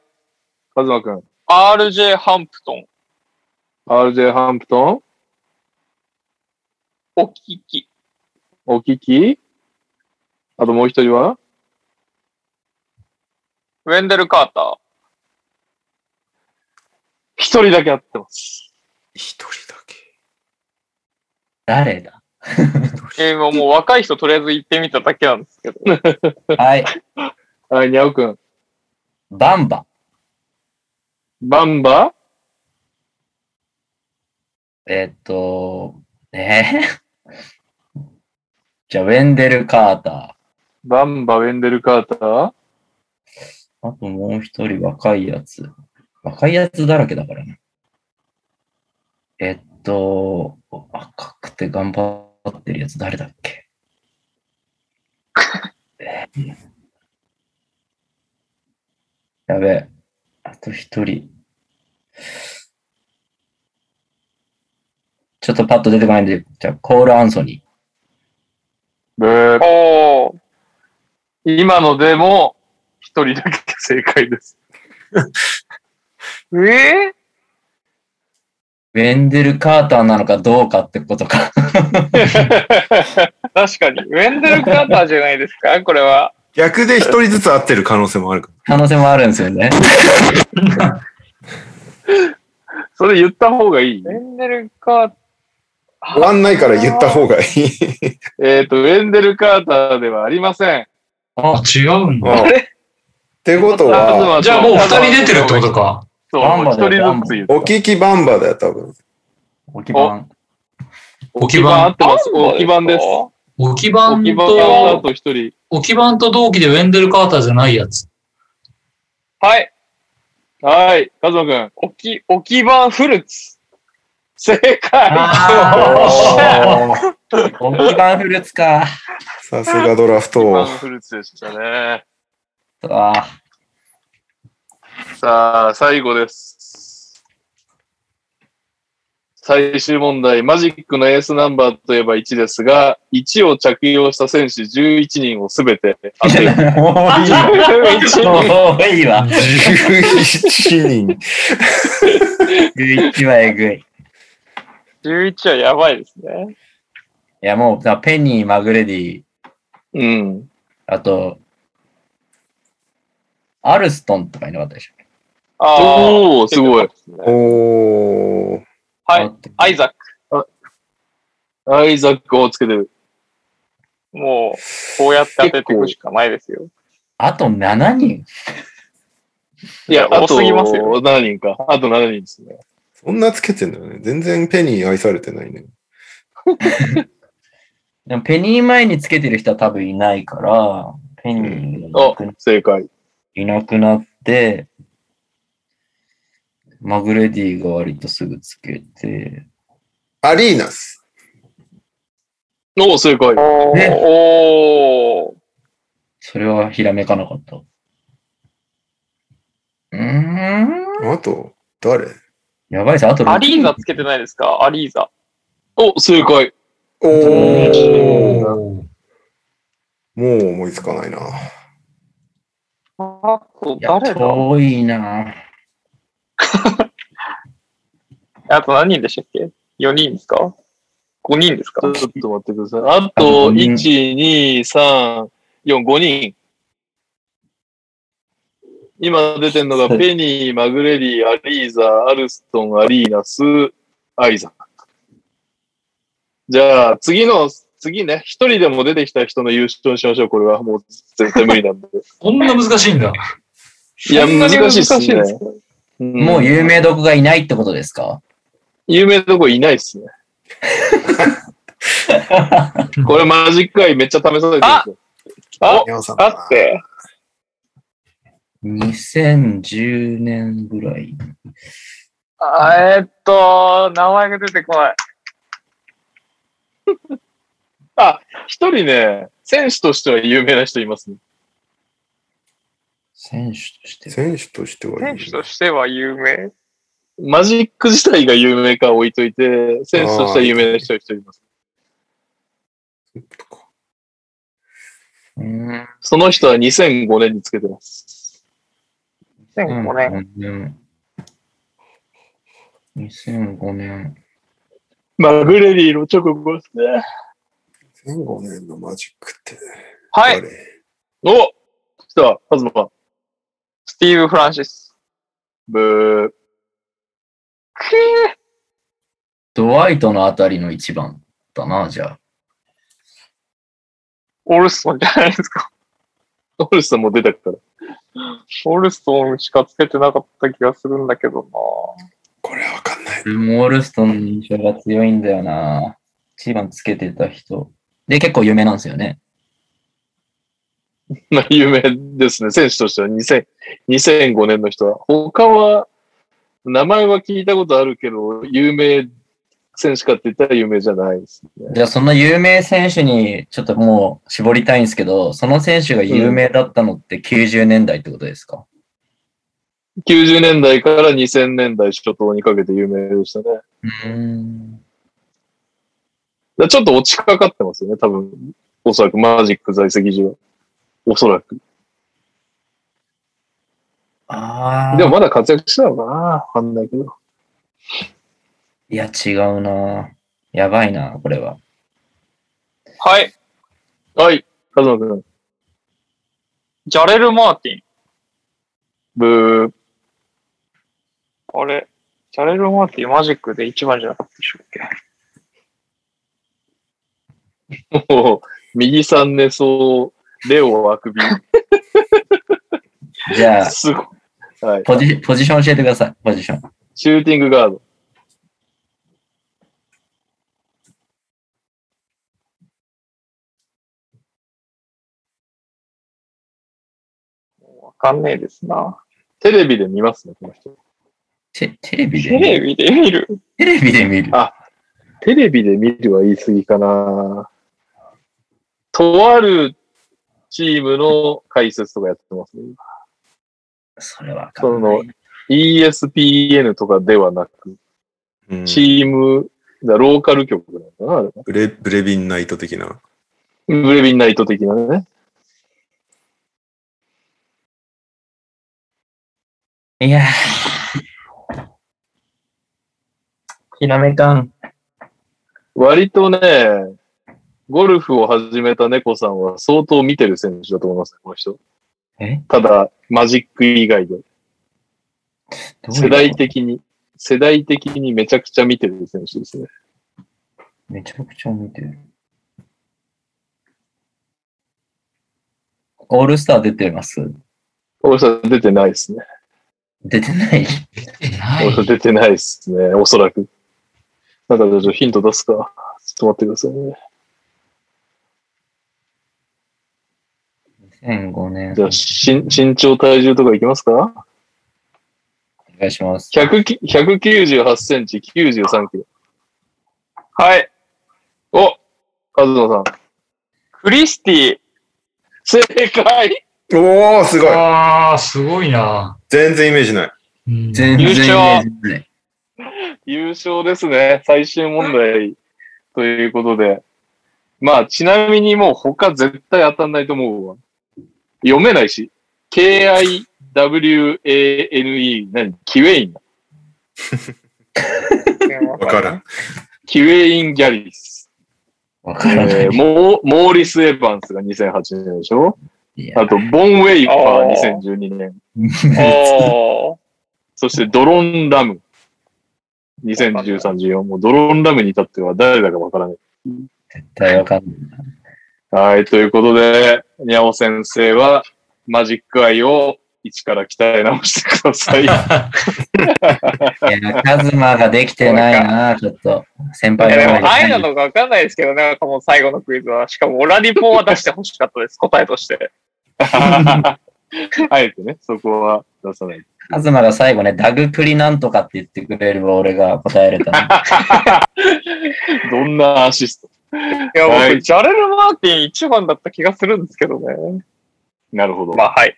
Speaker 2: カズマくん。
Speaker 4: RJ ハンプトン、
Speaker 2: RJ ハンプトン
Speaker 4: おきき、
Speaker 2: お聞きあともう一人は
Speaker 4: ウェンデル・カーター。
Speaker 2: 一人だけ会ってます。
Speaker 1: 一人だけ。
Speaker 5: 誰 だ
Speaker 4: えー、もう若い人とりあえず行ってみただけなんですけど。
Speaker 5: はい。
Speaker 2: はい、にゃおくん。
Speaker 5: バンバ。
Speaker 2: バンバ
Speaker 5: えっと、えー じゃあ、ウェンデル・カータ
Speaker 2: バンバ、ウェンデル・カーター
Speaker 5: ー。あともう一人若いやつ。若いやつだらけだからね。えっと、赤くて頑張ってるやつ誰だっけえーやべえ。あと一人。ちょっとパッと出てこないんで、じゃあ、コール・アンソニー。
Speaker 2: ブー。
Speaker 4: おー、
Speaker 2: 今のでも、一人だけ正解です。
Speaker 4: え
Speaker 5: ウェンデル・カーターなのかどうかってことか。
Speaker 4: ー、確かに。ウェンデル・カーターじゃないですかこれは。
Speaker 1: 逆で一人ずつ会ってる可能性もあるか
Speaker 5: 可能性もあるんですよね。
Speaker 2: それ言った方がいい
Speaker 4: ウェンデル・カーター。
Speaker 1: ら。終わんないから言った方がいい。
Speaker 2: えっ、と、ウェンデル・カーターではありません。
Speaker 3: あ、違うんだ。
Speaker 1: あれってこと
Speaker 2: カズ
Speaker 1: は、
Speaker 2: マと
Speaker 3: じゃあもう二人出てるってことか。
Speaker 2: そう、
Speaker 5: バンバ
Speaker 2: 一
Speaker 5: だよ
Speaker 2: 人ずつ言う。
Speaker 1: お聞きバンバだよ、多分。
Speaker 5: 置き番。
Speaker 3: 置
Speaker 2: 基
Speaker 3: き
Speaker 2: 盤合っ
Speaker 3: 番。
Speaker 2: てます。置き番です。
Speaker 3: 置き
Speaker 2: 置
Speaker 3: 番
Speaker 2: き番だ
Speaker 3: と、
Speaker 2: と一人。
Speaker 3: 置き番と同期でウェンデル・カーターじゃないやつ。
Speaker 4: はい。
Speaker 2: はい、カズマくん。
Speaker 4: おき、おき番フルーツ。
Speaker 2: 正解
Speaker 5: 置き番フルーツか。
Speaker 1: さすがドラフト
Speaker 2: 一番
Speaker 1: 王。
Speaker 2: フルーツでしたね。
Speaker 5: あ
Speaker 2: さあ、最後です。最終問題。マジックのエースナンバーといえば1ですが、1を着用した選手11人をすべて当 てる。
Speaker 5: ーもういいわ。
Speaker 2: 11
Speaker 5: もういいわ。
Speaker 1: 11人。
Speaker 5: 11はえぐい。い
Speaker 4: 11はやばいですね。
Speaker 5: や、もう、だペニー、マグレディ、
Speaker 2: 人。
Speaker 5: あと、アルストンとかいなかったでしょ。
Speaker 4: あ
Speaker 2: お
Speaker 4: あ。
Speaker 2: おすごい。。
Speaker 1: おー。
Speaker 4: はい。アイザック。
Speaker 2: アイザックをつけてる。
Speaker 4: もう、こうやって当てていくしかないですよ。
Speaker 5: あと7人。
Speaker 2: いや、
Speaker 4: 多
Speaker 2: あと
Speaker 4: すぎますよ
Speaker 2: 7人か。あと7人ですね。
Speaker 1: そんなつけてんだよね。全然ペニー愛されてないね。
Speaker 5: でも、ペニー前につけてる人は多分いないから、ペニーがいな
Speaker 2: あ
Speaker 5: くな、
Speaker 2: 正解。
Speaker 5: いなくなって、マグレディが割とすぐつけて、
Speaker 1: アリーナス。
Speaker 2: おお正解。
Speaker 4: お
Speaker 5: ね
Speaker 4: ーおー。
Speaker 5: それはひらめかなかった。うーん。
Speaker 1: あと、誰
Speaker 5: やばいです。あと
Speaker 4: アリーザ
Speaker 5: ザ
Speaker 4: つけてないですかアリーザ。
Speaker 2: お正解。
Speaker 1: おー。
Speaker 3: お
Speaker 1: も
Speaker 3: ー
Speaker 1: う思いつかないな。
Speaker 4: あと誰だ
Speaker 5: 遠いな
Speaker 4: あと何人でしたっけ ?4 人ですか ?5 人です
Speaker 2: ち
Speaker 4: か
Speaker 2: ょっと待ってください。あと、1、2、3、4、5人。今出てるのが、ペニー、マグレディ、アリーザ、アルストン、アリーナス、アイザック。じゃあ、次の、次ね、一人でも出てきた人の優勝にしましょう。これはもう絶対無理なんで。
Speaker 3: こんな難しいんだ。
Speaker 2: いや、
Speaker 4: そんな
Speaker 2: 難
Speaker 4: に
Speaker 2: しいっすね
Speaker 4: 難しいんです。
Speaker 2: うん
Speaker 5: もう有名どこがいないってことですか
Speaker 2: 有名どこいないっすね。これマジックアイめっちゃ試されてるんですよ。
Speaker 4: あ、
Speaker 1: 山さんだ
Speaker 4: あ
Speaker 1: な
Speaker 4: って、
Speaker 5: 2010年ぐらい。
Speaker 4: あえーっと、名前が出てこない。
Speaker 2: 一人ね、選手としては有名な人いますね。
Speaker 5: 選手として。
Speaker 1: 選手としてはいい
Speaker 4: 選
Speaker 1: ね
Speaker 4: 手としては有名。
Speaker 2: マジック自体が有名かは置いといて、選手としては有名な人が一人います。
Speaker 5: うーん。
Speaker 2: その人は2005年につけてます。
Speaker 4: 2005年。
Speaker 5: 年。2005年。
Speaker 2: マグレリーの直後ですね。
Speaker 1: 2005年のマジックって
Speaker 4: はい、
Speaker 1: 誰、
Speaker 2: お来た、カズマ。
Speaker 4: スティーブ・フランシス。
Speaker 2: ブ
Speaker 4: くぅ
Speaker 5: ドワイトのあたりの一番だな、じゃあ。
Speaker 4: オルストンじゃないですか。
Speaker 2: ー。オルスさんも出たから。
Speaker 4: オルストンしかつけてなかった気がするんだけど
Speaker 1: これわかんない。
Speaker 5: ルーム・オルストンの印象が強いんだよな。一番つけてた人。で、結構有名なんですよね。
Speaker 2: まあ、有名ですね。選手としては2000 2005年の人は。他は、名前は聞いたことあるけど、有名選手かって言ったら有名じゃないですね。
Speaker 5: じゃあ、その有名選手にちょっともう絞りたいんですけど、その選手が有名だったのって90年代ってことですか、
Speaker 2: 90年代から2000年代初頭にかけて有名でしたね。だか
Speaker 5: うーん。
Speaker 2: らちょっと落ちかかってますよね。多分、おそらくマジック在籍中は。おそらく。
Speaker 5: ああ。
Speaker 2: でも、まだ活躍してたのかなわかんないけど。
Speaker 5: いや、違うな。やばいな、これは。
Speaker 4: な。はい、
Speaker 2: はい。カズマ君。
Speaker 4: ジャレル・マーティン。
Speaker 2: ブ
Speaker 4: あれ、ジャレル・マーティンマジックで一番じゃなかったでしょうっけ。
Speaker 2: ー。もう、右三寝そう、レオあくび。
Speaker 5: じゃあ、
Speaker 2: すごい。はい。
Speaker 5: ポジポジション教えてください、ポジション。
Speaker 2: シューティングガード。
Speaker 4: わかんねえですな。
Speaker 2: テレビで見ますね、この人。
Speaker 5: テテレビで
Speaker 4: テ
Speaker 5: 見
Speaker 4: レ
Speaker 5: る
Speaker 4: ビで見る
Speaker 5: テレビで見る。
Speaker 2: あテレビで見るは言い過ぎかな。とあるチームの解説とかやってますね。
Speaker 5: それは
Speaker 2: その ESPN とかではなく、
Speaker 1: うん
Speaker 2: チーム、だローカル局なんだなあれは、
Speaker 1: ブレブレビンナイト的な。
Speaker 2: ブレビンナイト的なね。
Speaker 5: いやー。ひらめかん。
Speaker 2: 割とね、ゴルフを始めた猫さんは相当見てる選手だと思いますね、この人。
Speaker 5: え
Speaker 2: ただ、マジック以外で。
Speaker 5: どういう
Speaker 2: 世代的に、世代的にめちゃくちゃ見てる選手ですね。
Speaker 5: めちゃくちゃ見てる。オールスター出てます
Speaker 2: 大下出てないですね。
Speaker 5: 出てない
Speaker 6: は
Speaker 2: 大下出てないですね。おそらく。なんかじゃあちょっとヒント出すか。ちょっと待ってくださいね。
Speaker 5: ?2005 年。
Speaker 2: じゃあ、し身長、体重とかいきますか
Speaker 5: お願いします。
Speaker 2: 100き ?198 センチ、93キロ。
Speaker 4: はい。
Speaker 2: おカズマさん。
Speaker 4: クリスティ。
Speaker 2: 正解
Speaker 1: おおすごい
Speaker 3: ああ、すごいな。
Speaker 1: 全然イメージない。
Speaker 3: うん
Speaker 5: 全然イメージない。
Speaker 2: 優勝ですね。最終問題ということで。まあ、ちなみにもう他絶対当たんないと思うわ。読めないし。K-I-W-A-N-E。何キウェイン。
Speaker 1: わからん。
Speaker 2: キウェイン・ギャリス。
Speaker 5: わ
Speaker 2: え
Speaker 5: からない
Speaker 2: ー。モーモーリス・エヴァンスが2008年でしょ
Speaker 5: いや
Speaker 2: あと、ボン・ウェイパ
Speaker 4: あ
Speaker 2: ー
Speaker 4: ー
Speaker 2: 2012年。
Speaker 4: おー。
Speaker 2: そして、ドロン・ラム。2013、14。もうドロン・ラムに至っては誰だかわからない。
Speaker 5: 絶対わかんない。
Speaker 2: はい、ということで、ニャオ先生はマジックアイを一から鍛え直してくだ さい。い
Speaker 5: いや、カズマができてないな、ちょっと。先
Speaker 4: い
Speaker 5: 輩
Speaker 4: やで
Speaker 5: が
Speaker 4: も、
Speaker 5: でき
Speaker 4: ああ
Speaker 5: ない
Speaker 4: いうのなのかわかんないですけどね、この最後のクイズは。しかも、オラディポは出してほしかったです、答えとして。
Speaker 2: あえてね、そこは出さない。
Speaker 5: カズマが最後ね、ダグクリなんとかって言ってくれれば俺が答えれた
Speaker 2: ど
Speaker 5: の。
Speaker 2: んなアシスト
Speaker 4: いや、僕、
Speaker 2: はい
Speaker 4: ジャレル・マーティン一番だった気がするんですけどね。
Speaker 2: なるほど。
Speaker 4: まあ、はい。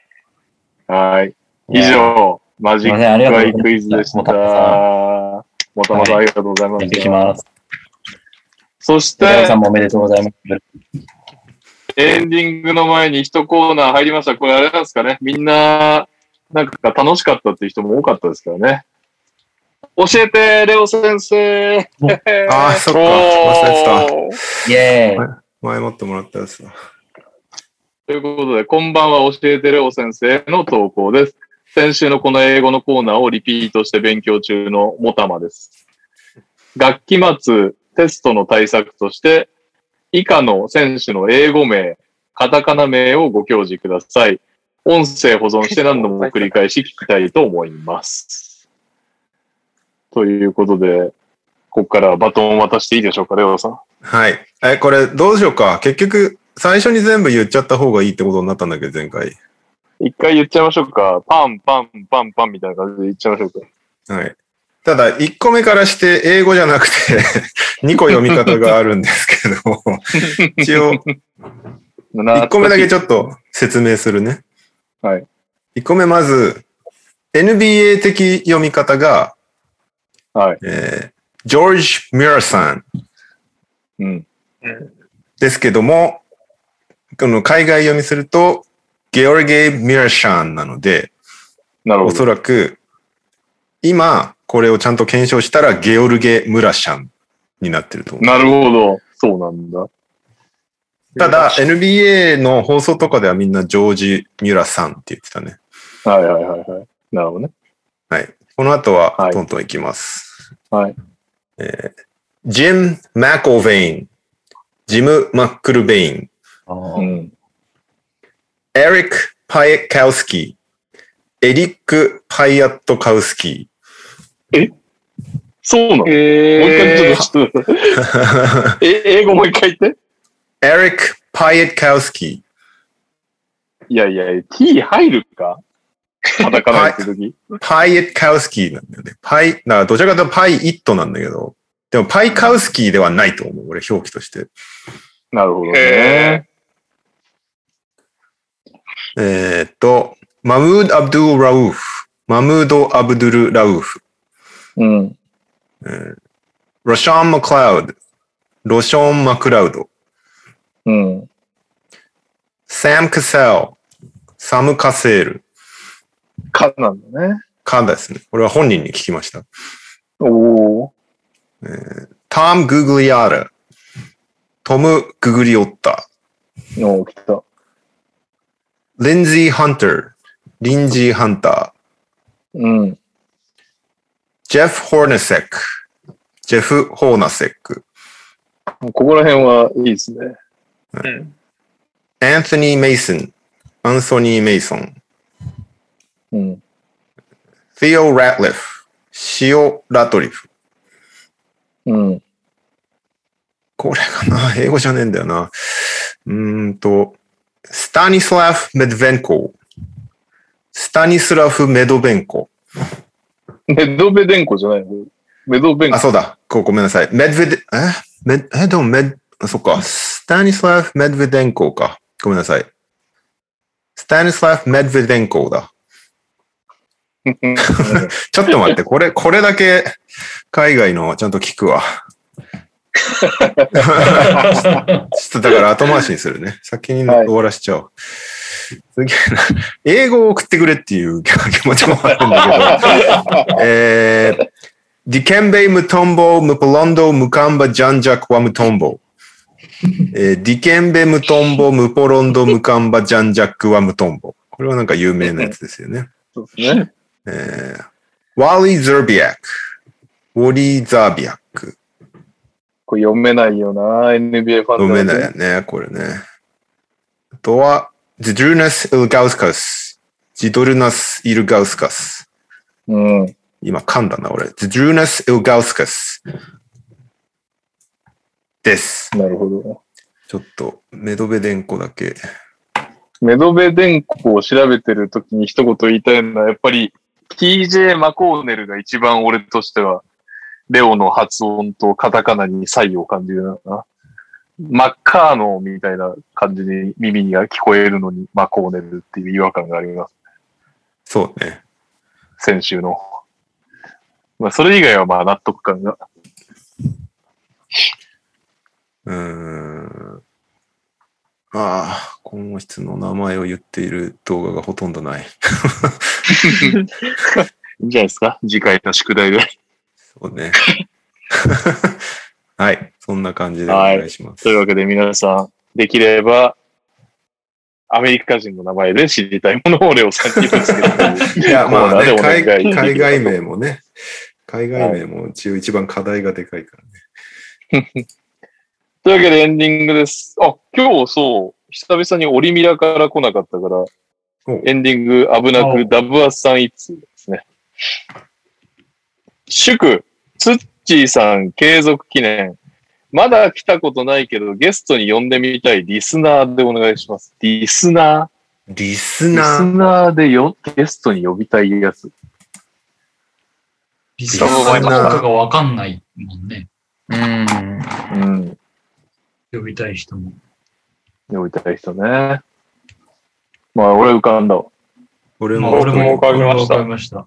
Speaker 2: はい。 以
Speaker 5: いや。
Speaker 2: 上、マ
Speaker 5: す
Speaker 2: ジッ
Speaker 5: いま
Speaker 2: ク
Speaker 5: せん、ありがとう
Speaker 2: アイ
Speaker 5: ござ
Speaker 2: ク
Speaker 5: い
Speaker 2: イ
Speaker 5: ま
Speaker 2: ズ
Speaker 5: す。
Speaker 2: でした。も
Speaker 5: もたさ
Speaker 2: たもたありがとうございま
Speaker 5: ん。や
Speaker 2: す。
Speaker 5: ってきます。
Speaker 2: そし
Speaker 5: お客
Speaker 2: て
Speaker 5: さ、んもおめでとうございます。
Speaker 2: エンディングの前に一コーナー入りました。これあれなんですかね。みんな、なんか楽しかったっていう人も多かったですからね。教えて、レオ先生。
Speaker 1: ああ、そっか。忘れてた。
Speaker 4: おー
Speaker 5: イェーイ。
Speaker 1: 前もってもらったやつだ。
Speaker 2: ということで、こんばんは教えてレオ先生の投稿です。先週のこの英語のコーナーをリピートして勉強中のモタマです。学期末テストの対策として、以下の選手の英語名、カタカナ名をご教示ください。音声保存して何度も繰り返し聞きたいと思います。ということで、ここからバトンを渡していいでしょうか、レオさん。
Speaker 1: はい。え、これどうしようか。結局、最初に全部言っちゃった方がいいってことになったんだけど、前回。
Speaker 2: 一回言っちゃいましょうか。パン、パン、パン、パンみたいな感じで言っちゃいましょうか。
Speaker 1: はい。ただ、1個目からして英語じゃなくて、2個読み方があるんですけど、 一応、
Speaker 2: 1
Speaker 1: 1個目だけちょっと説明するね。
Speaker 2: はい。
Speaker 1: 1個目、まず、NBA 的読み方が、
Speaker 2: はい。
Speaker 1: えージョージ・ミュラさん
Speaker 2: うん。
Speaker 1: ですけども、この海外読みすると、ゲオルゲイ・ミュラシャンなので、
Speaker 2: なるほ
Speaker 1: おそ
Speaker 2: ど。
Speaker 1: らく、今、これをちゃんと検証したら、ゲオルゲ・ムラシャンになってると思う。
Speaker 2: なるほど。そうなんだ。
Speaker 1: ただ、NBA の放送とかではみんなジョージ・ミュラさんって言ってたね。
Speaker 2: はいはいはいはい。なるほどね。
Speaker 1: この後は
Speaker 2: は、い
Speaker 1: トントンいきます。
Speaker 2: はい。
Speaker 1: えージム・マコーベイン、ジム・マックルベイン、
Speaker 5: お
Speaker 2: う
Speaker 5: ー
Speaker 2: ん。
Speaker 1: エリック・パイカウスキー、エリック・パイアットカウス キ
Speaker 2: そうなの、もう一回
Speaker 4: えー、
Speaker 2: ちょっと、ちょっと、
Speaker 1: ー、
Speaker 2: え、英語もう一回言って。
Speaker 1: エリック・パイアットカウスキ
Speaker 2: いやいや、t 入るかカタカナって時。
Speaker 1: ー、パイアットカウスキーなんだよね。パイ、だからどちらかというとパイ・イットなんだけど、でもパイカウスキーではないと思う。俺、表記として。
Speaker 2: なるほど
Speaker 4: え
Speaker 2: ね。
Speaker 1: えーっと、マムード・アブドゥル・ラウフ、マムード・アブドゥル・ラウフ、
Speaker 2: うん。
Speaker 1: ロシャン・マクラウド、ロション・マクラウド、
Speaker 2: うん。
Speaker 1: サム・カセル、サム・カセール、
Speaker 2: かなんだね。
Speaker 1: カですね。これは本人に聞きました。
Speaker 2: おお。
Speaker 1: タム・ググリアーラ、トム・ググリオッタ、
Speaker 2: おー来た。
Speaker 1: リンジー・ハンター、リンジー・ハンター、
Speaker 2: うん。
Speaker 1: ジェフ・ホーナセック。ジェフ・ホーナセック。
Speaker 2: ここら辺はいいですね。
Speaker 1: アンソニー・メイソン。アンソニー・メイソン。
Speaker 2: うん。
Speaker 1: Theo Ratliff。シオ・ラトリフ。
Speaker 2: うん。
Speaker 1: これかな英語じゃねえんだよな。うーんと、スタニスラフ・メドベンコ。スタニスラフ・メドベンコ。
Speaker 2: メドベデンコじゃないのメドベンコ
Speaker 1: あ、。そうだ。ごごめんなさい。メドベデ、えメえ、でもメド、あそっか。スタニスラフ・メドベデンコか。ごめんなさい。スタニスラフ・メドベデンコだ。 ちょっと待って、これ、これだけ海外のちゃんと聞くわ。 ちょっとだから後回しにするね。先に
Speaker 2: はい
Speaker 1: 終わらしちゃおう。すげえな。英語を送ってくれっていう気持ちもあるんだけど。えー、ディケンベイ・ムトンボ、ムポロンド、ムカンバ、ジャンジャクワ・ムトンボ。えーディケンベ・ムトンボ、ムポロンド、ムカンバ、ジャンジャクワ・ムトンボ。これはなんか有名なやつですよね。
Speaker 2: そうですね。
Speaker 1: えー、ワリー・ザービアック。ウォリー・ザービアック。
Speaker 2: これ読めないよな、NBA ファ
Speaker 1: ご
Speaker 2: ン
Speaker 1: めんな
Speaker 2: だ
Speaker 1: さいね、これね。あとは、ズドゥーナス・イルガウスカス。ジドルナス・イルガウスカス。
Speaker 2: うん。う
Speaker 1: 今噛んだな、俺。ジドルナス・イルガウスカス。です。
Speaker 2: なるほど。
Speaker 1: ちょっと、メドベデンコだけ。
Speaker 2: メドベデンコを調べてるときに一言言いたいのは、やっぱり TJ マコーネルが一番俺としては、レオの発音とカタカナに差異を感じるな。マッカーノみたいな感じに耳にが聞こえるのにマコーネルっていう違和感があります。
Speaker 1: そうね。
Speaker 2: 先週の。まあ、それ以外はまあ納得感が。
Speaker 1: うーん。ああ、この人の名前を言っている動画がほとんどない。
Speaker 2: いいんじゃないですか次回の宿題で。
Speaker 1: そうね。 はい。そんな感じでお
Speaker 2: はい
Speaker 1: 願いします。
Speaker 2: というわけで皆さん、できれば、アメリカ人の名前で知りたいものをレオさんにぶつけてという
Speaker 1: いや、まあね
Speaker 2: コーナ
Speaker 1: 海、
Speaker 2: ーでお願い
Speaker 1: 海外名もね、海外名も一応一番課題がでかいからね。
Speaker 2: というわけでエンディングです。あ、今日そう、久々にオリミラから来なかったから、エンディング危なくダブアスさん一通ですね。祝、ツッチーさん継続記念。まだ来たことないけど、ゲストに呼んでみたいリスナーでお願いします。リスナー
Speaker 1: リス
Speaker 2: リ
Speaker 1: ナ
Speaker 2: ス
Speaker 1: ー。
Speaker 2: ナーでよゲストに呼びたいやつ。
Speaker 3: リスナーかどうかがわかんないもんね。
Speaker 5: うん。
Speaker 2: うん。
Speaker 3: 呼びたい人も。
Speaker 2: 呼びたい人ね。まあ、俺浮かんだわ。
Speaker 1: 俺
Speaker 3: まあ
Speaker 1: も、
Speaker 3: 俺も
Speaker 4: わかりました
Speaker 3: わかりました。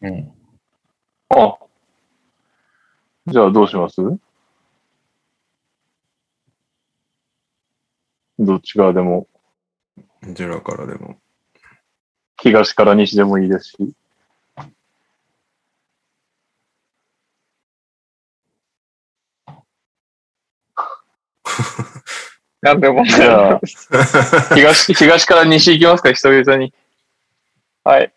Speaker 5: うん。
Speaker 2: あ。じゃあどうしますどっち側でも、
Speaker 1: ジェラからでも。
Speaker 2: 東から西でもいいですし。
Speaker 4: なんでもない。
Speaker 2: じゃあ、東、東から西行きますか、久々に。
Speaker 4: はい。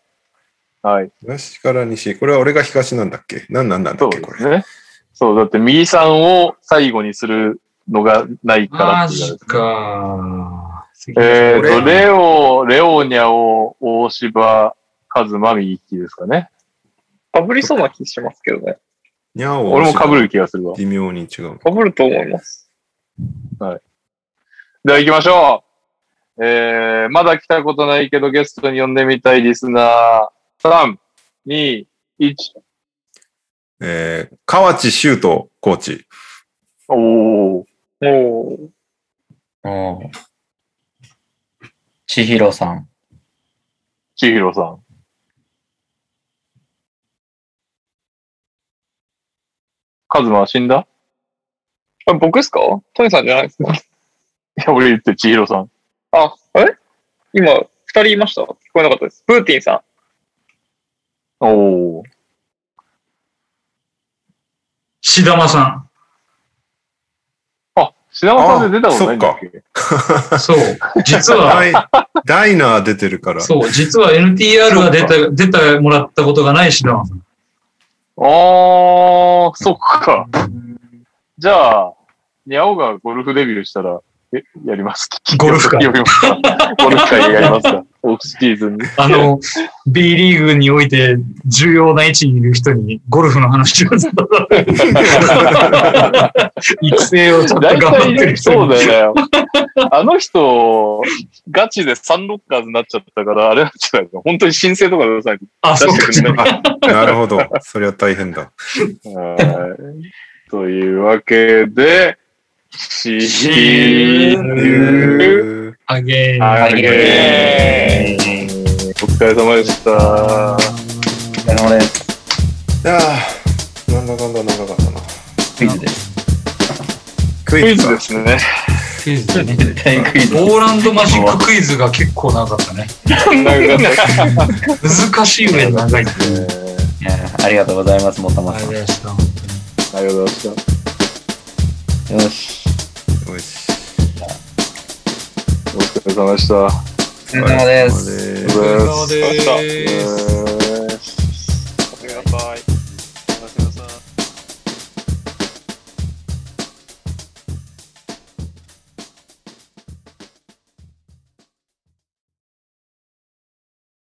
Speaker 2: はい。
Speaker 1: 東から西。これは俺が東なんだっけ何なんだっ
Speaker 2: そう
Speaker 1: け
Speaker 2: で
Speaker 1: こ
Speaker 2: す
Speaker 1: れ。
Speaker 2: ね。そう、だって右さんを最後にするのがないから
Speaker 3: マ
Speaker 2: っていう
Speaker 3: ジか。
Speaker 2: えー、
Speaker 1: 俺
Speaker 2: と、レオ、レオニャオ、大柴、カズマ、右利きですかね。
Speaker 4: かぶりそうな気しますけどね。
Speaker 1: にゃお。
Speaker 2: 俺も被る気がするわ。
Speaker 1: 微妙に違う。
Speaker 4: かぶると思います。
Speaker 2: では行きましょう。えー、まだ来たことないけどゲストに呼んでみたいリスナー。3、2、1。
Speaker 1: えー、河内修斗コーチ。
Speaker 2: おー。
Speaker 4: もう、
Speaker 5: おー千尋さん。
Speaker 2: 千尋さん。カズマは死んだ
Speaker 4: あ僕ですかトニーさんじゃないです
Speaker 2: い
Speaker 4: か
Speaker 2: や、俺言って千尋さん。
Speaker 4: あ、あれ今、二人いました聞こえなかったです。プーティンさ
Speaker 2: おー。
Speaker 3: シダマさ
Speaker 2: あ、品川さんで出たことないんだっけ
Speaker 3: ん。そう。実は、
Speaker 1: ダイダイナー出てるから。
Speaker 3: そう、実は NTR が出た、出たもらったことがないシダマさん。
Speaker 2: あー、そっか。じゃあ、ニャオがゴルフデビューしたら、え、やります。
Speaker 3: ゴルフ会
Speaker 2: 呼びますか。 ゴルフ会やります か。オフシーズンに。
Speaker 3: あの、B リーグにおいて重要な位置にいる人にゴルフの話をずっ と 育成をちょっと
Speaker 2: 大
Speaker 3: 頑張ってる
Speaker 2: 体、
Speaker 3: 人
Speaker 2: そう
Speaker 3: に。
Speaker 2: だよね。あの人、ガチでサンロッカーズになっちゃったから、あれなんじゃないの本当に申請とか出さないと
Speaker 3: あ、そうか
Speaker 2: 出してくれない。
Speaker 1: なるほど。そりゃ大変だ。
Speaker 2: はいというわけで、シ
Speaker 3: シ
Speaker 2: ー
Speaker 1: うー
Speaker 2: ー
Speaker 3: あげー。
Speaker 2: あげ
Speaker 5: イェーイ
Speaker 2: ーお疲れ様でした。
Speaker 5: お疲れ様です。
Speaker 1: ああ、なんだかんだ長かったな。
Speaker 5: クイズです。
Speaker 1: ク
Speaker 2: クイ
Speaker 1: イズ
Speaker 2: ズ
Speaker 1: だ
Speaker 2: ですね。
Speaker 3: クイズね。
Speaker 5: 絶対クイズ。
Speaker 3: オーランドマジッククイズが結構長かったね。
Speaker 2: なんか
Speaker 3: 難しい上に長い。あ
Speaker 5: いやありがとうございます、もたま
Speaker 3: れ
Speaker 5: さん。
Speaker 3: でした。
Speaker 2: ありがとうございました。
Speaker 5: よし。
Speaker 1: よし。
Speaker 2: お疲れ様でした。
Speaker 5: お疲れ様です。
Speaker 1: す
Speaker 2: お疲れ様で
Speaker 3: お疲れ様です。